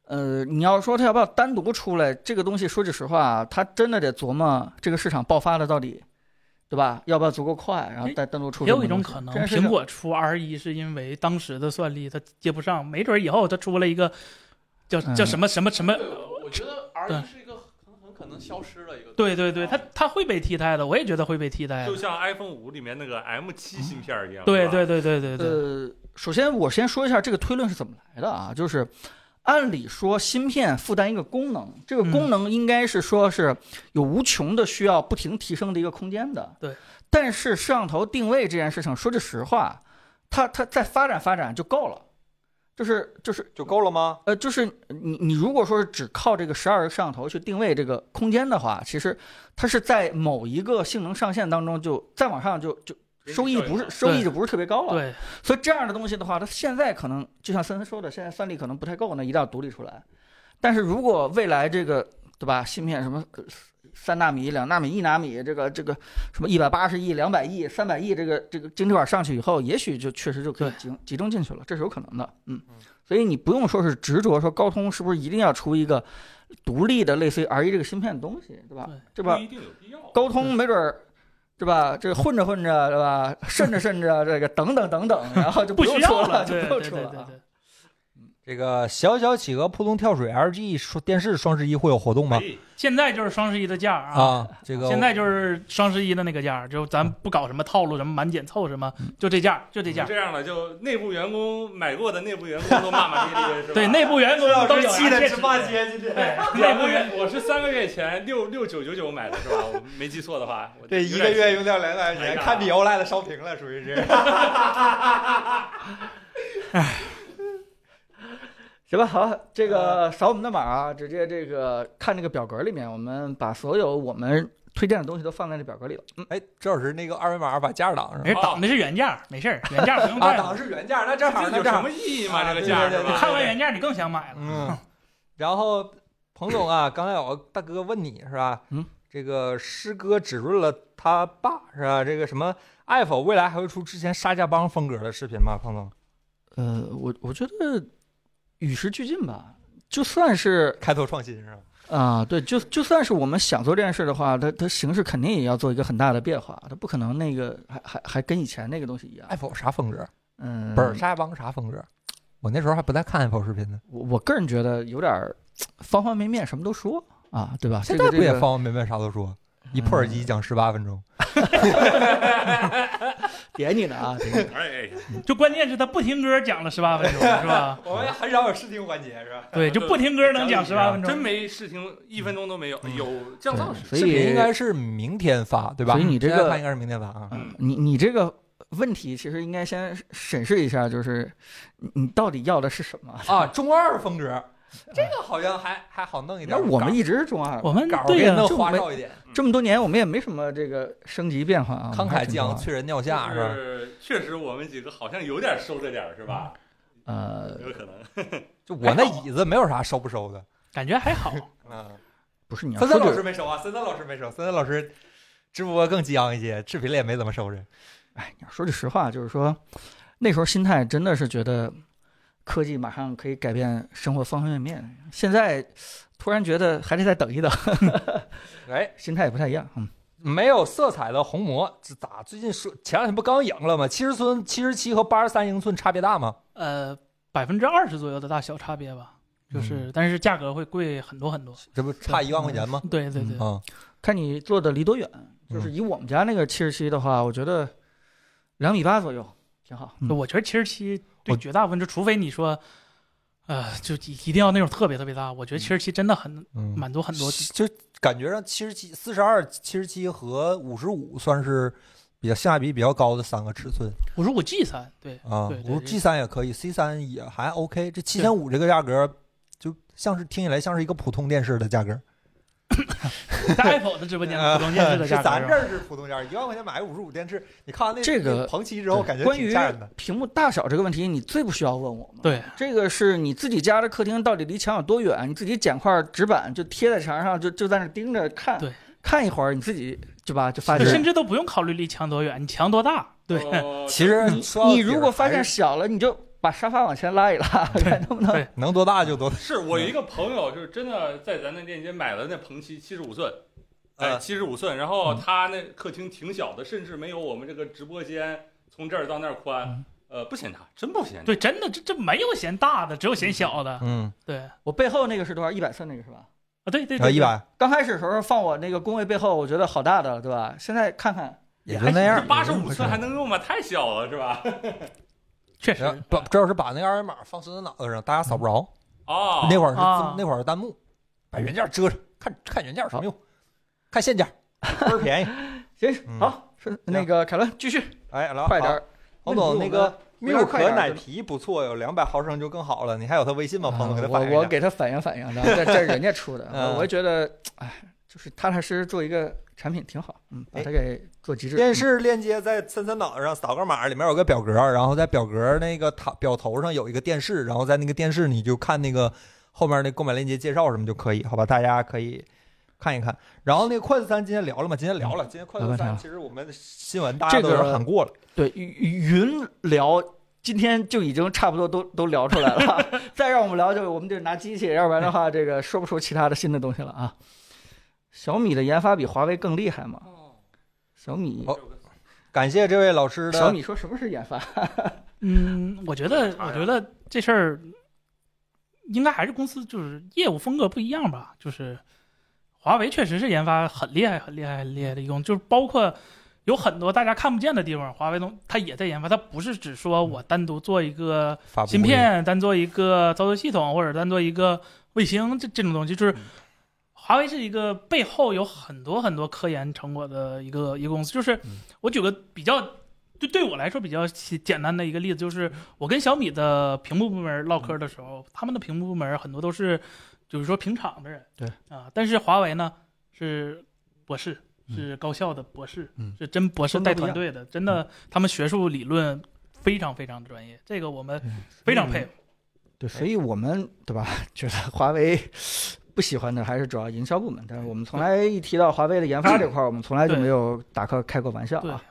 Speaker 3: 呃，你要说它要不要单独出来，这个东西说句实话啊，它真的得琢磨这个市场爆发的到底，对吧？要不要足够快，然后再单独出
Speaker 2: 也
Speaker 3: 这么
Speaker 2: 有
Speaker 3: 个
Speaker 2: 一种
Speaker 3: 东西。
Speaker 2: 可能，
Speaker 3: 这件事
Speaker 2: 苹
Speaker 3: 情
Speaker 2: 果出 R 一是因为当时的算力它接不上，没准儿以后它出了一个叫
Speaker 3: 嗯
Speaker 2: 叫什么什么什么，
Speaker 4: 对我我觉得
Speaker 2: 呃
Speaker 4: R
Speaker 2: 对
Speaker 4: 一是一个很很可能消失的一个。
Speaker 2: 对对对，它它会被替代的，我也觉得会被替代
Speaker 5: 就
Speaker 2: 的。
Speaker 5: 像 iPhone 五里面那个 M 7芯片儿一样，
Speaker 2: 对
Speaker 5: 是吧
Speaker 2: 对对对对对，
Speaker 3: 呃，首先我先说一下这个推论是怎么来的啊，就是按理说芯片负担一个功能，这个
Speaker 2: 嗯
Speaker 3: 功能应该是说是有无穷的需要不停提升的一个空间的。
Speaker 2: 对，
Speaker 3: 但是摄像头定位这件事情，说句实话，它它再发展发展就够了，就是就是
Speaker 1: 就够了吗？
Speaker 3: 呃，就是你你如果说是只靠这个十二个摄像头去定位这个空间的话，其实它是在某一个性能上限当中就再往上就就收益不是收益就不是特别高了。
Speaker 2: 对，
Speaker 3: 所以这样的东西的话，它现在可能就像森森说的，现在算力可能不太够呢，一定要独立出来。但是如果未来这个对吧，芯片什么呃三纳米、两纳米、一纳米，这个这个什么一百八十亿、两百亿、三百亿，这个这个晶体管上去以后，也许就确实就可以集中集中进去了，这是有可能的。嗯，所以你不用说是执着说高通是不是一定要出一个独立的类似于 R 1这个芯片的东西，对吧
Speaker 2: 对？
Speaker 3: 对吧
Speaker 5: 不？一定有必要。
Speaker 3: 高通没准儿，对吧？这混着混着，对吧？顺着顺着，这个等等等 等，然后就
Speaker 2: 不
Speaker 3: 用
Speaker 2: 需
Speaker 3: 出
Speaker 2: 要
Speaker 3: 了，就
Speaker 2: 对
Speaker 3: 不
Speaker 2: 对
Speaker 3: 用
Speaker 2: 对
Speaker 3: 出
Speaker 2: 对
Speaker 3: 了
Speaker 2: 对
Speaker 3: 啊。。
Speaker 1: 这个小小企鹅扑通跳水 LG 双电视双十一会有活动吗
Speaker 5: 可？以
Speaker 2: 现在就是双十一的价儿啊。
Speaker 1: 啊，这个
Speaker 2: 现在就是双十一的那个价儿，就咱不搞什么套路，什么满减凑什么，
Speaker 3: 嗯
Speaker 2: 就这价儿，就这价儿。
Speaker 5: 这样了，就内部员工买过的内部员工都骂骂咧嗯咧，是吧？
Speaker 2: 对，内部员工都有
Speaker 1: 气的
Speaker 2: 这
Speaker 1: 直骂街，今天
Speaker 2: 对内
Speaker 5: 内
Speaker 2: 部
Speaker 5: 部
Speaker 2: 员
Speaker 5: 员，我是三个月前六六九九九买的，是吧？我没记错的话，我
Speaker 1: 这一
Speaker 5: 有
Speaker 1: 个
Speaker 5: 点
Speaker 1: 月用掉两百块
Speaker 5: 哎
Speaker 1: 钱，
Speaker 5: 呀
Speaker 1: 看比 OLED 烧屏了，属于是。
Speaker 3: 行吧，好，这个扫我们的码啊，直接这个看这个表格里面，我们把所有我们推荐的东西都放在这表格里了。嗯
Speaker 1: 哎，周老师那个二维码把价挡上
Speaker 2: 没事，挡的是原价儿，没事儿，原价儿不用
Speaker 1: 啊，
Speaker 2: 带
Speaker 1: 挡
Speaker 2: 了。
Speaker 1: 是原价，那正好，
Speaker 5: 这
Speaker 1: 那
Speaker 5: 有
Speaker 1: 正
Speaker 5: 什
Speaker 1: 好
Speaker 5: 么。意义吗？
Speaker 1: 啊
Speaker 5: 这个价
Speaker 1: 对对
Speaker 5: 是
Speaker 1: 对
Speaker 5: 吧？
Speaker 2: 看完原价儿你更想买了。
Speaker 1: 嗯，然后彭总啊，刚才有个大哥问你是吧？
Speaker 3: 嗯，
Speaker 1: 这个师哥指润了他爸是吧？这个什么爱否未来还会出之前沙家浜风格的视频吗？彭总
Speaker 3: 呃，我我觉得与时俱进吧，就算是
Speaker 1: 开拓创新是吧？
Speaker 3: 啊、对，就就算是我们想做这件事的话，它它形式肯定也要做一个很大的变化，它不可能那个还还还跟以前那个东西一样
Speaker 1: 爱。否啥风格？
Speaker 3: 嗯，
Speaker 1: 不是沙家浜啥风格？我那时候还不太看爱否视频呢，
Speaker 3: 我我个人觉得有点儿方方面面什么都说啊，对吧？
Speaker 1: 现
Speaker 3: 这
Speaker 1: 在
Speaker 3: 个
Speaker 1: 不
Speaker 3: 这
Speaker 1: 也
Speaker 3: 个
Speaker 1: 方方面面啥都说，一破耳机讲十八分钟。
Speaker 3: 点你呢啊？点你
Speaker 5: 哎，
Speaker 2: 就关键是他不听歌讲了十八分 钟，是吧？
Speaker 1: 我们很少有试听环节是吧？
Speaker 2: 对，就不听歌能讲十八分
Speaker 5: 真
Speaker 2: 钟。
Speaker 5: 没试听，一分钟都没有，有降噪时。
Speaker 3: 所
Speaker 1: 视频
Speaker 3: 以
Speaker 1: 应该是明天发对吧？
Speaker 3: 所以你这个
Speaker 1: 现在看应该是明天发啊。
Speaker 3: 嗯你你这个问题其实应该先审视一下，就是你你到底要的是什么？
Speaker 1: 啊，中二风格，这个好像还还好弄一点。
Speaker 3: 那
Speaker 1: 哦
Speaker 3: 我们
Speaker 1: 一
Speaker 3: 一直是中二，
Speaker 2: 我们
Speaker 1: 啊稿
Speaker 2: 对
Speaker 1: 变
Speaker 2: 呀、
Speaker 1: 得
Speaker 3: 就
Speaker 1: 花
Speaker 3: 没
Speaker 1: 哨一点，
Speaker 3: 这么多年我们也没什么这个升级变化啊。
Speaker 1: 慷慨激昂，
Speaker 3: 去。
Speaker 1: 催人尿下是哎
Speaker 5: 就
Speaker 1: 吧？
Speaker 5: 是确实我们几个好像有点收着点儿，是吧？
Speaker 3: 呃，
Speaker 5: 有可能。
Speaker 1: 就我那椅子没有啥收不收的。
Speaker 2: 感觉还 好。
Speaker 1: 嗯，
Speaker 3: 不是你要
Speaker 1: 森
Speaker 3: 说
Speaker 1: 森老
Speaker 3: 这
Speaker 1: 师
Speaker 3: 个，
Speaker 1: 没收啊，森森老师没收，森森老师直播更激昂一些，视频里也没怎么收着。
Speaker 3: 哎，你要说句实话，就是说那时候心态真的是觉得科技马上可以改变生活方方面面，现在突然觉得还得再等一等，
Speaker 1: 哎，
Speaker 3: 心态也不太一样。嗯。
Speaker 1: 没有色彩的红魔，这咋最近说前两天不刚赢了吗？七十寸、七十七和八十三英寸差别大吗？
Speaker 2: 呃，百分之二十左右的大小差别吧，
Speaker 1: 嗯
Speaker 2: 就是、但是价格会贵很多很多。
Speaker 1: 这不差一万块钱吗？
Speaker 2: 对对
Speaker 3: 嗯
Speaker 2: 对，
Speaker 1: 啊，
Speaker 3: 看你坐的离多远。就是以我们家那个七十七的话，我觉得两米八左右挺好。
Speaker 2: 就我觉得七十七对
Speaker 1: 我
Speaker 2: 绝大部分，就除非你说，呃，就一一定要那种特别特别大，我觉得七十七真的很
Speaker 1: 嗯，
Speaker 2: 满足很多。
Speaker 1: 就感觉上七十七、四十二、七十七和五十五算是比较性价比比较高的三个尺寸
Speaker 2: 我说我 G 三， 对，
Speaker 1: 啊
Speaker 2: 对。对
Speaker 1: 我说
Speaker 2: 对
Speaker 1: G 三也可以，C 三也还 OK。这七千五这个价格，就像是听起来像是一个普通电视的价格。
Speaker 2: 在 Apple 的直播间普通电视 的
Speaker 1: 啊是
Speaker 2: 价格
Speaker 1: 咱这
Speaker 2: 是吧，
Speaker 1: 儿是普通价，一万块钱买个五十五电视，你看完那
Speaker 3: 这个
Speaker 1: 那彭齐之后，感觉
Speaker 3: 关
Speaker 1: 挺
Speaker 3: 于
Speaker 1: 吓 人的。
Speaker 3: 屏幕大小这个问题，你最不需要问我们。
Speaker 2: 对，
Speaker 3: 这个是你自己家的客厅到底离墙有多远，你自己捡块纸板就贴在墙上，就就在那盯着看，
Speaker 2: 对，
Speaker 3: 看一会儿你自己就吧就发
Speaker 1: 是哦
Speaker 3: 现
Speaker 2: 甚。至都不用考虑离墙多远，你墙多大，对，
Speaker 5: 对
Speaker 1: 其实
Speaker 3: 你
Speaker 1: 说到底
Speaker 3: 你
Speaker 1: 儿
Speaker 3: 如果发
Speaker 1: 还
Speaker 3: 现
Speaker 1: 是
Speaker 3: 小了，你就把沙发往前拉 一拉，看能不能
Speaker 2: 对
Speaker 1: 能多大就多大，
Speaker 5: 是我有一个朋友，就是真的在咱那链接买了那鹏七七十五寸，哎，
Speaker 1: 呃，
Speaker 5: 七十五寸，然后他那客厅挺小的，甚至没有我们这个直播间从这儿到那儿宽
Speaker 2: 嗯，
Speaker 5: 呃，不嫌大，真不嫌大。
Speaker 2: 对，真的这这没有嫌大的，只有嫌小的，
Speaker 1: 嗯，
Speaker 2: 对啊，
Speaker 3: 我背后那个是多少？一百寸那个是吧？
Speaker 2: 对对
Speaker 1: 然后
Speaker 2: 对，
Speaker 1: 一百
Speaker 3: 刚开始的时候放我那个工位背后，我觉得好大的，对吧？现在看看，
Speaker 1: 也就那样，嗯
Speaker 5: 八十五寸还能用吗？太小了是吧？
Speaker 2: 确
Speaker 1: 然
Speaker 2: 实
Speaker 1: 后，不，这要是把那个二维码放孙子脑袋上，大家扫不着。
Speaker 5: 哦，
Speaker 1: 那会儿是字
Speaker 2: 啊
Speaker 1: 那会儿是弹幕，把原件遮上，看看原件有什么用？看现价， 倍儿便宜。
Speaker 3: 行
Speaker 1: 嗯，
Speaker 3: 好，是那个凯伦继续
Speaker 1: 哎，来
Speaker 3: 快点儿。
Speaker 1: 彭总，那个
Speaker 3: 那
Speaker 1: 密
Speaker 3: 你给我
Speaker 1: 尔
Speaker 3: 们
Speaker 1: 可奶皮不错，有两百毫升就更好了。你还有他微信吗？
Speaker 3: 啊
Speaker 1: 彭总给他反映
Speaker 3: 我我
Speaker 1: 一下。
Speaker 3: 给他反映反映，然后这这是人家出的，
Speaker 1: 嗯
Speaker 3: 我我觉得，哎，就是踏踏实实做一个产品挺好，嗯，把它给做极致。
Speaker 1: 哎电视链接在森森脑袋上扫个码，里面有个表格，然后在表格那个塔表头上有一个电视，然后在那个电视你就看那个后面那购买链接介绍什么就可以，好吧？大家可以看一看。然后那个快速三今天聊了吗？今天聊了，今天快速
Speaker 3: 聊了
Speaker 1: 三其实我们新闻大家都
Speaker 3: 这
Speaker 1: 是
Speaker 3: 个
Speaker 1: 喊过了，
Speaker 3: 对云聊，今天就已经差不多都都聊出来了，再让我们聊就我们就拿机器，要不然的话这个说不出其他的新的东西了啊。小米的研发比华为更厉害吗？
Speaker 5: 哦
Speaker 3: 小米，
Speaker 1: 哦感谢这位老师的
Speaker 3: 小米说什么是研发？
Speaker 2: 嗯，我觉得我觉得这事儿应该还是公司就是业务风格不一样吧，就是华为确实是研发很厉害、很厉害、很厉害的一种，就是包括有很多大家看不见的地方，华为东它也在研发，它不是只说我单独做一个。
Speaker 1: 发布
Speaker 2: 芯片，单做一个操作系统，或者单做一个卫星，这这种东西，
Speaker 1: 嗯
Speaker 2: 就是华为是一个背后有很多很多科研成果的一个一个公司。就是
Speaker 1: 嗯
Speaker 2: 我举个比较对对我来说比较简简单的一个例子，就是我跟小米的屏幕部门唠嗑的时
Speaker 1: 嗯
Speaker 2: 候，他们的屏幕部门很多都是就是说平厂的人，
Speaker 3: 对
Speaker 2: 啊，但是华为呢是博士。是高校的博士，
Speaker 3: 嗯
Speaker 2: 是真博士
Speaker 3: 风格
Speaker 2: 带
Speaker 3: 不一样嗯
Speaker 2: 团队的，真的，他们学术理论非常非常专业，这个我们
Speaker 3: 嗯
Speaker 2: 非常佩服。
Speaker 3: 对，所以我们对吧？觉得华为不喜欢的还是主要营销部门，但是我们从来一提到华为的研发这块儿，我们从来就没有打开开过玩笑
Speaker 2: 对
Speaker 3: 啊。，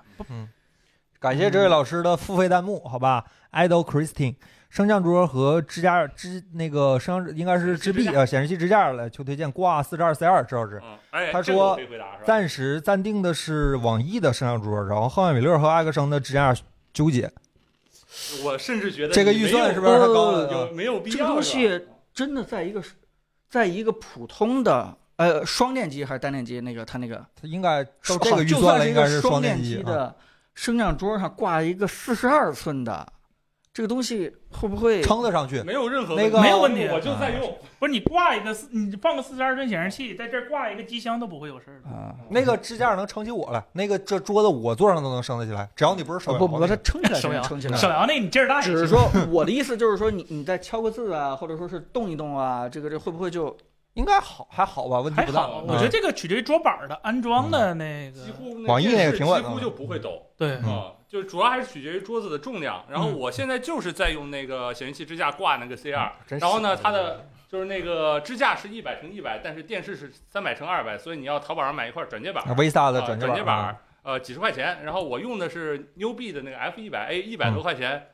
Speaker 1: 感谢这位老师的付费弹幕，好吧？Idol Christine 升降桌和支架支那个升降应该是支臂
Speaker 5: 支架
Speaker 1: 啊，显示器支架了，求推荐挂四十二 C 二，这老师。
Speaker 5: 嗯，哎，
Speaker 1: 他
Speaker 5: 这个我
Speaker 1: 说
Speaker 5: 可以回答是吧？
Speaker 1: 暂时暂定的是网易的升降桌，然后汉米勒和艾克生的支架纠结，
Speaker 5: 我甚至觉得
Speaker 1: 这个
Speaker 5: 你
Speaker 1: 预
Speaker 5: 没
Speaker 1: 算
Speaker 5: 有
Speaker 1: 是呃不是太高了？
Speaker 5: 有没有必要？
Speaker 3: 这个东西
Speaker 5: 是吧
Speaker 3: 真的在一个，在一个普通的呃双电机还是单电机那个它那个
Speaker 1: 它呃应该照这
Speaker 3: 好
Speaker 1: 个预
Speaker 3: 就
Speaker 1: 算
Speaker 3: 算
Speaker 1: 了，
Speaker 3: 是
Speaker 1: 应
Speaker 3: 一
Speaker 1: 该
Speaker 3: 个
Speaker 1: 是
Speaker 3: 双
Speaker 1: 电
Speaker 3: 机
Speaker 1: 啊。
Speaker 3: 的升降桌上挂一个四十二寸的，这个东西会不会
Speaker 1: 撑得上去。
Speaker 5: 没有任何
Speaker 1: 那个哎
Speaker 5: 问题
Speaker 1: 没有
Speaker 2: 问题
Speaker 5: 我就在用。
Speaker 2: 不是你挂一个四，你放个四十二寸显示器，在这儿挂一个机箱都不会有事儿的。
Speaker 3: 啊？
Speaker 1: 那个支架能撑起我来，那个这桌子我坐上都能升得起来，只要呃你不是手摇
Speaker 3: 不不，
Speaker 1: 那
Speaker 3: 它
Speaker 1: 个
Speaker 3: 撑起 来
Speaker 2: 手摇
Speaker 3: 撑起来，
Speaker 2: 手摇那你劲儿大也
Speaker 3: 只是
Speaker 2: 行，
Speaker 3: 说我的意思就是说你，你再敲个字啊，或者说是动一动啊，这个这会不会就
Speaker 1: 应该好还好吧，问题
Speaker 2: 还
Speaker 1: 不大。
Speaker 2: 好。我
Speaker 3: 啊
Speaker 2: 觉得这个取决于桌板的安装的
Speaker 3: 嗯
Speaker 2: 那个
Speaker 5: 几，乎
Speaker 1: 网易那个
Speaker 5: 电视
Speaker 1: 挺稳的
Speaker 5: 几乎就不会抖
Speaker 2: 对
Speaker 1: 嗯
Speaker 5: 啊，就主要还是取决于桌子的重量。然后
Speaker 2: 嗯
Speaker 5: 我现在就是在用那个显示器支架挂那个 C 二，
Speaker 1: 真是
Speaker 5: 然后呢，它的就是那个支架是一百乘一百，但是电视是三百乘二百，所以你要淘宝上买一块转接板儿，
Speaker 1: V 三的
Speaker 5: 啊
Speaker 1: 转
Speaker 5: 接板
Speaker 1: 板
Speaker 5: 儿，，呃，几十块钱。然后我用的是 U B 的那个 F 一百 A，一百
Speaker 2: 嗯
Speaker 5: 多块钱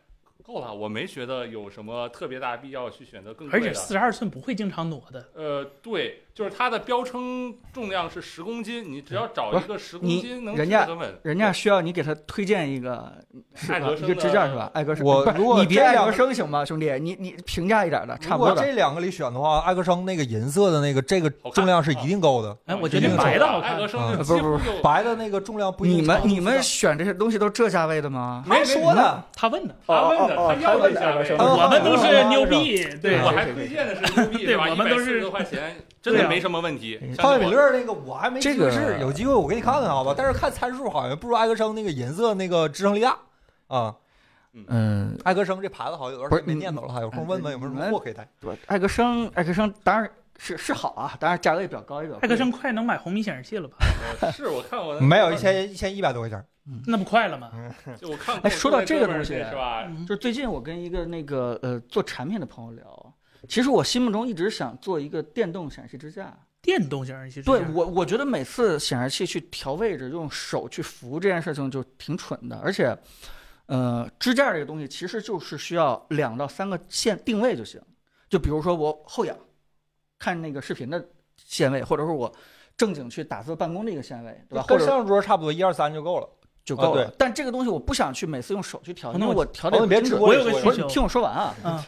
Speaker 5: 够了，我没觉得有什么特别大必要去选择更
Speaker 2: 而
Speaker 5: 贵
Speaker 2: 且
Speaker 5: 的。
Speaker 2: 四十二寸不会经常挪的。
Speaker 5: 呃，对，就是它的标称重量是十公斤，你只要找一个十公斤能
Speaker 3: 人
Speaker 5: 吃
Speaker 3: 家
Speaker 5: 的很稳。
Speaker 3: 人家需要你给他推荐一个是吧
Speaker 5: 爱格生
Speaker 3: 一个支架是吧
Speaker 5: 的？
Speaker 3: 艾格生，
Speaker 1: 我
Speaker 3: 不是
Speaker 1: 如果
Speaker 3: 你别
Speaker 1: 这
Speaker 3: 艾
Speaker 1: 样
Speaker 3: 格生行吗，兄弟？你你平价一点的，差
Speaker 1: 如
Speaker 3: 不
Speaker 1: 果
Speaker 3: 多的。
Speaker 1: 这两个里选的话，艾克生那个银色的那个这个重量是一定够
Speaker 3: 啊
Speaker 1: 的，
Speaker 2: 哎，我
Speaker 1: 觉
Speaker 2: 觉
Speaker 1: 得
Speaker 2: 得白的好
Speaker 5: 爱
Speaker 2: 看啊
Speaker 5: 格。生就
Speaker 1: 嗯
Speaker 5: 几乎
Speaker 3: 不
Speaker 5: 就
Speaker 1: 白的那个重量不一定
Speaker 3: 你们
Speaker 1: 超
Speaker 3: 你们选这些东西都这价位的吗？
Speaker 5: 没
Speaker 1: 他说的，
Speaker 2: 他问的，
Speaker 5: 他问的，
Speaker 3: 哦哦哦
Speaker 5: 他要了一
Speaker 3: 他
Speaker 5: 下
Speaker 3: 问的
Speaker 5: 呗。
Speaker 1: 哦
Speaker 2: 我们都是牛
Speaker 1: 哦
Speaker 2: 逼，对
Speaker 5: 我还推荐的是 U B
Speaker 2: 对
Speaker 5: 吧？
Speaker 2: 我
Speaker 5: 一
Speaker 2: 们
Speaker 5: 百
Speaker 2: 都
Speaker 5: 四十
Speaker 2: 是
Speaker 5: 多块钱，真
Speaker 2: 对啊
Speaker 5: 的
Speaker 2: 了
Speaker 5: 没什么问题。相信
Speaker 1: 汤
Speaker 5: 我
Speaker 1: 米勒那个我还没
Speaker 3: 这
Speaker 1: 听
Speaker 3: 个
Speaker 1: 是，有机会我给你看看好吧？但是看参数好像不如艾克生那个银色那个支撑力大啊。
Speaker 3: 嗯，
Speaker 1: 艾克生这牌子好像有段时间没念叨了，还有空问问有没有什么货可以带。
Speaker 3: 艾克生，艾克生当然是是好啊，当然价格也比较高，也比较贵
Speaker 2: 艾克生快能买红米显示器了吧？
Speaker 5: 呃是我看 我
Speaker 1: 没有一，千一千一百多块钱，
Speaker 2: 那不快了吗？
Speaker 5: 就我看
Speaker 3: 哎说到这个东西
Speaker 5: 是吧？
Speaker 2: 嗯
Speaker 3: 就是最近我跟一个那个呃做产品的朋友聊，其实我心目中一直想做一个电动显示器支架。
Speaker 2: 电动显示器，
Speaker 3: 对我，我觉得每次显示器去调位置，用手去扶这件事情就挺蠢的，而且，呃，支架这个东西其实就是需要两到三个线定位就行。就比如说我后仰看那个视频的线位，或者说我正经去打字办公的一个线位，对吧？或
Speaker 1: 跟
Speaker 3: 者
Speaker 1: 上桌差不多，一二三就够了。
Speaker 3: 就够
Speaker 1: 啊
Speaker 3: 了
Speaker 1: 对。
Speaker 3: 但这个东西我不想去每次用手去调，
Speaker 2: 哦
Speaker 3: 因
Speaker 2: 那
Speaker 3: 为
Speaker 2: 我
Speaker 3: 我调
Speaker 1: 哦
Speaker 3: 啊的
Speaker 1: 你别
Speaker 3: 不
Speaker 1: 直
Speaker 3: 精
Speaker 1: 播
Speaker 3: 准
Speaker 2: 我有个需
Speaker 3: 不是
Speaker 2: 求，
Speaker 3: 你听我说完啊，
Speaker 2: 嗯，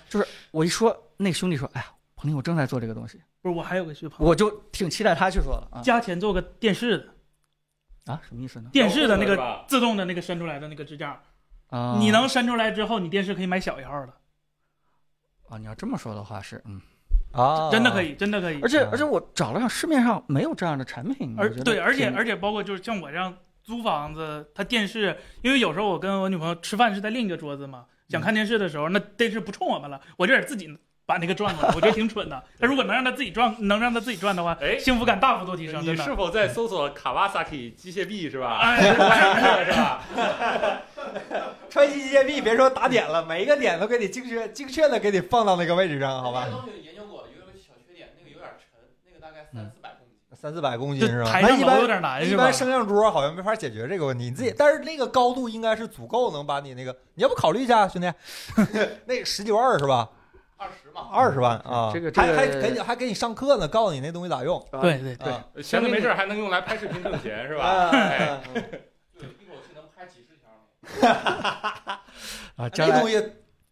Speaker 3: 我一说，那兄弟说，哎呀，彭林，我正在做这个东西，
Speaker 2: 不是我还有个需求，
Speaker 3: 我就挺期待他去做了啊
Speaker 2: 加钱做个电视的，
Speaker 3: 啊，什么意思呢？
Speaker 2: 电视的那个
Speaker 5: 是吧
Speaker 2: 自动的那个伸出来的那个支架，
Speaker 3: 啊，
Speaker 2: 你能伸出来之后，你电视可以买小一号的，
Speaker 3: 啊，你要这么说的话是，嗯，
Speaker 1: 啊，
Speaker 2: 真的可。以，真的可以
Speaker 3: 而。且而且我找了找，市面上没有这样的产品，
Speaker 2: 嗯而
Speaker 3: 我觉得
Speaker 2: 对，而且
Speaker 3: 挺
Speaker 2: 而且包括就是像我这样租房子，他电视，因为有时候我跟我女朋友吃饭是在另一个桌子嘛，想看电视的时候，那电视不冲我们了，我就得自己把那个转过来，我觉得挺蠢的。但如果能让他自己转，能让他自己转的话，
Speaker 5: 哎，
Speaker 2: 幸福感大幅度提升，
Speaker 5: 你
Speaker 2: 真的
Speaker 5: 是。否在搜索卡瓦萨基机械臂是吧？
Speaker 2: 哎
Speaker 5: 是吧？
Speaker 1: 川西街币，别说打点了，每一个点都给你精确、精确的给你放到那个位置上，好吧？
Speaker 4: 东西研究过，有一个小缺点，那个有点沉，那个大概
Speaker 3: 三
Speaker 4: 四百公斤。
Speaker 1: 三四百公斤是
Speaker 2: 就
Speaker 1: 吧？
Speaker 2: 抬
Speaker 1: 那
Speaker 2: 上
Speaker 1: 一
Speaker 2: 楼
Speaker 1: 般
Speaker 2: 有点难，
Speaker 1: 一
Speaker 2: 是吧
Speaker 1: 般？升降桌好像没法解决这个问题，你自己，但是那个高度应该是足够能把你那个，你要不考虑一下，兄弟， 那十几万二是吧？
Speaker 4: 二十嘛
Speaker 1: 二十万啊，
Speaker 3: 这个这
Speaker 1: 还
Speaker 3: 个
Speaker 1: 还给你还给你上课呢，告诉你那东西咋用，
Speaker 3: 啊
Speaker 2: 对对对，
Speaker 1: 啊
Speaker 5: 闲着没事儿还能用来拍视频挣钱是吧？哎
Speaker 1: 啊，
Speaker 4: 对，一口气能拍几十条。
Speaker 3: 啊，将
Speaker 1: 那
Speaker 3: 来
Speaker 1: 东西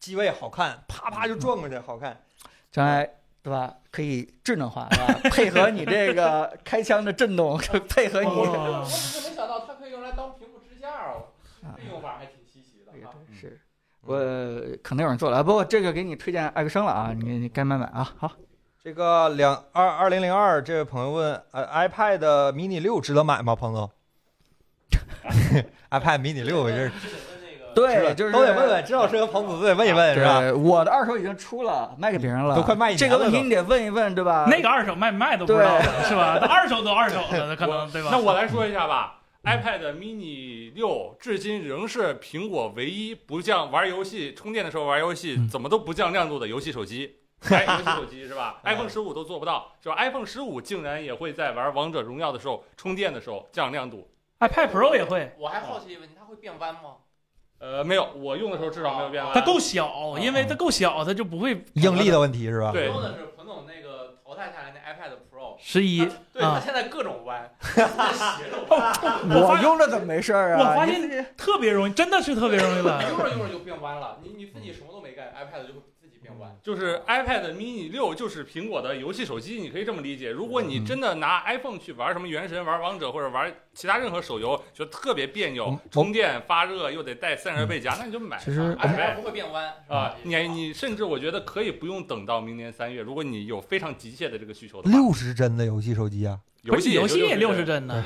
Speaker 1: 机位好看，啪啪就转过去，好看。啊
Speaker 3: 将来对吧？可以智能化，对吧？配合你这 个开枪的震动，配合你
Speaker 2: 哦
Speaker 4: 只是没想到它可以用来当屏幕支架哦，
Speaker 3: 啊
Speaker 4: 用法还挺稀奇的
Speaker 3: 哎呀真
Speaker 5: 嗯
Speaker 3: 是，我可能有人做了，啊不过这个给你推荐艾克生了啊，你你该买买啊。好，
Speaker 1: 这个两二二零零二这位朋友问，呃，iPad mini 六值得买吗，彭总 ？iPad mini 六这是
Speaker 3: 对，就是啊
Speaker 1: 都得问问，知道是个彭总都得问一问是吧？
Speaker 3: 对，我的二手已经出了，卖给别人了，
Speaker 1: 都快卖一
Speaker 3: 这
Speaker 1: 年
Speaker 3: 个
Speaker 1: 了
Speaker 3: 问题
Speaker 1: 都
Speaker 3: 你得问一问，对吧？
Speaker 2: 那个二手卖不卖都不知道是吧？二手都二手了，可能对吧？
Speaker 5: 那我来说一下吧。iPad mini 六至今仍是苹果唯一不降玩游戏充电的时候玩游戏
Speaker 2: 嗯
Speaker 5: 怎么都不降亮度的游戏手 机，哎，游戏手机是吧
Speaker 2: 哎
Speaker 5: ？iPhone 十五都做不到，是吧？iPhone 十五竟然也会在玩王者荣耀的时候充电的时候降亮度，
Speaker 2: iPad 哎 Pro 也会，
Speaker 4: 我还好奇一个问题，它会变弯吗？
Speaker 5: 呃，没有，我用的时候至少没有变
Speaker 4: 啊
Speaker 5: 弯。
Speaker 2: 它够小，因为它够小，它就不会
Speaker 1: 应力的问题是吧？
Speaker 5: 对
Speaker 4: 用的是彭总那个淘汰下来那 iPad Pro，
Speaker 2: 十一。
Speaker 4: 对
Speaker 2: 啊
Speaker 4: 它现在各种弯，
Speaker 2: 我
Speaker 3: 我
Speaker 2: 发
Speaker 3: 用着怎么没事儿啊？
Speaker 2: 我发
Speaker 3: 你
Speaker 2: 现特别容易，真的是特别容易
Speaker 4: 用
Speaker 2: 了。
Speaker 4: 着用着就变弯了。你你自己什么都没干，iPad 就会自己变弯。
Speaker 5: 就是 iPad mini 六就是苹果的游戏手机，你可以这么理解。如果
Speaker 2: 嗯
Speaker 5: 你真的拿 iPhone 去玩什么《原神》、玩王者或者玩其他任何手游，觉得特别别
Speaker 1: 我
Speaker 5: 扭
Speaker 2: 嗯
Speaker 1: 们，
Speaker 5: 充电发热又得带散热背夹，那你就买吧。
Speaker 3: 嗯其实
Speaker 4: 啊 iPad 不会变弯是
Speaker 5: 啊
Speaker 4: 吧，？
Speaker 5: 你你甚至我觉得可以不用等到明年三月，如果你有非常急切的这个需求的话，
Speaker 1: 六十帧的游戏手机啊，
Speaker 5: 游戏
Speaker 2: 游戏也
Speaker 5: 也
Speaker 2: 六十
Speaker 5: 帧，
Speaker 2: 帧呢，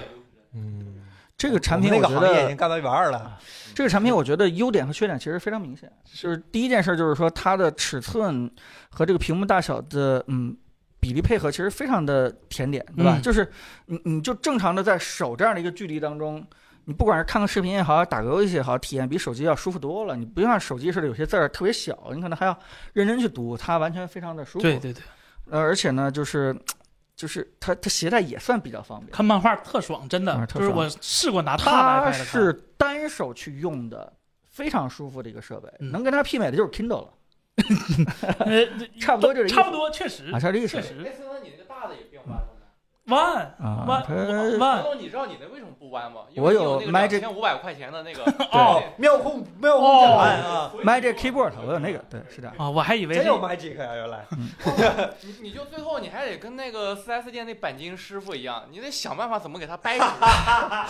Speaker 1: 嗯，
Speaker 3: 这个产品，
Speaker 1: 那
Speaker 3: 我
Speaker 1: 个
Speaker 3: 觉
Speaker 1: 行业已
Speaker 3: 得
Speaker 1: 经干到一百二了。
Speaker 3: 这个产品，我觉得优点和缺点其实非常明显。就是第一件事，就是说它的尺寸和这个屏幕大小的，嗯。比例配合其实非常的甜点，对吧？
Speaker 2: 嗯
Speaker 3: 就是你你就正常的在手这样的一个距离当中，你不管是看个视频也好，打个游戏也好，体验比手机要舒服多了。你不像手机似的有些字儿特别小，你可能还要认真去读，它完全非常的舒服。
Speaker 2: 对对对，
Speaker 3: 呃，而且呢，就是就是它它携带也算比较方便。
Speaker 2: 看漫画特爽，真的
Speaker 3: 啊，特
Speaker 2: 就
Speaker 3: 爽
Speaker 2: 是我试过拿大
Speaker 3: 它
Speaker 2: 的 iPad 看
Speaker 3: 是单手去用的，非常舒服的一个设备，
Speaker 2: 嗯
Speaker 3: 能跟它媲美的就是 Kindle 了，
Speaker 2: 呃，
Speaker 3: 差不多就是
Speaker 2: 差不多，确实
Speaker 3: 啊，它这意思
Speaker 2: 确
Speaker 4: 哎，
Speaker 2: 实
Speaker 4: 森森，你那个大的也变弯了吗？
Speaker 2: 万
Speaker 3: 啊
Speaker 2: 万，
Speaker 3: 它
Speaker 4: 彭
Speaker 2: 万
Speaker 4: 总，你知道你那为什么不弯吗？因
Speaker 3: 我
Speaker 4: 为你
Speaker 3: 有
Speaker 4: 有那个
Speaker 3: Magic-
Speaker 4: 两千五百块钱的那个
Speaker 2: 哦
Speaker 1: 妙控妙控键盘啊，
Speaker 3: Magic Keyboard 我有那个，对，是这样。
Speaker 2: 啊，我还以为
Speaker 1: 真有
Speaker 2: 这
Speaker 1: Magic 啊，原来
Speaker 4: 你你就最后你还得跟那个4 S 店那钣金师傅一样，你得想办法怎么给它掰直，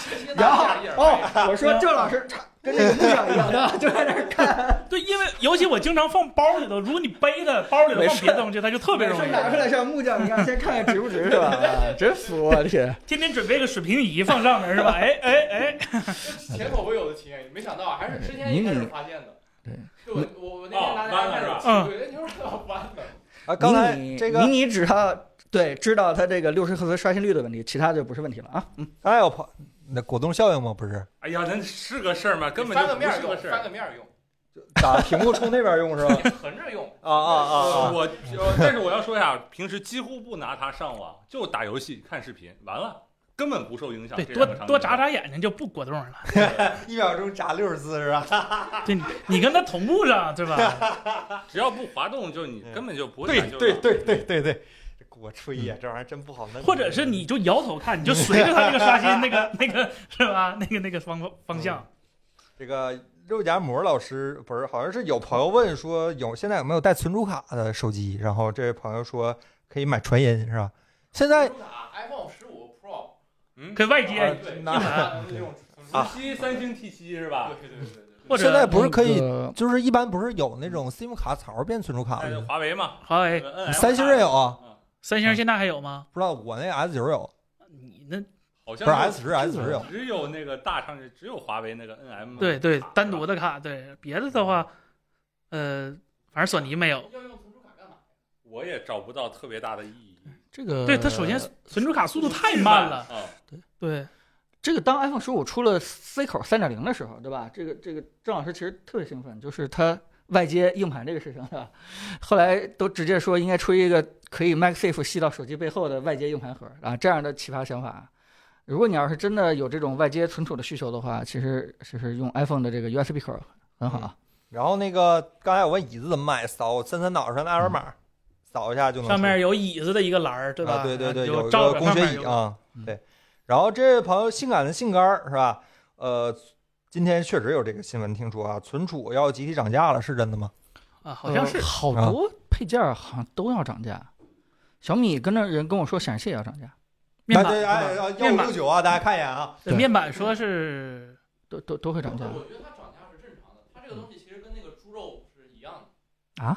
Speaker 4: 切切
Speaker 3: 然
Speaker 4: 大
Speaker 3: 后
Speaker 4: 一点一点掰。
Speaker 3: 哦哦，我说郑老师，他跟那个部长 一样，对吧？就在那儿看，
Speaker 2: 对，因为尤其我经常放包里头，如果你背的包里头
Speaker 3: 没
Speaker 2: 放
Speaker 3: 事
Speaker 2: 别的东西，它就特别容易。
Speaker 3: 拿出来像木匠一样，先看看值不值，是吧？ 啊真服啊， 这
Speaker 2: 天天准备个水平仪放上面是吧？哎哎哎，
Speaker 4: 前所未有的体验，没想到啊还是之前
Speaker 3: 你
Speaker 4: 一开始
Speaker 3: 你
Speaker 4: 发现的。
Speaker 3: 对
Speaker 4: 就我我我那天拿那
Speaker 5: 哦弯
Speaker 4: iPad
Speaker 5: 了
Speaker 2: 是吧
Speaker 4: 对，那就是老弯的。
Speaker 1: 啊，刚才
Speaker 3: 迷你
Speaker 1: 这个
Speaker 3: 迷你只要对知道它这个六十赫兹刷新率的问题，其他就不是问题了啊。
Speaker 1: 刚哎才有朋那果冻效应吗？不是，
Speaker 5: 哎呀，那是个事儿吗？根本
Speaker 4: 翻
Speaker 5: 就
Speaker 4: 个
Speaker 5: 不
Speaker 4: 面儿
Speaker 5: 是个
Speaker 4: 用，
Speaker 5: 事
Speaker 4: 翻
Speaker 5: 儿。
Speaker 4: 个面儿用，
Speaker 1: 打屏幕冲那边用 是吧？
Speaker 4: 你横着用。
Speaker 1: 啊啊啊啊！
Speaker 5: 我呃但是我要说一下，平时几乎不拿它上网，就打游戏、看视频，完了根本不受影响。
Speaker 2: 对，
Speaker 5: 这
Speaker 2: 多
Speaker 5: 两个场景
Speaker 2: 多眨眨眼睛就不果冻了。
Speaker 1: 一秒钟炸六十次是吧？
Speaker 2: 对，你跟他同步上对 吧？
Speaker 5: 只要不滑动，就你
Speaker 1: 嗯
Speaker 5: 根本就不会
Speaker 1: 对
Speaker 5: 感受到。
Speaker 1: 对对对对对，这国吹呀，这玩意儿真不好弄。
Speaker 2: 或者是你就摇头看，你就随着他那个刷新那个那个是吧？那 个那个方方向，
Speaker 1: 这个肉夹馍老师不是，好像是有朋友问说有现在有没有带存储卡的手机，然后这位朋友说可以买传音是吧？现在
Speaker 4: 打 iPhone 十五 Pro，
Speaker 5: 嗯，
Speaker 2: 跟外
Speaker 1: 啊
Speaker 2: 接
Speaker 4: 对，
Speaker 1: 拿
Speaker 4: 那种
Speaker 5: 啊，七三星 T 七是吧？
Speaker 4: 对对对对对。
Speaker 2: 或者
Speaker 1: 现在不是可以
Speaker 3: 那个
Speaker 1: 就是一般不是有那种 SIM 卡槽变存储卡
Speaker 2: 哎
Speaker 5: 那就
Speaker 1: 吗？
Speaker 5: 华为嘛，
Speaker 2: 华为、
Speaker 5: 嗯
Speaker 1: 三星也，有啊，
Speaker 2: 哎三星现在还有吗？
Speaker 1: 不知道我那 S 九有，
Speaker 2: 你那
Speaker 5: 好
Speaker 1: 不
Speaker 5: 像
Speaker 1: 是 S 十 S 十有。
Speaker 5: 只有那个大厂，只有华为那个 NM
Speaker 2: 对对
Speaker 5: 卡，
Speaker 2: 单独的卡，对别的的话，呃，反正索尼没有。
Speaker 4: 要用存储卡干嘛？
Speaker 5: 我也找不到特别大的意义。
Speaker 3: 这个，
Speaker 2: 对它首先存储卡速度太慢了，
Speaker 5: 啊！
Speaker 2: 对，
Speaker 3: 这个当 iPhone 十五出了 C 口三点零的时候，对吧？这个这个郑老师其实特别兴奋，就是他外接硬盘这个事情，对吧？后来都直接说应该出一个可以 MagSafe 吸到手机背后的外接硬盘盒啊，这样的奇葩想法。如果你要是真的有这种外接存储的需求的话，其实其实用 iPhone 的这个 USB 口很
Speaker 2: 嗯
Speaker 3: 好啊。
Speaker 1: 然后那个刚才我问椅子怎么买，扫森森脑上的二维码，扫一下就能出。
Speaker 2: 嗯上面有椅子的一个栏儿，对吧？
Speaker 1: 啊、对对对，
Speaker 2: 你
Speaker 1: 有
Speaker 2: 就
Speaker 1: 一
Speaker 2: 照
Speaker 1: 个
Speaker 2: 着
Speaker 1: 工
Speaker 2: 上
Speaker 1: 学
Speaker 2: 面
Speaker 1: 椅
Speaker 2: 有个
Speaker 1: 啊、
Speaker 3: 嗯
Speaker 1: 对。然后这位朋友性感的性杆儿是吧？呃，今天确实有这个新闻听说啊，存储要集体涨价了，是真的吗？
Speaker 2: 啊，好像是
Speaker 3: 呃好多配件儿好像都要涨价。小米跟着人跟我说显示器也要涨价，
Speaker 2: 面
Speaker 1: 那
Speaker 2: 板
Speaker 1: 这哎，
Speaker 2: 是
Speaker 1: 幺
Speaker 2: 吧，
Speaker 1: 五
Speaker 2: 面
Speaker 1: 六
Speaker 2: 板
Speaker 1: 九啊，大家看一眼啊。
Speaker 2: 对面板说是
Speaker 3: 都都都会涨价。
Speaker 4: 我觉得它涨价是正常的，它这个东西其实跟那个猪肉是一样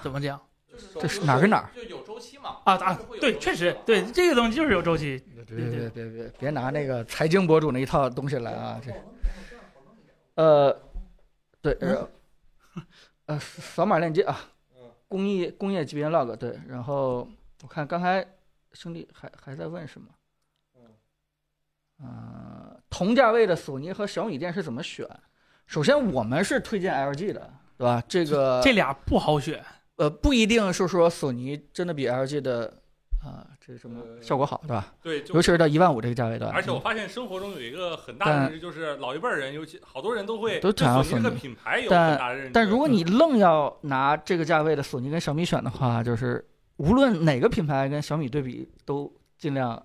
Speaker 2: 怎么讲
Speaker 4: 的，就是
Speaker 3: 这是哪儿跟哪儿？
Speaker 4: 就有周期嘛。
Speaker 2: 啊啊
Speaker 4: 就是会？有周
Speaker 2: 对，
Speaker 4: 期
Speaker 2: 确实
Speaker 4: 嘛
Speaker 2: 对这个东西就是有周期，
Speaker 3: 别别别别别拿那个财经博主那一套东西来啊！这，呃，对，然后呃，扫码链接啊，工业工业级别 log 对，然后我看刚才兄弟还还在问什么？呃，同价位的索尼和小米电视怎么选？首先，我们是推荐 LG 的，对吧？这个
Speaker 2: 这俩不好选。
Speaker 3: 呃不一定是说索尼真的比 LG 的啊、这什么效果好，对吧？
Speaker 5: 对，就
Speaker 3: 尤其是到一万五这个价位段，嗯
Speaker 5: 而且我发现生活中有一个很大的认知，就是老一辈儿人，尤其好多人都会
Speaker 3: 都
Speaker 5: 对
Speaker 3: 想要
Speaker 5: 索尼
Speaker 3: 索
Speaker 5: 这个
Speaker 3: 尼
Speaker 5: 品牌有很大的认知。
Speaker 3: 但如果你愣要拿这个价位的索尼跟小米选的话，就是无论哪个品牌跟小米对比，都尽量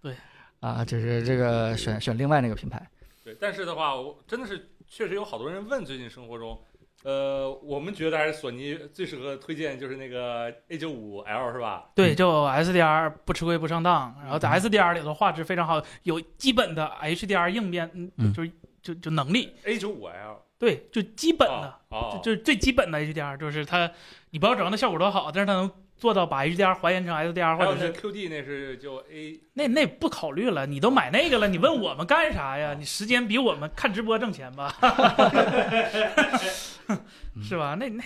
Speaker 2: 对
Speaker 3: 啊，就是这个选选另外那个品牌。
Speaker 5: 对，但是的话，我真的是确实有好多人问，最近生活中，呃，我们觉得还是索尼最适合推荐就是那个 A 9 5 L 是吧？
Speaker 2: 对，就 SDR 不吃亏不上当，然后在 SDR 里头画质非常好，有基本的 HDR 应变，嗯，
Speaker 3: 嗯
Speaker 2: 就是就就能力，
Speaker 5: A 9 5 L
Speaker 2: 对，就基本的
Speaker 5: 啊，，哦
Speaker 2: 就就是最基本的 HDR，就是它，你不要指望它效果多好，但是它能做到把 HDR 还原成 SDR，
Speaker 5: 还
Speaker 2: 或
Speaker 5: 有
Speaker 2: 者
Speaker 5: 那
Speaker 2: 是
Speaker 5: QD 那是就 A
Speaker 2: 那那不考虑了，你都买那个了，你问我们干啥呀？你时间比我们看直播挣钱吧， 是吧？那那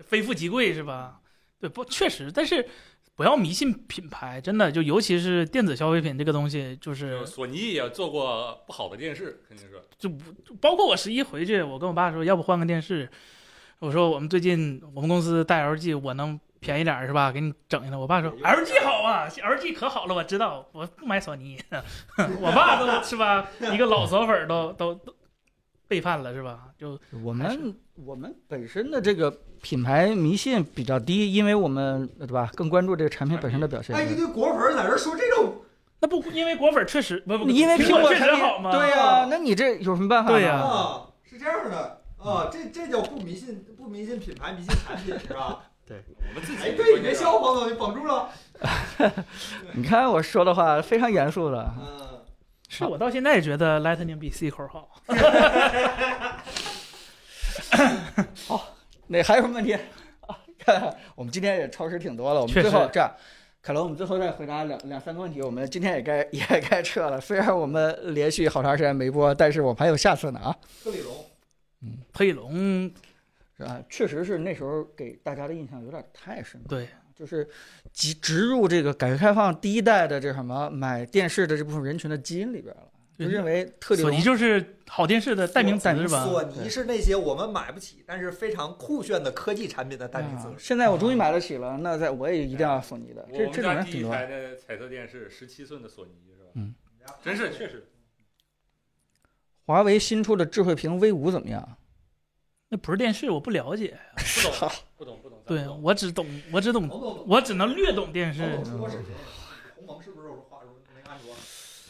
Speaker 2: 非富即贵是吧？对，不确实，但是不要迷信品牌，真的就尤其是电子消费品这个东西，就是
Speaker 5: 就索尼也做过不好的电视，肯定是。
Speaker 2: 就不就包括我十一回去，我跟我爸说，要不换个电视？我说我们最近我们公司带 LG，我能便宜点儿是吧？给你整一个。我爸说 LG 好啊，LG 可好了，我知道，我不买索尼。 我爸都是吧，一个老索粉儿都都都背叛了是吧？就
Speaker 3: 我
Speaker 2: 还是
Speaker 3: 们我们本身的这个品牌迷信比较低，因为我们对吧更关注这个产品本身的表现。
Speaker 1: 哎，一堆果粉在这说这种，
Speaker 2: 那不因为果粉确实不不，
Speaker 3: 因为
Speaker 2: 苹
Speaker 3: 苹果
Speaker 2: 确实
Speaker 3: 产品
Speaker 2: 好吗？
Speaker 3: 对呀、那你这有什么办法呢？
Speaker 2: 对呀
Speaker 1: 啊，是这样的啊，这这叫不迷信，不迷信品牌，迷信产品是吧？
Speaker 5: 我们自己
Speaker 1: 哎， 对，你别笑，黄总，你绷住了。
Speaker 3: 你看我说的话非常严肃的，
Speaker 1: 嗯，
Speaker 2: 是我到现在也觉得 Lightning 比 C 口好。
Speaker 3: 那还有什么问题？ 啊、我们今天也超时挺多了，我们
Speaker 2: 确
Speaker 3: 最后
Speaker 2: 实
Speaker 3: 这样，凯龙，我们最后再回答两两三个问题。我们今天也该 也该撤了，虽然我们连续好长时间没播，但是我们还有下次呢啊，
Speaker 1: 克里龙，
Speaker 2: 佩龙
Speaker 3: 是吧？确实是那时候给大家的印象有点太深刻。
Speaker 2: 对，
Speaker 3: 就是植植入这个改革开放第一代的这什么买电视的这部分人群的基因里边了，就认为特啊里
Speaker 2: 索
Speaker 3: 龙
Speaker 2: 尼就是好电视的代名词
Speaker 3: 代名
Speaker 2: 是吧？
Speaker 1: 索尼是那些我们买不起但是非常酷炫的科技产品的代名词
Speaker 3: 啊。现在我终于买得起了，那在我也一定要索尼的。
Speaker 5: 哎我
Speaker 3: 这这
Speaker 5: 们
Speaker 3: 种
Speaker 5: 家
Speaker 3: 人
Speaker 5: 第
Speaker 3: 挺
Speaker 5: 一
Speaker 3: 多。
Speaker 5: 台的彩色电视，十七寸的索尼是吧？
Speaker 3: 嗯，
Speaker 5: 真是确实，
Speaker 3: 华为新出的智慧屏 V 五怎么样？
Speaker 2: 那不是电视，我不了解。
Speaker 5: 不懂，不懂，不懂。
Speaker 2: 对
Speaker 3: 哦
Speaker 2: 我只懂，我只懂，
Speaker 1: 王总，
Speaker 2: 我只能略懂
Speaker 3: 嗯
Speaker 2: 电视。
Speaker 1: 王总出过视频，鸿蒙是不是有话说没安卓？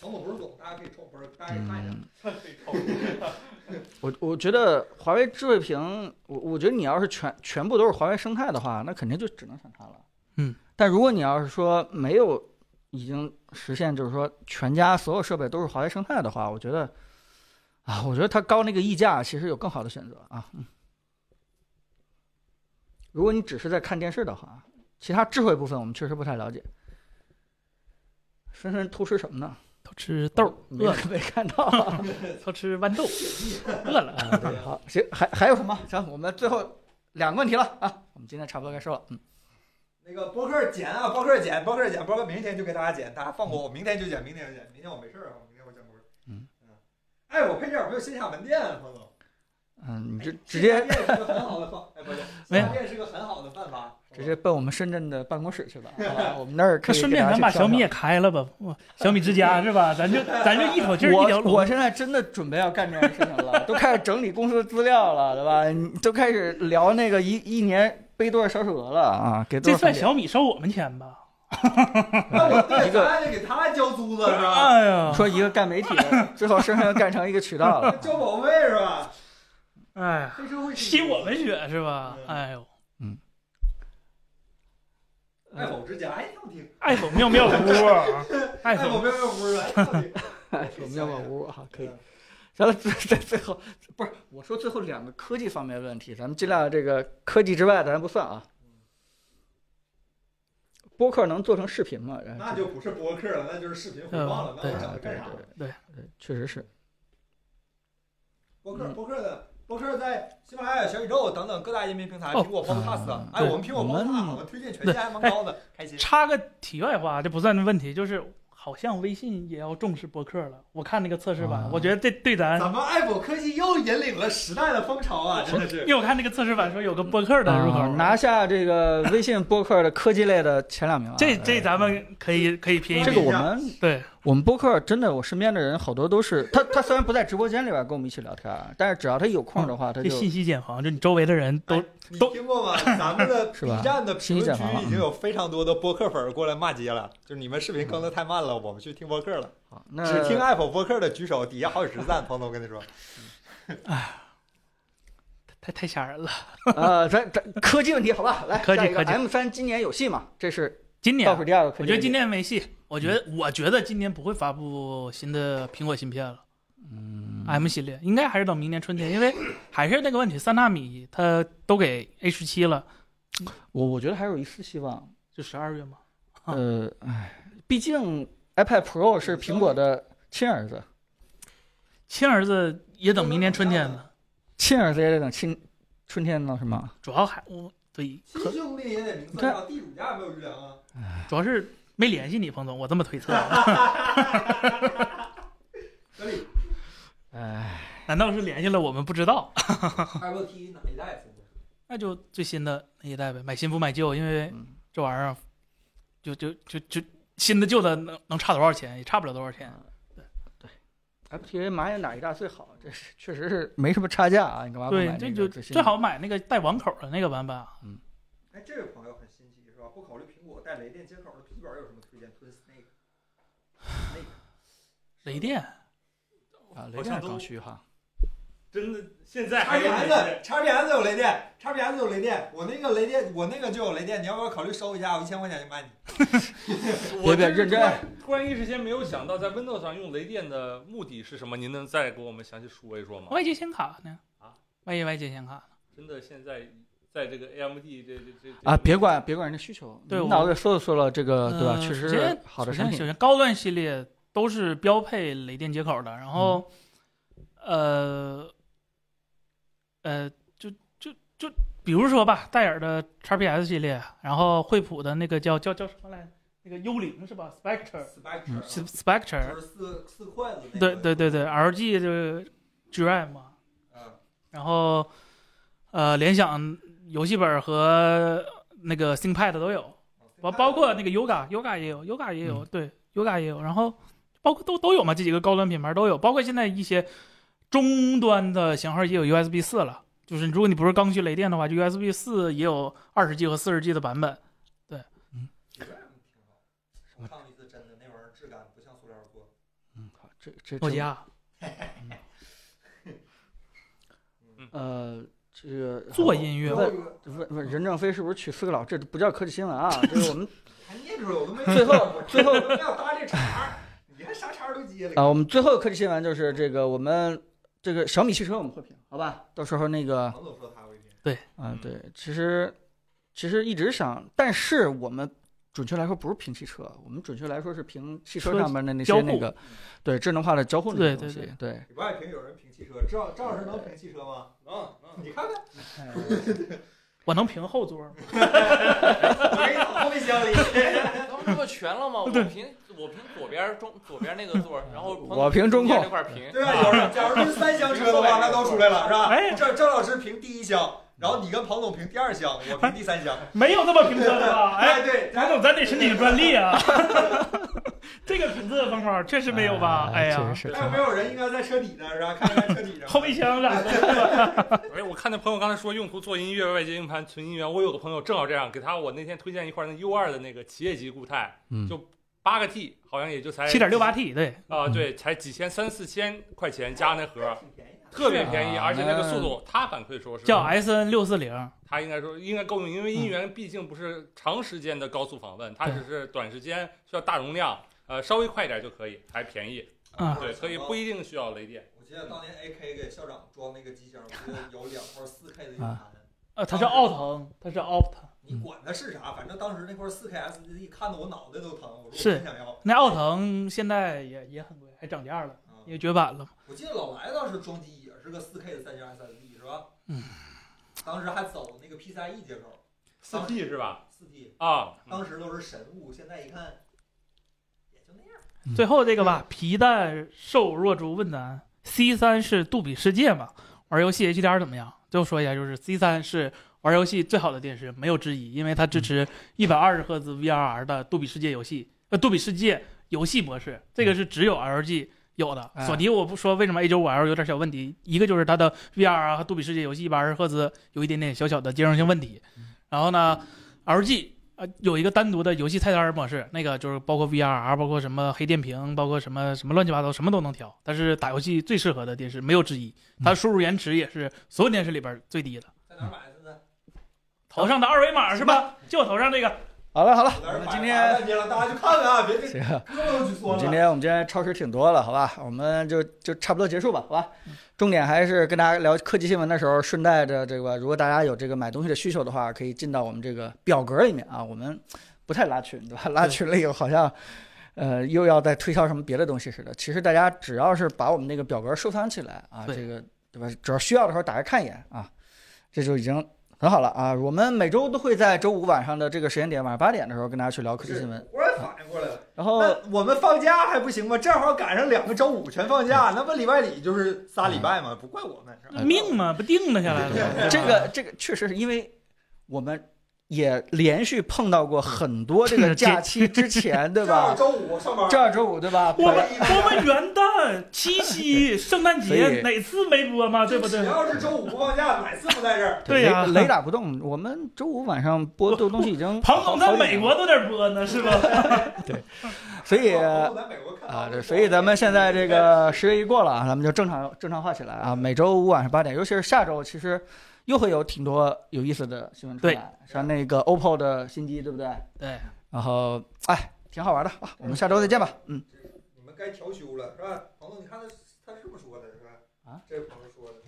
Speaker 1: 王总不是懂，大家可以抽，不是大家可以看一下。
Speaker 3: 嗯 我我觉得华为智慧屏，我我觉得你要是全全部都是华为生态的话，那肯定就只能选它了。
Speaker 2: 嗯，
Speaker 3: 但如果你要是说没有已经实现，就是说全家所有设备都是华为生态的话，我觉得啊，我觉得它高那个溢价其实有更好的选择啊。嗯，如果你只是在看电视的话，其他智慧部分我们确实不太了解。深深偷吃什么呢？
Speaker 2: 偷吃豆儿，
Speaker 3: 没
Speaker 2: 饿了；
Speaker 3: 没看到。
Speaker 2: 偷吃豌豆，饿了。
Speaker 3: 啊 好，行，还还有什么？行，我们最后两个问题了啊，我们今天差不多该收了。嗯，
Speaker 1: 那个博客剪啊，博客剪，博客剪，博客明天就给大家剪，大家放过我，明天就剪，明天就剪，明天我没事儿，我啊明天我讲故事。
Speaker 3: 嗯
Speaker 1: 哎，我配件有没有线下门店啊，彭总？
Speaker 3: 嗯，你直
Speaker 1: 哎
Speaker 3: 直
Speaker 1: 线
Speaker 3: 接
Speaker 1: 下店是个很好的方，哎，不 是，
Speaker 2: 没
Speaker 1: 线
Speaker 2: 有
Speaker 1: 下店是个很好的办法。
Speaker 3: 直接奔我们深圳的办公室去 吧，好吧？我们那儿可
Speaker 2: 那
Speaker 3: 以
Speaker 2: 顺
Speaker 3: 给
Speaker 2: 便
Speaker 3: 大家
Speaker 2: 咱把
Speaker 3: 去
Speaker 2: 小米
Speaker 3: 挑
Speaker 2: 也开了吧，哇小米之家 是吧？咱就咱就一口气儿一条
Speaker 3: 我我
Speaker 2: 龙。
Speaker 3: 现在真的准备要干这件事情了，都开始整理公司资料了，对吧？你都开始聊那个一一年背多少小数额了啊？给多
Speaker 2: 这
Speaker 3: 少分
Speaker 2: 算
Speaker 3: 点？
Speaker 2: 小米收我们钱吧？
Speaker 1: 那我
Speaker 3: 一
Speaker 1: 对，
Speaker 3: 个
Speaker 1: 咱还得给他交租子是吧？
Speaker 2: 哎呀，
Speaker 3: 啊说一个干媒体 的，最后深深干成一个渠道了。
Speaker 1: 交保费是吧？
Speaker 2: 哎呀，
Speaker 1: 黑社会
Speaker 2: 吸我们血是吧？
Speaker 1: 嗯
Speaker 2: 哎呦，
Speaker 1: 爱否之家，哎，挺好听。
Speaker 2: 爱否妙妙 屋，爱
Speaker 1: 爱否
Speaker 2: 否
Speaker 1: 妙妙屋是吧？哎挺好听
Speaker 3: 我们要把屋啊， 可以。行了，最 最最后不是我说最后两个科技方面的问题，咱们尽量这个科技之外的咱不算啊。播客能做成视频吗？然后
Speaker 1: 那就不是播客了，那就是视频回放了。那
Speaker 2: 对
Speaker 1: 我
Speaker 3: 哎嗯对
Speaker 1: 想干啥？
Speaker 3: 对
Speaker 2: 对
Speaker 3: 对，确实是。
Speaker 1: 播客
Speaker 3: 嗯
Speaker 1: 播客的播客在喜马拉雅、小宇宙等等各大音频平台，
Speaker 2: 哦
Speaker 1: 苹果 Podcast，
Speaker 3: 啊
Speaker 1: 哎，
Speaker 2: 对
Speaker 1: 我们苹果
Speaker 3: 我们
Speaker 1: Podcast 我们推荐权限还蛮高的，开心。
Speaker 2: 插个题外话，这不算问题，就是好像微信也要重视播客了。我看那个测试版，
Speaker 3: 啊
Speaker 2: 我觉得这对咱，
Speaker 1: 咱们爱博科技又引领了时代的风潮啊，真的
Speaker 2: 因
Speaker 3: 哦
Speaker 1: 是。
Speaker 2: 为我看那个测试版说有个播客的入口，
Speaker 3: 啊拿下这个微信播客的科技类的前两名啊。哎
Speaker 2: 这这咱们可以可以拼一
Speaker 3: 这
Speaker 2: 拼
Speaker 3: 个。我们
Speaker 2: 对，
Speaker 3: 我们播客真的，我身边的人好多都是他，他虽然不在直播间里边跟我们一起聊天啊，但是只要他有空的话，他
Speaker 2: 嗯这
Speaker 3: 就
Speaker 2: 信息茧房，就你周围的人都
Speaker 1: 哎你
Speaker 2: 都
Speaker 1: 听过吗？咱们的
Speaker 3: 是
Speaker 1: B
Speaker 3: 吧
Speaker 1: 站的评
Speaker 3: 信息
Speaker 1: 论
Speaker 3: 茧
Speaker 1: 区
Speaker 3: 房啊
Speaker 1: 已经有非常多的播客粉儿过来骂街了，就是你们视频更的太慢了，我们去听播客了。
Speaker 3: 好那
Speaker 1: 只听啊 Apple 播客的举手，底下好几十赞。彭总跟你说，
Speaker 2: 太太吓人了。
Speaker 3: 呃，咱咱科技问题好吧？来，
Speaker 2: 科技
Speaker 3: 下一个
Speaker 2: 科技
Speaker 3: M 三今年有戏吗？这是
Speaker 2: 今年嗯
Speaker 3: 倒数第二个科技
Speaker 2: 我
Speaker 3: 问题。
Speaker 2: 觉得今年没戏，我觉得我觉得今年不会发布新的苹果芯片了。嗯，M 系列应该还是等明年春天，因为还是那个问题，三纳米它都给 A 十七了，
Speaker 3: 我我觉得还有一丝希望。
Speaker 2: 就十二月嘛。啊
Speaker 3: 呃，唉，毕竟 iPad Pro 是苹果的亲儿子，
Speaker 2: 亲儿子也等明年春天了，
Speaker 3: 亲儿子也得等亲春天呢，是吗？
Speaker 2: 主要还我对，
Speaker 1: 亲
Speaker 2: 可
Speaker 1: 兄弟也得明
Speaker 3: 你
Speaker 1: 算
Speaker 3: 看
Speaker 1: 账，地主家有没有余粮啊？
Speaker 2: 主要是没联系你，彭总，我这么推测，啊
Speaker 1: 所以
Speaker 3: 唉，
Speaker 2: 难道是联系了我们不知道？
Speaker 1: Apple TV 哪一代现在？
Speaker 2: 那就最新的那一代呗，买新不买旧，因为
Speaker 3: 嗯
Speaker 2: 这玩意儿啊就就就就新的旧的能能差多少钱？也差不了多少
Speaker 3: 啊
Speaker 2: 钱。
Speaker 3: ，FTA 蚂蚁哪一大最好？这是确实是没什么差价啊，你干嘛不
Speaker 2: 对
Speaker 3: 买，
Speaker 2: 这
Speaker 3: 那
Speaker 2: 就
Speaker 3: 个最新
Speaker 2: 最好买那个带网口的那个版本啊。
Speaker 1: 哎，这位朋友很新奇是吧？不考虑苹果带雷电接口的笔记本有什么推荐？吞 Snake。
Speaker 2: 雷电，
Speaker 3: 啊？雷
Speaker 5: 好
Speaker 3: 电
Speaker 5: 像
Speaker 3: 是刚
Speaker 5: 都
Speaker 3: 需哈。
Speaker 5: 真的现在还有哪
Speaker 1: XPS
Speaker 5: 些
Speaker 1: XPS 有雷电，XPS 有雷电，我那个雷电，我那个就有雷电，你要不要考虑收一下？我一千块钱就卖你。
Speaker 5: 我
Speaker 3: 别认
Speaker 5: 真是突
Speaker 3: 真啊
Speaker 5: 然突然一时间没有想到，在 Windows 上用雷电的目的是什么？您能再给我们详细说一说吗？
Speaker 2: 外接显卡呢
Speaker 5: 啊？
Speaker 2: 外接外接显卡呢？
Speaker 5: 真的现在在这个 AMD 这这这
Speaker 3: 啊，别管别管人家需求，
Speaker 2: 对
Speaker 3: 你
Speaker 2: 我
Speaker 3: 脑子说了说了这个，对吧？
Speaker 2: 呃
Speaker 3: 确实
Speaker 2: 首先
Speaker 3: 好的
Speaker 2: 首先
Speaker 3: 产品
Speaker 2: 首，先高端系列都是标配雷电接口的，然后，
Speaker 3: 嗯
Speaker 2: 呃，呃，就就就比如说吧，戴尔的 XPS 系列，然后惠普的那个叫叫叫什么来着，那个幽灵是吧？Spectre。
Speaker 1: Spectre，
Speaker 3: 嗯
Speaker 2: S- Spectre，
Speaker 1: 就是四四筷子那
Speaker 2: 对
Speaker 1: 个，
Speaker 2: 对对对，LG 就是 GRAM 嘛，
Speaker 1: 嗯，
Speaker 2: 然后呃，联想游戏本和那个 ThinkPad 都有，包包括那个 Yoga Yoga 也有，Yoga 也有，对 Yoga 也有，然后包括都都有嘛，这几个高端品牌都有，包括现在一些终端的型号也有 USB 四了，就是如果你不是刚需雷电的话，就 USB 四也有二十 G 和四十 G 的版本。
Speaker 1: 我看过一次真的，那玩意儿质感不像塑料锅。
Speaker 3: 嗯，好，这这
Speaker 2: 诺
Speaker 3: 这
Speaker 2: 基亚
Speaker 3: 呃，这个
Speaker 2: 做音乐，
Speaker 3: 问问问任正非是不是娶四个老？这不叫科技新闻啊，这是我们
Speaker 1: 还捏住了，我都没
Speaker 3: 最后最后
Speaker 1: 我没有搭这茬儿，你看啥茬儿都接了。
Speaker 3: 啊，我们最后科技新闻就是这个我们这个小米汽车我们会评，好吧？到时候那个
Speaker 1: 王总说他，我一听
Speaker 3: 啊
Speaker 5: 嗯，
Speaker 3: 对，其实其实一直想，但是我们准确来说不是评汽车，我们准确来说是评汽车
Speaker 2: 车
Speaker 3: 上面的那
Speaker 2: 交
Speaker 3: 些那
Speaker 2: 互
Speaker 3: 个，对智能化的交互那
Speaker 2: 对
Speaker 3: 些东
Speaker 2: 对
Speaker 3: 西，对
Speaker 1: 你不爱评有人评汽车，赵赵老师能评汽车吗？
Speaker 5: 能能
Speaker 1: 你看看，
Speaker 2: 我能评后座吗？
Speaker 1: 我给你放后备箱里。
Speaker 5: 啊
Speaker 4: 咱们这不全了吗？我凭我凭左边中左边那个座儿，然后朋友
Speaker 3: 我评中控
Speaker 4: 间那块屏，
Speaker 1: 对啊，假如假如是三厢车的话，那都出来了是吧？
Speaker 2: 哎
Speaker 1: 赵赵老师评第一箱，然后你跟庞总评第二箱，我评第三箱。
Speaker 2: 没有那么评测的吧？哎，
Speaker 1: 哎，对，
Speaker 2: 王总，咱得申请专利啊！这个评测方法确实没有吧？哎呀，
Speaker 3: 确实
Speaker 1: 还有没
Speaker 3: 是。
Speaker 1: 有人应该在车底呢是吧？看看车底上。
Speaker 2: 后备箱了，
Speaker 5: 哎，我看那朋友刚才说用途做音乐，外接硬盘存音源。我有个朋友正好这样，给他我那天推荐一块那 U 二的那个企业级固态，
Speaker 3: 嗯
Speaker 5: 就八个 T，好像也就才
Speaker 2: 七点六八 T，对，
Speaker 5: 啊，对，才几千三四千块钱加那盒，
Speaker 1: 挺便宜的。
Speaker 5: 特别便宜，
Speaker 3: 啊
Speaker 5: 而且那个速度，他反馈说是
Speaker 2: 嗯叫 SN 六四零，
Speaker 5: 他应该说应该够用，因为音源毕竟不是长时间的高速访问，它
Speaker 2: 对
Speaker 5: 只是短时间需要大容量，呃，稍微快一点就可以，还便宜，
Speaker 2: 嗯
Speaker 5: 对，所以不一定需要雷电。
Speaker 1: 我记得当年 AK 给校长装那个机箱，不是有两块四 K 的硬盘。
Speaker 2: 呃，它是奥腾，它是 Opt，
Speaker 1: 你管它是啥，反正当时那块四 K SSD 看得我脑袋都疼，我说我
Speaker 2: 是
Speaker 1: 真想要。
Speaker 2: 那奥腾现在也也很贵，还涨价了，
Speaker 1: 啊
Speaker 2: 也绝版了嘛。
Speaker 1: 我记得老来当时装机也是个四 K 的三加 SSD 是吧？
Speaker 2: 嗯。
Speaker 1: 当时还走那个 E PCIe 接口，
Speaker 5: 四 T 是吧？
Speaker 1: 四 T，
Speaker 5: 啊，
Speaker 3: 嗯
Speaker 1: 当时都是神物，现在一看也就那样。
Speaker 2: 最后这个吧，皮蛋瘦若猪问咱，C 三是杜比世界嘛？玩游戏 HDR 怎么样？最后说一下，就是 C 三是玩游戏最好的电视，没有之一，因为它支持一百二十赫兹 VRR 的杜比世界游戏，呃，杜比世界游戏模式，这个是只有 LG 有的。
Speaker 3: 哎
Speaker 2: 索尼我不说为什么 A 9 5 L 有点小问题，一个就是它的 VRR 和杜比世界游戏一百二十赫兹有一点点小小的兼容性问题，然后呢，LG 呃，有一个单独的游戏菜单模式，那个就是包括 VRR，包括什么黑电屏，包括什么什么乱七八糟，什么都能调。但是打游戏最适合的电视没有之一，它输入延迟也是所有电视里边最低的。
Speaker 1: 在哪儿买的现在？
Speaker 2: 头上的二维码是吧？就我头上这个。
Speaker 3: 好了好了，
Speaker 1: 我在
Speaker 3: 我
Speaker 1: 这
Speaker 3: 们
Speaker 1: 买买半
Speaker 3: 嗯今天
Speaker 1: 天了，大家去看看啊，别别
Speaker 3: 这个
Speaker 1: 不用去
Speaker 3: 我
Speaker 1: 说
Speaker 3: 们
Speaker 1: 了。
Speaker 3: 今天我们今天超时挺多了，好吧？我们就就差不多结束吧，好吧？重点还是跟大家聊科技新闻的时候，顺带着这个，如果大家有这个买东西的需求的话，可以进到我们这个表格里面啊。我们不太拉群，对吧？拉群了以后好像。呃，又要再推销什么别的东西似的。其实大家只要是把我们那个表格收藏起来啊，
Speaker 2: 对
Speaker 3: 这个对吧？只要需要的时候打开看一眼啊，这就已经很好了啊。我们每周都会在周五晚上的这个时间点，晚上八点的时候跟大家去聊科技新闻。哦
Speaker 1: 忽然反应过来了。
Speaker 3: 然后
Speaker 1: 那我们放假还不行吗？正好赶上两个周五全放
Speaker 3: 嗯
Speaker 1: 假，那不里外里就是仨礼拜吗？不怪我们，是吧
Speaker 2: 哎命嘛，不定了下来了。
Speaker 3: 这个这个确实是因为我们也连续碰到过很多这个假期之 前，对
Speaker 1: 正好
Speaker 3: 吧？
Speaker 1: 周五上班，
Speaker 3: 正好周五，对吧？
Speaker 2: 我们
Speaker 3: 本
Speaker 2: 我们元旦、七夕、圣诞
Speaker 3: 所以
Speaker 2: 节哪次没播嘛？对不对
Speaker 1: 只？要是周五不放假，哪次不在这儿？
Speaker 2: 对呀
Speaker 3: 雷雷打不动。我们周五晚上播的东西已 经
Speaker 2: 庞总在
Speaker 3: 好几
Speaker 2: 美国都得播呢，是吧？
Speaker 3: 所以
Speaker 1: 我在美国看
Speaker 3: 啊，对，所以咱们现在这个十月一过了啊，咱们就正常正常化起来啊。每周五晚上八点，尤其是下周，其实又会有挺多有意思的新闻出来，像那个 OPPO 的新机，对不对？
Speaker 2: 对。
Speaker 3: 然后哎，挺好玩的啊，我们下周再见吧。嗯，
Speaker 1: 你们该调休了，是吧？彭总，你看他他是这么说的，是吧？
Speaker 3: 啊，
Speaker 1: 这是彭总说的，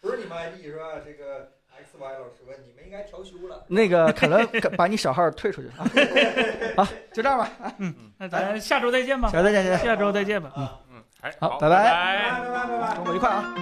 Speaker 1: 不是你们 ID 是吧？这个 X Y 老师问你们应该调休了，
Speaker 3: 那个可能把你小号退出去啊。好，就这样吧，
Speaker 2: 那咱下周再见吧，
Speaker 3: 下周再见，
Speaker 2: 下周再见吧。
Speaker 5: 嗯，还
Speaker 3: 好
Speaker 5: 好，
Speaker 3: 拜拜
Speaker 5: 拜
Speaker 1: 啊拜拜拜拜。
Speaker 3: 周末愉快啊。